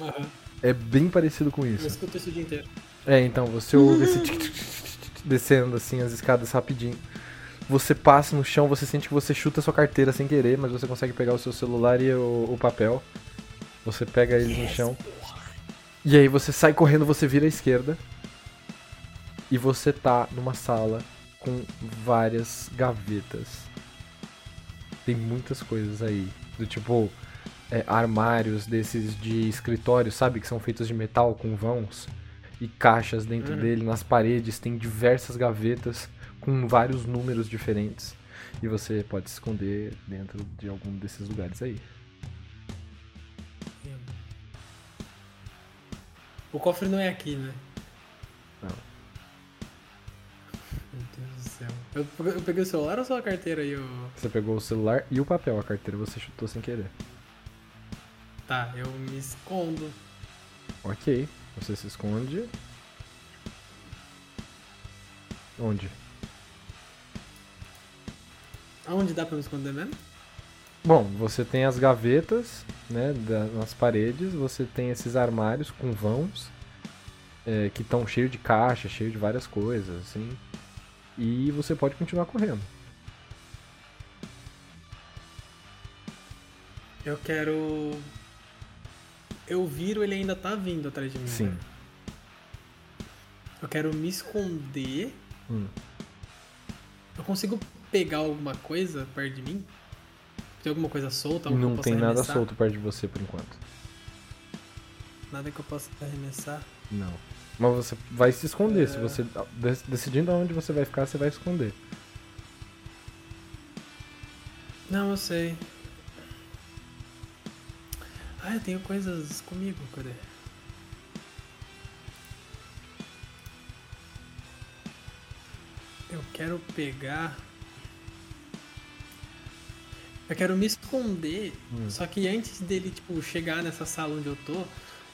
S7: Aham.
S1: É bem parecido com
S7: Eu
S1: isso.
S7: escuto isso o dia inteiro.
S1: É, então, você ouve esse tic, tic, tic, tic, tic, descendo assim as escadas rapidinho. Você passa no chão, você sente que você chuta sua carteira sem querer, mas você consegue pegar o seu celular e o, o papel. Você pega ele no chão. E aí você sai correndo, você vira à esquerda. E você tá numa sala com várias gavetas. Tem muitas coisas aí. Do tipo, é, armários desses de escritório, sabe? Que são feitos de metal com vãos e caixas dentro dele, nas paredes, tem diversas gavetas com vários números diferentes. E você pode se esconder dentro de algum desses lugares aí.
S7: O cofre não é aqui, né?
S1: Não.
S7: Meu Deus do céu. Eu, eu peguei o celular ou só a carteira e o.
S1: Você pegou o celular e o papel, a carteira você chutou sem querer.
S7: Tá, eu me escondo.
S1: Ok, você se esconde. Onde?
S7: Aonde dá pra me esconder mesmo?
S1: Bom, você tem as gavetas, né, da- nas paredes, você tem esses armários com vãos, é, que estão cheios de caixa, cheio de várias coisas, assim. E você pode continuar correndo.
S7: Eu quero. Eu viro, ele ainda tá vindo atrás de mim.
S1: Sim.
S7: né? Eu quero me esconder.
S1: Hum.
S7: Eu consigo pegar alguma coisa perto de mim? Tem alguma coisa solta? algo que Então, eu
S1: Não
S7: possa
S1: tem nada
S7: arremessar?
S1: solto perto de você por enquanto.
S7: Nada que eu possa arremessar.
S1: Não. Mas você vai se esconder.
S7: É.
S1: Se você. de- Decidindo aonde você vai ficar, você vai se esconder.
S7: Não, eu sei. Ah, eu tenho coisas comigo, cadê? Eu quero pegar. Eu quero me esconder.
S1: Hum.
S7: Só que antes dele, tipo, chegar nessa sala onde eu tô,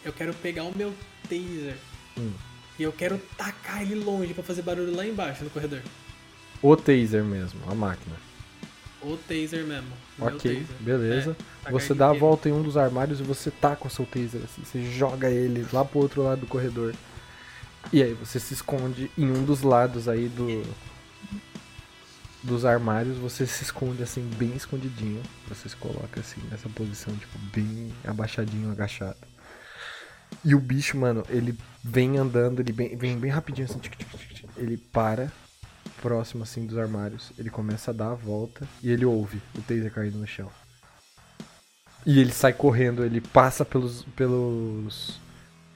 S7: eu quero pegar o meu taser.
S1: Hum.
S7: E eu quero tacar ele longe pra fazer barulho lá embaixo no corredor.
S1: O taser mesmo, a máquina.
S7: O taser mesmo. o meu
S1: ok,
S7: taser. É.
S1: beleza.
S7: Tacar
S1: você
S7: ele
S1: dá a
S7: Tá inteiro.
S1: volta em um dos armários e você taca o seu taser assim. Você joga ele lá pro outro lado do corredor. E aí você se esconde em um dos lados aí do. Dos armários, você se esconde assim, bem escondidinho. Você se coloca assim, nessa posição, tipo, bem abaixadinho, agachado. E o bicho, mano, ele vem andando, ele bem- vem bem rapidinho assim. tic, tic, tic, tic. Ele para próximo assim dos armários, ele começa a dar a volta e ele ouve o taser caindo no chão. E ele sai correndo, ele passa pelos, pelos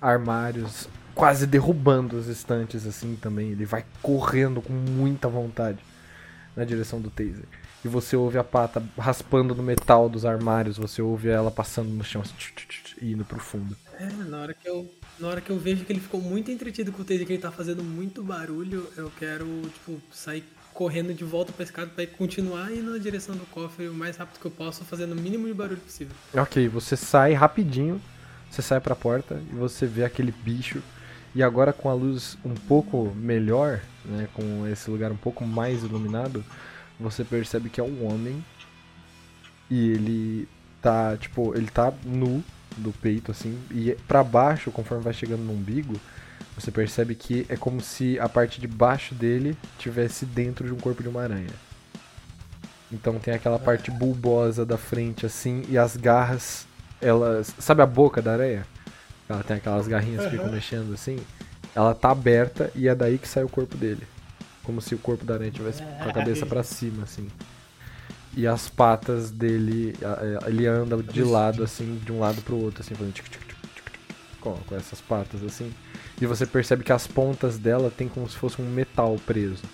S1: armários, quase derrubando as estantes assim também. Ele vai correndo com muita vontade na direção do taser. E você ouve a pata raspando no metal dos armários, você ouve ela passando no chão assim, tch, tch, tch, tch, e indo pro fundo.
S7: É, na hora que eu. Na hora que eu vejo que ele ficou muito entretido com o taser, que ele tá fazendo muito barulho, eu quero, tipo, sair correndo de volta pra escada pra continuar indo na direção do cofre o mais rápido que eu posso, fazendo o mínimo de barulho possível.
S1: Ok, você sai rapidinho, você sai pra porta e você vê aquele bicho. E agora com a luz um pouco melhor, né, com esse lugar um pouco mais iluminado, você percebe que é um homem. E ele tá, tipo, ele tá nu do peito assim, e pra baixo, conforme vai chegando no umbigo, você percebe que é como se a parte de baixo dele tivesse dentro de um corpo de uma aranha. Então tem aquela parte bulbosa da frente assim e as garras, elas, sabe a boca da aranha? Ela tem aquelas garrinhas que ficam mexendo assim. Ela tá aberta e é daí que sai o corpo dele. Como se o corpo da aranha tivesse com a cabeça pra cima assim. E as patas dele, a- a- ele anda de lado assim, de um lado pro outro assim, fazendo tic tic tic tic, tic, com, com essas patas assim. E você percebe que as pontas dela tem como se fosse um metal preso.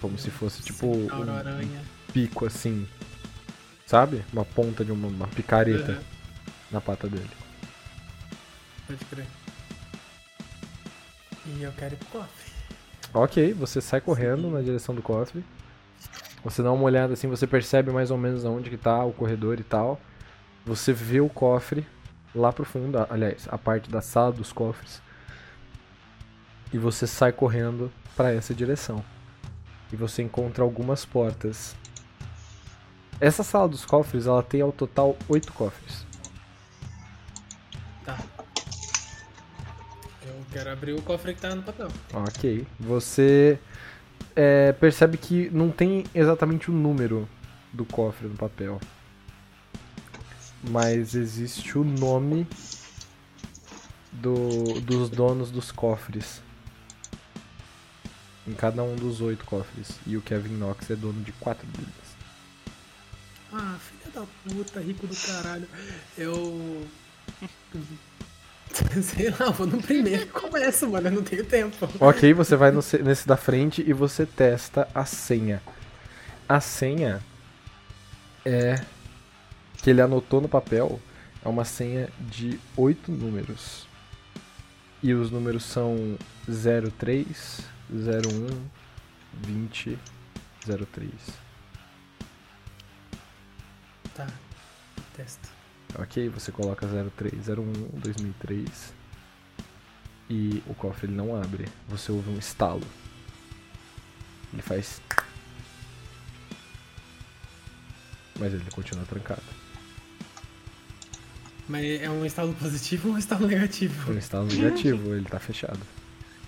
S1: Como se fosse tipo um-
S7: Aranha.
S1: pico assim, sabe? Uma ponta de uma, uma picareta na pata dele.
S7: Pode crer. E eu quero ir pro cofre.
S1: Ok, você sai correndo na direção do cofre. Você dá uma olhada assim, você percebe mais ou menos onde que tá o corredor e tal. Você vê o cofre lá pro fundo, a- aliás, a parte da sala dos cofres. E você sai correndo pra essa direção. E você encontra algumas portas. Essa sala dos cofres, ela tem ao total oito cofres.
S7: Tá. Eu quero abrir o cofre que tá no papel.
S1: Ok. Você é, percebe que não tem exatamente o número do cofre no papel. Mas existe o nome do- dos donos dos cofres. Em cada um dos oito cofres. E o Kevin Knox é dono de quatro deles.
S7: Ah, filha da puta, rico do caralho. Eu. Sei lá, vou no primeiro. Começa, mano, eu não tenho tempo.
S1: Ok, você vai no ce- nesse da frente e você testa a senha. A senha é. que ele anotou no papel é uma senha de oito números. E os números são 03, 01, 20, 03.
S7: Tá, testo.
S1: Ok, você coloca 03, 01, 2003. E o cofre ele não abre. Você ouve um estalo. Ele faz. Mas ele continua trancado.
S7: Mas é um estado positivo ou um estado negativo?
S1: Um estalo negativo, ele tá fechado.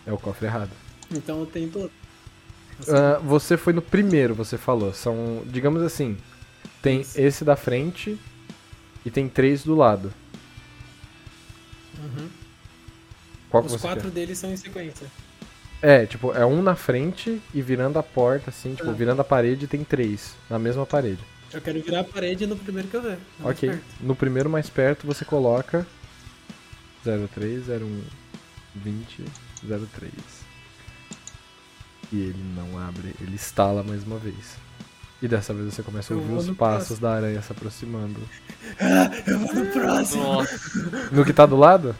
S1: É o cofre errado.
S7: Então eu tenho todo.
S1: Ah, você foi no primeiro, você falou. São, digamos assim, tem
S7: Isso.
S1: esse da frente e tem três do lado.
S7: Uhum.
S1: Qual que
S7: Os
S1: você quer?
S7: quatro deles são em sequência.
S1: É, tipo, é um na frente e virando a porta, assim, tipo,
S7: Ah.
S1: virando a parede tem três na mesma parede.
S7: Eu quero virar a parede no primeiro que eu ver. no mais
S1: ok.
S7: perto.
S1: No primeiro mais perto você coloca 03, 01, 20, 03. E ele não abre, ele estala mais uma vez. E dessa vez você começa a
S7: Eu
S1: ouvir
S7: vou
S1: os
S7: no
S1: passos da aranha se aproximando.
S7: Eu vou no próximo.
S2: Nossa,
S1: No que
S7: É.
S1: tá do lado?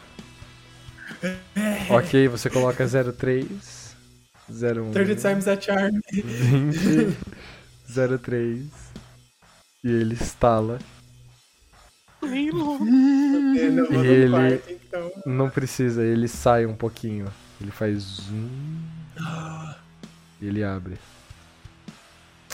S1: ok, você coloca 03, 01.
S7: 30 times a charm.
S1: 20 03 e ele estala.
S4: É, não, vou no
S1: Ele-
S4: quarto, então.
S1: Não precisa, ele sai um pouquinho. Ele faz zoom. E ele abre.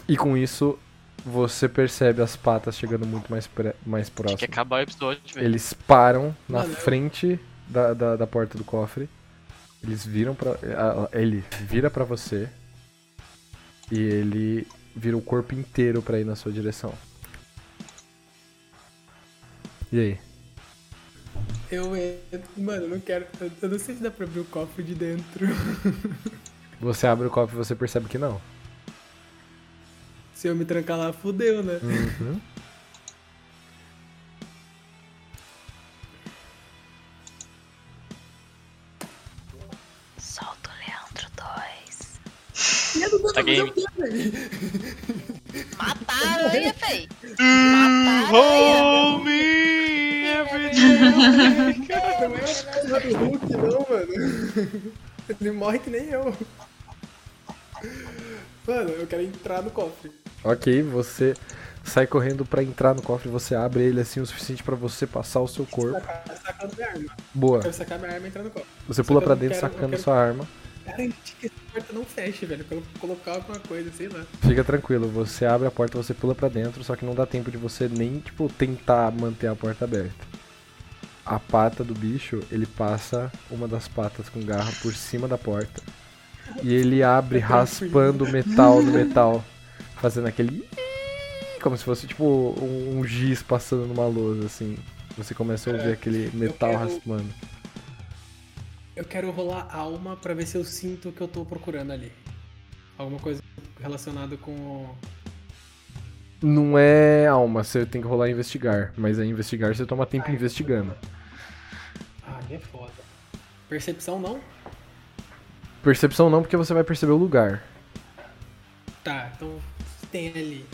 S1: E com isso, você percebe as patas chegando muito mais, pré- mais
S2: Tem que
S1: próximo.
S2: acabar o episódio,
S4: É.
S2: velho.
S1: Eles param na
S7: Valeu.
S1: frente da, da, da porta do cofre. Eles viram pra. a- a- Ele vira pra você. E ele vira o corpo inteiro pra ir na sua direção. E aí?
S7: Eu, eu, mano, eu não quero. Eu, eu não sei se dá pra abrir o cofre de dentro.
S1: Você abre o cofre e você percebe que não.
S7: Se eu me trancar lá, fudeu, né?
S6: Solta o Leandro 2.
S2: Tá game.
S6: Mata a
S3: Hum.
S6: aranha, fei. Mata a aranha.
S2: me every
S4: Não é a coisa do Hulk, não, mano. Ele morre que nem eu. Mano, eu quero entrar no cofre.
S1: Ok, você sai correndo pra entrar no cofre. Você abre ele assim o suficiente pra você passar o seu corpo.
S4: Sacar- Sacando minha arma.
S1: Boa.
S4: Quero sacar minha arma e entrar no cofre.
S1: Você pula
S4: eu
S1: pra
S4: não
S1: dentro
S4: quero- eu
S1: sacando
S4: quero-
S1: sua arma.
S4: Garantir que essa porta não feche, velho. Pra eu colocar alguma coisa, sei lá.
S1: Fica tranquilo, você abre a porta, você pula pra dentro, só que não dá tempo de você nem, tipo, tentar manter a porta aberta. A pata do bicho, ele passa uma das patas com garra por cima da porta. E ele abre raspando o metal no metal, fazendo aquele como se fosse tipo um, um giz passando numa lousa assim. Você começa a ouvir aquele metal
S7: quero-
S1: raspando.
S7: Eu quero rolar alma pra ver se eu sinto o que eu tô procurando ali. Alguma coisa relacionada com.
S1: Não é alma, você tem que rolar investigar, mas aí investigar você toma tempo investigando.
S7: Ah, ali é foda. Percepção não?
S1: Percepção não, porque você vai perceber o lugar.
S7: Tá, então tem ali.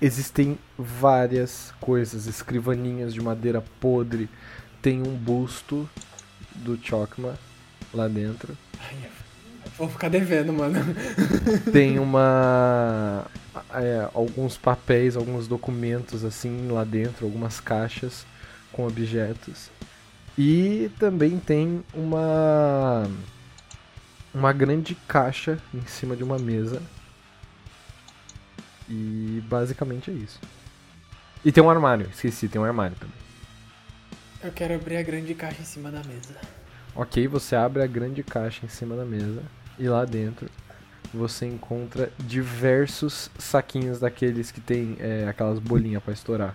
S1: Existem várias coisas, escrivaninhas de madeira podre. Tem um busto do Chokma lá dentro.
S7: Vou ficar devendo, mano.
S1: Tem uma. é, alguns papéis, alguns documentos assim lá dentro, algumas caixas com objetos. E também tem uma. Uma grande caixa em cima de uma mesa. E basicamente é isso. E tem um armário, esqueci, tem um armário também.
S7: Eu quero abrir a grande caixa em cima da mesa.
S1: Ok, você abre a grande caixa em cima da mesa e lá dentro você encontra diversos saquinhos daqueles que tem é, aquelas bolinhas pra estourar.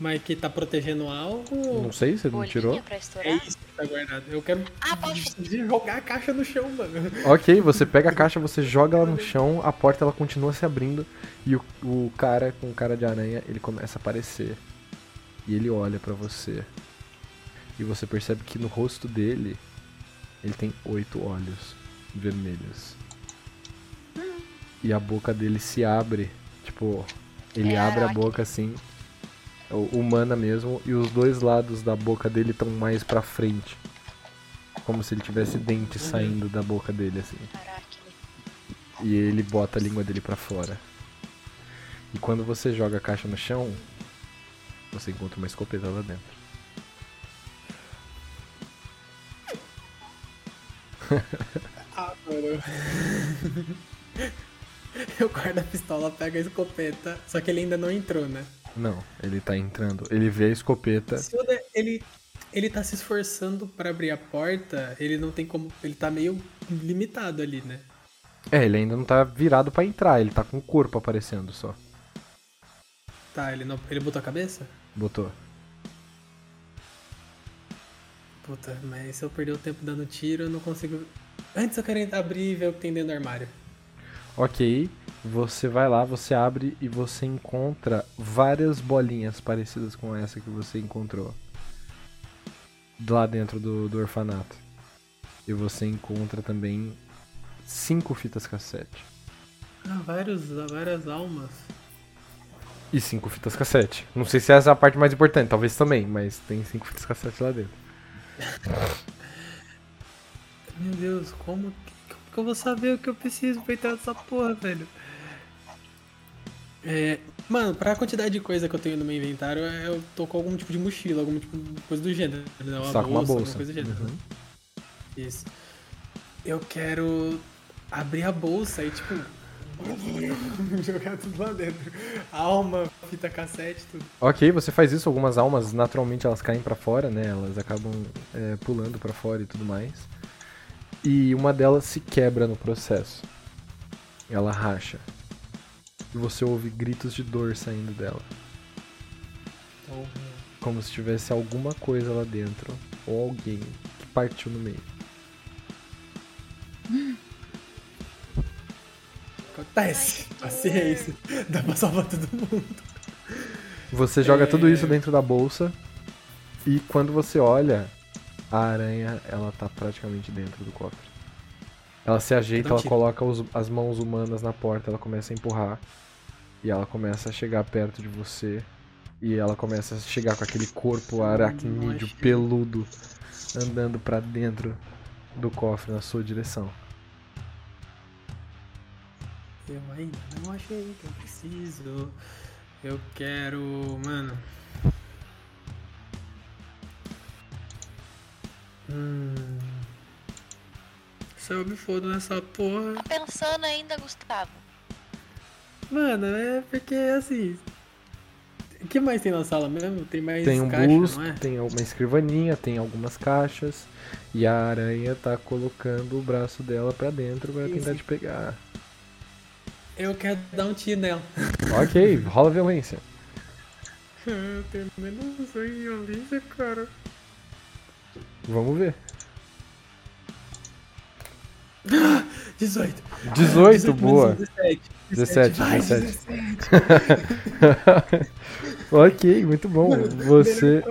S7: Mas que tá protegendo algo?
S1: Não
S7: ou
S1: sei, você não
S6: Bolinha
S1: tirou?
S6: pra
S7: É
S6: estourar?
S7: isso que tá guardado. Eu quero
S6: Ah, pode.
S7: jogar a caixa no chão, mano.
S1: Ok, você pega a caixa, você joga ela no chão, a porta ela continua se abrindo e o, o cara com cara de aranha ele começa a aparecer e ele olha pra você e você percebe que no rosto dele ele tem oito olhos vermelhos e a boca dele se abre, tipo ele
S6: É
S1: abre a
S6: aracne.
S1: boca assim o- humana mesmo e os dois lados da boca dele estão mais pra frente como se ele tivesse dentes saindo da boca dele assim.
S6: Aracne.
S1: E ele bota a língua dele pra fora. E quando você joga a caixa no chão, você encontra uma escopeta lá dentro.
S7: Ah, mano. Eu guardo a pistola, pego a escopeta. Só que ele ainda não entrou, né?
S1: Não, ele tá entrando. Ele vê a escopeta.
S7: Se o de- ele, ele tá se esforçando pra abrir a porta, ele não tem como. Ele tá meio limitado ali, né?
S1: É, ele ainda não tá virado pra entrar, ele tá com o corpo aparecendo só.
S7: Tá, ele, não, ele botou a cabeça?
S1: Botou.
S7: Puta, mas se eu perder o tempo dando tiro, eu não consigo. Antes eu quero en- abrir e ver o que tem dentro do armário.
S1: Ok, você vai lá, você abre e você encontra várias bolinhas parecidas com essa que você encontrou lá dentro do, do orfanato. E você encontra também cinco fitas cassete.
S7: Ah, vários, várias almas.
S1: E cinco fitas cassete. Não sei se essa é a parte mais importante, talvez também, mas tem cinco fitas cassete lá dentro.
S7: Meu Deus, como que, como que eu vou saber o que eu preciso pra entrar nessa porra, velho? É, mano, pra quantidade de coisa que eu tenho no meu inventário, é, eu tô com algum tipo de mochila, algum tipo de coisa do gênero. Né? Uma
S1: Só com uma
S7: alguma
S1: bolsa.
S7: coisa do gênero.
S1: Uhum.
S7: Isso. Eu quero abrir a bolsa e, tipo, jogar tudo lá dentro. Alma, fita cassete, tudo.
S1: Ok, você faz isso, algumas almas naturalmente elas caem pra fora, né? Elas acabam é, pulando pra fora e tudo mais. E uma delas se quebra no processo. Ela racha. E você ouve gritos de dor saindo dela.
S7: Ou-
S1: Como se tivesse alguma coisa lá dentro. Ou alguém que partiu no meio.
S7: Acontece. Paciência. Dá pra salvar todo mundo.
S1: Você joga
S7: É.
S1: tudo isso dentro da bolsa. E quando você olha, a aranha, ela tá praticamente dentro do cofre. Ela se ajeita,
S7: Dá um
S1: ela
S7: tiro.
S1: coloca os- as mãos humanas na porta, ela começa a empurrar. E ela começa a chegar perto de você. E ela começa a chegar com aquele corpo aracnídeo, peludo, andando pra dentro do cofre na sua direção.
S7: Eu ainda não achei o que eu preciso. Eu quero. Mano. Hum. Sabe, foda nessa porra.
S6: Pensando ainda, Gustavo.
S7: Mano, é porque assim. O que mais tem na sala mesmo? Tem mais
S1: Tem um
S7: caixa,
S1: busto,
S7: não é?
S1: tem uma escrivaninha, tem algumas caixas. E a aranha tá colocando o braço dela pra dentro pra tentar te pegar.
S7: Eu quero dar um tiro nela.
S1: Ok, rola violência.
S7: Eu tenho menos um em violência, cara.
S1: Vamos ver.
S7: 18.
S1: 18, boa.
S7: menos um,
S1: 17,
S7: 17. Vai,
S1: 17. ok, muito bom. Você,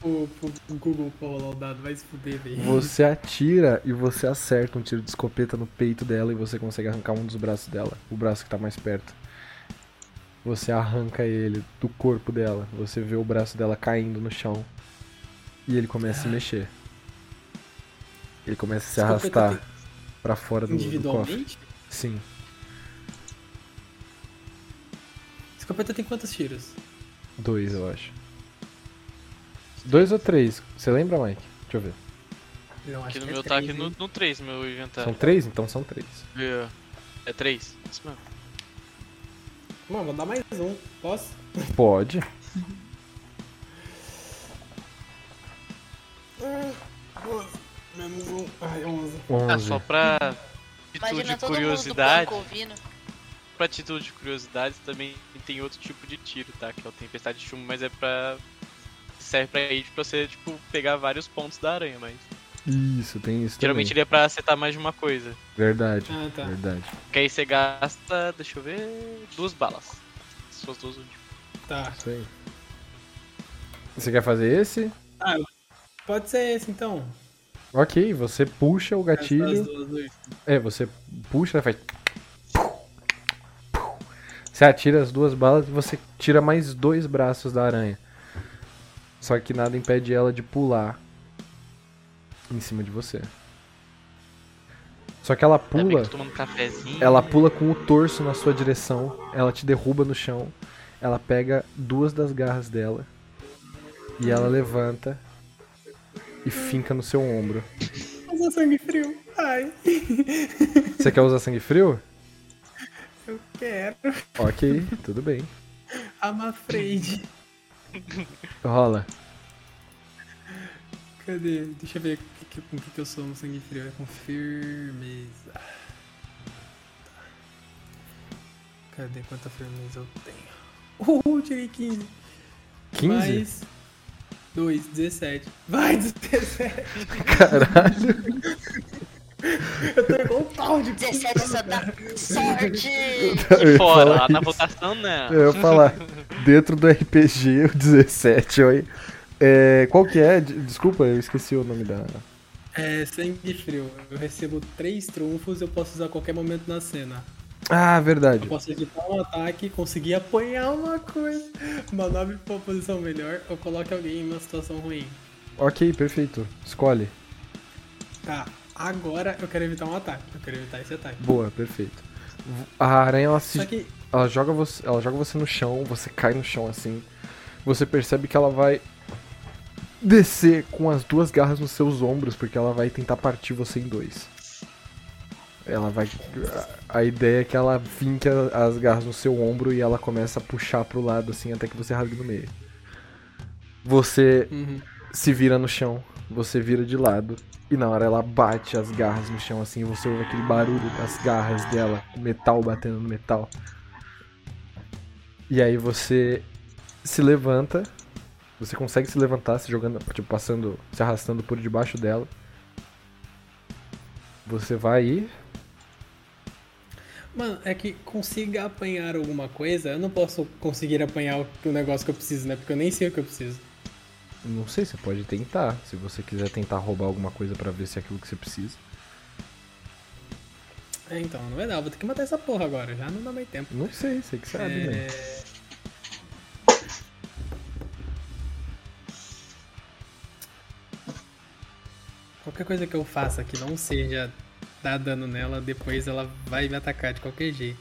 S7: Pro, pro, pro Google pra rolar o dado, vai se fuder, velho.
S1: você atira e você acerta um tiro de escopeta no peito dela e você consegue arrancar um dos braços dela, o braço que tá mais perto. Você arranca ele do corpo dela. Você vê o braço dela caindo no chão. E ele começa a se mexer. Ele começa a se
S7: Escopeta
S1: arrastar pra fora do, do cofre.
S7: Individualmente?
S1: Sim.
S7: Escopeta tem quantos tiros?
S1: Dois, eu acho. Dois ou três? Você lembra, Mike? Deixa eu ver.
S7: Não,
S2: Aqui
S7: acho
S2: no
S7: que é
S2: meu tá
S7: três,
S2: aqui no,
S7: hein?
S2: no 3, meu
S1: São
S2: inventário.
S1: três? Então são três.
S2: É- É 3? Isso mesmo.
S7: Mano, vou dar mais um. Posso?
S1: Pode.
S7: Menos um. Ai, 11.
S2: Ah,
S1: Onze.
S2: só pra título
S6: Imagina
S2: de
S6: todo mundo um do
S2: curiosidade.
S6: banco ouvindo.
S2: Pra título de curiosidade também tem outro tipo de tiro, tá? Que é o Tempestade de Chumbo, mas é pra. Serve pra ir pra você, tipo, pegar vários pontos da aranha, mas.
S1: Isso, tem isso
S2: Geralmente ele é pra acertar mais de uma coisa.
S1: também. Verdade,
S7: Ah, tá.
S1: verdade.
S2: Porque aí você gasta, deixa eu ver. duas balas. Suas duas tipo, últimas.
S7: Tá.
S1: Isso aí. Você quer fazer esse?
S7: Pode ser esse então.
S1: Ok, você puxa o
S7: Essas
S1: gatilho.
S7: duas, duas.
S1: É, você puxa, né, faz... Você atira as duas balas e você tira mais dois braços da aranha. Só que nada impede ela de pular em cima de você. Só que ela
S7: É
S2: Ainda bem que
S1: pula
S2: eu tô tomando cafezinho.
S1: Ela pula com o torso na sua direção, ela te derruba no chão, ela pega duas das garras dela e ela levanta e finca no seu ombro.
S7: Usa é sangue frio. Ai,
S1: Você quer usar sangue frio?
S7: eu quero.
S1: Ok, tudo bem.
S7: I'm afraid.
S1: Rola.
S7: Cadê? Deixa eu ver com o que, que- com o que, que eu sou no sangue frio. É com firmeza. Tá. Cadê quanta firmeza eu tenho? Uh, tirei 15.
S1: 15?
S7: Mais 2, 17. Vai, 17. Caralho. eu tô igual um pau de
S6: 17 só dá sorte!
S1: Eu
S2: Fora,
S1: ia falar
S2: lá na
S1: isso.
S2: votação né? não.
S1: Eu ia falar, dentro do RPG, o 17, oi. É, qual que é? De- Desculpa, eu esqueci o nome da...
S7: É, sangue frio. Eu recebo 3 trunfos, eu posso usar a qualquer momento na cena.
S1: Ah, verdade.
S7: Eu posso evitar um ataque, conseguir apanhar uma coisa, manobra pra uma posição melhor ou coloque alguém em uma situação ruim.
S1: Ok, perfeito. Escolhe.
S7: Tá, agora eu quero evitar um ataque. Eu quero evitar esse ataque.
S1: Boa, perfeito. V- A aranha, ela se
S7: Só que
S1: ela joga você, ela joga você no chão, você cai no chão assim. Você percebe que ela vai descer com as duas garras nos seus ombros, porque ela vai tentar partir você em dois. Ela vai a a ideia é que ela finque a- as garras no seu ombro e ela começa a puxar pro lado assim até que você rasgue no meio. Você
S7: Uhum.
S1: se vira no chão, você vira de lado e na hora ela bate as garras no chão assim, e você ouve aquele barulho das garras dela, o metal batendo no metal. E aí você se levanta, você consegue se levantar se jogando, tipo, passando, se arrastando por debaixo dela. Você vai ir.
S7: Mano, é que consiga apanhar alguma coisa, eu não posso conseguir apanhar o o negócio que eu preciso, né? Porque eu nem sei o que eu preciso.
S1: Não sei, você pode tentar, se você quiser tentar roubar alguma coisa pra ver se é aquilo que você precisa.
S7: É, então, não vai dar. eu Vou ter que matar essa porra agora. Já não dá mais tempo.
S1: Não sei, você que sabe, né?
S7: Qualquer coisa que eu faça que não seja dar dano nela, depois ela vai me atacar de qualquer jeito.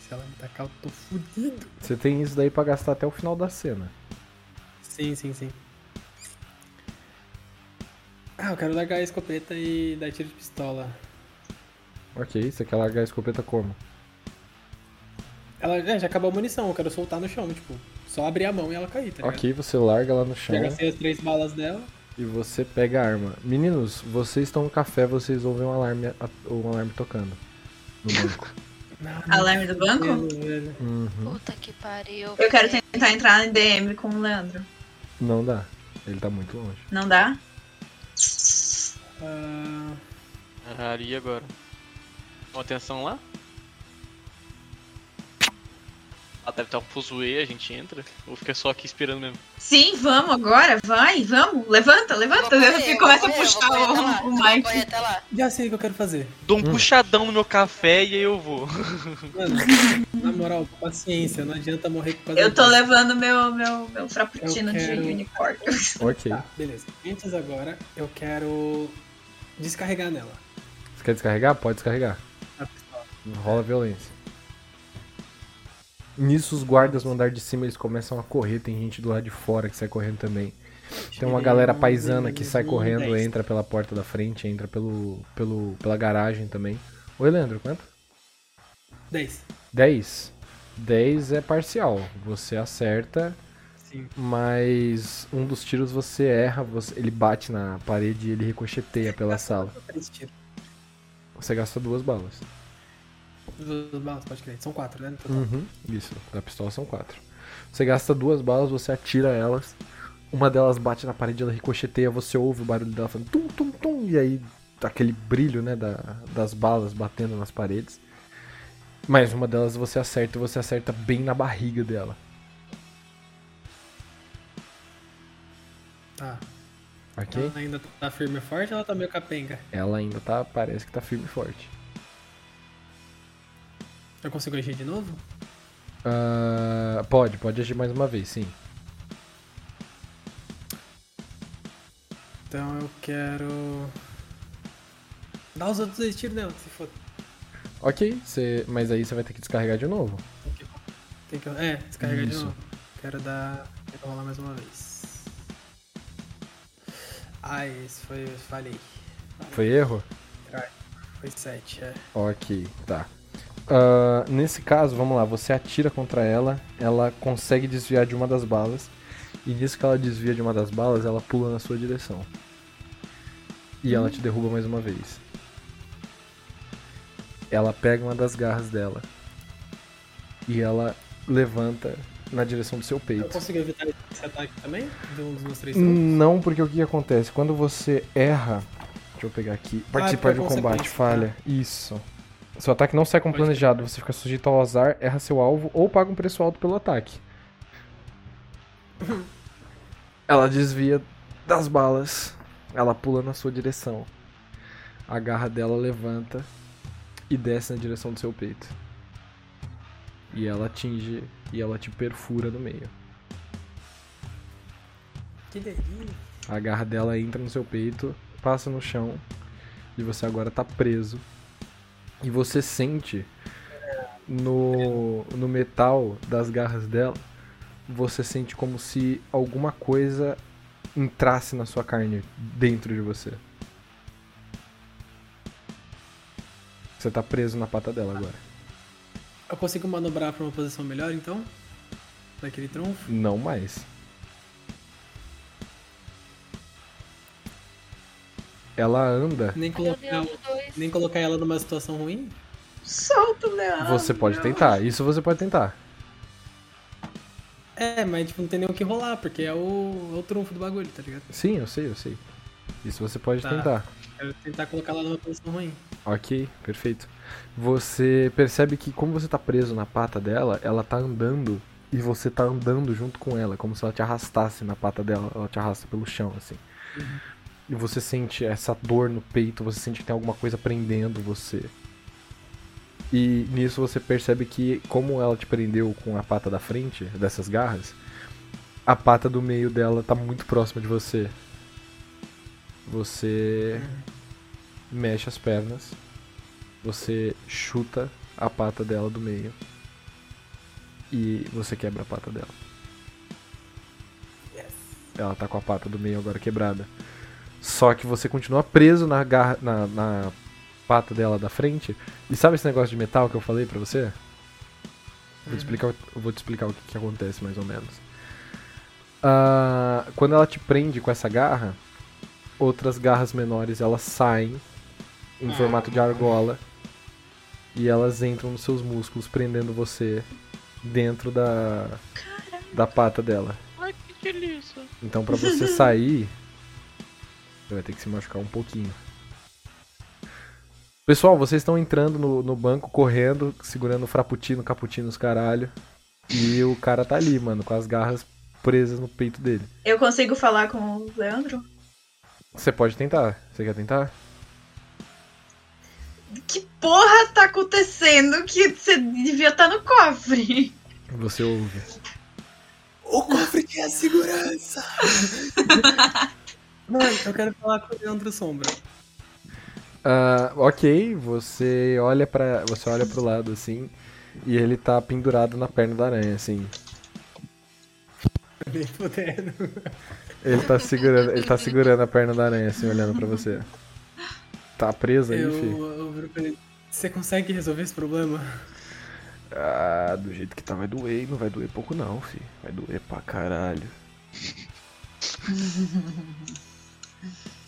S7: Se ela me atacar, eu tô fudido.
S1: Você tem isso daí pra gastar até o final da cena.
S7: Sim, sim, sim. Ah, eu quero largar a escopeta e dar tiro de pistola.
S1: Ok, você quer largar a escopeta como?
S7: Ela é, já acabou a munição, eu quero soltar no chão, tipo, só abrir a mão e ela cair, tá ligado?
S1: Ok, você larga lá no chão
S7: Já gastei as três balas dela.
S1: e você pega a arma. Meninos, vocês estão no café, vocês ouvem um alarme, a- um alarme tocando. No banco.
S7: Não,
S3: Alarme do banco?
S7: não, Ah, velho.
S1: Uhum.
S6: Puta que pariu.
S3: Eu quero tentar entrar em DM com o Leandro.
S1: Não dá. Ele tá muito longe.
S3: Não dá?
S7: Ah,
S2: Ah, e agora? Com atenção lá? Ah, deve estar um fuzuê, a gente entra? Ou fica só aqui esperando mesmo?
S3: Sim, vamos agora, vai, vamos. Levanta, levanta. Você começa a puxar o, o
S6: Corre
S3: Mike.
S6: até lá.
S7: já sei o que eu quero fazer.
S2: Dou um puxadão no meu café e aí eu vou.
S7: Mano, na moral, paciência, não adianta morrer por causa
S3: Eu tô
S7: disso.
S3: levando meu, meu, meu frappuccino
S7: Eu quero-
S3: de unicórnio.
S1: Ok.
S7: Tá, beleza. Antes agora, eu quero descarregar nela.
S1: Você quer descarregar? Pode descarregar.
S7: a pistola.
S1: Rola violência. Nisso, os guardas no andar de cima eles começam a correr. Tem gente do lado de fora que sai correndo também. Tem uma galera paisana que sai correndo,
S7: Dez.
S1: entra pela porta da frente, entra pelo, pelo, pela garagem também. Oi, Leandro, quanto?
S7: 10.
S1: 10. 10 é parcial. Você acerta,
S7: Sim.
S1: mas um dos tiros você erra, você- ele bate na parede e ele ricocheteia pela sala.
S7: Três tiros.
S1: Você gasta duas balas.
S7: Duas balas, pode crer. São quatro, né? no total.
S1: Uhum, isso. Da pistola são quatro. Você gasta duas balas, você atira elas. Uma delas bate na parede, ela ricocheteia, você ouve o barulho dela falando tum, tum, tum. E aí, aquele brilho, né, da- das balas batendo nas paredes. Mas uma delas você acerta, e você acerta bem na barriga dela.
S7: Tá.
S1: Ok?
S7: Ela ainda tá firme e forte ou ela tá meio capenga?
S1: Ela ainda tá, parece que tá firme e forte.
S7: Eu consigo encher de novo?
S1: Ah, pode, pode agir mais uma vez, sim.
S7: Então eu quero. Dar os outros dois tiros nela, se foda.
S1: Ok, você- mas aí você vai ter que descarregar de novo.
S7: Tem que... É, descarregar
S1: Isso.
S7: de novo. Quero dar. Quero rolar mais uma vez. Ai, esse foi. Falei.
S1: Foi erro?
S7: Foi 7, é.
S1: Ok, tá. Ah, nesse caso, vamos lá, você atira contra ela, ela consegue desviar de uma das balas, e nisso que ela desvia de uma das balas, ela pula na sua direção. E ela te derruba mais uma vez. Ela pega uma das garras dela, e ela levanta na direção do seu
S7: Eu
S1: peito.
S7: consigo evitar esse ataque também? De um dos meus três
S4: Hum.
S7: tiros?
S1: Hum, Não, porque o que acontece? Quando você erra. Deixa eu pegar aqui. Participar
S7: por
S1: de um combate,
S7: consequência,
S1: falha. Isso. Seu ataque não sai como
S7: Pode
S1: planejado, você fica sujeito ao azar, erra seu alvo ou paga um preço alto pelo ataque. Ela desvia das balas. Ela pula na sua direção. A garra dela levanta e desce na direção do seu peito. E ela atinge e ela te perfura no meio.
S7: Que delícia.
S1: A garra dela entra no seu peito, passa no chão, e você agora tá preso. E você sente no, no metal das garras dela, você sente como se alguma coisa entrasse na sua carne dentro de você. Você tá preso na pata dela agora.
S7: Eu consigo manobrar pra uma posição melhor, então? Daquele tronco?
S1: Não mais. Ela anda.
S7: Nem
S6: Cadê o
S7: colocar,
S6: Leandro 2?
S7: nem colocar ela numa situação ruim?
S3: Solta o Leandro.
S1: Você pode tentar. Isso você pode tentar.
S7: É, mas tipo, não tem nem o que rolar, porque é o, é o trunfo do bagulho, tá ligado?
S1: Sim, eu sei, eu sei. Isso você pode
S7: Tá.
S1: tentar.
S7: Quero tentar colocar ela numa posição ruim.
S1: Ok, perfeito. Você percebe que como você tá preso na pata dela, ela tá andando e você tá andando junto com ela, como se ela te arrastasse na pata dela, ela te arrasta pelo chão, assim. E você sente essa dor no peito, você sente que tem alguma coisa prendendo você. E nisso você percebe que como ela te prendeu com a pata da frente, dessas garras, a pata do meio dela tá muito próxima de você. Você mexe as pernas, você chuta a pata dela do meio e você quebra a pata dela. Ela tá com a pata do meio agora quebrada. Só que você continua preso na, garra, na, na pata dela da frente. E sabe esse negócio de metal que eu falei pra você? Vou te explicar, o- eu vou te explicar o que, que acontece mais ou menos. Ah, quando ela te prende com essa garra, outras garras menores elas saem em formato de argola e elas entram nos seus músculos, prendendo você dentro da, da pata dela.
S2: Ai, que delícia.
S1: Então pra você sair, você vai ter que se machucar um pouquinho. Pessoal, vocês estão entrando no, no banco, correndo, segurando o frappuccino, cappuccino, os caralho. E o cara tá ali, mano, com as garras presas no peito dele.
S3: Eu consigo falar com o Leandro?
S1: Você pode tentar. Você quer tentar?
S3: Que porra tá acontecendo que você devia estar no cofre?
S1: Você ouve.
S4: O cofre que é a segurança!
S7: Mano, eu quero falar com o Leandro Sombra.
S1: Ah, ok, você olha para você olha pro lado assim e ele tá pendurado na perna da aranha assim.
S7: Nem fudendo.
S1: Ele tá segurando, ele tá segurando a perna da aranha assim olhando pra você. Tá preso aí, filho?
S7: Eu, eu viro pra ele. Você consegue resolver esse problema?
S1: Ah, do jeito que tá vai doer, e não vai doer pouco não, filho. Vai doer pra caralho.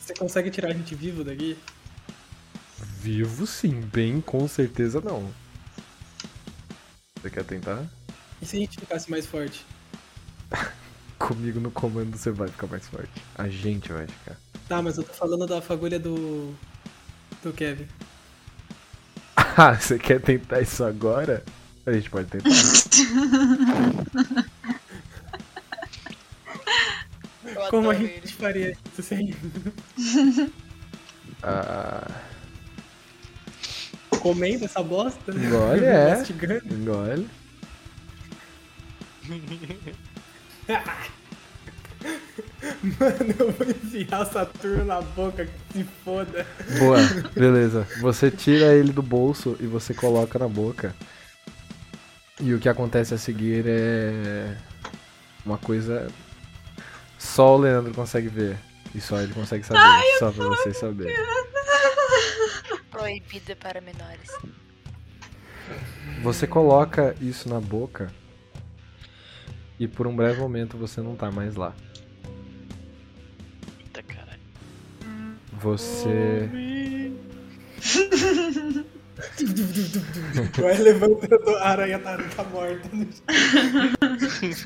S7: Você consegue tirar a gente vivo daqui?
S1: Vivo sim, bem com certeza não. Você quer tentar?
S7: E se a gente ficasse mais forte?
S1: Comigo no comando você vai ficar mais forte. A gente vai ficar.
S7: Tá, mas eu tô falando da fagulha do. do Kevin.
S1: Ah, você quer tentar isso agora? A gente pode tentar.
S6: Eu
S7: Como a
S6: adoro
S7: gente
S6: ele.
S7: faria isso sem.
S1: Ah,
S7: comendo essa bosta?
S1: Olha, é.
S7: Mastigando?
S1: engole.
S7: Mano, eu vou enfiar o Saturno na boca, que se foda.
S1: Boa, beleza. Você tira ele do bolso e você coloca na boca. E o que acontece a seguir é. Uma coisa. Só o Leandro consegue ver. E só ele consegue saber. só pra vocês saberem.
S6: Proibida para menores.
S1: Você coloca isso na boca. E por um breve momento você não tá mais lá.
S2: Eita, caralho.
S1: Você.
S4: Vai levantando, a aranha tá, tá morta.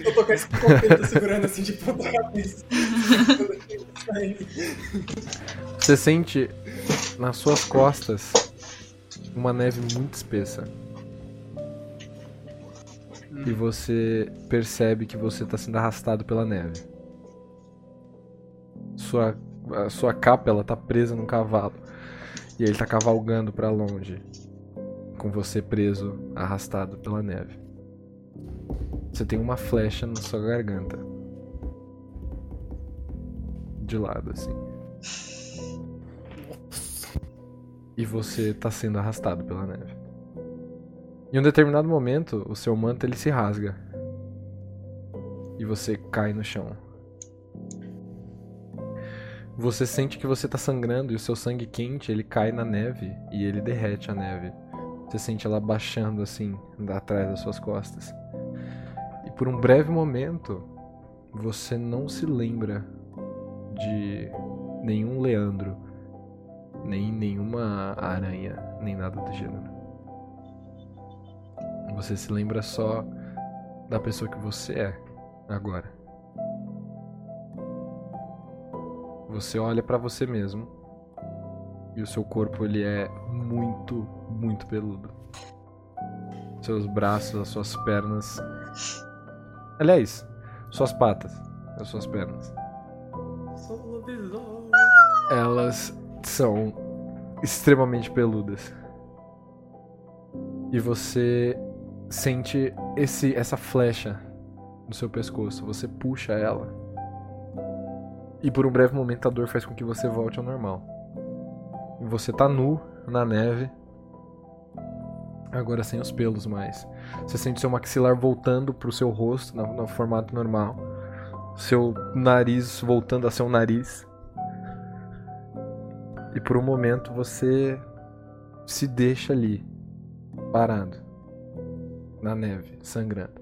S4: Eu tô com esse cofre segurando assim de
S7: tipo,
S4: ponta cabeça.
S1: Você sente nas suas costas uma neve muito espessa. E você percebe que você está sendo arrastado pela neve. Sua, a sua capa ela tá presa num cavalo. E ele tá cavalgando para longe. Com você preso, arrastado pela neve. Você tem uma flecha na sua garganta. de lado, assim. E você tá sendo arrastado pela neve. Em um determinado momento, o seu manto ele se rasga. E você cai no chão. Você sente que você tá sangrando e o seu sangue quente, ele cai na neve e ele derrete a neve. Você sente ela baixando assim, atrás das suas costas. E por um breve momento, você não se lembra de nenhum Leandro, nem nenhuma aranha, nem nada do gênero. Você se lembra só da pessoa que você é agora. Você olha pra você mesmo e o seu corpo ele é muito, muito peludo. Seus braços, as suas pernas. Aliás, suas patas, as suas pernas.
S7: Sou um lobisomem.
S1: Elas são extremamente peludas. E você sente esse essa flecha no seu pescoço, você puxa ela. E por um breve momento a dor faz com que você volte ao normal. E você tá nu na neve. Agora sem os pelos mais. Você sente seu maxilar voltando pro seu rosto na- no formato normal. Seu nariz voltando a ser um nariz. E por um momento você se deixa ali, parado, na neve, sangrando.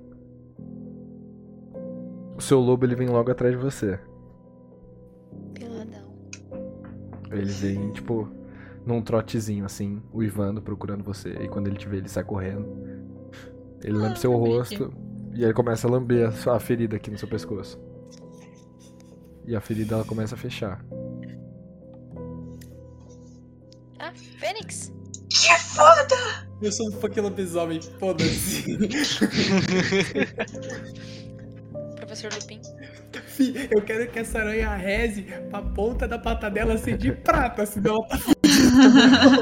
S1: O seu lobo ele vem logo atrás de você.
S6: Peladão.
S1: Ele vem, tipo, num trotezinho assim, uivando, procurando você. E quando ele te vê, ele sai correndo. Ele lambe seu rosto e ele começa a lamber a, sua, a ferida aqui no seu pescoço. E a ferida ela começa a fechar.
S6: Ah, Fênix?
S3: Que foda!
S7: Eu sou um fucking lobisomem, foda-se.
S6: Professor Lupin.
S7: Fi, Eu quero que essa aranha reze pra ponta da pata dela ser de prata, senão ela tá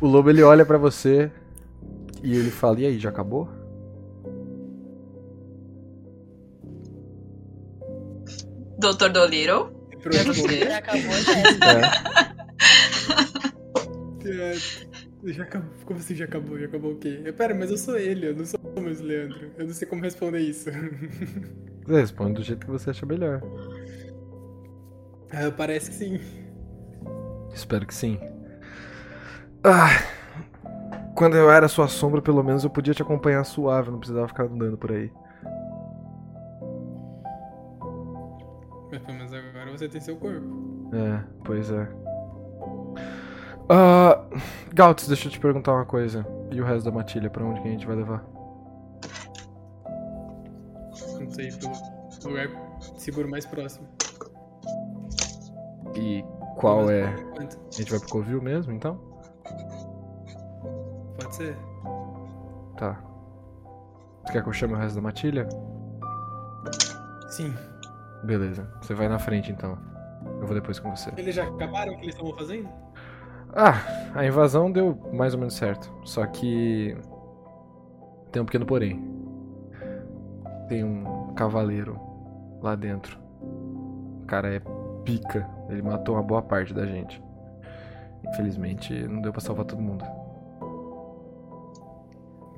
S1: O lobo ele olha pra você e ele fala: E aí, já acabou?
S3: Dr. Dolittle? É você?
S6: Já acabou, já.
S1: É.
S7: É, Já acabou. Como assim já acabou? Já acabou o quê? Eu, Pera, mas eu sou ele, eu não sou mais o Leandro. Eu não sei como responder isso.
S1: Você responde do jeito que você acha melhor.
S7: Ah, parece que sim.
S1: Espero que sim. Ah, quando eu era sua sombra, pelo menos eu podia te acompanhar suave, não precisava ficar andando por aí.
S7: Mas pelo menos agora você tem seu corpo.
S1: É, pois é. Ah, Galtz, deixa eu te perguntar uma coisa. E o resto da matilha, pra onde que a gente vai levar?
S7: Não sei, pro lugar seguro mais próximo.
S1: E qual
S7: Mas,
S1: é?
S7: por enquanto,
S1: A gente vai pro Covil mesmo, então?
S7: Pode ser?
S1: Tá. Você quer que eu chame o resto da matilha?
S7: Sim.
S1: Beleza, você vai na frente então. Eu vou depois com você.
S7: Eles já acabaram o que eles estavam fazendo?
S1: Ah, a invasão deu mais ou menos certo. Só que. Tem um pequeno porém. Tem um cavaleiro lá dentro. O cara é pica. Ele matou uma boa parte da gente. Infelizmente, não deu pra salvar todo mundo.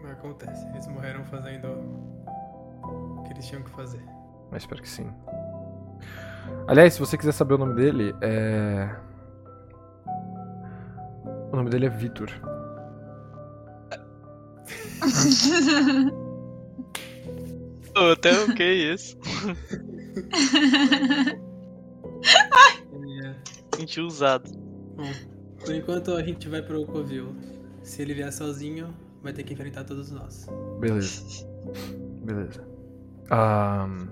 S7: Mas acontece, eles morreram fazendo o que eles tinham que fazer.
S1: Mas espero que sim. Aliás, se você quiser saber o nome dele, é. O nome dele é Vitor.
S2: Ô, até ok isso. Senti usado.
S7: É. Por enquanto a gente vai pro Covil. Se ele vier sozinho, vai ter que enfrentar todos nós.
S1: Beleza. Beleza. Ahn.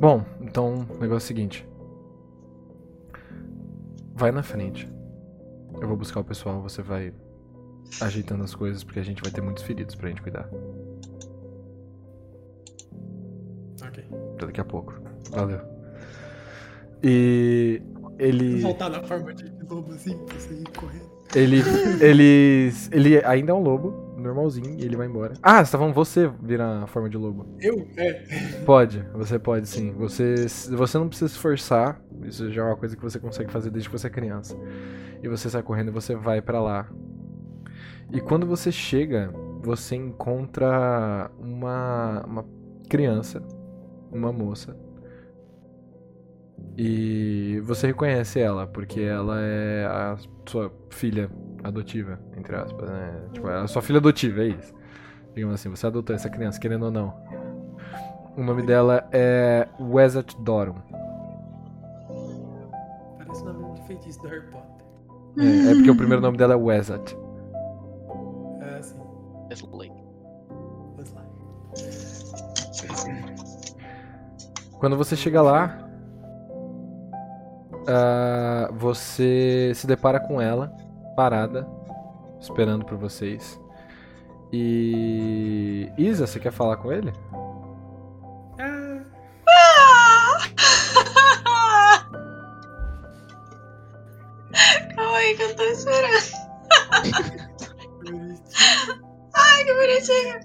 S1: Bom, então o negócio é o seguinte. Vai na frente. Eu vou buscar o pessoal, você vai ajeitando as coisas, porque a gente vai ter muitos feridos pra gente cuidar.
S7: Ok.
S1: Até daqui a pouco. Valeu. E ele.
S7: Voltar na forma de lobo assim, pra sair correndo.
S1: Ele, ele, ele ainda é um lobo, normalzinho e ele vai embora. Ah, você tá falando você virar a forma de lobo.
S4: Eu? É.
S1: Pode, você pode sim. Você, você não precisa se forçar. Isso já é uma coisa que você consegue fazer desde que você é criança. E você sai correndo e você vai pra lá. E quando você chega, você encontra uma, uma criança, uma moça. E você reconhece ela, porque ela é a sua filha adotiva, entre aspas, né? Tipo, é a sua filha adotiva, é isso. Digamos assim, você adotou essa criança, querendo ou não. O nome dela é Wesat Dorum.
S7: Parece o nome de feitiço do Harry Potter.
S1: É, é porque o primeiro nome dela é Wesat.
S7: É assim,
S2: Essa moleque.
S7: vamos lá.
S1: Quando você chega lá, ah, você se depara com ela, parada, esperando por vocês. E. Isa, você quer falar com ele?
S7: Ah,
S3: Calma aí que eu tô esperando.
S7: bonitinho.
S3: Ai, que bonitinho.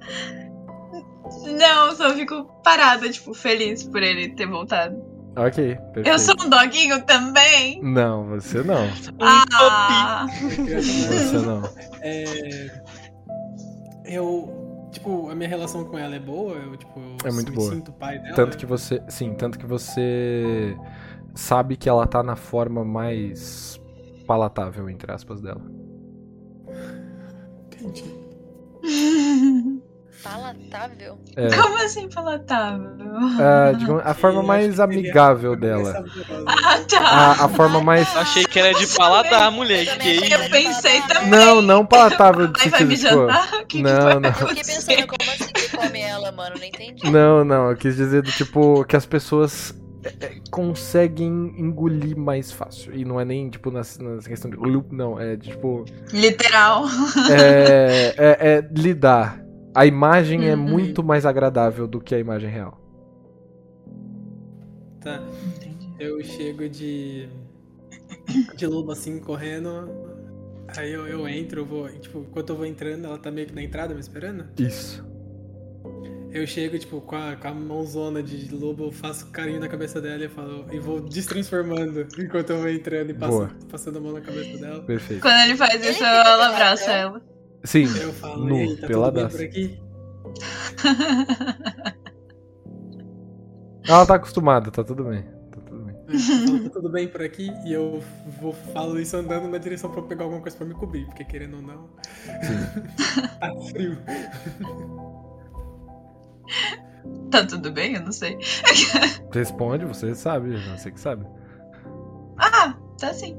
S3: Não, só fico parada, tipo, feliz por ele ter voltado.
S1: Ok, perfeito.
S3: Eu sou um doguinho também.
S1: Não, você não.
S3: Ah,
S1: Você não.
S7: É, eu, tipo, a minha relação com ela é boa, eu, tipo, eu
S1: É muito
S7: me
S1: boa.
S7: sinto pai dela.
S1: Tanto que você. Sim, tanto que você sabe que ela tá na forma mais palatável, entre aspas, dela.
S4: Entendi.
S6: Palatável?
S1: É,
S3: como assim palatável?
S1: ah, digamos, a forma mais amigável dela.
S3: Ah, tá.
S1: A, a forma mais.
S2: Eu achei que era de paladar, moleque. Que
S6: também achei
S2: isso?
S6: que
S3: Eu
S6: era
S3: pensei
S6: paladar.
S3: também.
S1: Não, não palatável de
S3: Ai, vai
S1: sentido,
S3: me
S1: tipo,
S3: jantar? Que
S1: não,
S3: que vai
S1: não.
S6: Eu fiquei
S3: acontecer?
S6: pensando, como assim que come ela, mano? Não entendi.
S1: tipo, Não, não, eu quis dizer do tipo que as pessoas é, é, conseguem engolir mais fácil. E não é nem, tipo, na, na questão de. Não, é de, tipo.
S3: Literal.
S1: É, é- é lidar. A imagem é
S3: Uhum.
S1: muito mais agradável do que a imagem real.
S7: Tá. Eu chego de. de lobo assim, correndo. Aí eu, eu entro, eu vou. Tipo, enquanto eu vou entrando, ela tá meio que na entrada me esperando.
S1: Isso.
S7: Eu chego, tipo, com a, com a mãozona de lobo, eu faço carinho na cabeça dela e eu falo. E vou destransformando enquanto eu vou entrando e passo, passando a mão na cabeça dela.
S1: Perfeito.
S3: Quando ele faz isso,
S6: Ele fica né?
S3: ela abraça
S6: peladão.
S3: ela.
S1: Sim.
S7: Eu falo,
S1: Nu,
S7: e aí, tá tudo bem
S1: peladaço.
S7: por aqui?
S1: Ela tá acostumada, tá tudo bem. Tá tudo bem.
S7: Eu falo, tá tudo bem por aqui? E eu vou, falo isso andando na direção pra eu pegar alguma coisa pra me cobrir, porque querendo ou não. tá frio.
S3: Tá tudo bem? Eu não sei.
S1: Responde, você sabe, você que sabe.
S3: Ah, tá sim.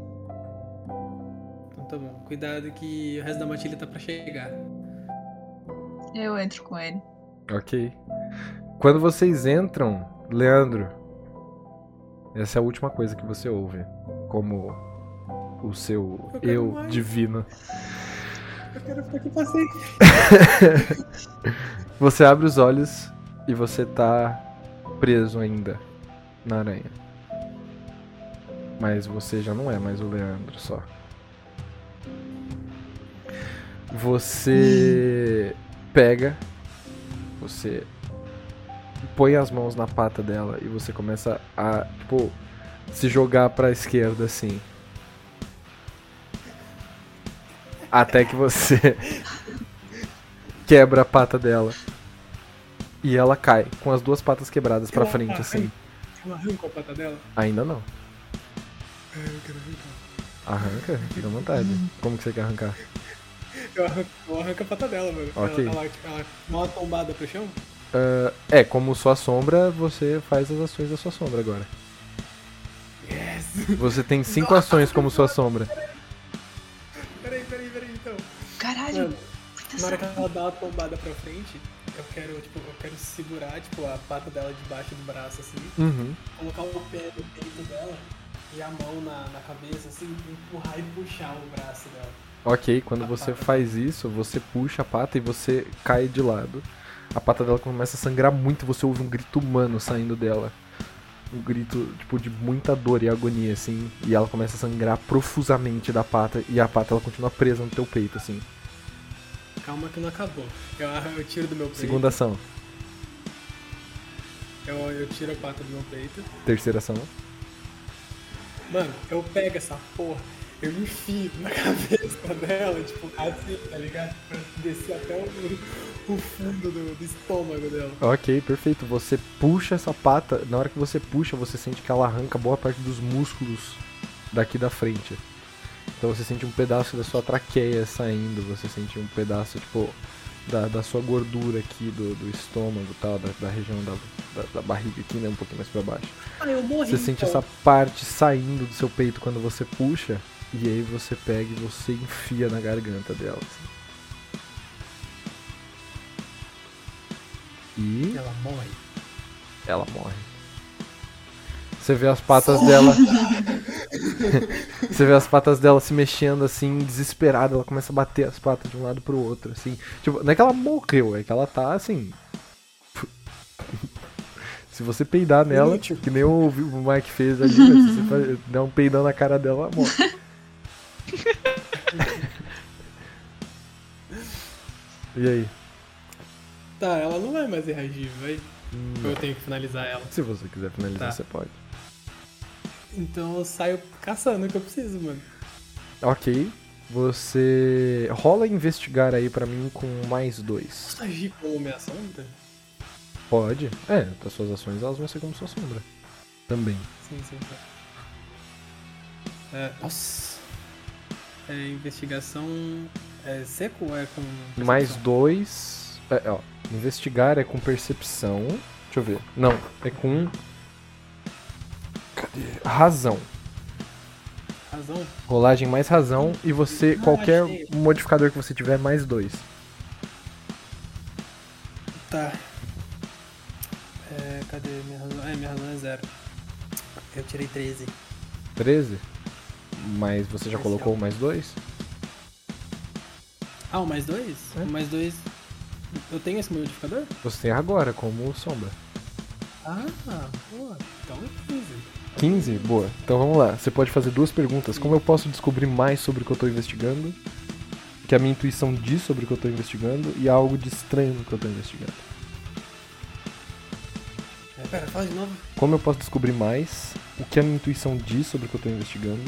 S7: Então tá bom, cuidado que o resto da matilha tá pra chegar.
S3: Eu entro com ele.
S1: Ok. Quando vocês entram, Leandro, essa é a última coisa que você ouve. Como o seu
S7: Eu quero
S1: eu,
S7: mais.
S1: divino.
S7: Eu quero ficar aqui pra sempre.
S1: Você abre os olhos e você tá preso ainda na aranha. Mas você já não é mais o Leandro só. Você pega, você põe as mãos na pata dela e você começa a, tipo, se jogar pra esquerda assim. Até que você quebra a pata dela. E ela cai com as duas patas quebradas pra
S7: Ela
S1: frente
S7: cai?
S1: assim.
S7: Ela arranca Ah, a pata dela.
S1: Ainda não.
S7: Ah, Eu quero arrancar.
S1: Arranca, fica à vontade. Como que você quer arrancar?
S7: Eu arranco, eu arranco a pata dela, mano.
S1: Ok.
S7: Ela, ela, tipo, ela dá uma tombada pro chão.
S1: É, como sua sombra, você faz as ações da sua sombra agora.
S7: Yes!
S1: Você tem cinco ações como sua sombra.
S7: Peraí, peraí, peraí, então.
S3: Caralho,
S7: Mano,
S3: puta
S7: na hora que
S3: saco.
S7: ela dá uma tombada pra frente, eu quero, tipo, eu quero segurar, tipo, a pata dela debaixo do braço, assim.
S1: Uhum.
S7: Colocar o pé no peito dela e a mão na, na cabeça, assim, e empurrar e puxar o braço dela.
S1: Ok, quando você faz isso, você puxa a pata e você cai de lado. A pata dela começa a sangrar muito, você ouve um grito humano saindo dela. Um grito, tipo, de muita dor e agonia, assim. E ela começa a sangrar profusamente da pata. E a pata, ela continua presa no teu peito, assim.
S7: calma que não acabou. Eu, eu tiro do meu peito.
S1: Segunda ação.
S7: Eu, eu tiro a pata do meu peito.
S1: Terceira ação.
S7: Mano, eu pego essa porra, eu enfio na cabeça dela, tipo, assim, tá ligado? Pra descer até o, o fundo do, do estômago dela.
S1: Ok, perfeito. Você puxa essa pata. Na hora que você puxa, você sente que ela arranca boa parte dos músculos daqui da frente. Então você sente um pedaço da sua traqueia saindo. Você sente um pedaço, tipo, da, da sua gordura aqui do, do estômago e tal, da, da região da, da, da barriga aqui, né? Um pouquinho mais pra baixo.
S7: Ah, eu morri.
S1: Você sente
S7: então.
S1: essa parte saindo do seu peito quando você puxa, e aí você pega e você enfia na garganta dela. assim. E
S7: Ela morre.
S1: ela morre. Você vê as patas dela. você vê as patas dela se mexendo assim, desesperada. Ela começa a bater as patas de um lado pro outro, assim. Tipo, não é que ela morreu, é que ela tá assim. se você peidar nela,
S4: Inútil.
S1: que nem o, o Mike fez ali, né? se você fa- der um peidão na cara dela, ela morre. e aí?
S7: Tá, ela não vai mais reagir, vai.
S1: Hum.
S7: Eu tenho que finalizar ela.
S1: Se você quiser finalizar,
S7: Tá.
S1: você pode.
S7: Então eu saio caçando o que eu preciso, mano.
S1: Ok. Você rola investigar aí pra mim com mais dois.
S7: Posso agir como minha sombra?
S1: Pode. É, as suas ações elas vão ser como sua sombra. Também.
S7: Sim, sim. Tá. É, nossa. É, investigação. É seco ou é com. percepção?
S1: Mais dois. É, ó. Investigar é com percepção. Deixa eu ver. Não, é com. Cadê? Razão.
S7: Razão?
S1: Rolagem mais razão e você.
S7: Ah,
S1: qualquer
S7: achei.
S1: modificador que você tiver, mais dois.
S7: Tá. É, cadê minha razão? É, minha razão é zero. Eu tirei 13.
S1: 13. Mas você já
S7: Esse
S1: colocou
S7: é o-
S1: mais dois?
S7: Ah, o mais dois?
S1: É.
S7: O mais dois. Eu tenho esse modificador?
S1: Você tem agora como sombra.
S7: Ah, boa. Então é 15.
S1: 15? Boa. Então vamos lá. Você pode fazer duas perguntas. Como eu posso descobrir mais sobre o que eu tô investigando? O Que a minha intuição diz sobre o que eu tô investigando e algo de estranho no que eu tô investigando.
S7: É, pera, fala de novo.
S1: Como eu posso descobrir mais? O que a minha intuição diz sobre o que eu tô investigando?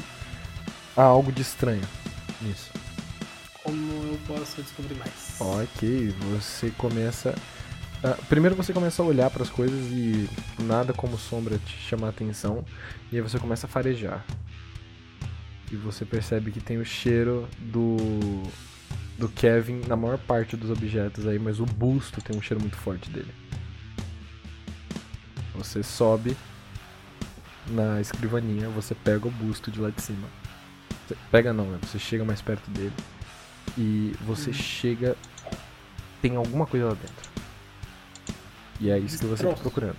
S1: Há algo de estranho nisso.
S7: Como eu posso descobrir mais?
S1: Ok, você começa. ah, primeiro você começa a olhar para as coisas e nada como sombra te chama a atenção. E aí você começa a farejar. E você percebe que tem o cheiro do. do Kevin na maior parte dos objetos aí, mas o busto tem um cheiro muito forte dele. Você sobe na escrivaninha, você pega o busto de lá de cima. Você- Pega não, né? você chega mais perto dele. E você
S7: Hum.
S1: chega. Tem alguma coisa lá dentro. E é isso que você tá
S7: Destroço.
S1: procurando.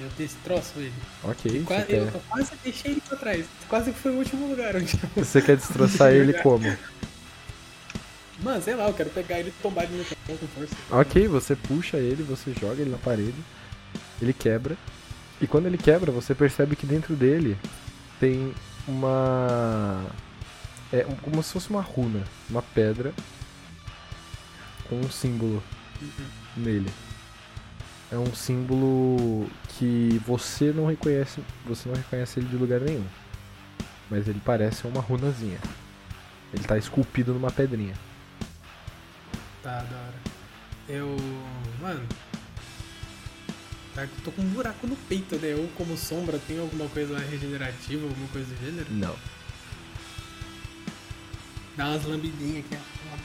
S7: Eu destroço ele.
S1: Ok, você
S7: Qua-
S1: quer,
S7: Eu quase deixei ele pra trás. Quase que foi o último lugar onde eu...
S1: você quer destroçar ele
S7: Jogar.
S1: como?
S7: Mano, sei lá, eu quero pegar ele e tombar ele no chão com força.
S1: Ok, você puxa ele, você joga ele na parede, ele quebra. E quando ele quebra, você percebe que dentro dele tem uma. É um- como se fosse uma runa, uma pedra com um símbolo nele. É um símbolo que você não reconhece. Você não reconhece ele de lugar nenhum. Mas ele parece uma runazinha. Ele tá esculpido numa pedrinha.
S7: Tá, da hora. Eu. Mano. Tá, eu tô com um buraco no peito, né? Eu, como sombra, tenho alguma coisa regenerativa, alguma coisa do gênero?
S1: Não.
S7: Dá umas lambidinhas aqui. ó.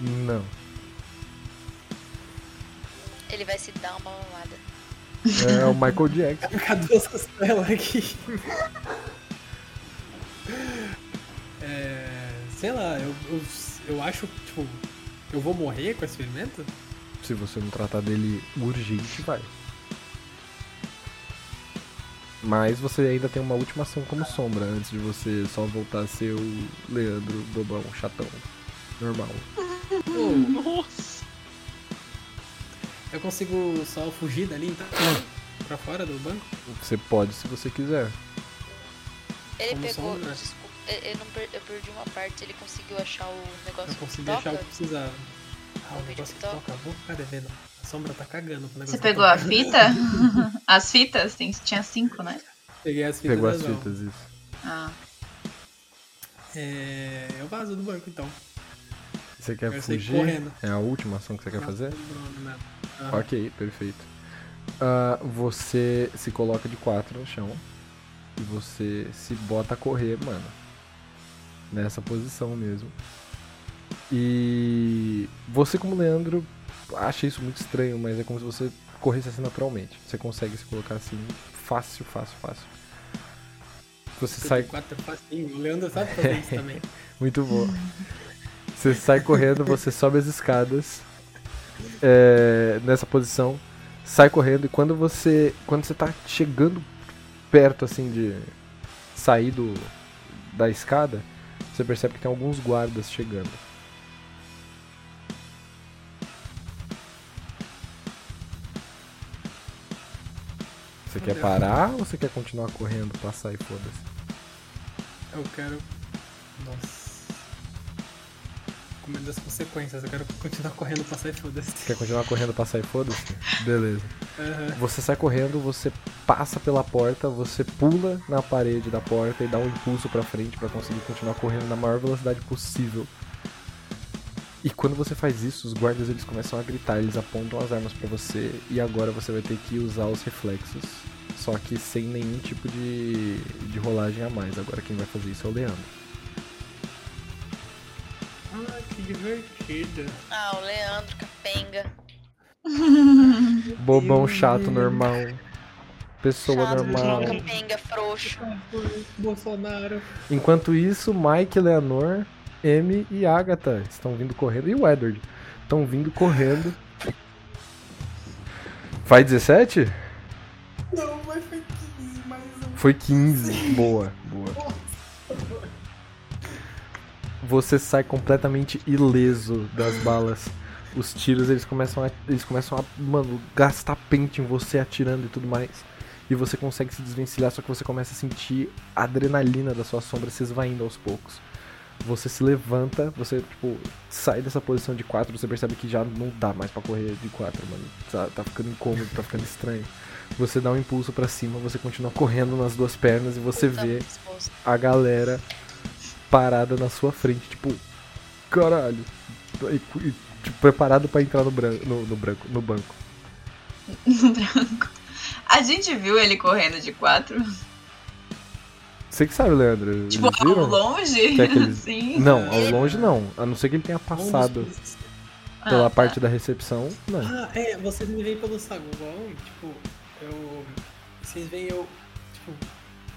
S1: Não.
S6: Ele vai se dar uma mamada.
S1: É o Michael Jackson.
S7: Cadê as costelas aqui? É, sei lá, eu, eu, eu acho, tipo, eu vou morrer com esse ferimento?
S1: Se você não tratar dele urgente, vai. Mas você ainda tem uma última ação como sombra, antes de você só voltar a ser o Leandro bobão, chatão. Normal.
S2: Hum. Nossa!
S7: Eu consigo só fugir dali, então? pra fora do banco?
S1: Você pode se você quiser.
S6: Ele
S7: Como assim,
S6: pegou.
S7: sombra?
S6: Desculpa. eu, eu não per- eu perdi uma parte, ele conseguiu achar o negócio
S7: Eu consegui
S6: que
S7: achar o
S6: toca?
S7: que precisava. Ah,
S6: O
S7: o
S6: vídeo
S7: negócio que
S6: que toca.
S7: toca. Vou ficar devendo. A sombra tá cagando pro negócio.
S3: Você
S7: que
S3: pegou a
S7: toca.
S3: fita? As fitas? Tem, tinha cinco, né?
S7: Peguei as fitas.
S1: Pegou as
S7: das almas.
S1: fitas, isso.
S3: Ah.
S7: É, eu vazo do banco então.
S1: Você quer
S7: Eu saí
S1: fugir?
S7: correndo.
S1: É a última ação que você quer
S7: Não,
S1: fazer?
S7: não, não. Ah,
S1: Ok, perfeito. Ah, você se coloca de quatro no chão e você se bota a correr, mano. Nessa posição mesmo. E você como Leandro acha isso muito estranho, mas é como se você corresse assim naturalmente. Você consegue se colocar assim fácil, fácil, fácil. Você
S7: eu
S1: sai
S7: tenho quatro facinho. O Leandro sabe fazer isso também.
S1: muito bom. Você sai correndo, você sobe as escadas é, nessa posição, sai correndo e quando você quando você tá chegando perto assim de sair do, da escada, você percebe que tem alguns guardas chegando. Você quer parar ou você quer continuar correndo, passar e foda-se?
S7: Eu quero. Nossa. Com medo das consequências, eu quero continuar correndo pra sair foda-se.
S1: Quer continuar correndo, passar e foda-se? Beleza.
S7: Aham.
S1: Você sai correndo, você passa pela porta, você pula na parede da porta e dá um impulso pra frente pra conseguir continuar correndo na maior velocidade possível. E quando você faz isso, os guardas eles começam a gritar, eles apontam as armas pra você e agora você vai ter que usar os reflexos, só que sem nenhum tipo de, de rolagem a mais. Agora quem vai fazer isso é o Leandro.
S7: Ah, que divertido.
S6: Ah, o Leandro, capenga.
S1: Bobão
S7: Meu
S1: chato
S7: Deus.
S1: normal. Pessoa
S6: chato,
S1: normal.
S6: capenga, frouxo.
S7: Bolsonaro.
S1: Enquanto isso, Mike, Leonor, M e Agatha estão vindo correndo. E o Edward estão vindo correndo. Vai 17?
S4: Não, mas foi 15, mas eu
S1: Foi 15. Boa, boa. Você sai completamente ileso das balas. Os tiros eles começam a, eles começam a, mano, gastar pente em você atirando e tudo mais. E você consegue se desvencilhar, só que você começa a sentir a adrenalina da sua sombra se esvaindo aos poucos. Você se levanta, você, tipo, sai dessa posição de 4, você percebe que já não dá mais pra correr de 4, mano. Tá, tá ficando incômodo, tá ficando estranho. Você dá um impulso pra cima, você continua correndo nas duas pernas e você
S6: Puta,
S1: vê
S6: esposa.
S1: a galera parada na sua frente, tipo, caralho. E, e, tipo, preparado pra entrar no, bran no, no branco, no banco.
S3: No branco. A gente viu ele correndo de quatro.
S1: Você que sabe, Leandro.
S3: Tipo,
S1: eles viram?
S3: ao longe.
S1: Quer que é eles-
S3: Sim.
S1: Não, ao longe não. A não ser que ele tenha
S7: Um
S1: passado
S7: dos policiais-
S3: Ah,
S1: pela
S3: tá.
S1: parte da recepção. Não.
S7: Ah, é, vocês me veem pelo saguão, tipo, eu. Vocês veem eu. Tipo,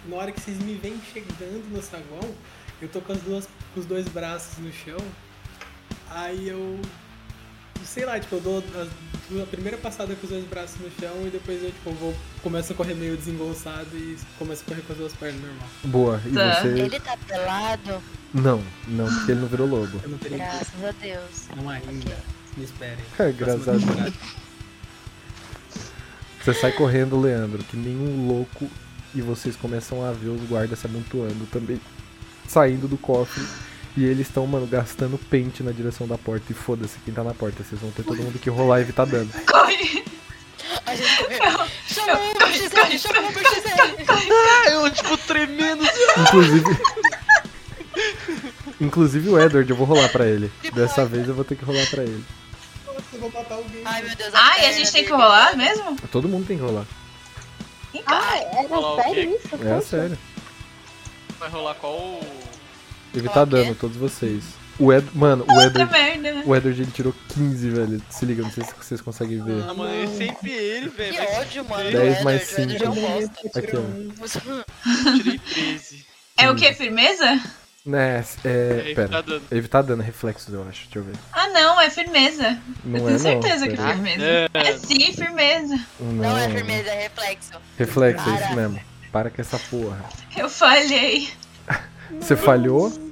S7: na hora que vocês me veem chegando no saguão, eu tô com, as duas, com os dois braços no chão. Aí eu. Sei lá, tipo, eu dou as duas- a, primeira passada com os dois braços no chão e depois eu, tipo, vou, começo a correr meio desengonçado e começo a correr com as duas pernas normal.
S1: Boa. E
S3: Tá.
S1: você.
S6: Ele tá pelado,
S1: Não, não, porque ele não virou lobo.
S7: Eu não teria que.
S6: graças a Deus.
S7: Não ainda. Me esperem.
S1: É, Graças a
S7: Próxima
S1: Deus.
S7: temporada.
S1: Você sai correndo, Leandro, que nem um louco, e vocês começam a ver os guardas se amontoando também, saindo do cofre. E eles estão, mano, gastando pente na direção da porta. E foda-se quem tá na porta. Vocês vão ter todo mundo que rolar e evitar dano.
S3: Corre!
S6: A gente correu. Chama o Uber XL, chama o Uber XL.
S2: Ah, eu, tipo, tremendo. assim.
S1: Inclusive. Inclusive o Edward, eu vou rolar pra ele. Dessa vez eu vou ter que rolar pra ele.
S4: eu vou matar alguém.
S6: Ai, meu Deus. é
S3: Ah, e a
S6: perna
S3: gente tem que
S6: dele.
S3: rolar mesmo?
S1: Todo mundo tem que rolar.
S5: Ah,
S2: Rolar o
S5: era sério
S2: quê?
S5: isso?
S1: É
S5: Poxa.
S1: sério.
S2: Vai rolar qual.
S1: Evitar
S6: Rolar o quê?
S1: dano, todos vocês. O Ed... Mano, o
S3: Puta
S1: Edward.
S3: merda.
S1: O Edward ele tirou 15, velho. Se liga, não sei se vocês conseguem ver.
S2: Ah, mano, é sempre ele, velho.
S6: Que
S2: Vai
S6: ódio, mano. do
S1: 10 mais
S6: Edward, o Edward
S1: cinco.
S6: é um bosta.
S1: Aqui, ó.
S2: Eu tirei 13.
S3: É o que? Firmeza?
S1: Né, é.
S2: É,
S1: Pera.
S2: tá dando.
S1: Evitar dano, reflexos, eu acho. Deixa eu ver.
S3: Ah, não, é firmeza.
S1: Não
S3: eu
S1: é,
S3: tenho certeza
S1: não.
S3: que é
S1: Pera.
S3: firmeza.
S2: É.
S3: É sim, firmeza.
S1: Não,
S6: Não é firmeza, é reflexo.
S1: Reflexo, é isso
S6: Para.
S1: mesmo. Para com essa porra.
S3: Eu falhei.
S1: Você falhou?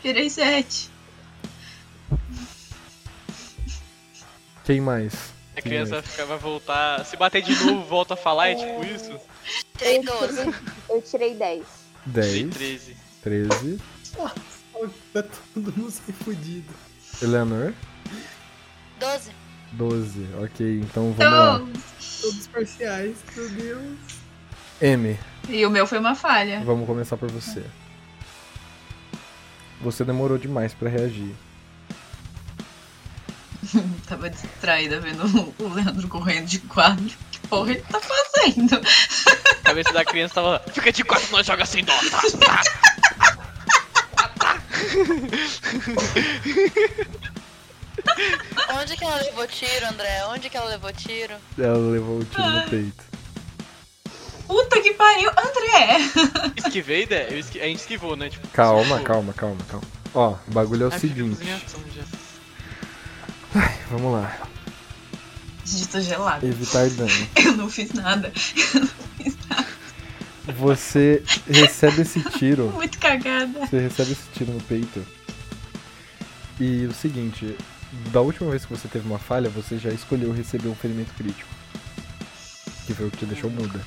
S3: Tirei sete.
S1: Quem mais?
S2: A É criança vai ficar- vai voltar. Se bater de novo, volta a falar, é tipo isso?
S6: Tem 12.
S5: Eu tirei 10.
S2: Tirei
S1: 10.
S2: 13.
S1: 13.
S7: Tá todo mundo se fudido.
S1: Eleanor,
S6: 12.
S1: 12. Ok, então vamos lá.
S3: Então,
S7: Todos parciais, meu Deus.
S1: M,
S3: e o meu foi uma falha.
S1: vamos começar por você. Você demorou demais pra reagir.
S3: Tava distraída vendo o Leandro correndo de quadro. Que porra ele tá fazendo?
S2: A cabeça da criança tava lá. Fica de quatro, nós joga sem dó. Tá, tá.
S6: Onde que ela levou tiro, André? Onde que ela levou tiro?
S1: Ela levou o tiro no peito.
S3: Puta que pariu, André!
S2: Esquivei, ideia. Eu esqui... A gente esquivou, né? Tipo,
S1: Calma,
S2: esquivou.
S1: calma, calma, calma. Ó, o bagulho é o
S2: Ah,
S1: seguinte.
S2: ficamos em ação já.
S1: Vamos lá.
S3: Gente, tô gelada.
S1: Evitar dano.
S3: Eu não fiz nada.
S1: Você recebe esse tiro.
S3: Muito cagada.
S1: Você recebe esse tiro no peito. E o seguinte, da última vez que você teve uma falha, você já escolheu receber um ferimento crítico. Que foi o que te deixou muda.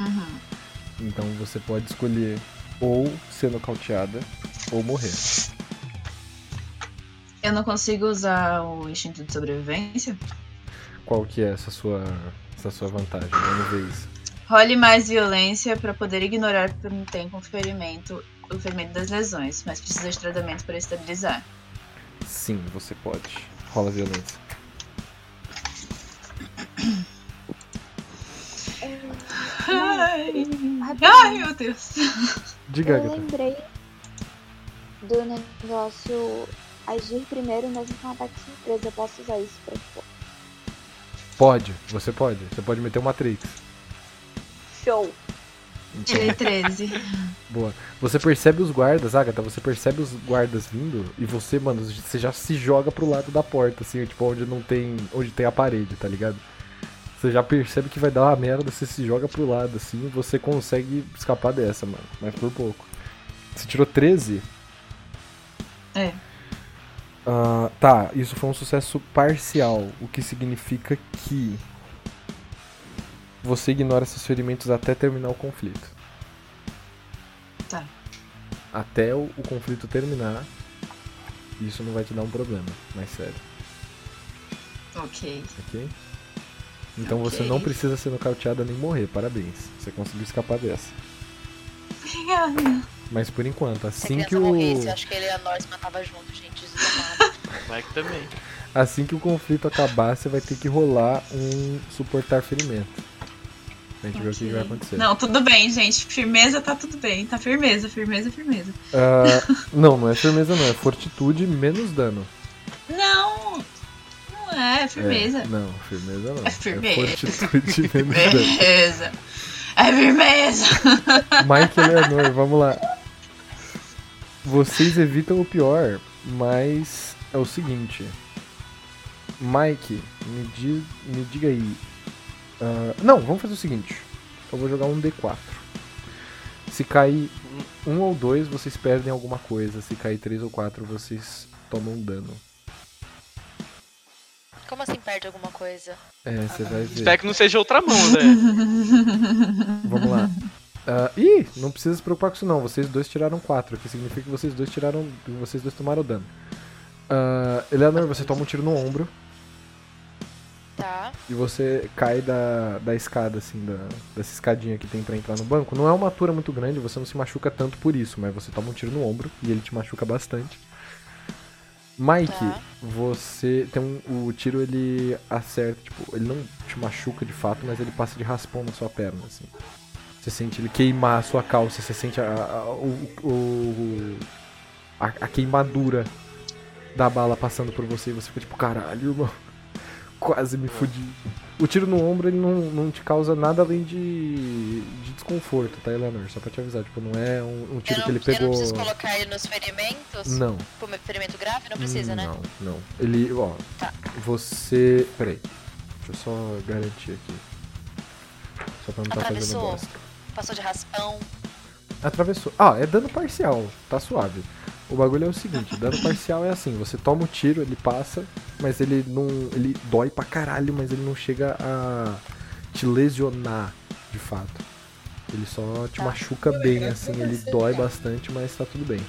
S3: Uhum.
S1: Então você pode escolher ou ser nocauteada ou morrer.
S3: Eu não consigo usar o instinto de sobrevivência.
S1: Qual que é essa sua, essa sua vantagem? Vamos ver isso.
S3: Role mais violência pra poder ignorar por um tempo o ferimento, o ferimento das lesões, mas precisa de tratamento para estabilizar.
S1: Sim, você pode. Rola violência.
S3: Ai, ai,
S5: Rapidinho,
S3: meu Deus.
S1: Diga,
S5: eu
S1: Agatha.
S5: lembrei do negócio agir primeiro mesmo com ataque de surpresa. Eu posso usar isso pra tipo,
S1: Pode, você pode. Você pode meter o Matrix.
S5: show.
S1: Então,
S3: Tirei 13.
S1: Boa. Você percebe os guardas, Agatha, você percebe os guardas vindo e você, mano, você já se joga pro lado da porta, assim, tipo, onde não tem. onde tem a parede, tá ligado? Você já percebe que vai dar uma merda, você se joga pro lado, assim, e você consegue escapar dessa, mano. Mas por pouco. Você tirou 13?
S3: É.
S1: Ah, tá, isso foi um sucesso parcial, o que significa que você ignora esses ferimentos até terminar o conflito.
S3: Tá.
S1: Até o, o conflito terminar, isso não vai te dar um problema, mais sério,
S3: Ok.
S1: ok? Então você
S3: Ok.
S1: não precisa ser nocauteada nem morrer, parabéns. Você conseguiu escapar dessa.
S3: Obrigada.
S1: Mas por enquanto,
S6: Se a
S1: assim
S6: criança
S1: que o.
S6: morresse, eu acho que ele e a nós matava junto, gente. Isso não é mata.
S2: Vai que também.
S1: Assim que o conflito acabar, você vai ter que rolar um suportar ferimento. A gente vê o que
S3: Ok.
S1: vai acontecer.
S3: Não, tudo bem, gente. Firmeza tá tudo bem. Tá firmeza, firmeza, firmeza.
S1: Ah, não, não é firmeza não, é fortitude menos dano.
S3: Não! Não é, é firmeza.
S1: É, não, firmeza não.
S3: É firmeza. É.
S1: fortitude menos dano.
S3: Firmeza. É firmeza.
S1: Mike e Leonor, é vamos lá. Vocês evitam o pior, mas é o seguinte. Mike, me, di- me diga aí. ah, não, vamos fazer o seguinte. Eu vou jogar um D4. Se cair um ou dois, vocês perdem alguma coisa. Se cair três ou quatro, vocês tomam um dano.
S6: Como assim perde alguma coisa?
S1: É, você vai ver.
S2: Espero que não seja outra mão, né?
S1: Vamos lá. Ah, ih, não precisa se preocupar com isso não. Vocês dois tiraram 4, o que significa que vocês dois tiraram. que Vocês dois tomaram dano. Ah, Eleanor, você toma um tiro no ombro
S6: Tá.
S1: e você cai da, da escada, assim, da, dessa escadinha que tem pra entrar no banco. Não é uma altura muito grande, você não se machuca tanto por isso, mas você toma um tiro no ombro e ele te machuca bastante. Mike,
S6: Tá.
S1: você tem um, o tiro ele acerta, tipo, ele não te machuca de fato, mas ele passa de raspão na sua perna, assim. Você sente ele queimar a sua calça, você sente a, a- o, o- a, a queimadura da bala passando por você e você fica tipo, caralho, irmão, quase me fudi. O tiro no ombro ele não, não te causa nada além de, de desconforto, tá, Eleanor? Só pra te avisar, tipo, não é um, um tiro
S6: eu não,
S1: que ele
S6: eu não
S1: pegou.
S6: preciso colocar ele nos ferimentos?
S1: não. Hum,
S6: Como é ferimento grave? Não precisa, né?
S1: Não, não. Ele, ó,
S6: Tá.
S1: você. Peraí. Deixa eu só garantir aqui. Só pra não tá fazendo
S6: Atravessou.
S1: bosta.
S6: Passou de raspão.
S1: Atravessou. Ah, é dano parcial. Tá suave. O bagulho é o seguinte, dano parcial é assim, você toma o tiro, ele passa, mas ele não. ele dói pra caralho, mas ele não chega a te lesionar de fato. Ele só te machuca bem, assim, ele dói bastante, mas tá tudo bem.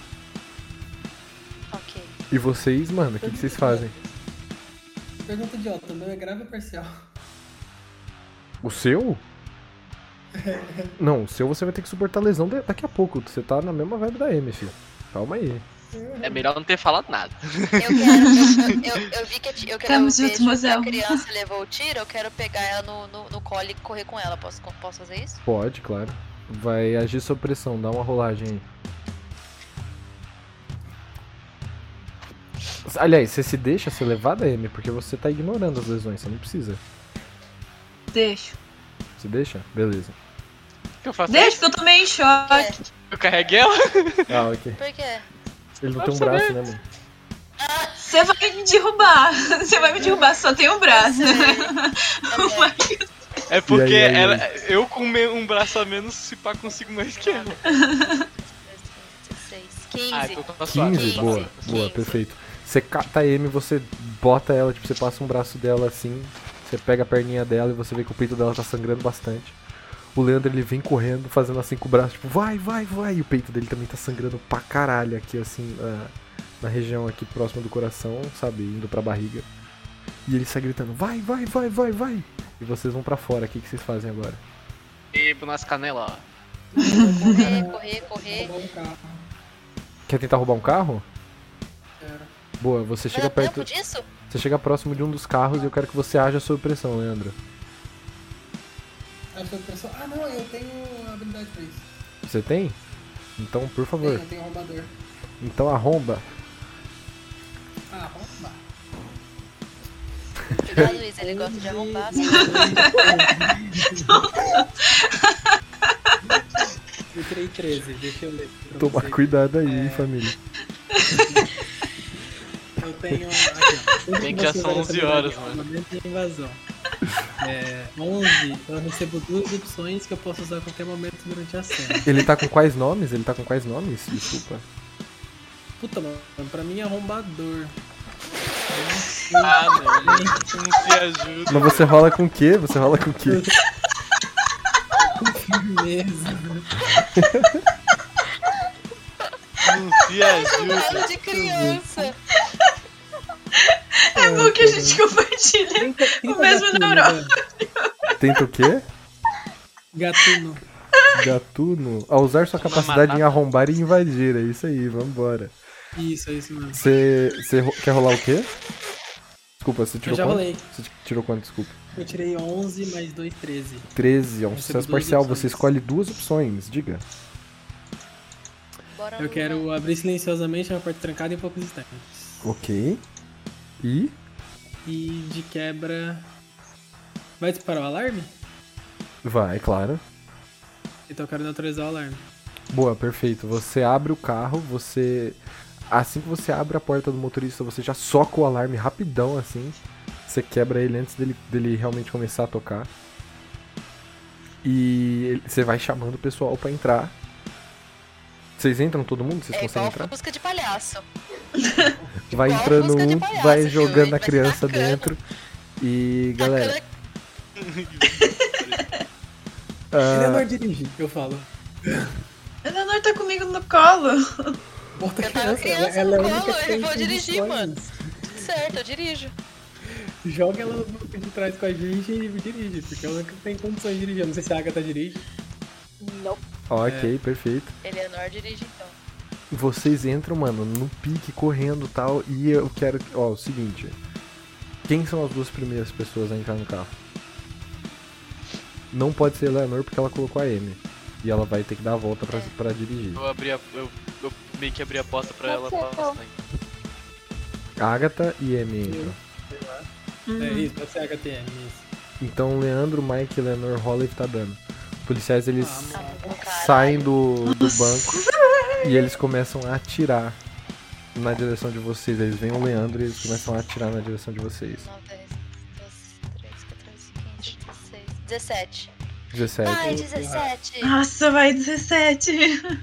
S6: Ok.
S1: E vocês, mano, o que, que vocês fazem?
S7: Pergunta idiota, o meu é grave ou parcial?
S1: O seu? Não, o seu você vai ter que suportar a lesão da- daqui a pouco. Você tá na mesma vibe da M, filho. Calma aí.
S2: É melhor não ter falado nada.
S6: Eu quero. Eu, eu- eu vi que a ti- eu quero
S3: Estamos
S6: ver
S3: juntos,
S6: se
S3: mozão.
S6: a criança levou o tiro, eu quero pegar ela no, no, no colo e correr com ela. Posso, posso fazer isso?
S1: Pode, claro. Vai agir sob pressão, dá uma rolagem aí. Aliás, você se deixa ser levada, M, porque você tá ignorando as lesões, você não precisa.
S3: Deixo.
S1: Se deixa? Beleza.
S2: O que eu faço?
S3: Deixo, porque eu tomei em choque.
S2: Eu carreguei ela?
S1: Ah, ok.
S6: É, Por quê?
S1: Ele não tem um braço, né, mano?
S3: Você vai me derrubar. Você vai me derrubar, só tem um braço.
S6: Eu sei.
S2: É porque
S1: E aí, aí,
S2: ela, eu com me- um braço a menos, se pá, consigo mais que ela.
S6: 16,
S2: Ah,
S6: 15.
S2: então tá suave.
S1: 15?
S6: Quinze.
S1: Boa,
S6: Quinze.
S1: boa, perfeito. Você cata a M, você bota ela, tipo, você passa um braço dela assim, você pega a perninha dela e você vê que o peito dela tá sangrando bastante. O Leandro, ele vem correndo, fazendo assim com o braço, tipo, vai, vai, vai. E o peito dele também tá sangrando pra caralho aqui, assim, na, na região aqui próxima do coração, sabe, indo pra barriga. E ele sai gritando, vai, vai, vai, vai, vai. E vocês vão pra fora, o que, que vocês fazem agora?
S2: E pro nosso canela, ó.
S6: Correr, correr, correr.
S4: Roubar um carro.
S1: Quer tentar roubar um carro?
S4: Quero.
S1: Boa, você
S6: Vai
S1: chega
S6: dar
S1: perto...
S6: é tempo disso?
S1: Você chega próximo de um dos carros e eu quero que você haja sob pressão, Leandro.
S4: Aí a pessoa, ah não, eu tenho habilidade pra isso.
S1: Você tem? Então, por favor.
S4: Tenho, eu tenho roubador.
S1: Então arromba.
S4: Ah, rouba.
S6: Cuidado, Luiz, ele gosta de arrombar. assim.
S7: Eu tirei 13, deixa eu ler. pra
S1: Tomar
S7: você.
S1: cuidado aí,
S7: É.
S1: família.
S7: Eu tenho. Aqui, ó.
S2: Tem que ação 11 horas, mano.
S7: Momento de invasão. É, 11, eu recebo duas opções que eu posso usar a qualquer momento durante a cena.
S1: Ele tá com quais nomes? Ele tá com quais nomes? Desculpa.
S7: Puta, mano, pra mim é arrombador.
S2: Ah, não. Isso não se ajuda.
S1: Mas você rola com o quê? Você rola com o quê?
S7: Firmeza.
S2: Não se ajuda.
S6: Cuidado de criança.
S3: É bom que a gente compartilha.
S7: Trinta- trinta
S3: mesmo
S7: gatuno,
S3: neurônio.
S7: velho.
S1: Tenta o quê?
S7: Gatuno.
S1: Gatuno. A usar sua capacidade em arrombar e invadir. É isso aí, vambora.
S7: Isso, é isso mesmo.
S1: Você você ro- quer rolar o quê? Desculpa, você tirou
S7: já
S1: quanto?
S7: rolei.
S1: Você tirou quanto, desculpa?
S7: Eu tirei 11 mais 2, 13.
S1: 13, é um
S7: Recebo
S1: sucesso
S7: duas
S1: parcial.
S7: opções.
S1: Você escolhe duas opções, diga.
S6: Bora
S7: Eu
S6: Luna.
S7: quero abrir silenciosamente uma porta trancada e um poucos instantes.
S1: Ok. E?
S7: E de quebra. Vai disparar o alarme?
S1: Vai, claro.
S7: Então eu quero neutralizar o alarme.
S1: Boa, perfeito. Você abre o carro, você. Assim que você abre a porta do motorista, você já soca o alarme rapidão assim. Você quebra ele antes dele, dele realmente começar a tocar. E ele- você vai chamando o pessoal pra entrar. Vocês entram todo mundo? Vocês
S6: É
S1: conseguem
S6: igual
S1: entrar?
S6: busca de palhaço.
S1: Vai
S6: igual
S1: entrando
S6: música de
S1: um,
S6: palhaço,
S1: vai
S6: viu?
S1: jogando
S6: Ele
S1: a
S6: vai
S1: criança
S6: tacando.
S1: dentro. E galera,
S6: Bacana-
S7: Ele é nor dirigir, eu falo.
S3: A Leonor tá comigo no colo.
S4: Bota a
S6: Eu tava
S4: criança, ela,
S6: criança
S4: ela é
S6: no
S4: a única
S6: colo,
S4: que
S6: eu
S4: tem
S6: vou dirigir,
S4: condições.
S6: mano. Tudo certo, eu dirijo.
S7: Joga ela no banco de trás com a gente e me dirige, porque é ela não tem condições de dirigir. Eu não sei se a Agatha dirige.
S6: Não.
S1: ok, perfeito.
S6: Eleanor dirige então.
S1: Vocês entram, mano, no pique, correndo e tal. E eu quero. Ó, o seguinte. Quem são as duas primeiras pessoas a entrar no carro? Não pode ser a Eleanor porque ela colocou a M. E ela vai ter que dar a volta pra, pra dirigir.
S2: Eu abri a. Eu, eu meio que abri a porta pra ela
S5: Pode ser,
S2: passar.
S1: Agatha e M entram.
S6: Uhum.
S7: É isso, pode ser a Agatha, é isso.
S1: Então Leandro, Mike, Eleanor, rola e tá dando. Os policiais eles
S7: Ah,
S6: Tá bom, cara.
S1: saem do, do banco e eles começam a atirar na direção de vocês. Eles veem o Leandro e eles começam a atirar na direção de vocês.
S6: 9, 10, 12, 13, 14, 15, 16, 17.
S1: 17.
S6: Ai, 17.
S3: Nossa, vai 17.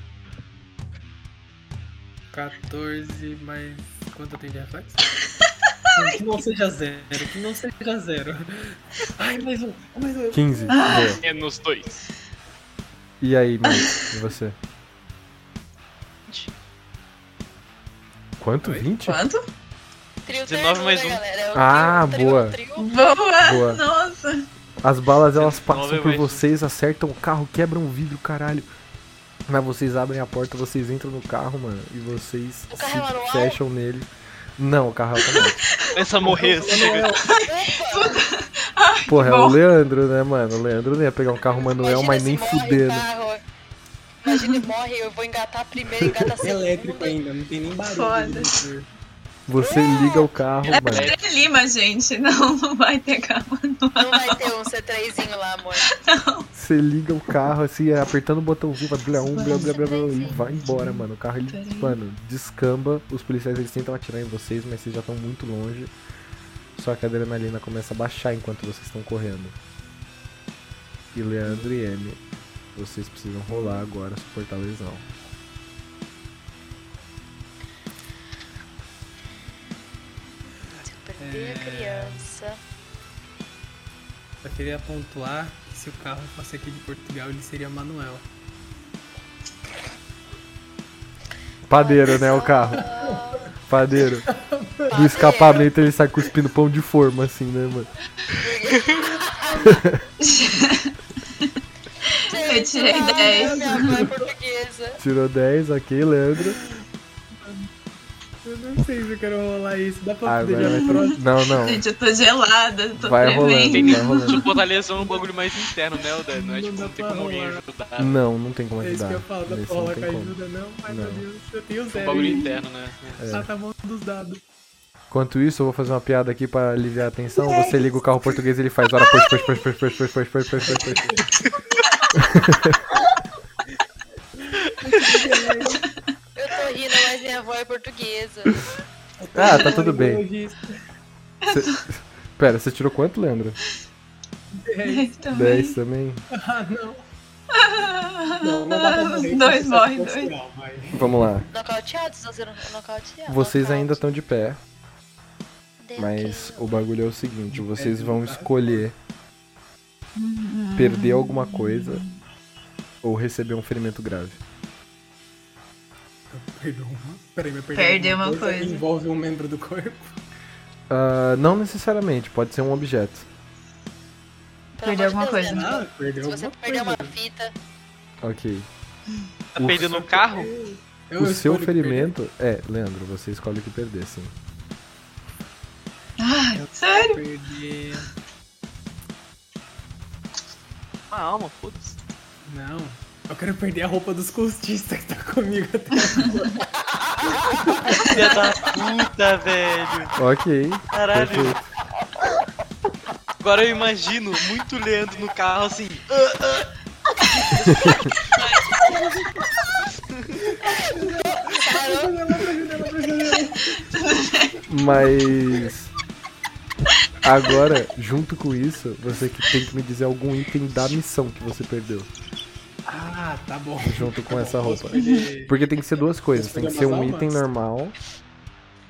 S7: 14 mais. Quanto eu tenho de reflexo? que não seja zero, que não seja zero. Ai, mais um, mais um.
S6: Ah.
S1: 15. Boa.
S2: Menos dois.
S1: E aí, mano, e você? Quanto? 20?
S3: Quanto?
S6: Trio
S2: 19 mais
S6: né,
S2: um.
S6: galera? É o
S1: Ah,
S6: trio, trio,
S1: boa.
S6: trio.
S3: Boa!
S1: Boa.
S3: Nossa!
S1: As balas elas
S2: 19
S1: passam por
S2: vai.
S1: vocês, acertam o carro, quebram o vidro, caralho. Mas vocês abrem a porta, vocês entram no carro, mano, e vocês
S6: O carro é manual?
S1: se fecham nele. Não, o carro é automático.
S2: Começa a morrer, assim. você chega.
S6: Opa,
S1: Porra, é o
S3: Bom.
S1: Leandro, né, mano? O Leandro não ia pegar um carro manual,
S6: imagina
S1: mas
S6: se
S1: nem
S6: morre o
S1: fudendo.
S6: carro. Imagina, morre, eu vou engatar primeiro, engatar
S7: É
S6: segundo.
S7: elétrico ainda, não tem nem barulho.
S3: Foda.
S1: Você liga o carro,
S6: É,
S1: mano.
S3: Tem Lima, gente. Não, não vai ter calma.
S6: Não vai ter um C3zinho lá, amor.
S1: Você liga o carro, assim, apertando o botãozinho, vai blá um, blá blá blá blá, e vai embora, mano. O carro, ele,
S3: Peraí.
S1: mano, descamba. Os policiais, eles tentam atirar em vocês, mas vocês já estão muito longe. Só que a adrenalina começa a baixar enquanto vocês estão correndo. E Leandro e M, vocês precisam rolar agora, suportar a lesão.
S6: Se eu
S3: É.
S6: perder a criança.
S7: Só queria pontuar que se o carro fosse aqui de Portugal, ele seria Manuel.
S1: Padeiro, né, o carro. Padeiro. Do escapamento ele sai cuspindo pão de forma, assim, né, mano?
S3: Eu tirei
S6: Ah,
S3: 10.
S6: Minha mãe é portuguesa.
S1: Tirou 10, ok, Leandro.
S7: Eu não sei se eu quero rolar isso. Dá pra
S1: Ah,
S7: poder já
S1: agora vai
S7: me
S1: ter... Não, não.
S3: Gente, eu tô gelada, eu tô
S1: Vai rolando,
S3: tremendo.
S1: vai rolando.
S2: Tipo, botar lesão é um bagulho mais interno, né, Oda? Não é
S7: Não
S2: tipo,
S7: dá
S2: não tem
S7: pra
S2: como alguém
S7: rolar.
S2: ajudar.
S1: Não, não tem como
S7: É isso
S1: ajudar.
S7: que eu falo, dá pra
S1: Nesse não
S7: rolar com
S1: tem como.
S7: ajuda, não? Ai
S1: Não.
S7: meu Deus, eu
S3: Tá
S7: tenho
S2: É um
S7: zero.
S2: bagulho
S7: hein?
S2: interno, né?
S7: Ah, tá bom dos dados.
S1: Enquanto isso, eu vou fazer uma piada aqui pra aliviar a tensão.
S7: É
S1: Você liga o carro português e ele faz hora push, push, push, push, push, push, push, push, push, push, push.
S6: Eu tô rindo, mas minha avó é portuguesa.
S1: Ah, tá tudo bem.
S7: Neurologista.
S1: Pera, você tirou quanto, Leandro?
S3: Também.
S1: 10 também?
S7: Ah, não. Tá
S4: Não, não dá pra morrer.
S3: Os dois
S7: né?
S4: só se
S3: morrem,
S4: fosse
S3: dois.
S4: não, mas-
S1: Vamos lá.
S6: Nocauteados, nós éramos nocauteados.
S1: Vocês ainda
S6: nocaute.
S1: estão de pé,
S6: Deu
S1: mas
S6: aqui.
S1: o bagulho é o seguinte: vocês vão escolher
S7: Hum.
S1: perder alguma coisa ou receber um ferimento grave.
S7: Perdeu uma. Peraí, mas perdeu
S3: Perdeu uma coisa.
S7: Envolve um membro do corpo.
S1: Ah, não necessariamente, pode ser um objeto.
S6: Pelo
S3: Perdeu
S6: amor de
S3: alguma
S6: Deus,
S3: coisa.
S6: né?
S7: Ah, perdeu
S6: Se você
S7: uma
S6: perder
S7: coisa.
S6: uma fita,
S1: Ok.
S2: Tá perdendo um carro?
S7: Eu
S1: O seu
S7: escolho perder.
S1: ferimento. É, Leandro, você escolhe o que perder, sim.
S3: Ai, sério?
S7: Perder.
S2: Uma alma, foda-se.
S7: Não. Eu quero perder a roupa dos cultistas que tá comigo até agora.
S2: Filha da puta, velho.
S1: Ok.
S2: Caralho.
S1: Perfeito.
S2: Agora eu imagino muito Leandro no carro assim.
S1: Mas. Agora, junto com isso, você que tem que me dizer algum item da missão que você perdeu.
S7: Ah, tá bom.
S1: Junto com
S7: Tá bom,
S1: essa
S7: posso
S1: roupa.
S7: perder.
S1: Porque tem que ser duas coisas. Tem que ser um item normal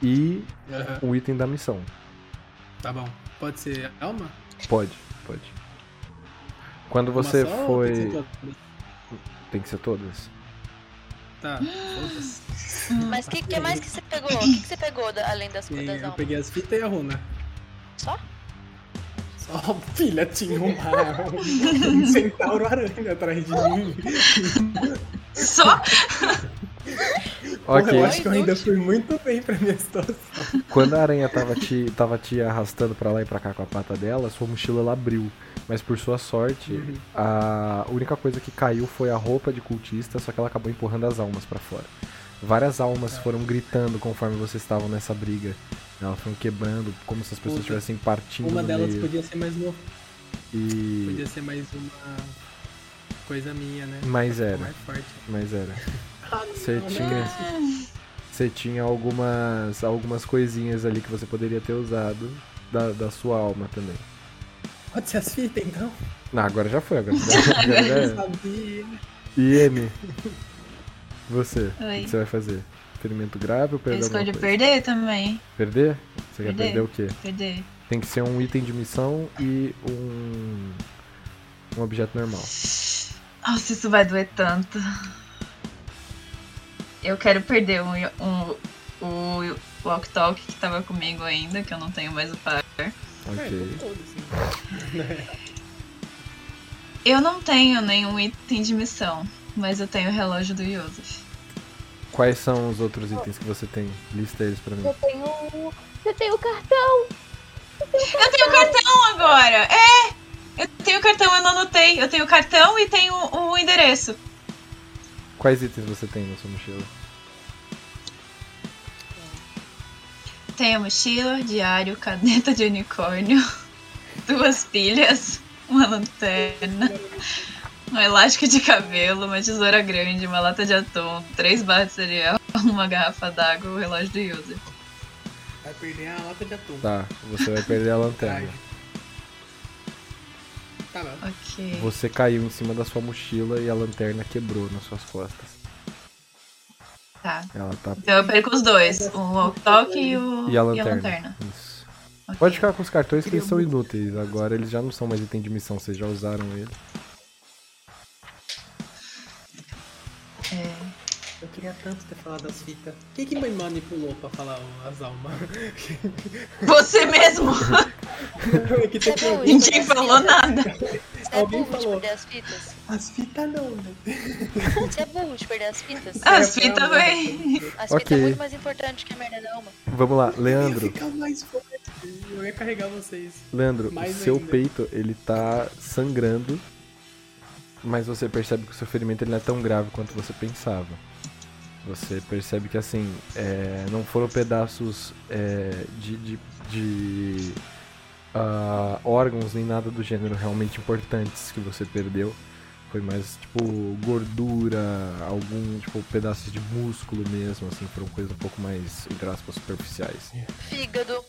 S1: e
S7: Aham,
S1: um item da missão.
S7: Tá bom. Pode ser alma?
S1: Pode, pode. Quando
S7: Uma
S1: você
S7: só ou
S1: foi.
S7: tem que ser todas?
S1: Tem que ser todas.
S7: Tá, foda-se.
S6: mas o que, que mais que você pegou? O que, que você pegou da- além das
S7: Tem-
S6: coisas?
S7: Eu
S6: não?
S7: peguei as fitas e a runa.
S6: Só?
S7: Só, filha, tinha uma, um centauro aranha atrás de mim.
S3: Só?
S7: Porra,
S1: Ok.
S7: Eu acho que eu ainda fui muito bem pra minha situação.
S1: Quando a aranha tava te, tava te arrastando pra lá e pra cá com a pata dela, sua mochila ela abriu. Mas por sua sorte,
S7: Uhum.
S1: a única coisa que caiu foi a roupa de cultista, só que ela acabou empurrando as almas pra fora. Várias almas
S7: Tá.
S1: foram gritando conforme vocês estavam nessa briga. Elas foram quebrando, como se as pessoas
S7: Puta.
S1: estivessem partindo
S7: Uma
S1: no
S7: delas
S1: meio.
S7: podia ser mais uma,
S1: E...
S7: podia ser mais uma coisa minha, né?
S1: Mas era,
S7: Mais forte.
S1: mas era.
S7: Ah, não,
S1: Você
S7: não,
S1: tinha, você tinha algumas, algumas coisinhas ali que você poderia ter usado da, da sua alma também.
S7: Pode ser as fitas, então?
S1: Não, agora já foi, agora já, agora já
S7: Eu
S1: era.
S7: sabia.
S1: E M, você, o
S3: Oi.
S1: que você vai fazer? Ferimento grave ou
S3: Eu
S1: perder alguma
S3: escolhi
S1: coisa?
S3: perder também.
S1: Perder? Você quer
S3: Perder.
S1: perder o quê?
S3: Perder.
S1: Tem que ser um item de missão e um, um objeto normal.
S3: Nossa, isso vai doer tanto. Eu quero perder um, um, o Walk Talk que tava comigo ainda, que eu não tenho mais o par.
S1: Ok.
S3: Eu não tenho nenhum item de missão, mas eu tenho o relógio do Yosef.
S1: Quais são os outros itens que você tem? Lista eles pra mim.
S5: Você tem o. Você tem um, o cartão!
S3: Eu tenho o cartão agora! É! Eu tenho o cartão, eu não anotei. Eu tenho o cartão e tenho o endereço.
S1: Quais itens você tem na sua mochila?
S3: Tenho mochila, diário, caneta de unicórnio, duas pilhas, uma lanterna, um elástico de cabelo, uma tesoura grande, uma lata de atum, três barras de cereal, uma garrafa d'água, o relógio do Yuzi.
S7: Vai perder a lata de atum.
S1: Tá, você vai perder a lanterna.
S7: Tá bom.
S3: Ok.
S1: Você caiu em cima da sua mochila e a lanterna quebrou nas suas costas.
S3: Tá.
S1: Ela tá.
S3: Então eu perco os dois, o walk-talk e, o...
S1: E a lanterna. Isso.
S3: Ok.
S1: Pode ficar com os cartões que eles são inúteis. Agora eles já não são mais item de missão, vocês já usaram ele.
S3: é.
S7: Eu queria tanto ter falado as fitas. Quem que me manipulou pra falar o- as almas?
S3: Você mesmo!
S4: É que tem que-
S6: Sabe onde
S3: Ninguém
S6: perder as
S3: falou
S6: fitas?
S3: nada.
S6: Você é
S4: Alguém
S6: burro de
S4: falou.
S6: perder as fitas?
S4: As fitas não, né?
S6: Você é burro de perder as fitas?
S3: As fitas vem.
S6: As
S1: Ok.
S6: fitas é muito mais importante que a merda da alma.
S1: Vamos lá,
S4: Eu ia
S1: Leandro.
S4: ficar mais forte. Eu ia carregar vocês.
S1: Leandro, o
S4: Mais
S1: seu
S4: ainda.
S1: peito, ele tá sangrando. Mas você percebe que o seu ferimento ele não é tão grave quanto você pensava. Você percebe que, assim, é, não foram pedaços é, de, de, de, ah, órgãos nem nada do gênero realmente importantes que você perdeu. Foi mais, tipo, gordura, algum, tipo, pedaços de músculo mesmo, assim, foram coisas um pouco mais, entre aspas, superficiais.
S6: Fígado.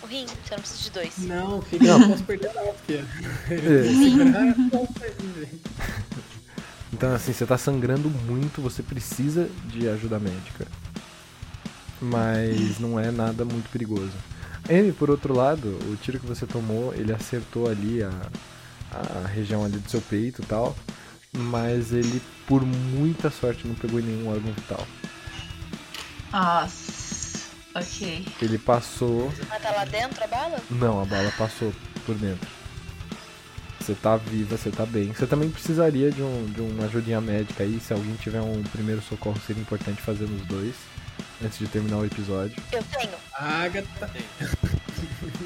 S6: O rim, você não precisa de dois.
S4: Não, filho, eu não posso perder a filha.
S1: É.
S7: né?
S1: Então, assim, você tá sangrando muito, você precisa de ajuda médica. Mas não é nada muito perigoso. M, por outro lado, o tiro que você tomou, ele acertou ali a, a região ali do seu peito e tal. Mas ele, por muita sorte, não pegou em nenhum órgão vital.
S3: Nossa. Ok.
S1: Ele passou.
S6: Ah, tá lá dentro a bala?
S1: Não, a bala passou por dentro. Você tá viva, você tá bem. Você também precisaria de, um, de uma ajudinha médica aí. Se alguém tiver um primeiro socorro, seria importante fazer nos dois. Antes de terminar o episódio.
S6: Eu tenho.
S4: Agatha.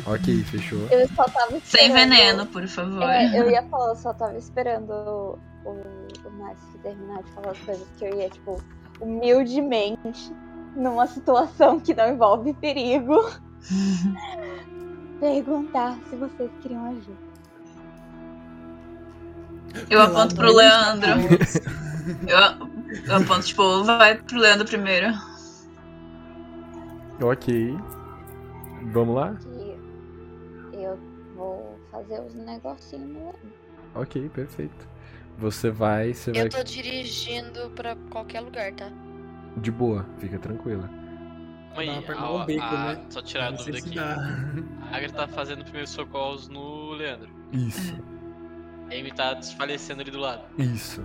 S1: Ok, fechou.
S5: Eu só tava esperando.
S3: Sem veneno, por favor.
S5: É, eu ia falar, eu só tava esperando o, o, o Márcio terminar de falar as coisas que eu ia, tipo, humildemente, numa situação que não envolve perigo, perguntar se vocês queriam ajuda.
S3: Eu aponto pro Leandro. Eu, eu aponto, tipo, vai pro Leandro primeiro.
S1: Ok. Vamos lá?
S5: Que eu vou fazer os negocinhos no
S1: Ok, perfeito. Você vai, você vai
S6: Eu tô dirigindo pra qualquer lugar, tá?
S1: de boa, fica tranquila.
S2: Mãe,
S7: Dá pra pegar o
S2: a-
S7: bico,
S2: a-
S7: né?
S2: só tirar a dúvida aqui.
S7: Necessidade.
S2: A Agatha tá fazendo primeiros socorros no Leandro.
S1: Isso,
S2: A Amy tá desfalecendo ali do lado.
S1: isso.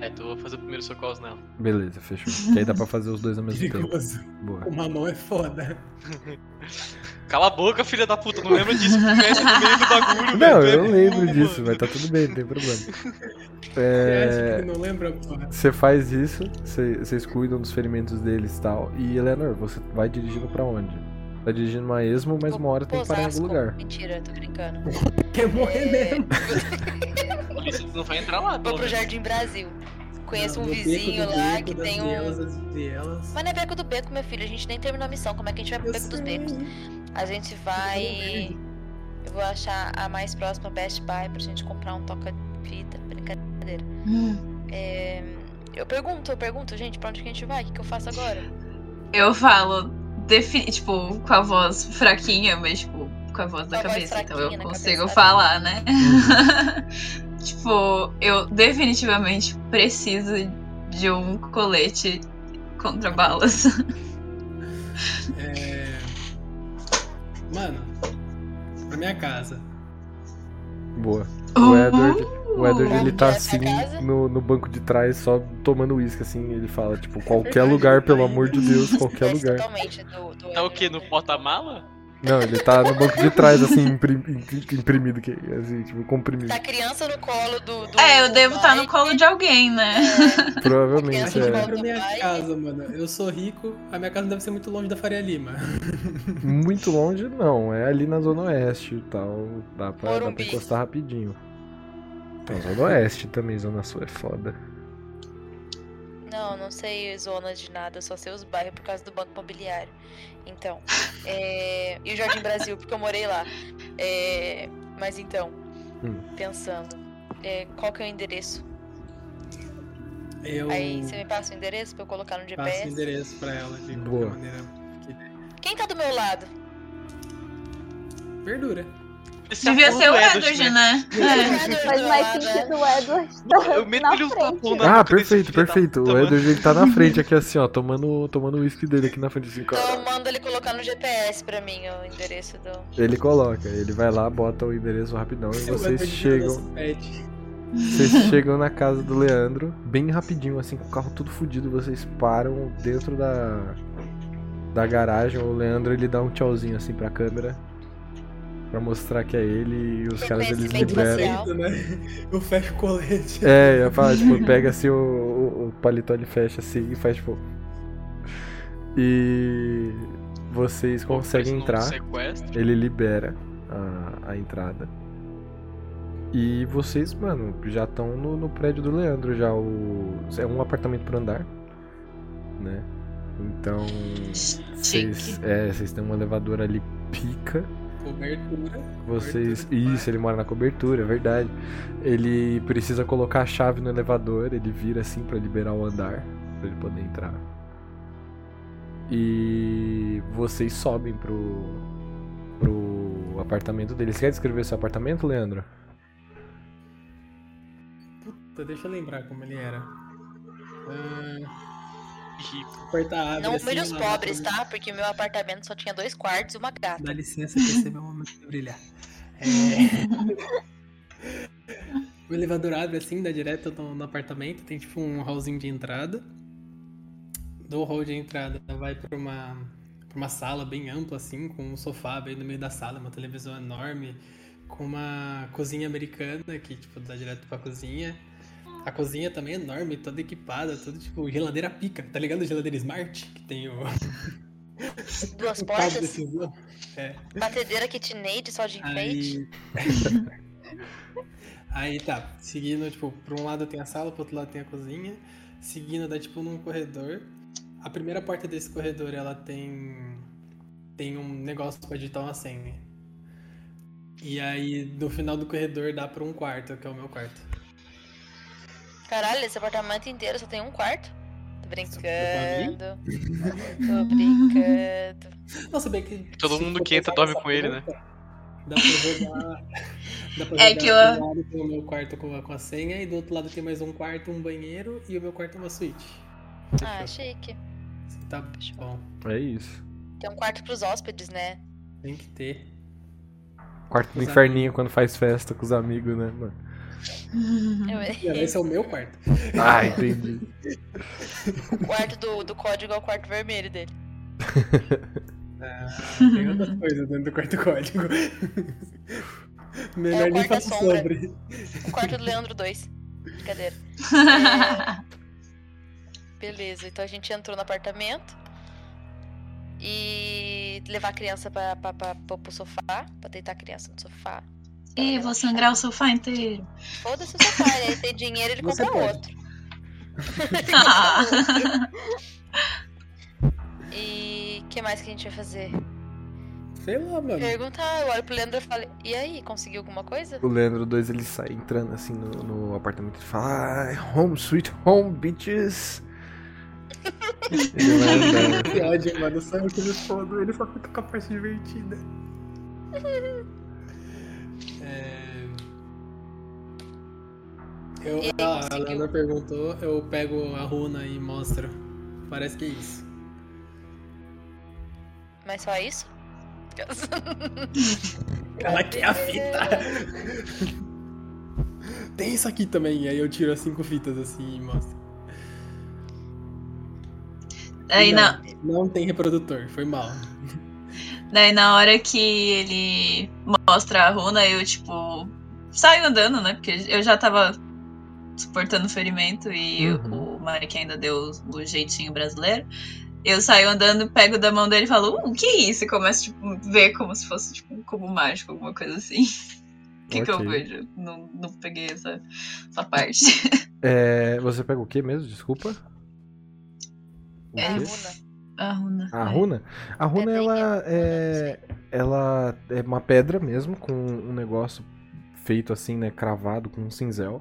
S2: É, então eu vou fazer o primeiro socorros nela.
S1: Beleza, fechou. Que aí dá pra fazer os dois ao mesmo tempo.
S7: Perigoso.
S1: Boa.
S7: Uma mão é foda.
S2: Cala a boca, filha da puta, não lembra disso, tu conhece no meio do bagulho,
S1: Não,
S2: velho, tu
S1: eu
S2: é
S1: lembro
S2: burro,
S1: disso,
S2: mano.
S1: mas tá tudo bem, não tem problema.
S7: É...
S1: É.
S7: que não lembra, porra.
S1: Você faz isso, cê- vocês cuidam dos ferimentos deles e tal. E Eleanor, você vai dirigindo pra onde? Tá dirigindo uma esmo, mas uma hora tem que parar em algum
S6: Osasco.
S1: lugar.
S6: Mentira, tô brincando.
S7: Quer morrer
S6: É,
S7: mesmo.
S2: Mas Você não vai entrar lá,
S6: Vou
S2: pelo
S6: pro
S2: menos.
S6: Jardim Brasil. Conheço
S7: Não,
S6: um
S7: no beco
S6: vizinho
S7: do
S6: lá
S7: beco,
S6: que
S7: das
S6: tem um.
S7: vielas, das vielas.
S6: Mas não é beco do beco, meu filho. A gente nem terminou a missão. Como é que a gente vai pro
S4: Eu
S6: beco dos
S4: sei.
S6: becos? A gente vai. Eu vou achar a mais próxima Best Buy pra gente comprar um toca-fita. Brincadeira. É, Eu pergunto, eu pergunto, gente, pra onde que a gente vai? O que, que eu faço agora?
S3: Eu falo, defi- tipo, com a voz fraquinha, mas, tipo, com a voz da
S6: Com a voz
S3: cabeça, então eu
S6: fraquinha na
S3: consigo
S6: cabeça.
S3: falar, né? tipo, eu definitivamente preciso de um colete contra balas.
S7: É... Mano, pra minha casa.
S1: Boa. O
S3: Uh,
S1: Edward, o O Edward, ele tá
S6: Quer
S1: assim,
S6: pra casa?
S1: no, no banco de trás, só tomando uísque, assim. Ele fala, tipo, qualquer lugar, pelo amor de Deus, qualquer
S6: Desce
S1: lugar.
S6: é totalmente do, do
S2: Tá o quê? No porta-mala?
S1: Não, ele tá no banco de trás, assim, imprim- imprim- imprimido, que- assim, tipo, comprimido.
S6: Tá a criança no colo do. do-
S3: É,
S1: tá
S3: eu devo
S6: do
S3: estar no
S6: pai.
S3: colo de alguém, né?
S6: É,
S7: A
S1: Provavelmente,
S7: gente vai
S1: é.
S7: pra minha
S6: Vai.
S7: casa, mano. Eu sou rico, a minha casa não deve ser muito longe da Faria Lima.
S1: Muito longe, não. É ali na Zona Oeste e tal. Dá pra, dá pra
S6: Morumbi.
S1: encostar rapidinho. Então, Zona Oeste também, Zona Sul é foda.
S6: Não, não sei zona de nada, só sei os bairros por causa do Banco Imobiliário. Então, é, e o Jardim Brasil, porque eu morei lá. É, Mas então,
S1: Hum.
S6: pensando, é, qual que é o endereço?
S7: Eu
S6: Aí você me passa o endereço pra eu colocar no
S7: passo Hum. o
S6: GPS?
S7: endereço pra ela de qualquer
S1: Boa.
S7: maneira.
S6: Quem tá do meu lado?
S7: Verdura.
S2: Esse é a
S3: Devia
S2: porra
S3: ser
S2: do
S3: o Edward, né?
S5: Faz mais sentido o Edward tá
S2: Eu meto
S5: na
S2: ele um tapão
S5: frente.
S2: na-
S1: Ah,
S2: boca desse
S1: perfeito,
S2: filho da
S1: perfeito.
S2: puta,
S1: O
S2: mano.
S1: Edward ele tá na frente aqui, assim, ó, tomando, tomando o uísque dele aqui na frente, assim,
S6: Então eu
S1: cara.
S6: mando ele colocar no GPS pra mim o endereço do.
S1: Ele coloca, ele vai lá, bota o endereço rapidão e
S7: Seu
S1: vocês
S7: Edward
S1: chegam.
S7: virou nosso pet.
S1: Vocês chegam na casa do Leandro, bem rapidinho, assim, com o carro tudo fudido, vocês param dentro da, da garagem, o Leandro ele dá um tchauzinho assim pra câmera. Pra mostrar que é ele e os caras eles
S6: Reconhecimento
S1: liberam.
S6: facial.
S7: Aceito, né? Eu fecho o colete.
S1: É, eu ia falar, tipo, pega assim o, o, o paletó ele fecha assim e faz tipo. E vocês conseguem
S2: num
S1: entrar.
S2: Sequestro.
S1: Ele libera a, a entrada. E vocês, mano, já estão no, no prédio do Leandro já. O, é um apartamento por andar, né? Então. Vocês, é, vocês têm um elevador ali pica.
S7: Cobertura.
S1: Vocês.
S7: Cobertura de
S1: Isso, ele mora na cobertura, é verdade. Ele precisa colocar a chave no elevador, ele vira assim pra liberar o andar, pra ele poder entrar. E vocês sobem pro pro apartamento dele. Você quer descrever seu apartamento, Leandro?
S7: Puta, deixa eu lembrar como ele era. Ah,
S2: Rico.
S7: porta abre.
S6: Não
S7: assim,
S6: humilha os
S7: ela dá
S6: pobres,
S7: pra-
S6: tá? Porque meu apartamento só tinha dois quartos e uma gata.
S7: Dá licença que esse é meu momento de brilhar. É. o elevador abre assim, dá direto no, no apartamento, tem tipo um hallzinho de entrada. Do hall de entrada vai pra uma, pra uma sala bem ampla assim, com um sofá bem no meio da sala, uma televisão enorme, com uma cozinha americana que tipo dá direto pra cozinha. A cozinha também é enorme, toda equipada, tudo tipo geladeira pica, tá ligado? Geladeira Smart, que tem o,
S6: Duas
S7: o cabo
S6: portas,
S7: desse
S6: batedeira KitchenAid só de enfeite.
S7: Aí... Aí tá, seguindo, tipo, por um lado tem a sala, pro outro lado tem a cozinha. Seguindo, dá tipo num corredor. A primeira porta desse corredor, ela tem. Tem um negócio pra digitar uma senha. E aí, no final do corredor, dá pra um quarto, que é o meu quarto.
S6: Caralho, esse apartamento inteiro só tem um quarto? Tô brincando.
S7: Só
S6: Tô brincando.
S7: Nossa, bem que.
S2: Todo
S7: se
S2: mundo
S7: for
S2: que entra
S7: pensar
S2: dorme
S7: nessa
S2: com ele, né?
S7: conta, Dá pra jogar. dá pra
S3: É
S7: jogar
S3: que eu-
S7: de um lado tem o meu quarto com a, com a senha, e do outro lado tem mais um quarto, um banheiro, e o meu quarto é uma suíte.
S6: Ah, chique.
S7: Tá bom.
S1: É isso.
S6: Tem um quarto pros hóspedes, né?
S7: Tem que ter.
S1: Quarto do
S7: Os
S1: inferninho quando faz festa com os amigos, né, mano?
S3: Hum.
S6: Eu-
S7: Não, Esse é o meu quarto.
S1: Ah, entendi.
S6: o quarto do, do código é o quarto vermelho dele.
S7: Tem outras coisas dentro do quarto código.
S6: É
S7: Melhor
S6: o
S7: nem
S6: quarto
S7: falar
S6: da sombra.
S7: sobre.
S6: O quarto do Leandro 2. Brincadeira. É. Beleza, então a gente entrou no apartamento. E levar a criança pra, pra, pra, pra, pro sofá, pra deitar a criança no sofá.
S3: E vou sangrar o sofá inteiro.
S6: Foda-se o sofá, ele tem dinheiro, ele
S7: Você
S6: compra
S7: pode.
S6: outro.
S3: Ah.
S6: E o que mais que a gente vai fazer?
S7: Sei lá, mano.
S6: Perguntar, eu olho pro Leandro e falo, e aí, conseguiu alguma coisa?
S1: O Leandro 2 ele sai entrando assim no, no apartamento e fala: "Ah, Home sweet home, bitches. ele vai andando.
S7: Que ódio, mano. Só eu que me fodo. Ele só fica com a parte divertida. É... Eu,
S6: E aí,
S7: ah, a
S6: conseguiu?
S7: Leandra perguntou, eu pego a runa e mostro. Parece que é isso.
S6: Mas só isso?
S7: Ela quer a fita. tem isso aqui também. E aí eu tiro as cinco fitas assim e mostro.
S3: Aí na,
S7: não, não tem reprodutor, foi mal.
S3: Daí na hora que ele mostra a runa, eu tipo saio andando, né? Porque eu já tava suportando ferimento e o o Marek ainda deu o jeitinho brasileiro. Eu saio andando, pego da mão dele e falo, "Uh, o que é isso? E começo tipo, a ver como se fosse tipo, um cubo mágico, alguma coisa assim. O que, que eu
S1: Ok.
S3: vejo? Não, não peguei essa, essa parte.
S1: É, você pega o que mesmo? Desculpa. O
S6: É a
S1: quê?
S6: runa.
S3: A runa.
S1: A runa? A runa,
S6: Pedrinha,
S1: ela
S6: runa,
S1: é, ela é uma pedra mesmo, com um negócio feito assim, né, cravado com um cinzel.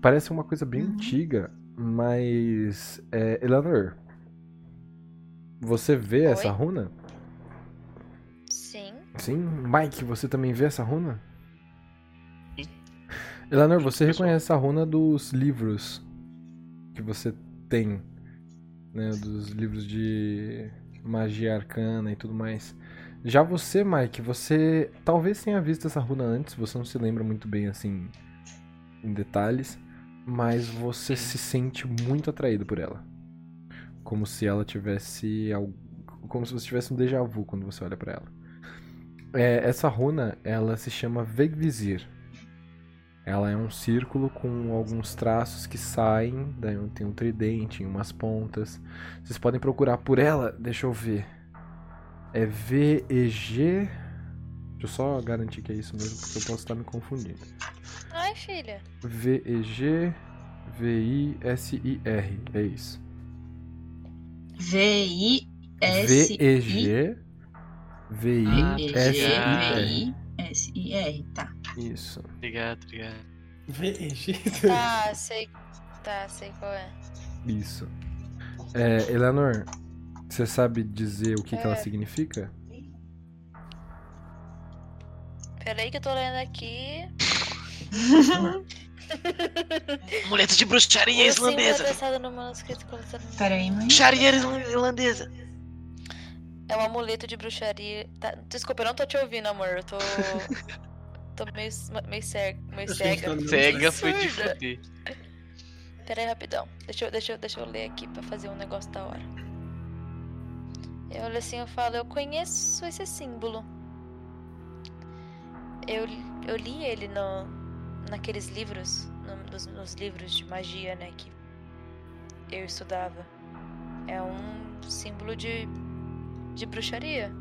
S1: Parece uma coisa bem
S3: Uhum.
S1: antiga, mas... É, Eleanor, você vê essa
S6: Oi?
S1: runa?
S6: Sim.
S1: Sim. Mike, você também vê essa runa?
S2: Sim.
S1: Eleanor, você
S2: Pessoal.
S1: reconhece a runa dos livros que você tem, né? Dos livros de magia arcana e tudo mais. Já você, Mike, você talvez tenha visto essa runa antes, você não se lembra muito bem assim em detalhes, mas você se sente muito atraído por ela. Como se ela tivesse al- como se você tivesse um déjà vu quando você olha pra ela. É, essa runa, ela se chama Vegvizir. Ela é um círculo com alguns traços que saem, daí tem um tridente, umas pontas. Vocês podem procurar por ela, deixa eu ver. É VEG. Deixa eu só garantir que é isso mesmo, porque eu posso estar me confundindo.
S6: Ai, filha.
S1: VEG V-I-S-I-R. É isso.
S3: V-I-S-I-R.
S1: VEG V-I-S-I-R.
S3: V-I-S-I-R, tá.
S1: Isso.
S2: Obrigado, obrigado.
S7: Veja.
S6: Tá, sei. Tá, sei qual é.
S1: Isso. É, Eleanor, você sabe dizer o que, que ela
S6: É.
S1: significa?
S6: Peraí que eu tô lendo aqui.
S2: Amuleto de bruxaria
S6: Eu sempre
S2: islandesa.
S6: atravessado no manuscrito coletâneo.
S3: Peraí, mãe.
S2: Bruxaria islandesa.
S6: É um amuleto de bruxaria. Tá, Desculpa, eu não tô te ouvindo, amor. Eu tô. tô meio, meio cega. Meio
S7: Acho que a gente
S6: cega.
S7: tá no-
S2: Cega foi de
S6: Absurda.
S2: fuder.
S6: Pera aí, rapidão. Deixa eu, deixa, eu, deixa eu ler aqui pra fazer um negócio da hora. Eu olho assim eu falo, eu conheço esse símbolo. Eu, li- eu li ele no, naqueles livros, no- nos, nos livros de magia, né, que eu estudava. É um símbolo de, de bruxaria,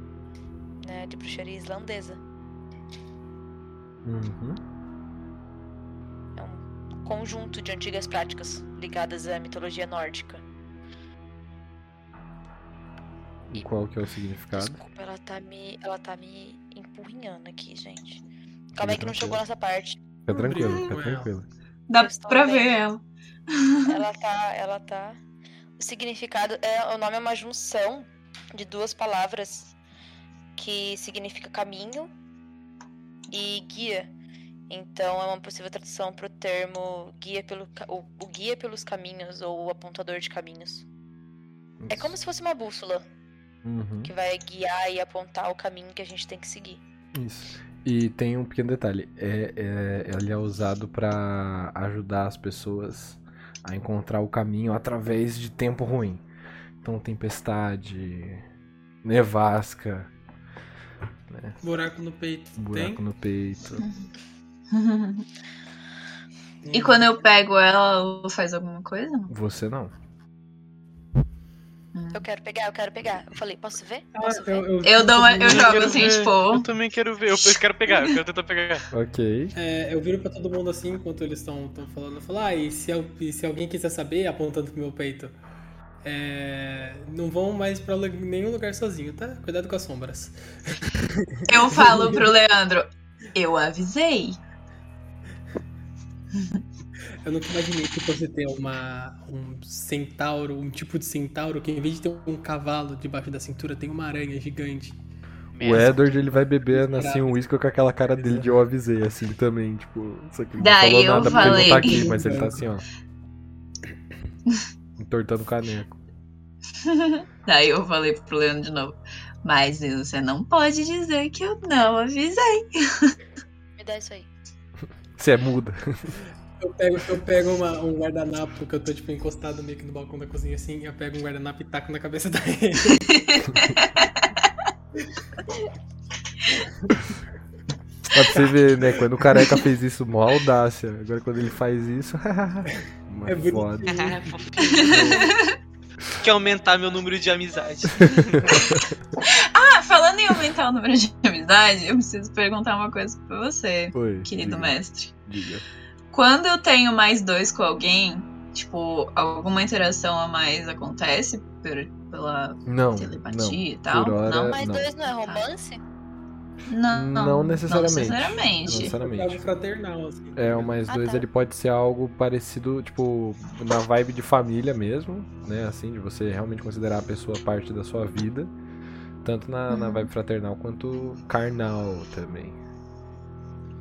S6: né, de bruxaria islandesa.
S1: Uhum.
S6: É um conjunto de antigas práticas ligadas à mitologia nórdica.
S1: E qual que é o significado?
S6: Desculpa, ela tá me. Ela tá me empurrinhando aqui, gente. Calma aí que não chegou
S1: tranquilo.
S6: nessa parte.
S1: Fica tranquilo, fica
S7: Ué.
S1: tranquilo.
S3: Dá
S6: Eles tão
S3: pra
S6: bem.
S3: ver ela.
S6: Ela tá. Ela tá. O significado é. O nome é uma junção de duas palavras que significa caminho e guia. Então é uma possível tradução pro termo guia pelo ca- o, o guia pelos caminhos ou o apontador de caminhos. É como se fosse uma bússola
S1: Uhum,
S6: que vai guiar e apontar o caminho que a gente tem que seguir.
S1: Isso. E tem um pequeno detalhe. É, é, ele é usado pra ajudar as pessoas a encontrar o caminho através de tempo ruim. Então, tempestade, nevasca,
S7: Buraco no peito.
S1: buraco no peito.
S7: tem?
S3: E quando eu pego ela, ela faz alguma coisa?
S1: Você não.
S6: Eu quero pegar, eu quero pegar. Eu falei, posso ver?
S7: Ah,
S6: Posso ver?
S7: eu, eu,
S3: Eu dou uma- eu
S2: Eu
S3: jogo
S2: quero
S3: assim,
S2: ver,
S3: tipo-
S2: Eu também quero ver. Eu eu quero pegar, eu quero tentar pegar.
S1: Ok.
S7: É, eu viro pra todo mundo assim, enquanto eles estão falando, eu falo, ah, e se, al- e se alguém quiser saber, apontando pro meu peito, é, não vão mais pra lu- nenhum lugar sozinho, tá? Cuidado com as sombras.
S3: Eu falo pro Leandro, eu avisei.
S7: Eu nunca imaginei que fosse ter uma, um centauro, um tipo de centauro, que em vez de ter um cavalo debaixo da cintura, tem uma aranha gigante.
S1: O Edward, ele vai bebendo assim
S7: Bravo.
S1: um uísque com aquela cara dele de eu avisei, assim, também, tipo, isso aqui não
S3: Daí
S1: falou
S3: eu
S1: nada porque ele não tá
S3: falei.
S1: aqui, mas ele tá assim, ó. Entortando o caneco.
S3: Daí eu falei pro Leandro de novo. Mas você não pode dizer que eu não avisei.
S6: Me dá isso aí.
S1: Você é muda.
S7: Eu pego, eu pego uma- um guardanapo que eu tô, tipo, encostado meio que no balcão da cozinha, assim, eu pego um guardanapo e taco na cabeça da ele.
S1: Mas pra você ver, né? Quando o careca fez isso, mó audácia. Agora quando ele faz isso. Mas
S7: É bonito.
S1: foda.
S2: Ah, fofinho. Quer aumentar meu número de amizade.
S3: Ah, falando em aumentar o número de amizade, eu preciso perguntar uma coisa pra você,
S1: Oi.
S3: querido
S1: diga,
S3: mestre.
S1: diga.
S3: Quando eu tenho mais dois com alguém, tipo, alguma interação a mais acontece por- pela
S1: Não. Não.
S3: telepatia e tal?
S1: por hora,
S3: não?
S6: Mas
S1: Não.
S6: dois não é romance?
S3: Não,
S1: Não necessariamente.
S3: Não
S1: Não
S3: necessariamente.
S1: necessariamente.
S7: É Algo fraternal, assim.
S1: É, o mais
S6: Ah,
S1: dois
S6: tá.
S1: ele pode ser algo parecido, tipo, na vibe de família mesmo, né? Assim, de você realmente considerar a pessoa parte da sua vida. Tanto na, na
S3: Uhum.
S1: vibe fraternal quanto carnal também.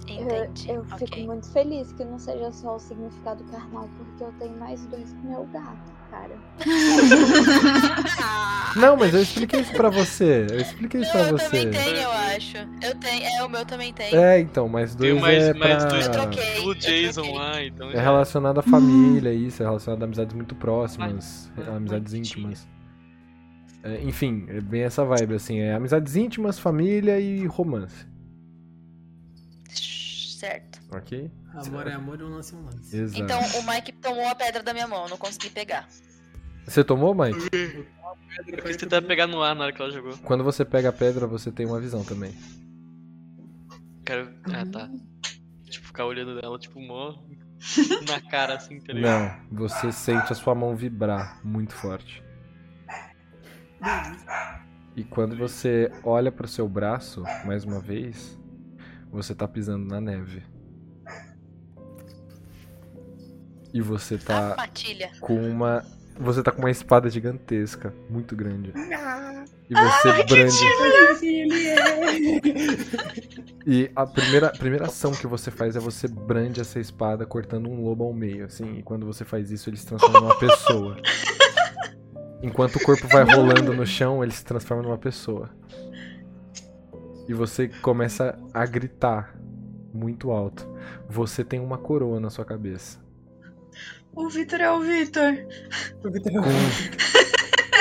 S6: Entendi.
S5: É, Eu, eu fico
S6: ok.
S5: muito feliz que não seja só o significado carnal, porque eu tenho mais dois com meu gato, cara.
S1: Não, mas eu expliquei isso pra você. Eu expliquei isso pra
S6: Não, eu também
S1: você.
S6: tenho, eu acho. Eu tenho. É, o meu também tem.
S1: É, então, mais dois
S2: Tenho mais-
S1: é
S2: mais
S1: pra-
S2: dois.
S6: Eu troquei.
S2: Blue
S6: eu
S2: Jason
S6: troquei.
S2: lá, então.
S1: É
S2: já-
S1: relacionado à família,
S6: Hum.
S1: isso. É relacionado a amizades muito próximas,
S2: Mas- mas-
S1: amizades
S2: mas-
S1: íntimas. É, enfim, é bem essa vibe, assim. É amizades íntimas, família e romance,
S6: Certo.
S1: ok?
S7: Amor é amor e um lance é um lance.
S1: Exato.
S6: Então o Mike tomou a pedra da minha mão, não consegui pegar.
S1: Você tomou, Mike?
S2: Eu quis tentar pegar no ar na hora que ela jogou.
S1: Quando você pega a pedra, você tem uma visão também.
S2: Cara, ah, tá. Tipo, ficar olhando dela, tipo, mó na cara, assim, tá ligado?
S1: Não, você sente a sua mão vibrar muito forte. E quando você olha pro seu braço, mais uma vez, você tá pisando na neve. E você
S6: A
S1: tá
S6: matilha.
S1: com uma. Você tá com uma espada gigantesca, muito grande. E você brande. E a primeira, primeira ação que você faz é você brande essa espada cortando um lobo ao meio, assim. E quando você faz isso, ele se transforma numa pessoa. Enquanto o corpo vai rolando no chão, ele se transforma numa pessoa. E você começa a gritar muito alto. Você tem uma coroa na sua cabeça.
S3: O Vitor é o Vitor.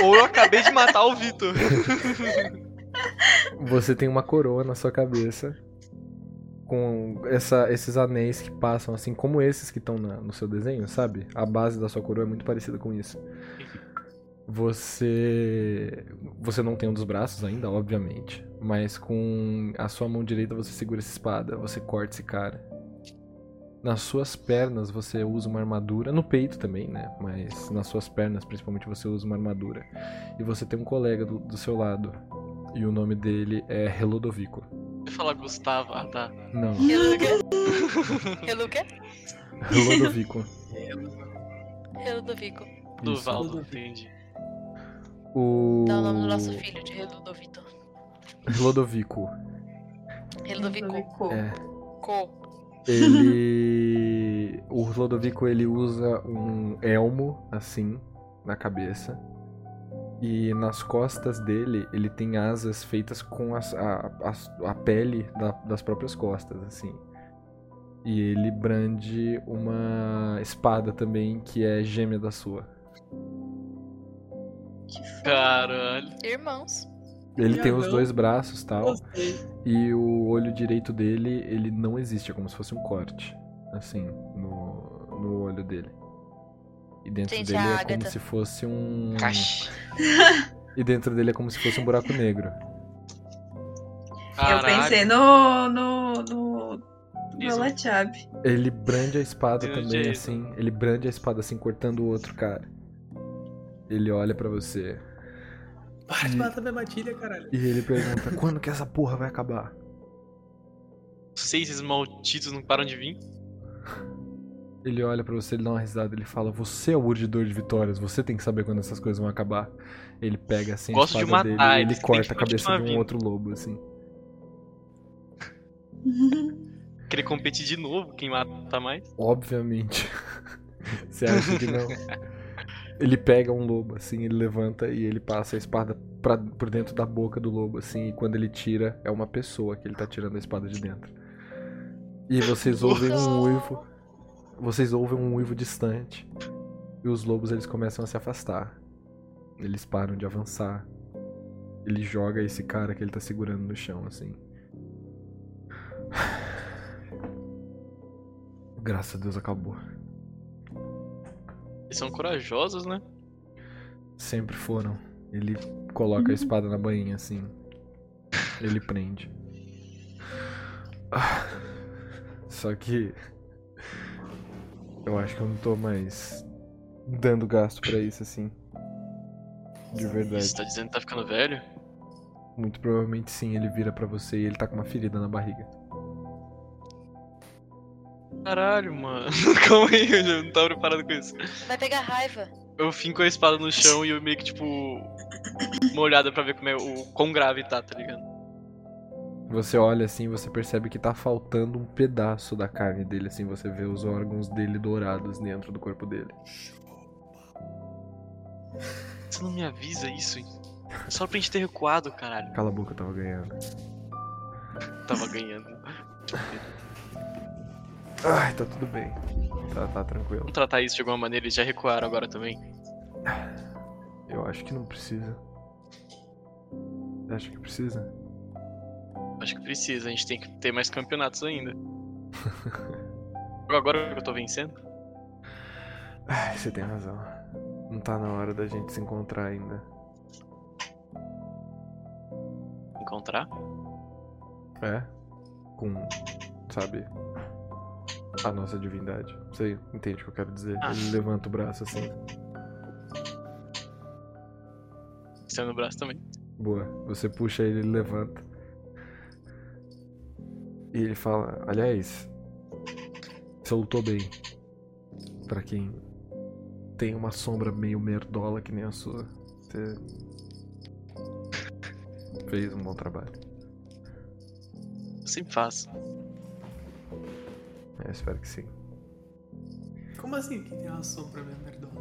S2: Ou eu acabei de matar o Vitor.
S1: Você tem uma coroa na sua cabeça com essa- esses anéis que passam, assim como esses que estão na- no seu desenho, sabe? A base da sua coroa é muito parecida com isso. Você. Você não tem um dos braços ainda, obviamente. Mas com a sua mão direita você segura essa espada, você corta esse cara. Nas suas pernas você usa uma armadura, no peito também, né? Mas nas suas pernas principalmente você usa uma armadura. E você tem um colega do- do seu lado. E o nome dele é Relodovico.
S2: Eu ia falar Gustavo, ah, tá.
S1: Não,
S6: Reluca. Reluca?
S1: Relodovico.
S6: Reludovico.
S2: Do
S1: Isso.
S2: Valdo, entendi.
S1: O
S6: Dá Tá o nome do nosso filho de Reludovito.
S1: Relodovico.
S6: Reludovico.
S1: É.
S6: Co.
S1: Ele. O Lodovico ele usa um elmo, assim, na cabeça. E nas costas dele, ele tem asas feitas com as- a, a, a pele da- das próprias costas, assim. E ele brande uma espada também que é gêmea da sua.
S2: Caralho.
S6: Irmãos.
S1: Ele tem
S7: Meu
S1: os
S7: Deus.
S1: dois braços tal.
S7: Gostei.
S1: E o olho direito dele, ele não existe, é como se fosse um corte, assim, no, no olho dele. E dentro
S6: Gente,
S1: dele
S6: a
S1: é como
S6: Agatha.
S1: se fosse um.
S2: Caxi.
S1: E dentro dele é como se fosse um buraco negro.
S3: Eu
S2: Caralho.
S3: pensei no. no. no. Viola Chab.
S1: Ele brande a espada
S2: De um
S1: também,
S2: jeito.
S1: assim. Ele brande a espada assim, cortando o outro cara. Ele olha pra você
S7: Para de matar minha matilha, caralho.
S1: e ele pergunta: quando que essa porra vai acabar?
S2: Seis malditos não param de vir.
S1: Ele olha pra você, ele dá uma risada, ele fala: Você é o urdidor de vitórias, você tem que saber quando essas coisas vão acabar. Ele pega assim
S2: Gosto
S1: a
S2: de
S1: espada
S2: matar,
S1: dele e
S2: eles
S1: ele
S2: têm
S1: corta
S2: que
S1: a cabeça
S2: continuar
S1: de um
S2: vindo.
S1: outro lobo, assim.
S2: Querer competir de novo, quem mata mais.
S1: Obviamente. você acha que não? Ele pega um lobo, assim, ele levanta e ele passa a espada pra, por dentro da boca do lobo, assim, e quando ele tira, é uma pessoa que ele tá tirando a espada de dentro. E vocês ouvem um uivo. Vocês ouvem um uivo distante. E os lobos eles começam a se afastar. Eles param de avançar. Ele joga esse cara que ele tá segurando no chão, assim. Graças a Deus acabou.
S2: Eles são corajosos, né?
S1: Sempre foram. Ele coloca a espada na bainha, assim. Ele prende. Ah, Só que. Eu acho que eu não tô mais dando gasto pra isso, assim. De verdade.
S2: Você tá dizendo que tá ficando velho?
S1: Muito provavelmente sim, ele vira pra você e ele tá com uma ferida na barriga.
S2: Caralho, mano. Calma aí, eu já não tava preparado com isso.
S6: Vai pegar raiva.
S2: Eu finco a espada no chão e eu meio que, tipo, uma olhada pra ver como é o quão grave tá, tá ligado?
S1: Você olha assim, você percebe que tá faltando um pedaço da carne dele, assim, você vê os órgãos dele dourados dentro do corpo dele.
S2: Você não me avisa isso, hein? É Só pra gente ter recuado, caralho.
S1: Cala a boca, eu tava ganhando.
S2: Tava ganhando.
S1: Ai, tá tudo bem. Tá, tá tranquilo.
S2: Vamos tratar isso de alguma maneira, eles já recuaram agora também.
S1: Eu acho que não precisa. Você acha que precisa?
S2: Acho que precisa, a gente tem que ter mais campeonatos ainda. Agora que eu tô vencendo?
S1: Ai, você tem razão. Não tá na hora da gente se encontrar ainda.
S2: Encontrar?
S1: É? Com, sabe, a nossa divindade. Você entende o que eu quero dizer?
S2: Ah.
S1: Ele levanta o braço assim.
S2: Você no braço também.
S1: Boa. Você puxa ele, ele levanta. E ele fala: Aliás, você lutou bem. Pra quem tem uma sombra meio merdola que nem a sua, você fez um bom trabalho.
S2: Eu sempre faço.
S1: Eu É, espero que sim.
S7: Como assim que tem uma sombra minha merdola?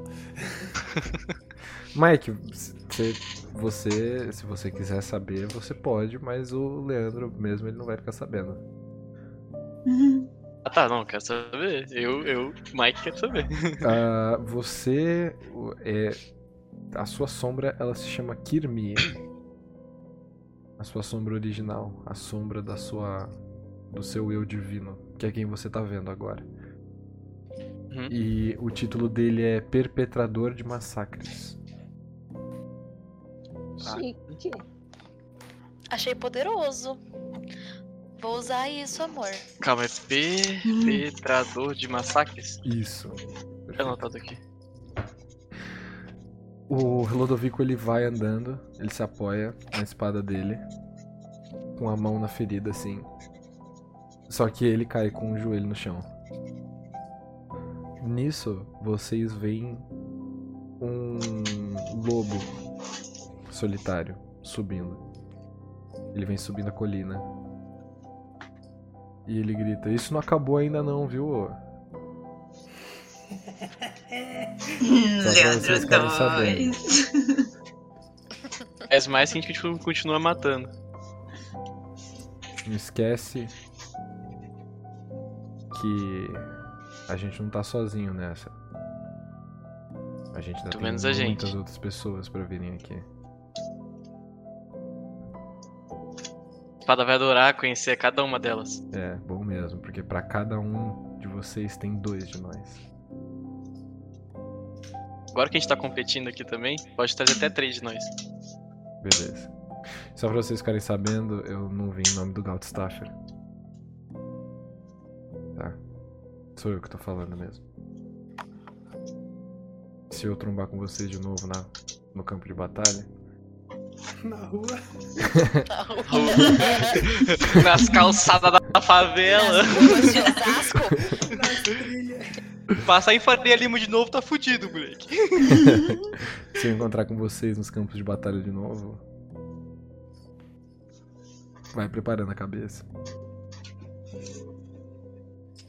S1: Mike, se você, se você quiser saber, você pode, mas o Leandro mesmo ele não vai ficar sabendo.
S2: Ah tá, não, quero saber. Eu, eu, Mike quer saber.
S1: Ah, você o- é a sua sombra, ela se chama Kirmi. A sua sombra original, a sombra da sua do seu eu divino, que é quem você tá vendo agora.
S2: Uhum.
S1: E o título dele é Perpetrador de Massacres.
S6: Ah.
S5: Chique.
S6: Achei poderoso. Vou usar isso, amor.
S2: Calma, é perpetrador de massacres?
S1: Isso.
S2: Tá anotado aqui.
S1: O Lodovico ele vai andando, ele se apoia na espada dele, com a mão na ferida assim. Só que ele cai com o joelho no chão. Nisso, vocês veem um lobo solitário subindo. Ele vem subindo a colina. E ele grita: Isso não acabou ainda, não, viu? pra vocês
S3: Leandro
S1: ficarem sabendo.
S3: dois.
S2: É mais que a gente tipo, continua matando.
S1: Não esquece que a gente não tá sozinho nessa. A gente ainda
S2: Muito
S1: tem
S2: menos a gente.
S1: muitas outras pessoas pra virem aqui.
S2: Espada vai adorar conhecer cada uma delas.
S1: É, bom mesmo, porque pra cada um de vocês tem dois de nós.
S2: Agora que a gente tá competindo aqui também, pode trazer até três de nós.
S1: Beleza. Só pra vocês ficarem sabendo, eu não vi o nome do Gautstaffer. Tá. Sou eu que tô falando mesmo. Se eu trombar com vocês de novo na, no campo de batalha,
S4: Na rua.
S6: Tá bom.
S2: Nas calçadas da favela.
S6: Nas ruas de Osasco.
S2: Passar em Faria Lima de novo tá fudido, moleque.
S1: Se eu encontrar com vocês nos campos de batalha de novo. Vai preparando a cabeça.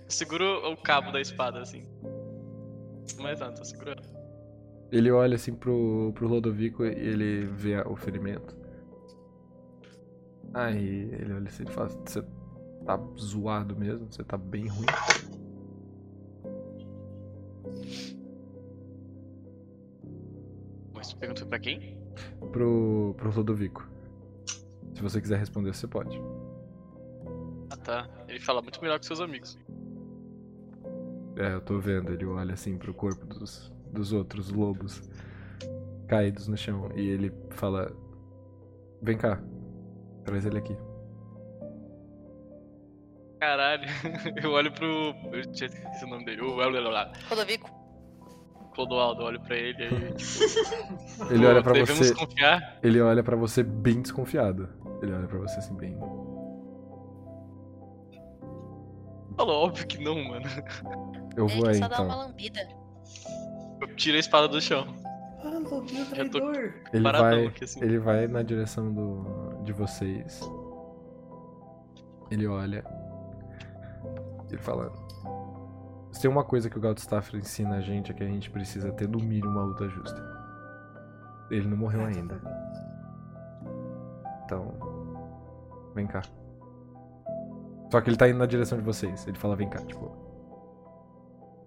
S2: Seguro o cabo da espada, assim. Mas não, tô segurando.
S1: Ele olha assim pro, pro Lodovico e ele vê a- o ferimento. Aí ele olha assim e fala: Você tá zoado mesmo? Você tá bem ruim?
S2: Essa pergunta foi pra quem?
S1: pro, pro Ludovico. Se você quiser responder, você pode.
S2: Ah tá. Ele fala muito melhor que seus amigos.
S1: É, eu tô vendo, ele olha assim pro corpo dos, dos outros lobos caídos no chão e ele fala: Vem cá, traz ele aqui.
S2: Caralho. Eu olho pro. Eu tinha esquecido o nome dele. O Elelolá.
S6: Rodovico.
S2: Clodoaldo, eu olho pra ele aí.
S1: Ele
S2: Pô,
S1: olha pra
S2: devemos
S1: você,
S2: confiar.
S1: ele olha para você bem desconfiado. Ele olha pra você assim bem.
S2: Falou, óbvio que não, mano.
S1: Eu
S6: Ele
S1: vou
S6: quer
S1: aí
S6: É, só dar uma
S1: então.
S6: lambida.
S2: Eu tiro a espada do chão.
S7: Ah, lobinho
S2: Eu tô-
S7: traidor.
S1: Ele
S2: Paradão
S1: vai,
S2: aqui, assim.
S1: ele vai na direção do, de vocês. Ele olha. Ele fala. Se tem uma coisa que o Galdstaffel ensina a gente é que a gente precisa ter no mínimo uma luta justa. Ele não morreu ainda. Então. Vem cá. Só que ele tá indo na direção de vocês. Ele fala, vem cá, tipo.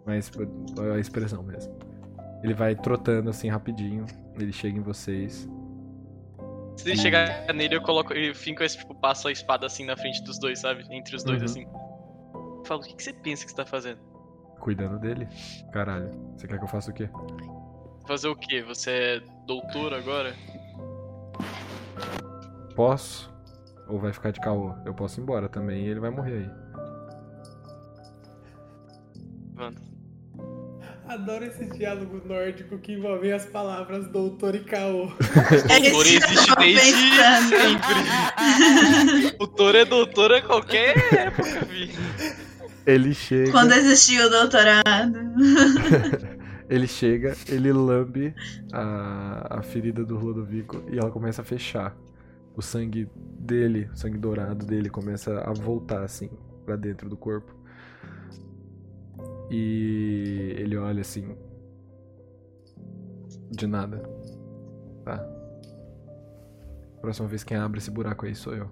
S1: Mas é a expressão mesmo. Ele vai trotando assim rapidinho. Ele chega em vocês.
S2: Se ele chegar nele, eu coloco. Eu finco esse, tipo, passo a espada assim na frente dos dois, sabe? Entre os dois,
S1: Uhum.
S2: assim. Eu falo, o que, que você pensa que você tá fazendo?
S1: Cuidando dele? Caralho. Você quer que eu faça o quê?
S2: Fazer o quê? Você é doutor agora?
S1: Posso? Ou vai ficar de caô? Eu posso ir embora também e ele vai morrer aí.
S2: Mano,
S7: Adoro esse diálogo nórdico que envolve as palavras doutor e caô.
S3: É isso
S2: doutor
S3: que eu
S2: existe
S3: tava
S2: desde
S3: pensando.
S2: Ah, sempre. doutor é doutor a qualquer época, vi.
S1: Ele chega.
S3: Quando existiu o doutorado.
S1: Ele chega, ele lambe a, a ferida do Lodovico e ela começa a fechar. O sangue dele, o sangue dourado dele, começa a voltar assim pra dentro do corpo. E ele olha assim. De nada. Tá. Próxima vez quem abre esse buraco aí sou eu.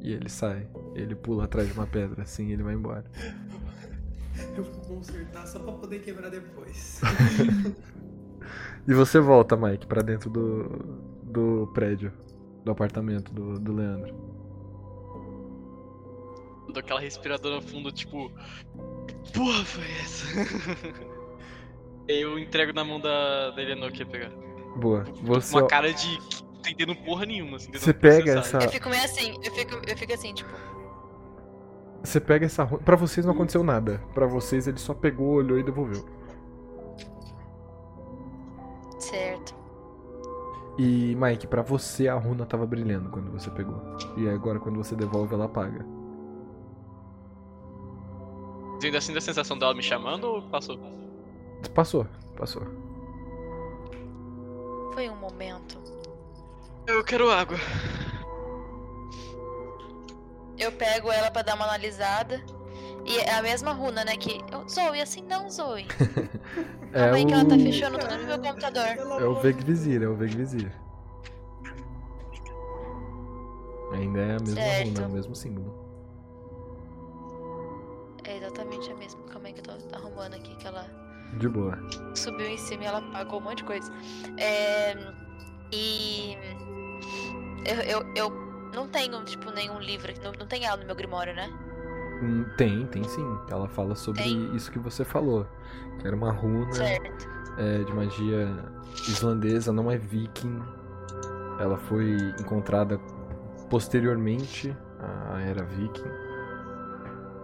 S1: E ele sai. Ele pula atrás de uma pedra, assim, e ele vai embora.
S7: Eu vou consertar só pra poder quebrar depois.
S1: E você volta, Mike, pra dentro do, do prédio, do apartamento do, do Leandro.
S2: Dou aquela respiradora fundo, tipo. Porra, foi essa? Eu entrego na mão da, da Eleanor que ia pegar.
S1: Boa. Você,
S2: Uma cara de. que não tá entendendo porra nenhuma, assim.
S1: você
S2: tentando
S1: pega
S2: processar.
S1: essa.
S6: Eu fico meio assim, eu fico, eu fico assim, tipo,
S1: Você pega essa ru- Pra vocês não aconteceu nada. Pra vocês ele só pegou, olhou e devolveu.
S6: certo.
S1: E, Mike, pra você a runa tava brilhando quando você pegou. E agora quando você devolve, ela apaga.
S2: Mas Ainda assim, da sensação dela me chamando ou passou?
S1: Passou, passou.
S6: Foi um momento.
S2: Eu quero água.
S6: Eu pego ela pra dar uma analisada. E é a mesma runa, né? Que. Eu, Zoe, assim não, Zoe.
S1: É
S6: Calma aí que ela tá
S1: o.
S6: fechando tudo no meu computador.
S1: É o Veg Vizir, é o Veg Vizir. Ainda é a mesma
S6: Certo.
S1: runa, é o mesmo símbolo.
S6: É exatamente a mesma. Calma aí que eu tô arrumando aqui que ela
S1: De boa.
S6: subiu em cima e ela apagou um monte de coisa. É, e eu, eu, eu não tenho, tipo, nenhum livro. Não, não tem ela no meu Grimório, né?
S1: Hum, Tem, tem sim. Ela fala sobre
S6: Tem?
S1: isso que você falou. Que era uma runa
S6: Certo.
S1: é, de magia islandesa, não é viking. Ela foi encontrada posteriormente à era viking.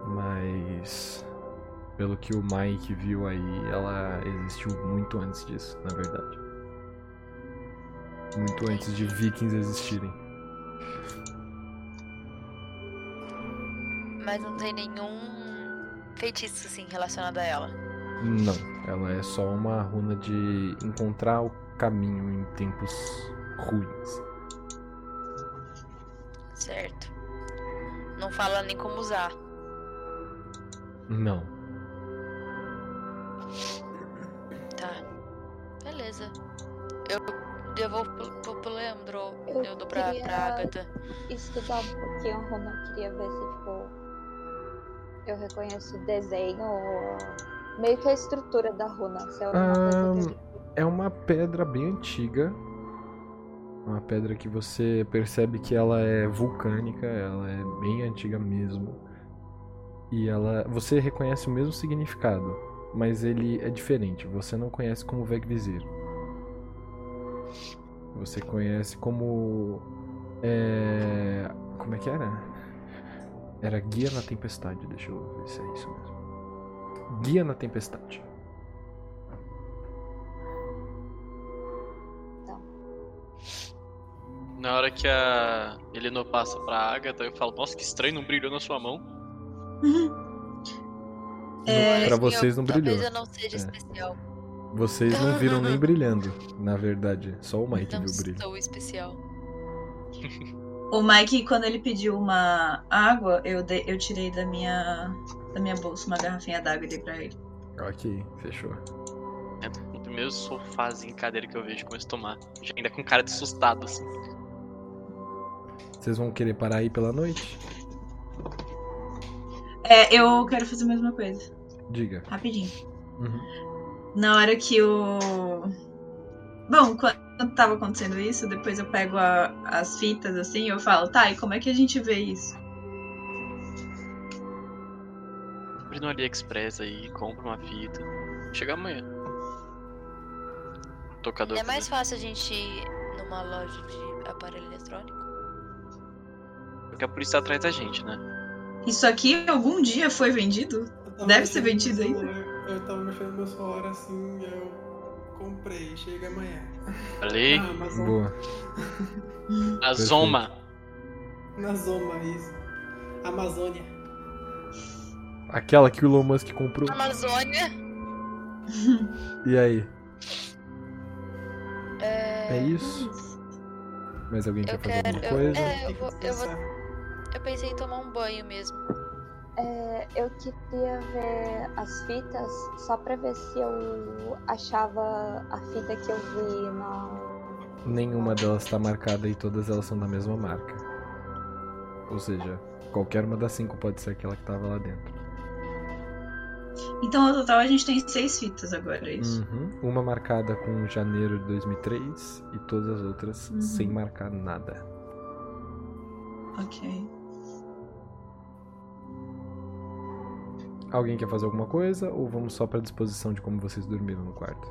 S1: Mas pelo que o Mike viu aí, ela existiu muito antes disso, na verdade. Muito antes de vikings existirem.
S6: Mas não tem nenhum feitiço, assim, relacionado a ela.
S1: Não, ela é só uma runa de encontrar o caminho em tempos ruins.
S6: Certo. Não fala nem como usar.
S1: Não.
S6: Tá. Beleza. Eu devolvo pro, pro, pro Leandro. Eu,
S5: Eu
S6: dou pra,
S5: queria-
S6: pra Agatha.
S5: Estudar um pouquinho a Roma, eu queria ver se, tipo, eu
S6: Ah.
S5: reconheço o desenho, ou meio que a estrutura da runa, se é alguma coisa que eu
S1: É uma pedra bem antiga. Uma pedra que você percebe que ela é vulcânica, ela é bem antiga mesmo. E ela, você reconhece o mesmo significado, mas ele é diferente. Você não conhece como Vegvizir. Você conhece como é, como é que era? Era Guia na Tempestade, deixa eu ver se é isso mesmo. Guia na Tempestade.
S2: Na hora que a Elenor passa pra Agatha, eu falo, nossa, que estranho, não brilhou na sua mão.
S3: É,
S1: pra vocês não brilhou.
S6: Talvez eu não seja
S1: É.
S6: especial.
S1: Vocês não viram nem brilhando, na verdade. Só o Mike
S6: Não
S1: viu o um brilho.
S6: sou especial.
S3: O Mike, quando ele pediu uma água, eu, dei- eu tirei da minha, da minha bolsa uma garrafinha d'água e dei pra ele.
S1: Ok, fechou.
S2: Sento No primeiro sofazinho cadeira que eu vejo, começo a tomar. Já ainda com cara de assustado, assim.
S1: Vocês vão querer parar aí pela noite?
S3: É, eu quero fazer a mesma coisa,
S1: Diga.
S3: rapidinho.
S1: Uhum.
S3: Na hora que o. Bom, quando tava acontecendo isso, depois eu pego a- as fitas assim e eu falo, tá, e como é que a gente vê isso?
S2: Abre no AliExpress aí, compra uma fita. Chega amanhã. Tocador.
S6: É mais fácil a gente ir numa loja de aparelho eletrônico?
S2: Porque a polícia tá atrás da gente, né?
S3: Isso aqui algum dia foi vendido?
S4: Eu tava
S3: Deve ser
S4: mexendo
S3: vendido
S4: no
S3: ainda.
S4: celular, Eu tava mexendo no meu celular assim, eu comprei, chega amanhã.
S2: Falei,
S4: Na Amazon,
S1: Boa.
S2: a Zoma.
S4: na Zoma, isso. Amazônia.
S1: Aquela que o Elon Musk comprou.
S6: Amazônia?
S1: E aí?
S6: É...
S1: É isso? Mas alguém quer
S6: Eu
S1: fazer
S6: quero.
S1: alguma
S6: Eu,
S1: coisa?
S6: é, eu
S4: Tem que
S6: vou, eu, vou,
S4: processar.
S6: eu pensei em tomar um banho mesmo.
S5: É, eu queria ver as fitas só pra ver se eu achava a fita que eu vi na.
S1: Nenhuma delas tá marcada e todas elas são da mesma marca. Ou seja, qualquer uma das cinco pode ser aquela que tava lá dentro.
S3: Então, no total, a gente tem seis fitas agora, é isso.
S1: Uhum. Uma marcada com janeiro de 2003 e todas as outras
S3: Uhum.
S1: sem marcar nada.
S3: Ok.
S1: Alguém quer fazer alguma coisa ou vamos só pra disposição de como vocês dormiram no quarto?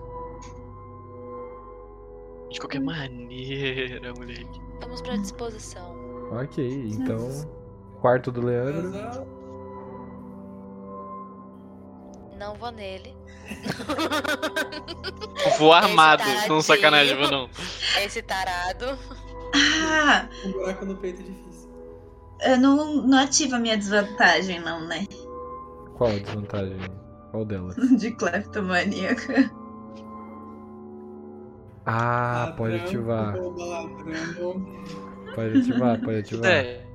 S2: De qualquer maneira, moleque.
S6: Estamos pra disposição.
S1: Ok, então. Quarto do Leandro.
S4: Casal,
S6: Não vou nele.
S2: Vou armado,
S6: Esse
S2: não sacanagem, vou não.
S6: Esse tarado.
S3: Ah!
S4: um buraco no peito é difícil.
S3: Eu não, não ativa a minha desvantagem, não, né?
S1: Qual a desvantagem? Qual delas?
S3: De cleptomaníaca.
S1: Ah, pode
S4: Ladrão,
S1: ativar.
S4: rouba ladrão.
S1: Pode ativar, pode ativar.
S2: É,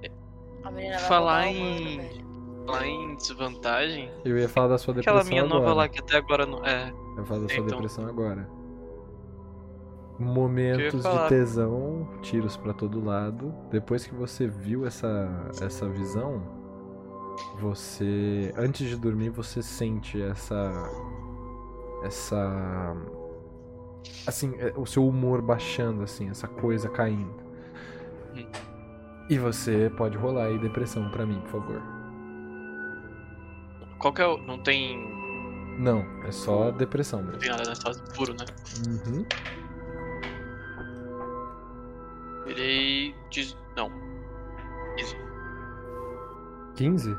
S6: A menina vai
S2: Falar
S6: roubar o ouro,
S2: em-
S6: velho.
S2: lá em desvantagem.
S1: Eu ia falar da sua depressão.
S2: Aquela minha nova
S1: agora.
S2: lá que até agora não. É,
S1: Eu falo da sua
S2: Então.
S1: depressão agora. Momentos de
S2: falar.
S1: tesão, tiros pra todo lado. Depois que você viu essa, essa visão, você. Antes de dormir, você sente essa. Essa. Assim, é, o seu humor baixando, assim, essa coisa caindo.
S2: Hum.
S1: E você pode rolar aí depressão pra mim, por favor.
S2: qual que é o. Não tem.
S1: Não, é só depressão
S2: Não
S1: mesmo.
S2: tem nada, né? Só puro, né?
S1: Uhum.
S2: Virei. Diz... Não.
S1: 15?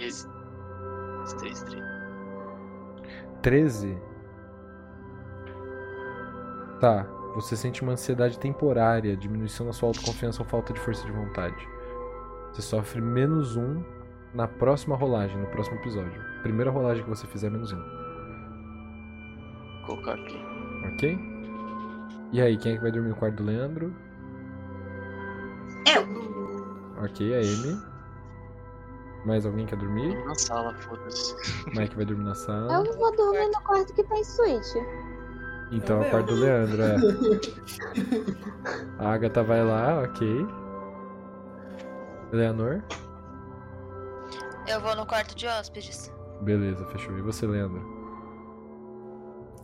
S2: Esse. Esse três, três.
S1: 13? Tá. Você sente uma ansiedade temporária, diminuição na sua autoconfiança ou falta de força de vontade. Você sofre menos um na próxima rolagem, no próximo episódio. Primeira rolagem que você fizer, menos um,
S2: Vou colocar aqui.
S1: ok? E aí, quem é que vai dormir no quarto do Leandro?
S3: Eu.
S1: Ok, a Amy. Mais alguém quer dormir?
S2: Na sala, foda-se.
S1: Mike vai dormir na
S6: Ah.
S5: Eu
S1: sala.
S5: não vou dormir no quarto que tem suíte.
S1: Então é o quarto do Leandro, é. A Agatha vai lá, ok. Leonor?
S6: Eu vou no quarto de hóspedes.
S1: Beleza, fechou. E você, Leandro?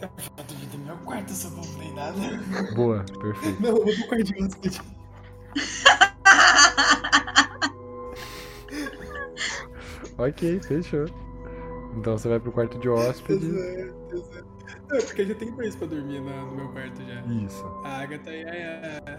S7: Eu tô indo no meu quarto, eu só não falei nada.
S1: Boa, perfeito.
S7: Não, eu vou pro quarto de basquete.
S1: Ok, fechou. Então você vai pro quarto de hóspede.
S7: Exato, exato. Não, é porque já tem dois pra dormir na- no meu quarto já.
S1: Isso.
S7: A Agatha e a...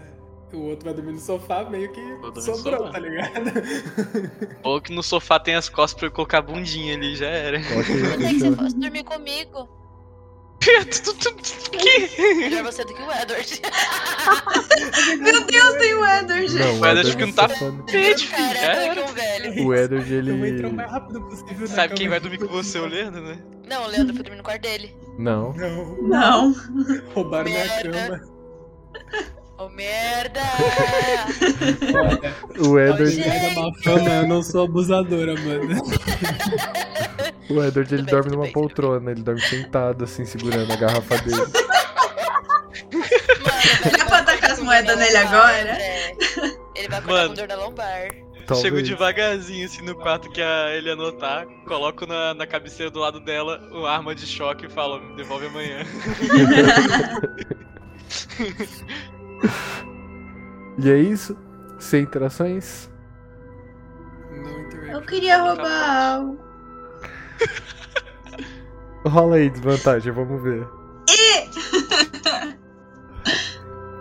S7: O outro vai dormir no sofá, meio
S2: dormir
S7: que
S2: no
S7: sobrou,
S2: sofá.
S7: tá ligado?
S2: Ou que no sofá tem as costas pra eu colocar a bundinha ali, já era.
S1: Ok,
S6: Até que você
S1: fechou.
S6: fosse dormir comigo.
S2: Tu- tu- tu- que?
S6: Melhor você do que o Edward.
S3: Meu Deus, tem o Edward, gente.
S1: Não,
S2: Mas acho que não tá-
S1: safado.
S2: Pede, filho, já
S6: Cara,
S2: era.
S6: que um velho.
S1: O Edward,
S7: Eu vou entrar o
S1: ele.
S7: mais rápido possível na
S2: Sabe
S7: cama
S2: quem vai
S7: de
S2: dormir com
S7: vocês.
S2: você, o Leandro, né?
S6: Não, o Leandro foi dormir no quarto dele.
S1: Não.
S7: Não,
S3: Não.
S7: roubaram minha
S6: Merda.
S7: cama.
S6: Ô, merda!
S1: O
S6: Ô,
S1: Edward,
S7: Pega
S6: gente!
S7: mal fama, eu não sou abusadora, mano.
S1: o Edward ele dorme numa
S6: Tudo bem, tudo bem, tudo bem.
S1: poltrona, ele dorme sentado, assim, segurando a garrafa dele.
S6: Mano,
S3: Dá pra tacar as moedas nele agora?
S6: É. Ele vai acordar
S2: Mano.
S6: com dor na lombar.
S2: Chego
S1: Talvez.
S2: devagarzinho assim no quarto que a Eliana tá, coloco na, na cabeceira do lado dela uma arma de choque e falo, me devolve amanhã.
S1: E é isso. Sem interações.
S7: Não interessa.
S3: Eu queria roubar algo.
S1: Rola aí, desvantagem, vamos ver.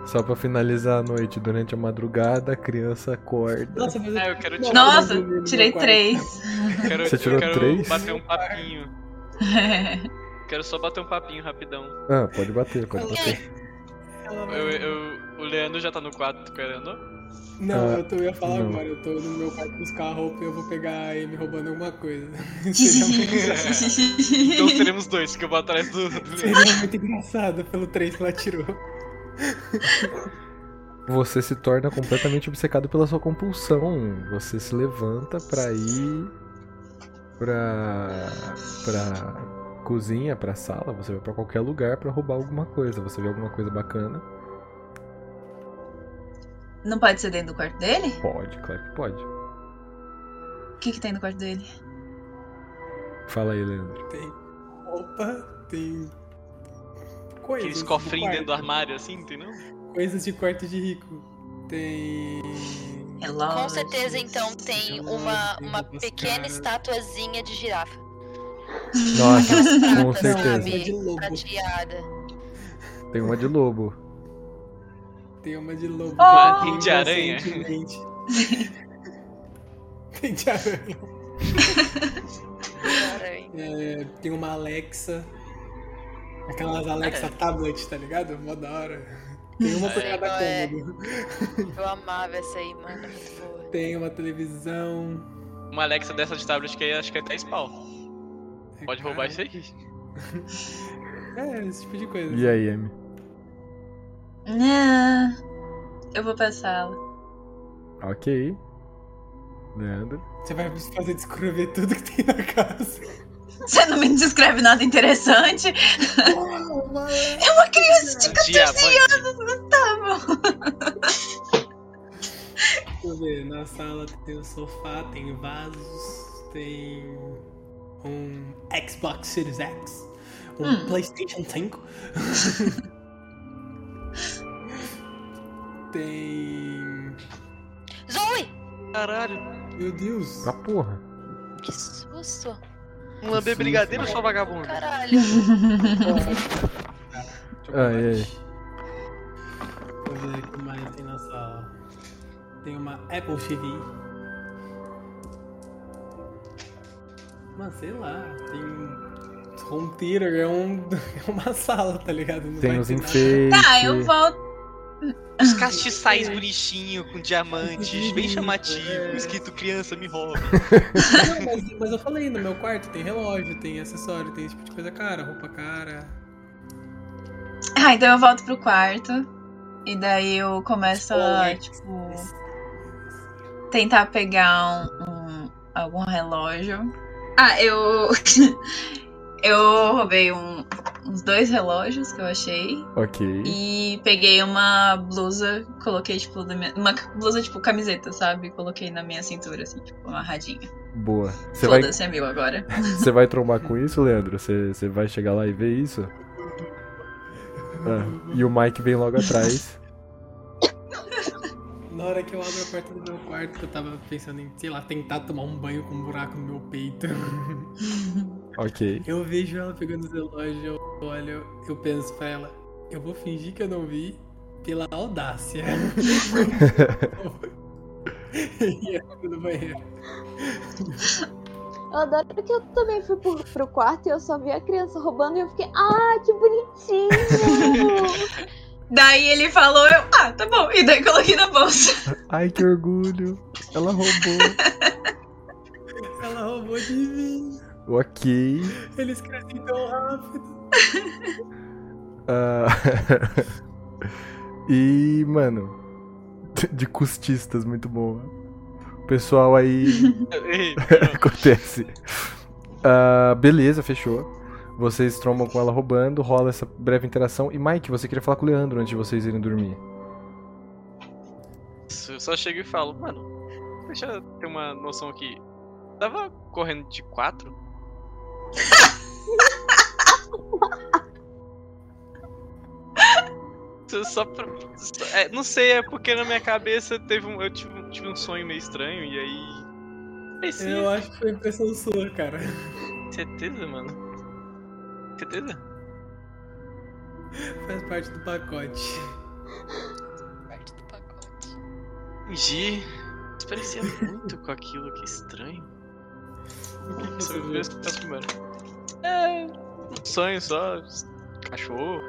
S1: Só pra finalizar a noite, durante a madrugada, a criança acorda.
S8: Nossa, mas eu
S2: Ah, eu quero tirar.
S3: Nossa, tirei três.
S2: eu quero,
S1: Você
S2: eu
S1: tirou
S2: quero
S1: três?
S2: bater um papinho. Quero só bater um papinho rapidão.
S1: Ah, pode bater, pode bater.
S2: Eu, eu- o Leandro já tá no quarto com a Eleanor?
S7: Não,
S1: Ah,
S7: eu tô, eu ia falar
S1: não.
S7: agora, eu tô no meu quarto buscar a roupa e eu vou pegar a Amy roubando alguma coisa. Seria muito-
S2: Então teremos dois, que eu vou atrás do, do Leandro.
S7: Seria muito engraçado pelo 3 que ela tirou.
S1: Você se torna completamente obcecado pela sua compulsão. Você se levanta pra ir pra pra cozinha, pra sala, você vai pra qualquer lugar pra roubar alguma coisa. Você vê alguma coisa bacana?
S3: Não pode ser dentro do quarto dele?
S1: Pode, claro que pode.
S3: O que, que tem no quarto dele?
S1: Fala aí, Leandro.
S7: Opa, tem. Coisas.
S2: Aqueles
S7: de
S2: cofrinhos dentro do
S7: quarto.
S2: armário, assim, entendeu?
S7: Coisas de quarto de rico. Tem.
S3: Relógio.
S6: Com certeza, então, tem uma, uma
S7: Nossa,
S6: pequena
S7: cara.
S6: estatuazinha de girafa.
S1: Nossa,
S6: Aquelas
S1: com
S6: pratas,
S1: certeza.
S7: Não, é de
S6: sabe?
S7: lobo.
S6: Prateada.
S1: Tem uma de lobo.
S7: Tem uma de lobo.
S3: Ah,
S7: que eu
S2: tem de aranha.
S7: recentemente. tem de aranha.
S6: Caralho.
S7: É, tem uma Alexa. Aquelas Alexa tablet, tá ligado? Mó da hora. Tem uma por
S6: Sei
S7: cada
S6: qual é.
S7: cômodo.
S6: Eu amava essa aí, mano. é Muito boa.
S7: Tem uma televisão.
S2: Uma Alexa dessa de tablet que aí acho que é 10 pau. Pode roubar isso aí.
S7: É, esse tipo de coisa.
S1: E aí, Amy?
S3: Ah, eu vou pra sala.
S1: Ok. Leandro.
S7: Você vai fazer descrever tudo que tem na casa.
S3: Você não me descreve nada interessante? É uma criança de
S2: Um Diamante.
S3: cabelo.
S7: Deixa eu ver. Na sala tem um sofá, tem vasos, tem um Xbox Series X, um
S3: Hum.
S7: PlayStation 5. tem.
S6: Zoe!
S2: Caralho.
S7: Meu Deus!
S1: Pra porra.
S6: Que susto!
S2: Um lamber brigadeiro só vagabundo.
S6: Caralho!
S1: Ah, e aí?
S7: Deixa eu ver o que mais tem na sala. Tem uma Apple TV. Mas sei lá, tem um home theater, é, um, é uma sala, tá ligado? Não
S1: Tem
S7: vai
S1: os
S7: ter nada.
S1: enfeites.
S3: Tá, eu volto.
S2: Os castiçais bonitinhos, com diamantes, bem chamativo,
S7: É.
S2: escrito criança me rouba.
S7: Não, mas, mas eu falei, no meu quarto tem relógio, tem acessório, tem esse tipo de coisa cara, roupa cara.
S3: Ah, então eu volto pro quarto. E daí eu começo a, tipo, tentar pegar um, um- algum relógio. Ah, eu. eu roubei um- uns dois relógios que eu achei.
S1: Ok.
S3: E peguei uma blusa, coloquei, tipo, da minha- uma blusa, tipo, camiseta, sabe? Coloquei na minha cintura, assim, tipo, amarradinha.
S1: Boa. Você vai,
S3: Foda-se, é meu agora.
S1: você vai trombar com isso, Leandro? Você, você vai chegar lá e ver isso? É. E o Mike vem logo atrás.
S7: Na hora que eu abro a porta do meu quarto, que eu tava pensando em, sei lá, tentar tomar um banho com um buraco no meu peito.
S1: ok.
S7: Eu vejo ela pegando os relógios, eu olho, eu penso pra ela, eu vou fingir que eu não vi pela audácia. e eu no banheiro.
S5: Eu adoro que eu também fui pro, pro quarto e eu só vi a criança roubando e eu fiquei, ah, que bonitinho!
S3: Daí ele falou, eu, ah, tá bom. E daí coloquei na bolsa.
S1: Ai, que orgulho. Ela roubou.
S7: Ela roubou de mim.
S1: Ok.
S7: Eles crescem tão rápido.
S1: Ah, e, mano, de custistas, muito boa. O pessoal aí
S2: Ei,
S1: acontece. Ah, beleza, fechou. Vocês trombam com ela roubando, rola essa breve interação. E Mike, você queria falar com o Leandro antes de vocês irem dormir.
S2: Isso, eu só chego e falo, mano, deixa eu ter uma noção aqui. Tava correndo de quatro? Isso é só pra- só- é, não sei, é porque na minha cabeça teve um, eu tive, um- tive um sonho meio estranho e aí. Aí sim,
S7: Eu acho que foi impressão sua, cara.
S2: certeza, mano. Certeza?
S7: Faz parte do pacote.
S6: Parte do pacote.
S2: Gi, você parecia muito com aquilo, que estranho.
S7: O que que
S2: Isso
S7: você
S2: eu
S7: vê?
S2: mesmo que tá primeiro. É. Sonho só. Cachorro.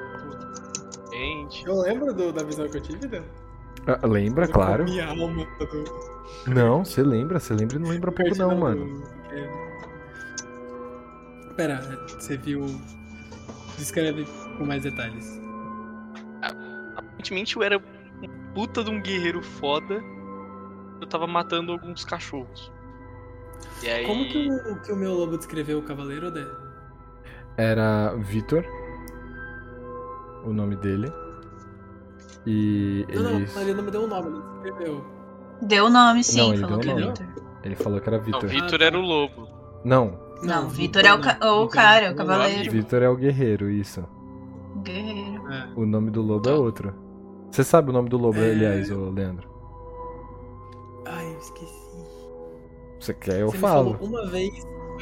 S2: Gente.
S7: Eu lembro do- da visão que eu tive, né?
S1: Ah, lembra, claro.
S7: Minha alma do
S1: Não, você lembra, você lembra e não lembra pouco, não,
S7: do-
S1: mano.
S7: é. Pera, você viu. Descreve com mais detalhes.
S2: Aparentemente eu era um puta de um guerreiro foda. Eu tava matando alguns cachorros. E aí.
S7: Como que o, que o meu lobo descreveu o cavaleiro, Dé?
S1: Era Vitor. O nome dele. E ele,
S7: Não, não, mas ele não me deu o nome, ele descreveu.
S3: Deu o nome, sim.
S1: Não, ele
S3: falou
S1: deu
S3: que
S1: o
S3: é
S1: nome.
S3: Vitor.
S1: ele falou que era
S2: Não,
S1: Vitor.
S2: Vitor era o lobo.
S1: Não,
S3: Não, Vitor é o, ca-
S7: não,
S3: o
S7: Vitor
S3: cara, o
S7: não.
S3: cavaleiro.
S1: Vitor é o guerreiro, isso.
S3: Guerreiro.
S1: O nome do lobo é outro. Você sabe o nome do lobo,
S7: Tá. É.
S1: aliás, ô Leandro.
S7: Ai, eu esqueci.
S1: Você quer, eu
S7: você Me
S1: falo.
S7: falou uma vez,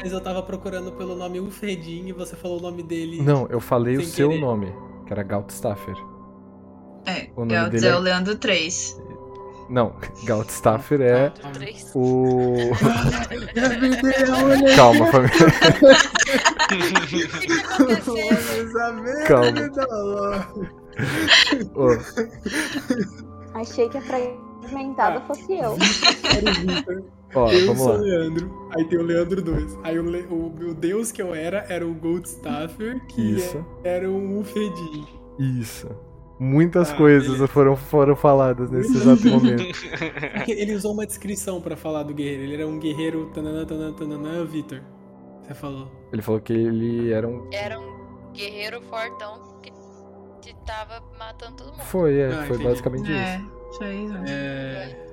S7: mas eu tava procurando pelo nome Ufredin e você falou o nome dele.
S1: Não, eu falei o
S7: Sem
S1: seu
S7: querer.
S1: nome, que era Galtstaffer.
S3: É,
S1: O nome
S3: Gaudes
S1: dele
S3: é
S1: é-
S3: o Leandro 3.
S1: Não, Galtstaffer
S7: Tá.
S1: é
S6: Quatro, três.
S1: o.
S7: é Deus,
S1: Calma, família.
S6: O que que aconteceu?
S1: Calma.
S7: tá
S1: Ô,
S5: Achei que a fragmentada fosse eu.
S1: Ó,
S7: eu
S1: vamos
S7: sou o
S1: lá.
S7: Leandro, aí tem o Leandro 2. Aí o, Le- o meu deus que eu era era o Goldstaffer, que
S1: Isso.
S7: era um Ufredin.
S1: Isso. Muitas
S7: Ah,
S1: coisas
S7: beleza.
S1: foram, foram faladas nesse exato momento.
S7: Porque ele usou uma descrição pra falar do guerreiro. Ele era um guerreiro tananã, tananã, tananã, Vitor. Você falou.
S1: Ele falou que ele era um.
S6: Era um guerreiro fortão que que tava matando todo mundo.
S1: Foi, é,
S7: Ah,
S1: foi
S7: entendi.
S1: basicamente
S3: É,
S1: isso.
S3: isso aí. né?
S7: É,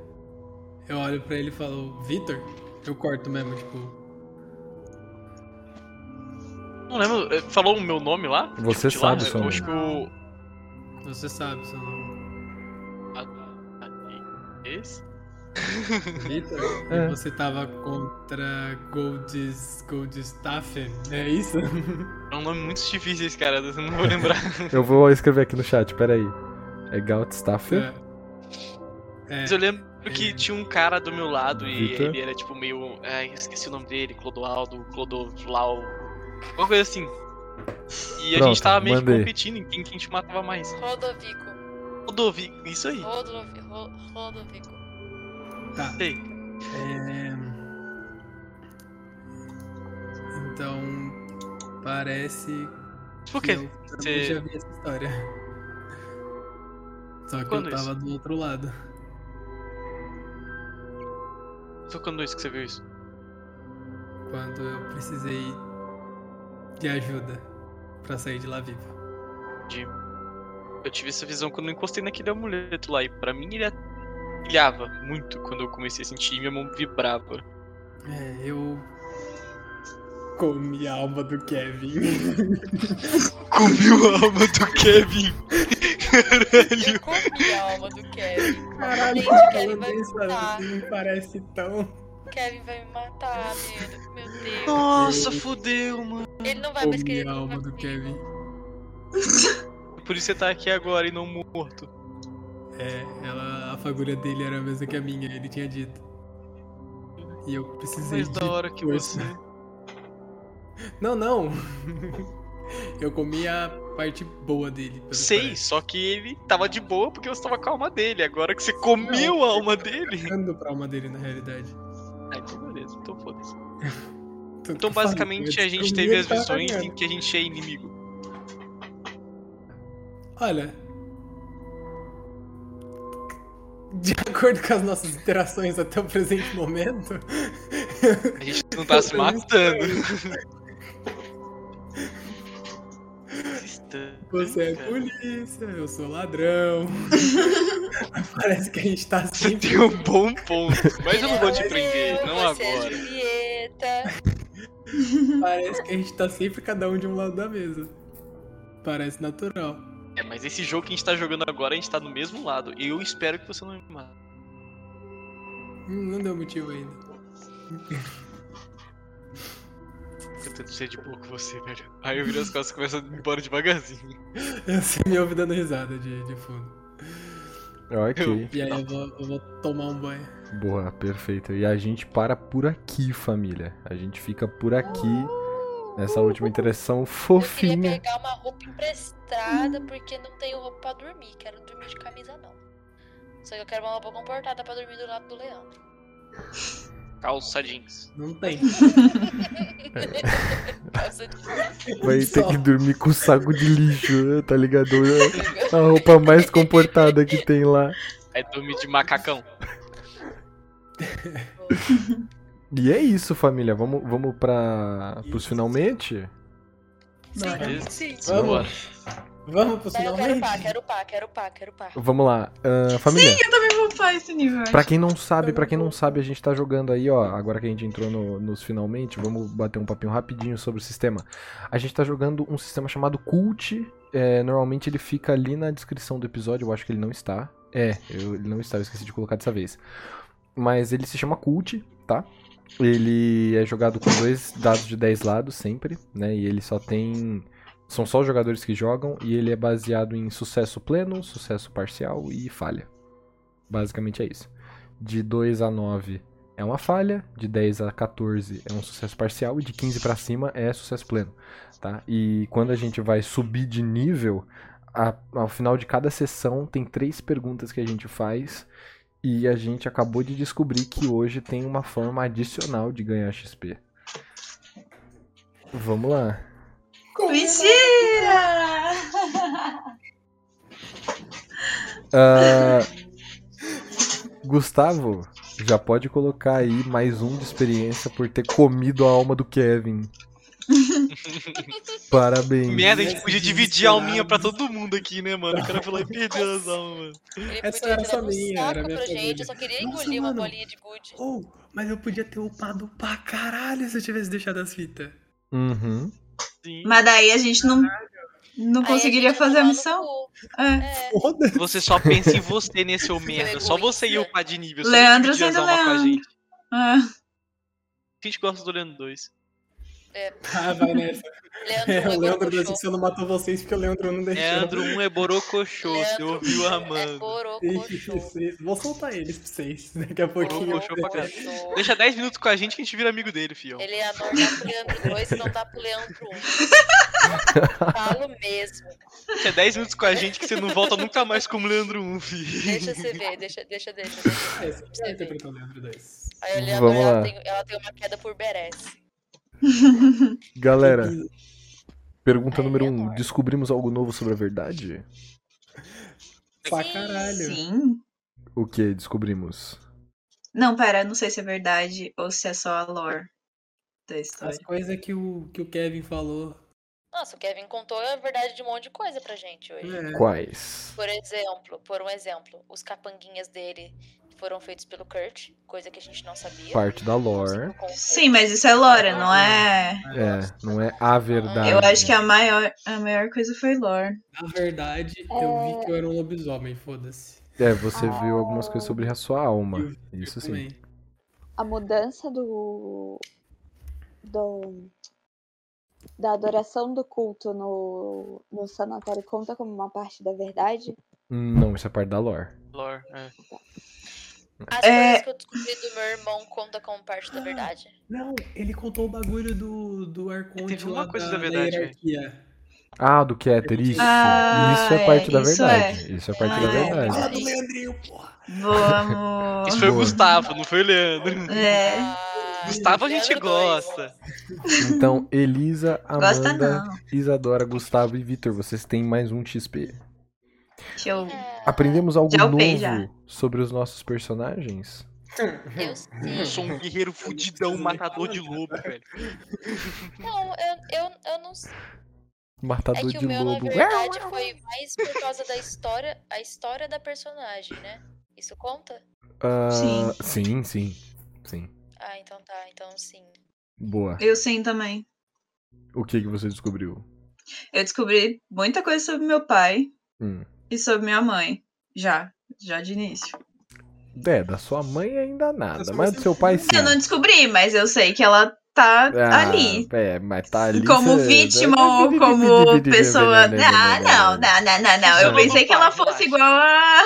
S7: Eu olho pra ele e falo, Vitor? Eu corto mesmo, tipo.
S2: Não lembro. eh, Falou o meu nome lá?
S1: Você
S7: Tipo,
S2: De lá?
S1: sabe o seu
S2: Eu
S1: nome.
S7: né?
S2: acho que o.
S7: Você sabe seu nome.
S2: Esse?
S7: Vitor?
S1: É.
S7: E você tava contra Golds. Goldstaffen, é isso?
S2: É um nome muito difícil esse cara, eu não vou lembrar.
S1: Eu vou escrever aqui no chat, peraí. É Galtstaffer.
S7: É.
S2: Mas eu lembro que tinha um cara do meu lado e
S1: Vitor.
S2: ele era tipo meio. Ai, eu esqueci o nome dele, Clodoaldo, Clodovlau. Alguma coisa assim. E a
S1: Pronto,
S2: gente tava meio
S1: mandei.
S2: que competindo em quem que a gente matava mais.
S6: Rodovico.
S2: Clodovi, isso aí.
S6: Rodovi, ro, rodovico.
S1: Ah,
S7: Tá.
S2: Sei.
S7: É... Então, parece
S2: Por
S7: que
S2: Tipo quê?
S7: eu também
S2: Você-
S7: já vi essa história. Só que
S2: Quando
S7: eu tava do outro lado.
S2: Foi quando isso que você viu isso?
S7: Quando eu precisei de ajuda pra sair de lá vivo.
S2: Eu tive essa visão quando eu encostei naquele amuleto lá e pra mim ele brilhava muito quando eu comecei a sentir e minha mão vibrava.
S7: É, eu. É, Comi a alma do Kevin.
S4: Comiu a alma do Kevin.
S6: Eu comi a alma do Kevin.
S7: Caralho,
S6: Gente, o Kevin
S7: falando
S6: vai me
S7: isso,
S6: matar.
S7: não parece tão.
S6: Kevin vai me matar, medo. Meu Deus.
S4: Nossa, fodeu, mano.
S6: Ele não vai mais
S7: Comi
S6: querer.
S7: a alma
S6: trocar
S7: do
S6: comigo.
S7: Kevin.
S4: Por isso você tá aqui agora e não morto.
S7: É, ela, a fagulha dele era a mesma que a minha, ele tinha dito. E eu precisei
S4: Mais
S7: de
S4: da hora que
S7: força.
S4: você.
S7: Não, não. Eu comi a parte boa dele. pelo
S4: Sei,
S7: parece.
S4: só que ele tava de boa porque você tava com a alma dele. Agora que você comeu a alma dele.
S7: Dando pra alma dele, na realidade.
S4: Ah, então beleza, então foda-se.
S7: Tô-
S4: Então
S7: tô falando,
S4: basicamente
S7: eu
S4: a gente
S7: descobri
S4: teve
S7: ele
S4: as
S7: tava
S4: visões em
S7: caminhando.
S4: que a gente é inimigo.
S7: Olha. De acordo com as nossas interações até o presente momento,
S4: A gente não tá se matando.
S7: você é polícia, eu sou ladrão. Parece que a gente tá
S4: Você
S7: sempre.
S4: tem um bom ponto, mas eu não vou te
S6: Ele é
S4: prender,
S6: Romeu,
S4: não
S6: você É
S4: agora.
S6: Julieta.
S7: Parece que a gente tá sempre cada um de um lado da mesa. Parece natural.
S4: É, mas esse jogo que a gente tá jogando agora, a gente tá no mesmo lado. E eu espero que você não me mate.
S7: Hum, Não deu motivo ainda.
S4: Eu tento ser de boa com você, velho. Aí eu viro as costas e começo a ir embora devagarzinho.
S7: Você me ouve dando risada de, de fundo.
S1: Ok.
S7: E aí É. eu vou, eu vou tomar um banho.
S1: Boa, perfeito. E a gente para por aqui, família. A gente fica por aqui nessa última interação
S6: Eu queria
S1: fofinha.
S6: pegar uma roupa emprestada porque não tenho roupa pra dormir. Quero dormir de camisa, não. Só que eu quero uma roupa comportada pra dormir do lado do Leandro.
S4: Calça jeans.
S7: Não tem.
S6: Calça de-
S1: Vai ter
S7: Só.
S1: que dormir com um saco de lixo, tá ligado? É A roupa mais comportada que tem lá.
S4: Aí É dormir de macacão.
S1: E é isso, família. Vamos, vamos para os
S7: Isso.
S1: finalmente?
S3: Bora.
S4: Beleza?
S6: Sim.
S7: Vamos.
S4: Bora.
S7: Vamos pro
S6: Daí É, eu quero pá,
S7: finalmente?
S6: quero pá, quero pá, quero pá.
S1: Vamos lá. Ah, família.
S3: Eu também vou upar esse nível.
S1: Pra quem não sabe, pra quem não sabe, a gente tá jogando aí, ó. Agora que a gente entrou no- nos finalmente, vamos bater um papinho rapidinho sobre o sistema. A gente tá jogando um sistema chamado Cult. é, normalmente ele fica ali na descrição do episódio, eu acho que ele não está. É, eu- ele não está, eu esqueci de colocar dessa vez. Mas ele se chama Cult, tá? Ele é jogado com dois dados de 10 lados sempre, né? E ele só tem. São só os jogadores que jogam, e ele é baseado em sucesso pleno, sucesso parcial e falha. Basicamente é isso. De 2 a 9 é uma falha, de 10 a 14 é um sucesso parcial e de 15 pra cima é sucesso pleno, tá? E quando a gente vai subir de nível, a- ao final de cada sessão tem três perguntas que a gente faz e a gente acabou de descobrir que hoje tem uma forma adicional de ganhar XP. Vamos lá.
S3: Mentira!
S1: Ah, Gustavo, já pode colocar aí mais um de experiência por ter comido a alma do Kevin. Parabéns.
S4: Merda, a gente podia dividir a alminha pra todo mundo aqui, né, mano? O cara foi lá e perdeu as almas.
S6: Ele
S7: Essa
S6: podia
S7: era
S6: virar
S7: só
S6: um
S7: minha,
S6: saco
S7: era minha
S6: pra gente,
S7: família.
S6: eu só queria
S7: Nossa,
S6: engolir uma
S7: mano.
S6: bolinha de gude.
S7: Oh, mas eu podia ter upado pra caralho se eu tivesse deixado as fitas.
S1: Uhum.
S4: Sim.
S3: Mas daí a gente não, não
S6: Aí a
S3: conseguiria
S6: gente vai
S3: fazer a
S6: tomar no
S3: missão.
S6: cu.
S3: É.
S6: É,
S7: Foda-se.
S4: Você só pensa em você é nesse ô merda.
S6: egoísta.
S4: Só você e eu pá de nível. Você
S3: Leandro
S4: dividir as
S3: sendo
S4: almas com a
S3: Leandro.
S4: gente.
S3: Ah,
S4: A gente gosta do Leandro 2.
S7: Ah, vai nessa.
S6: Leandro,
S7: É, o
S6: é
S7: Leandro da
S6: borocochô.
S7: Ascensão não matou vocês porque o Leandro não deixou.
S4: Leandro 1 é Borocochô, você
S6: Leandro
S2: um
S4: ouviu
S6: É
S4: Amanda.
S6: borocochô.
S7: Ixi, vocês- Vou soltar eles pra vocês né? daqui a pouquinho.
S4: Borocochô pra caralho.
S6: Borocochô.
S4: Deixa 10 minutos com a gente que a gente vira amigo dele, fio.
S6: Ele é anor dá pro Leandro 2 e não dá pro Leandro 1. Falo mesmo.
S4: Deixa 10 minutos com a gente que você não volta nunca mais como Leandro 1, fi.
S6: Deixa você ver, deixa, deixa, deixa. deixa.
S7: É, você precisa interpretar o Leandro 2.
S6: Aí a Leandro,
S1: Vamos lá.
S6: ela tem, ela tem uma queda por Beres.
S1: Galera, pergunta
S6: Ai,
S1: número
S6: meu
S1: 1. Um,
S6: amor.
S1: descobrimos algo novo sobre a verdade?
S7: Pra
S6: Sim,
S7: caralho.
S3: sim.
S1: O que descobrimos?
S3: Não, pera, não sei se é verdade ou se é só a lore da
S7: As
S3: história.
S7: coisas que o, que o Kevin falou.
S6: Nossa, o Kevin contou a verdade de um monte de coisa pra gente hoje.
S7: É.
S1: Quais?
S6: Por exemplo, por um exemplo, os capanguinhas dele foram feitos pelo Kurt, coisa que a gente não sabia.
S1: Parte da lore.
S3: Sim, mas isso é lore, não é.
S1: É, não é a verdade.
S3: Eu acho que a maior, a maior coisa foi lore.
S7: Na verdade, eu vi que eu era um lobisomem, foda-se.
S1: É, você viu algumas coisas sobre a sua alma. Isso sim.
S7: Também.
S5: a mudança do, do da adoração do culto no, no sanatório conta como uma parte da verdade?
S1: Não, isso é parte da lore.
S2: Lore, é.
S6: As
S3: É.
S6: coisas que eu descobri do meu irmão conta como parte da verdade.
S7: Não, ele contou o bagulho do, do Arconte
S2: Teve uma
S7: lá
S2: coisa
S7: da,
S2: da verdade,
S7: da hierarquia.
S1: Ah, do Keter, isso.
S3: Ah,
S1: isso é parte da
S3: é, isso
S1: verdade. Isso é parte da
S3: Ah, é.
S1: verdade.
S4: Fala do Leandrinho, porra.
S3: Vamos.
S2: Isso foi o
S1: Boa.
S4: Ah,
S2: Gustavo, não foi o Leandro.
S3: É.
S6: Ah,
S2: Gustavo a gente
S6: Leandro dois.
S2: gosta.
S1: Então, Elisa,
S3: Gosta
S1: Amanda,
S3: não.
S1: Isadora, Gustavo e Vitor, vocês têm mais um XP.
S3: Deixa eu.
S6: É.
S1: Aprendemos algo
S3: Já upei,
S1: novo
S3: já.
S1: sobre os nossos personagens?
S6: Eu sim.
S2: Eu sou um guerreiro fudidão, matador de lobo, velho.
S1: um
S6: Não, eu, eu, eu não sei. É
S1: Matador
S6: que o
S1: de
S6: meu,
S1: lobo.
S6: na verdade, foi mais por causa da história, a história da personagem, né? Isso conta?
S1: Ah,
S3: Sim.
S1: sim, sim. Sim.
S6: Ah, então tá, então sim.
S1: Boa.
S3: Eu sim também.
S1: O que, que você descobriu?
S3: Eu descobri muita coisa sobre meu pai
S1: Hum.
S3: e sobre minha mãe. Já. Já de início.
S1: É, da sua mãe ainda nada,
S7: Mas
S1: mas do seu pai sim.
S3: Eu não descobri, mas eu sei que ela tá
S1: É. Ah,
S3: ali.
S1: É, mas tá ali.
S3: Como
S1: cê-
S3: vítima ou como pessoa. Ah, não, não, não, não, não. Eu
S1: Não.
S3: pensei que ela fosse igual a.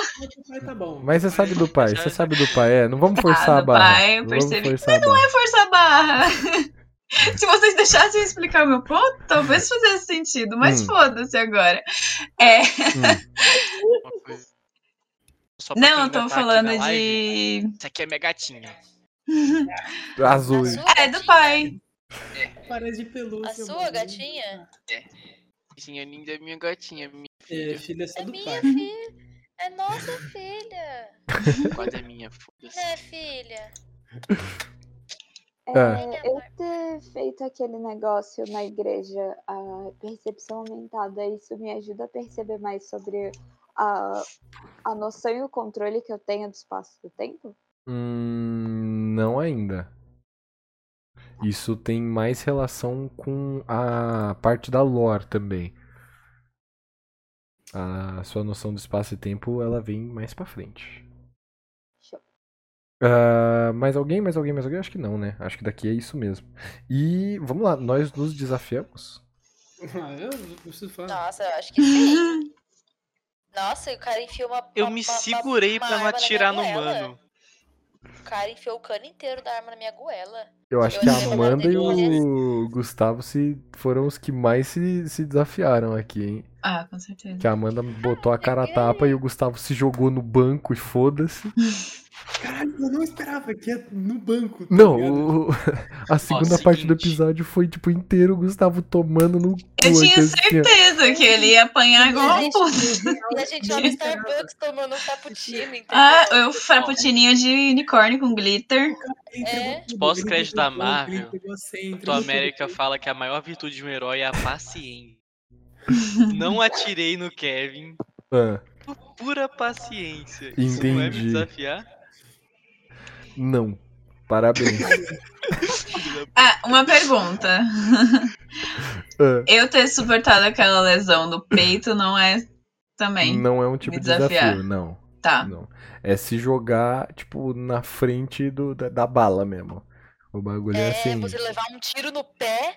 S7: Mas tá bom.
S1: Mas você sabe do pai, você sabe do pai, é. Não vamos forçar
S3: Ah,
S1: a
S3: do
S1: barra.
S3: pai, eu
S1: não vamos
S3: percebi.
S1: forçar a barra.
S3: Força a barra! Se vocês deixassem eu explicar o meu ponto, talvez fizesse sentido, mas
S1: Hum.
S3: foda-se agora. É,
S1: Hum,
S2: Uma coisa. Só pra quem
S3: não, eu
S2: ainda tá
S3: tô
S2: aqui
S3: falando
S2: na live,
S3: de.
S2: Isso aqui é minha gatinha.
S1: Hum, azul.
S6: A sua
S3: É, do pai.
S7: Parece de
S6: gatinha-
S7: pelúcia.
S6: A sua
S7: mano.
S6: gatinha?
S2: Vizinha linda é minha gatinha. Minha
S7: É, filha é só
S6: É
S7: do
S6: minha
S7: pai.
S6: filha. É nossa filha.
S2: quase é minha, foda-se.
S6: Né, filha?
S5: É,
S1: É.
S5: Eu ter feito aquele negócio na igreja, a percepção aumentada, isso me ajuda a perceber mais sobre a, a noção e o controle que eu tenho do espaço e do tempo?
S1: Hum, não ainda. Isso tem mais relação com a parte da lore também. A sua noção do espaço e tempo, ela vem mais pra frente.
S5: Show.
S1: Ah, mais alguém? Mais alguém? Mais alguém? Acho que não, né? Acho que daqui é isso mesmo. E vamos lá, nós nos desafiamos?
S7: Ah, eu não preciso falar.
S6: Nossa, eu acho que sim. Nossa, e o cara enfiou uma.
S2: Eu
S6: uma-
S2: me
S6: uma- uma-
S2: segurei
S6: uma
S2: pra não
S6: arma na minha
S2: atirar no
S6: goela.
S2: mano.
S6: O cara enfiou o cano inteiro da arma na minha goela.
S1: Eu acho
S6: Eu
S1: que a
S6: acho que
S1: Amanda e
S6: agora tem que
S1: o Gustavo se foram os que mais se, se desafiaram aqui, hein?
S3: Ah, com certeza.
S1: Que a Amanda botou a cara a
S6: ganhei.
S1: tapa e o Gustavo se jogou no banco e foda-se.
S7: Caralho, eu não esperava que ia no banco. tá
S1: Não,
S7: ligado?
S1: o- a segunda
S2: seguinte.
S1: parte do episódio foi, tipo, inteiro o Gustavo tomando no cu. assim,
S3: Eu tinha
S1: aquele tempo.
S3: certeza que ele ia apanhar igual um puto.
S6: E a gente lá no Starbucks tomando um cappuccino, entendeu?
S3: Ah, eu frappuccininho de unicórnio com glitter.
S6: É.
S7: Ele pegou tudo,
S2: Pós-crédito
S7: ele pegou
S2: da
S7: tudo,
S2: Marvel,
S7: ele pegou
S4: assim,
S7: centro,
S2: Capitão
S7: ele pegou
S2: América fala que a maior virtude de um herói é a paciência. Não atirei no Kevin
S1: Ah,
S2: por pura paciência. Isso não é
S1: Entendi.
S2: me desafiar?
S1: não. Parabéns.
S3: Ah, uma pergunta.
S1: Ah,
S3: Eu ter suportado aquela lesão do peito não é também.
S1: não é um tipo
S3: me
S1: de desafio,
S3: desafiar.
S1: não.
S3: Tá.
S1: Não. É se jogar, tipo, na frente do, da, da bala mesmo. O bagulho é,
S6: É,
S1: assim.
S6: você levar um tiro no pé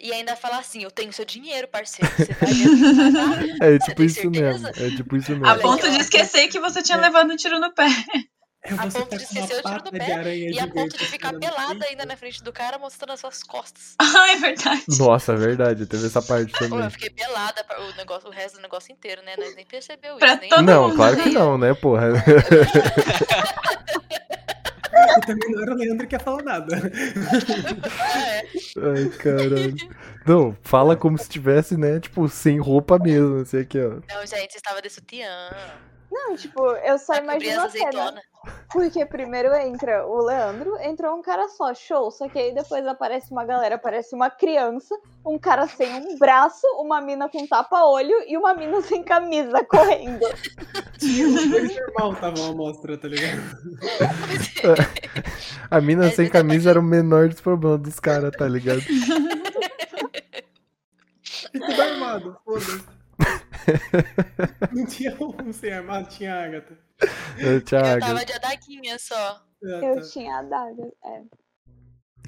S6: e ainda falar assim, eu tenho seu dinheiro, parceiro. Você vai me tá?" pagar?"
S1: É tipo
S6: tem
S1: isso mesmo.
S6: certeza?
S1: É tipo isso mesmo.
S3: A ponto de esquecer que você tinha levado um tiro no pé.
S7: É
S6: A
S7: você
S6: ponto
S7: tá
S6: de
S7: com uma
S6: esquecer o tiro do
S7: pata
S6: pé
S7: de aranha
S6: E a ponto
S7: gigante
S6: de ficar
S7: na
S6: pelada
S7: frente.
S6: ainda na frente do cara mostrando as suas costas.
S3: Ah, é verdade.
S1: Nossa, é verdade. Teve essa parte
S6: Pô,
S1: também.
S6: eu fiquei pelada pra- o, negócio, o resto do negócio inteiro, né? Nós nem percebeu
S3: Pra
S6: isso. Nem
S3: todo
S1: não,
S3: mundo.
S1: claro que não, né, porra?
S7: E também não era o Leandro que ia falar nada.
S6: É,
S1: Ai, caralho. Não, fala como se tivesse, né, tipo, sem roupa mesmo, assim, aqui, ó.
S6: Não, gente, você estava de sutiã.
S5: Não, tipo, eu só
S6: Vai cobrir
S5: imagino
S6: as
S5: a cena.
S6: azeitona.
S5: Porque primeiro entra o Leandro, entrou um cara só, show. Só que aí depois aparece uma galera, aparece uma criança, um cara sem um braço, uma mina com tapa-olho e uma mina sem camisa correndo.
S4: Foi normal, tava uma amostra, tá ligado?
S1: A mina
S6: É,
S1: sem
S6: mas é pra
S1: camisa era o menor dos problemas dos caras, tá ligado?
S4: E tudo armado, foda-se. Não tinha um sem armado, tinha a Agatha.
S1: Ô,
S6: Eu
S1: É, Thiago,
S6: tava de adaguinha só.
S4: Ah,
S5: Eu
S4: tá.
S5: tinha dado. É.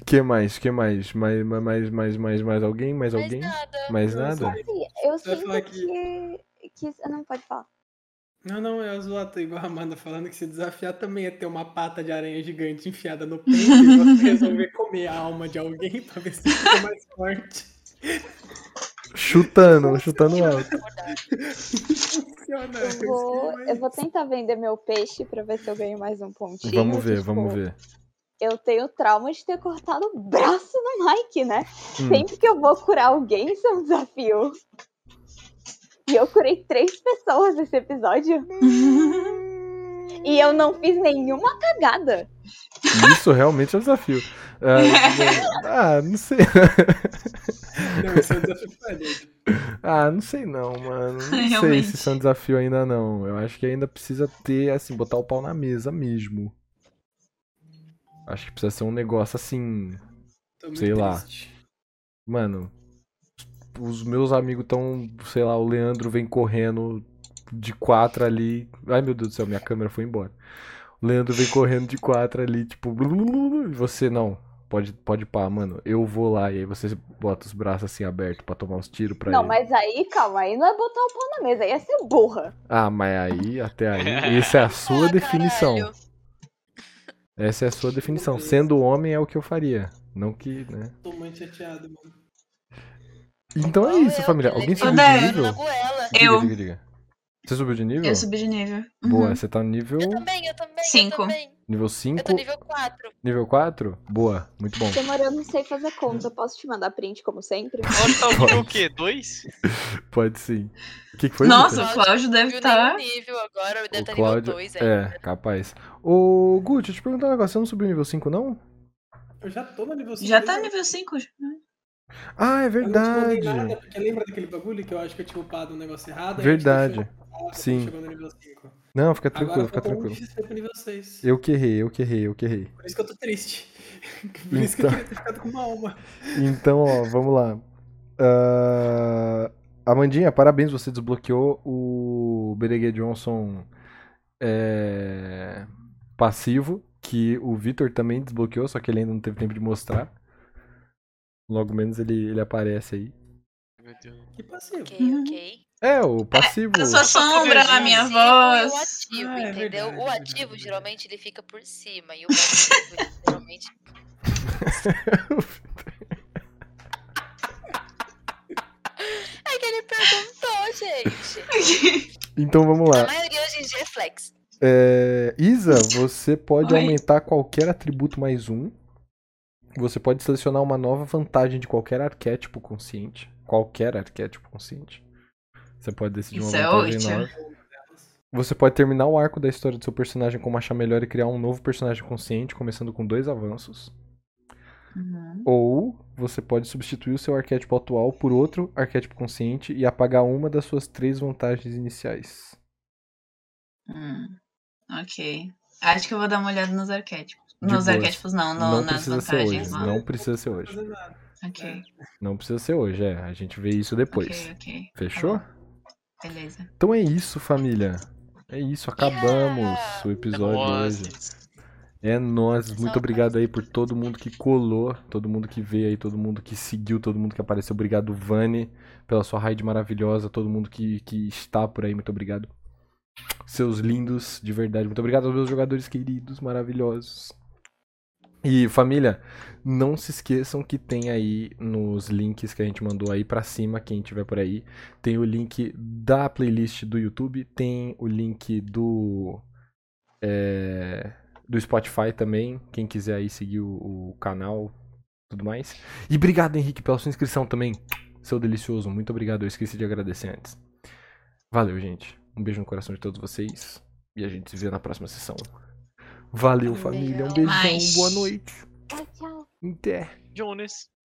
S1: que mais? Que mais? Mais, mais, mais, mais, mais, mais alguém? Mais
S6: Mas
S1: alguém?
S6: nada.
S1: Mais
S4: Não,
S1: nada?
S4: só-
S5: Sim, assim, eu
S4: Você vai falar
S5: sinto que... que. Não, pode falar.
S4: Não, não, eu zoato igual a Amanda falando que se desafiar também é ter uma pata de aranha gigante enfiada no peito e você resolver comer a alma de alguém pra ver se fica mais forte.
S6: um
S1: Chutando, chutando alto.
S4: Funciona.
S5: Eu vou, eu vou tentar vender meu peixe pra ver se eu ganho mais um pontinho.
S1: Vamos ver,
S5: Tipo,
S1: vamos ver.
S5: Eu tenho trauma de ter cortado o braço no Mike, né?
S1: Hum.
S5: Sempre que eu vou curar alguém, isso é um desafio. E eu curei três pessoas nesse episódio. e eu não fiz nenhuma cagada.
S1: Isso realmente é um desafio. Ah, ah, não sei.
S4: Não, isso é um desafio diferente.
S1: Ah, não sei não, mano. Não sei
S3: Realmente.
S1: se isso é um desafio ainda não. Eu acho que ainda precisa ter, assim, botar o pau na mesa mesmo. Acho que precisa ser um negócio assim.
S4: Tô muito
S1: Sei lá.
S4: triste.
S1: Mano, os meus amigos tão, sei lá, o Leandro vem correndo de quatro ali. Ai meu Deus do céu, minha câmera foi embora. O Leandro vem correndo de quatro ali, tipo, blu, blu, blu, blu, e você não. Pode, pode pá, mano. Eu vou lá e aí você bota os braços assim abertos pra tomar uns tiros pra
S5: não,
S1: ele.
S5: mas aí, calma, aí não é botar o pau na mesa, aí é ser burra.
S1: Ah, mas aí, até aí, essa é
S6: Ah,
S1: a sua definição. Então Essa é a sua definição. Sendo homem é o que eu faria. Não que, né?
S4: Tô muito chateado, mano.
S1: Então é isso, família. Alguém subiu de
S3: Leandro.
S1: nível?
S6: Na goela.
S1: Diga,
S3: Eu.
S1: diga, diga. Você subiu de nível?
S3: Eu subi de nível. Uhum.
S1: Boa, você tá no nível,
S6: Eu também, eu também.
S3: Cinco.
S6: Eu, também.
S1: nível
S6: eu
S1: 5,
S6: tô nível 4.
S1: nível 4? Boa, muito bom.
S5: Demora, eu não sei fazer conta, posso te mandar print como sempre?
S2: Ela tá ouvindo o quê? Dois?
S1: Pode sim. O que, que foi,
S3: Nossa,
S1: Vitor?
S3: o Cláudio deve tá
S6: Viu
S3: estar.
S6: nenhum nível agora, deve
S1: O
S6: estar nível
S1: Cláudio-
S6: 2 aí.
S1: É, capaz. Ô, Gu, deixa eu te perguntar um negócio. Você não subiu nível 5, não?
S4: Eu já tô no nível 5.
S3: Já tá nível 5.
S1: Ah, é
S4: Eu não te mandei
S1: verdade.
S4: nada, porque lembra daquele bagulho que eu acho que eu tinha upado um negócio errado? aí eu te
S1: Verdade.
S4: deixei upado,
S1: Sim.
S4: Chegou no nível 5.
S1: Não, fica
S4: Agora
S1: tranquilo, fica
S4: faltou
S1: tranquilo.
S4: um XP pro nível 6.
S1: Eu que errei, eu que errei, eu que errei.
S4: Por isso que eu tô triste. Por isso que eu
S1: Então.
S4: queria ter ficado com uma alma.
S1: Então, ó, vamos lá. Ah, Amandinha, parabéns, você desbloqueou o Bereguê Johnson é, passivo, que o Vitor também desbloqueou, só que ele ainda não teve tempo de mostrar. Logo menos ele, ele aparece aí.
S2: Meu Deus.
S4: Que passivo.
S6: Ok,
S3: Uhum.
S6: ok.
S1: É, o passivo.
S3: A sua sombra na minha
S6: Passivo
S3: voz.
S6: E o ativo,
S4: Ah, é
S6: entendeu?
S4: verdade,
S6: o
S4: é
S6: ativo
S4: verdade.
S6: geralmente ele fica por cima e o passivo ele geralmente. É que ele perguntou, gente.
S1: Então vamos
S6: A
S1: lá.
S6: maioria hoje em dia é flex.
S1: É, Isa, você pode
S3: Oi.
S1: aumentar qualquer atributo mais um. Você pode selecionar uma nova vantagem de qualquer arquétipo consciente. Qualquer arquétipo consciente. Você pode decidir
S3: Isso
S1: uma
S3: é
S1: vantagem
S3: ótimo.
S1: nova. Você pode terminar o arco da história do seu personagem como achar melhor e criar um novo personagem consciente, começando com dois avanços.
S3: Uhum.
S1: Ou você pode substituir o seu arquétipo atual por outro arquétipo consciente e apagar uma das suas três vantagens iniciais.
S3: Hum. Ok. Acho que eu vou dar uma olhada nos arquétipos.
S1: De
S3: nos
S1: boas.
S3: arquétipos, não, no-
S1: não
S3: nas
S1: precisa ser
S3: vantagens.
S1: hoje.
S3: lá.
S1: Não precisa ser hoje.
S4: fazer nada.
S3: Ok,
S1: Não precisa ser hoje, é. A gente vê isso depois.
S3: ok, ok.
S1: Fechou?
S3: Beleza.
S1: Então é isso, família. É isso, acabamos
S6: Yeah!
S1: o episódio hoje. É nós.
S6: Pessoal,
S1: Muito obrigado aí por todo mundo que colou, todo mundo que veio aí, todo mundo que seguiu, todo mundo que apareceu. Obrigado, Vani, pela sua raid maravilhosa, todo mundo que, que está por aí, muito obrigado. Seus lindos, de verdade. Muito obrigado aos meus jogadores queridos, maravilhosos. E família, não se esqueçam que tem aí nos links que a gente mandou aí pra cima, quem tiver por aí, tem o link da playlist do YouTube, tem o link do é, do Spotify também, quem quiser aí seguir o, o canal, tudo mais. E obrigado Henrique pela sua inscrição também, seu delicioso, muito obrigado, eu esqueci de agradecer antes. Valeu, gente. Um beijo no coração de todos vocês. E a gente se vê na próxima sessão. Valeu, família. Um
S6: Valeu.
S1: beijão.
S3: Até mais.
S1: Boa noite.
S5: Tchau, tchau.
S1: Até.
S2: Jonas.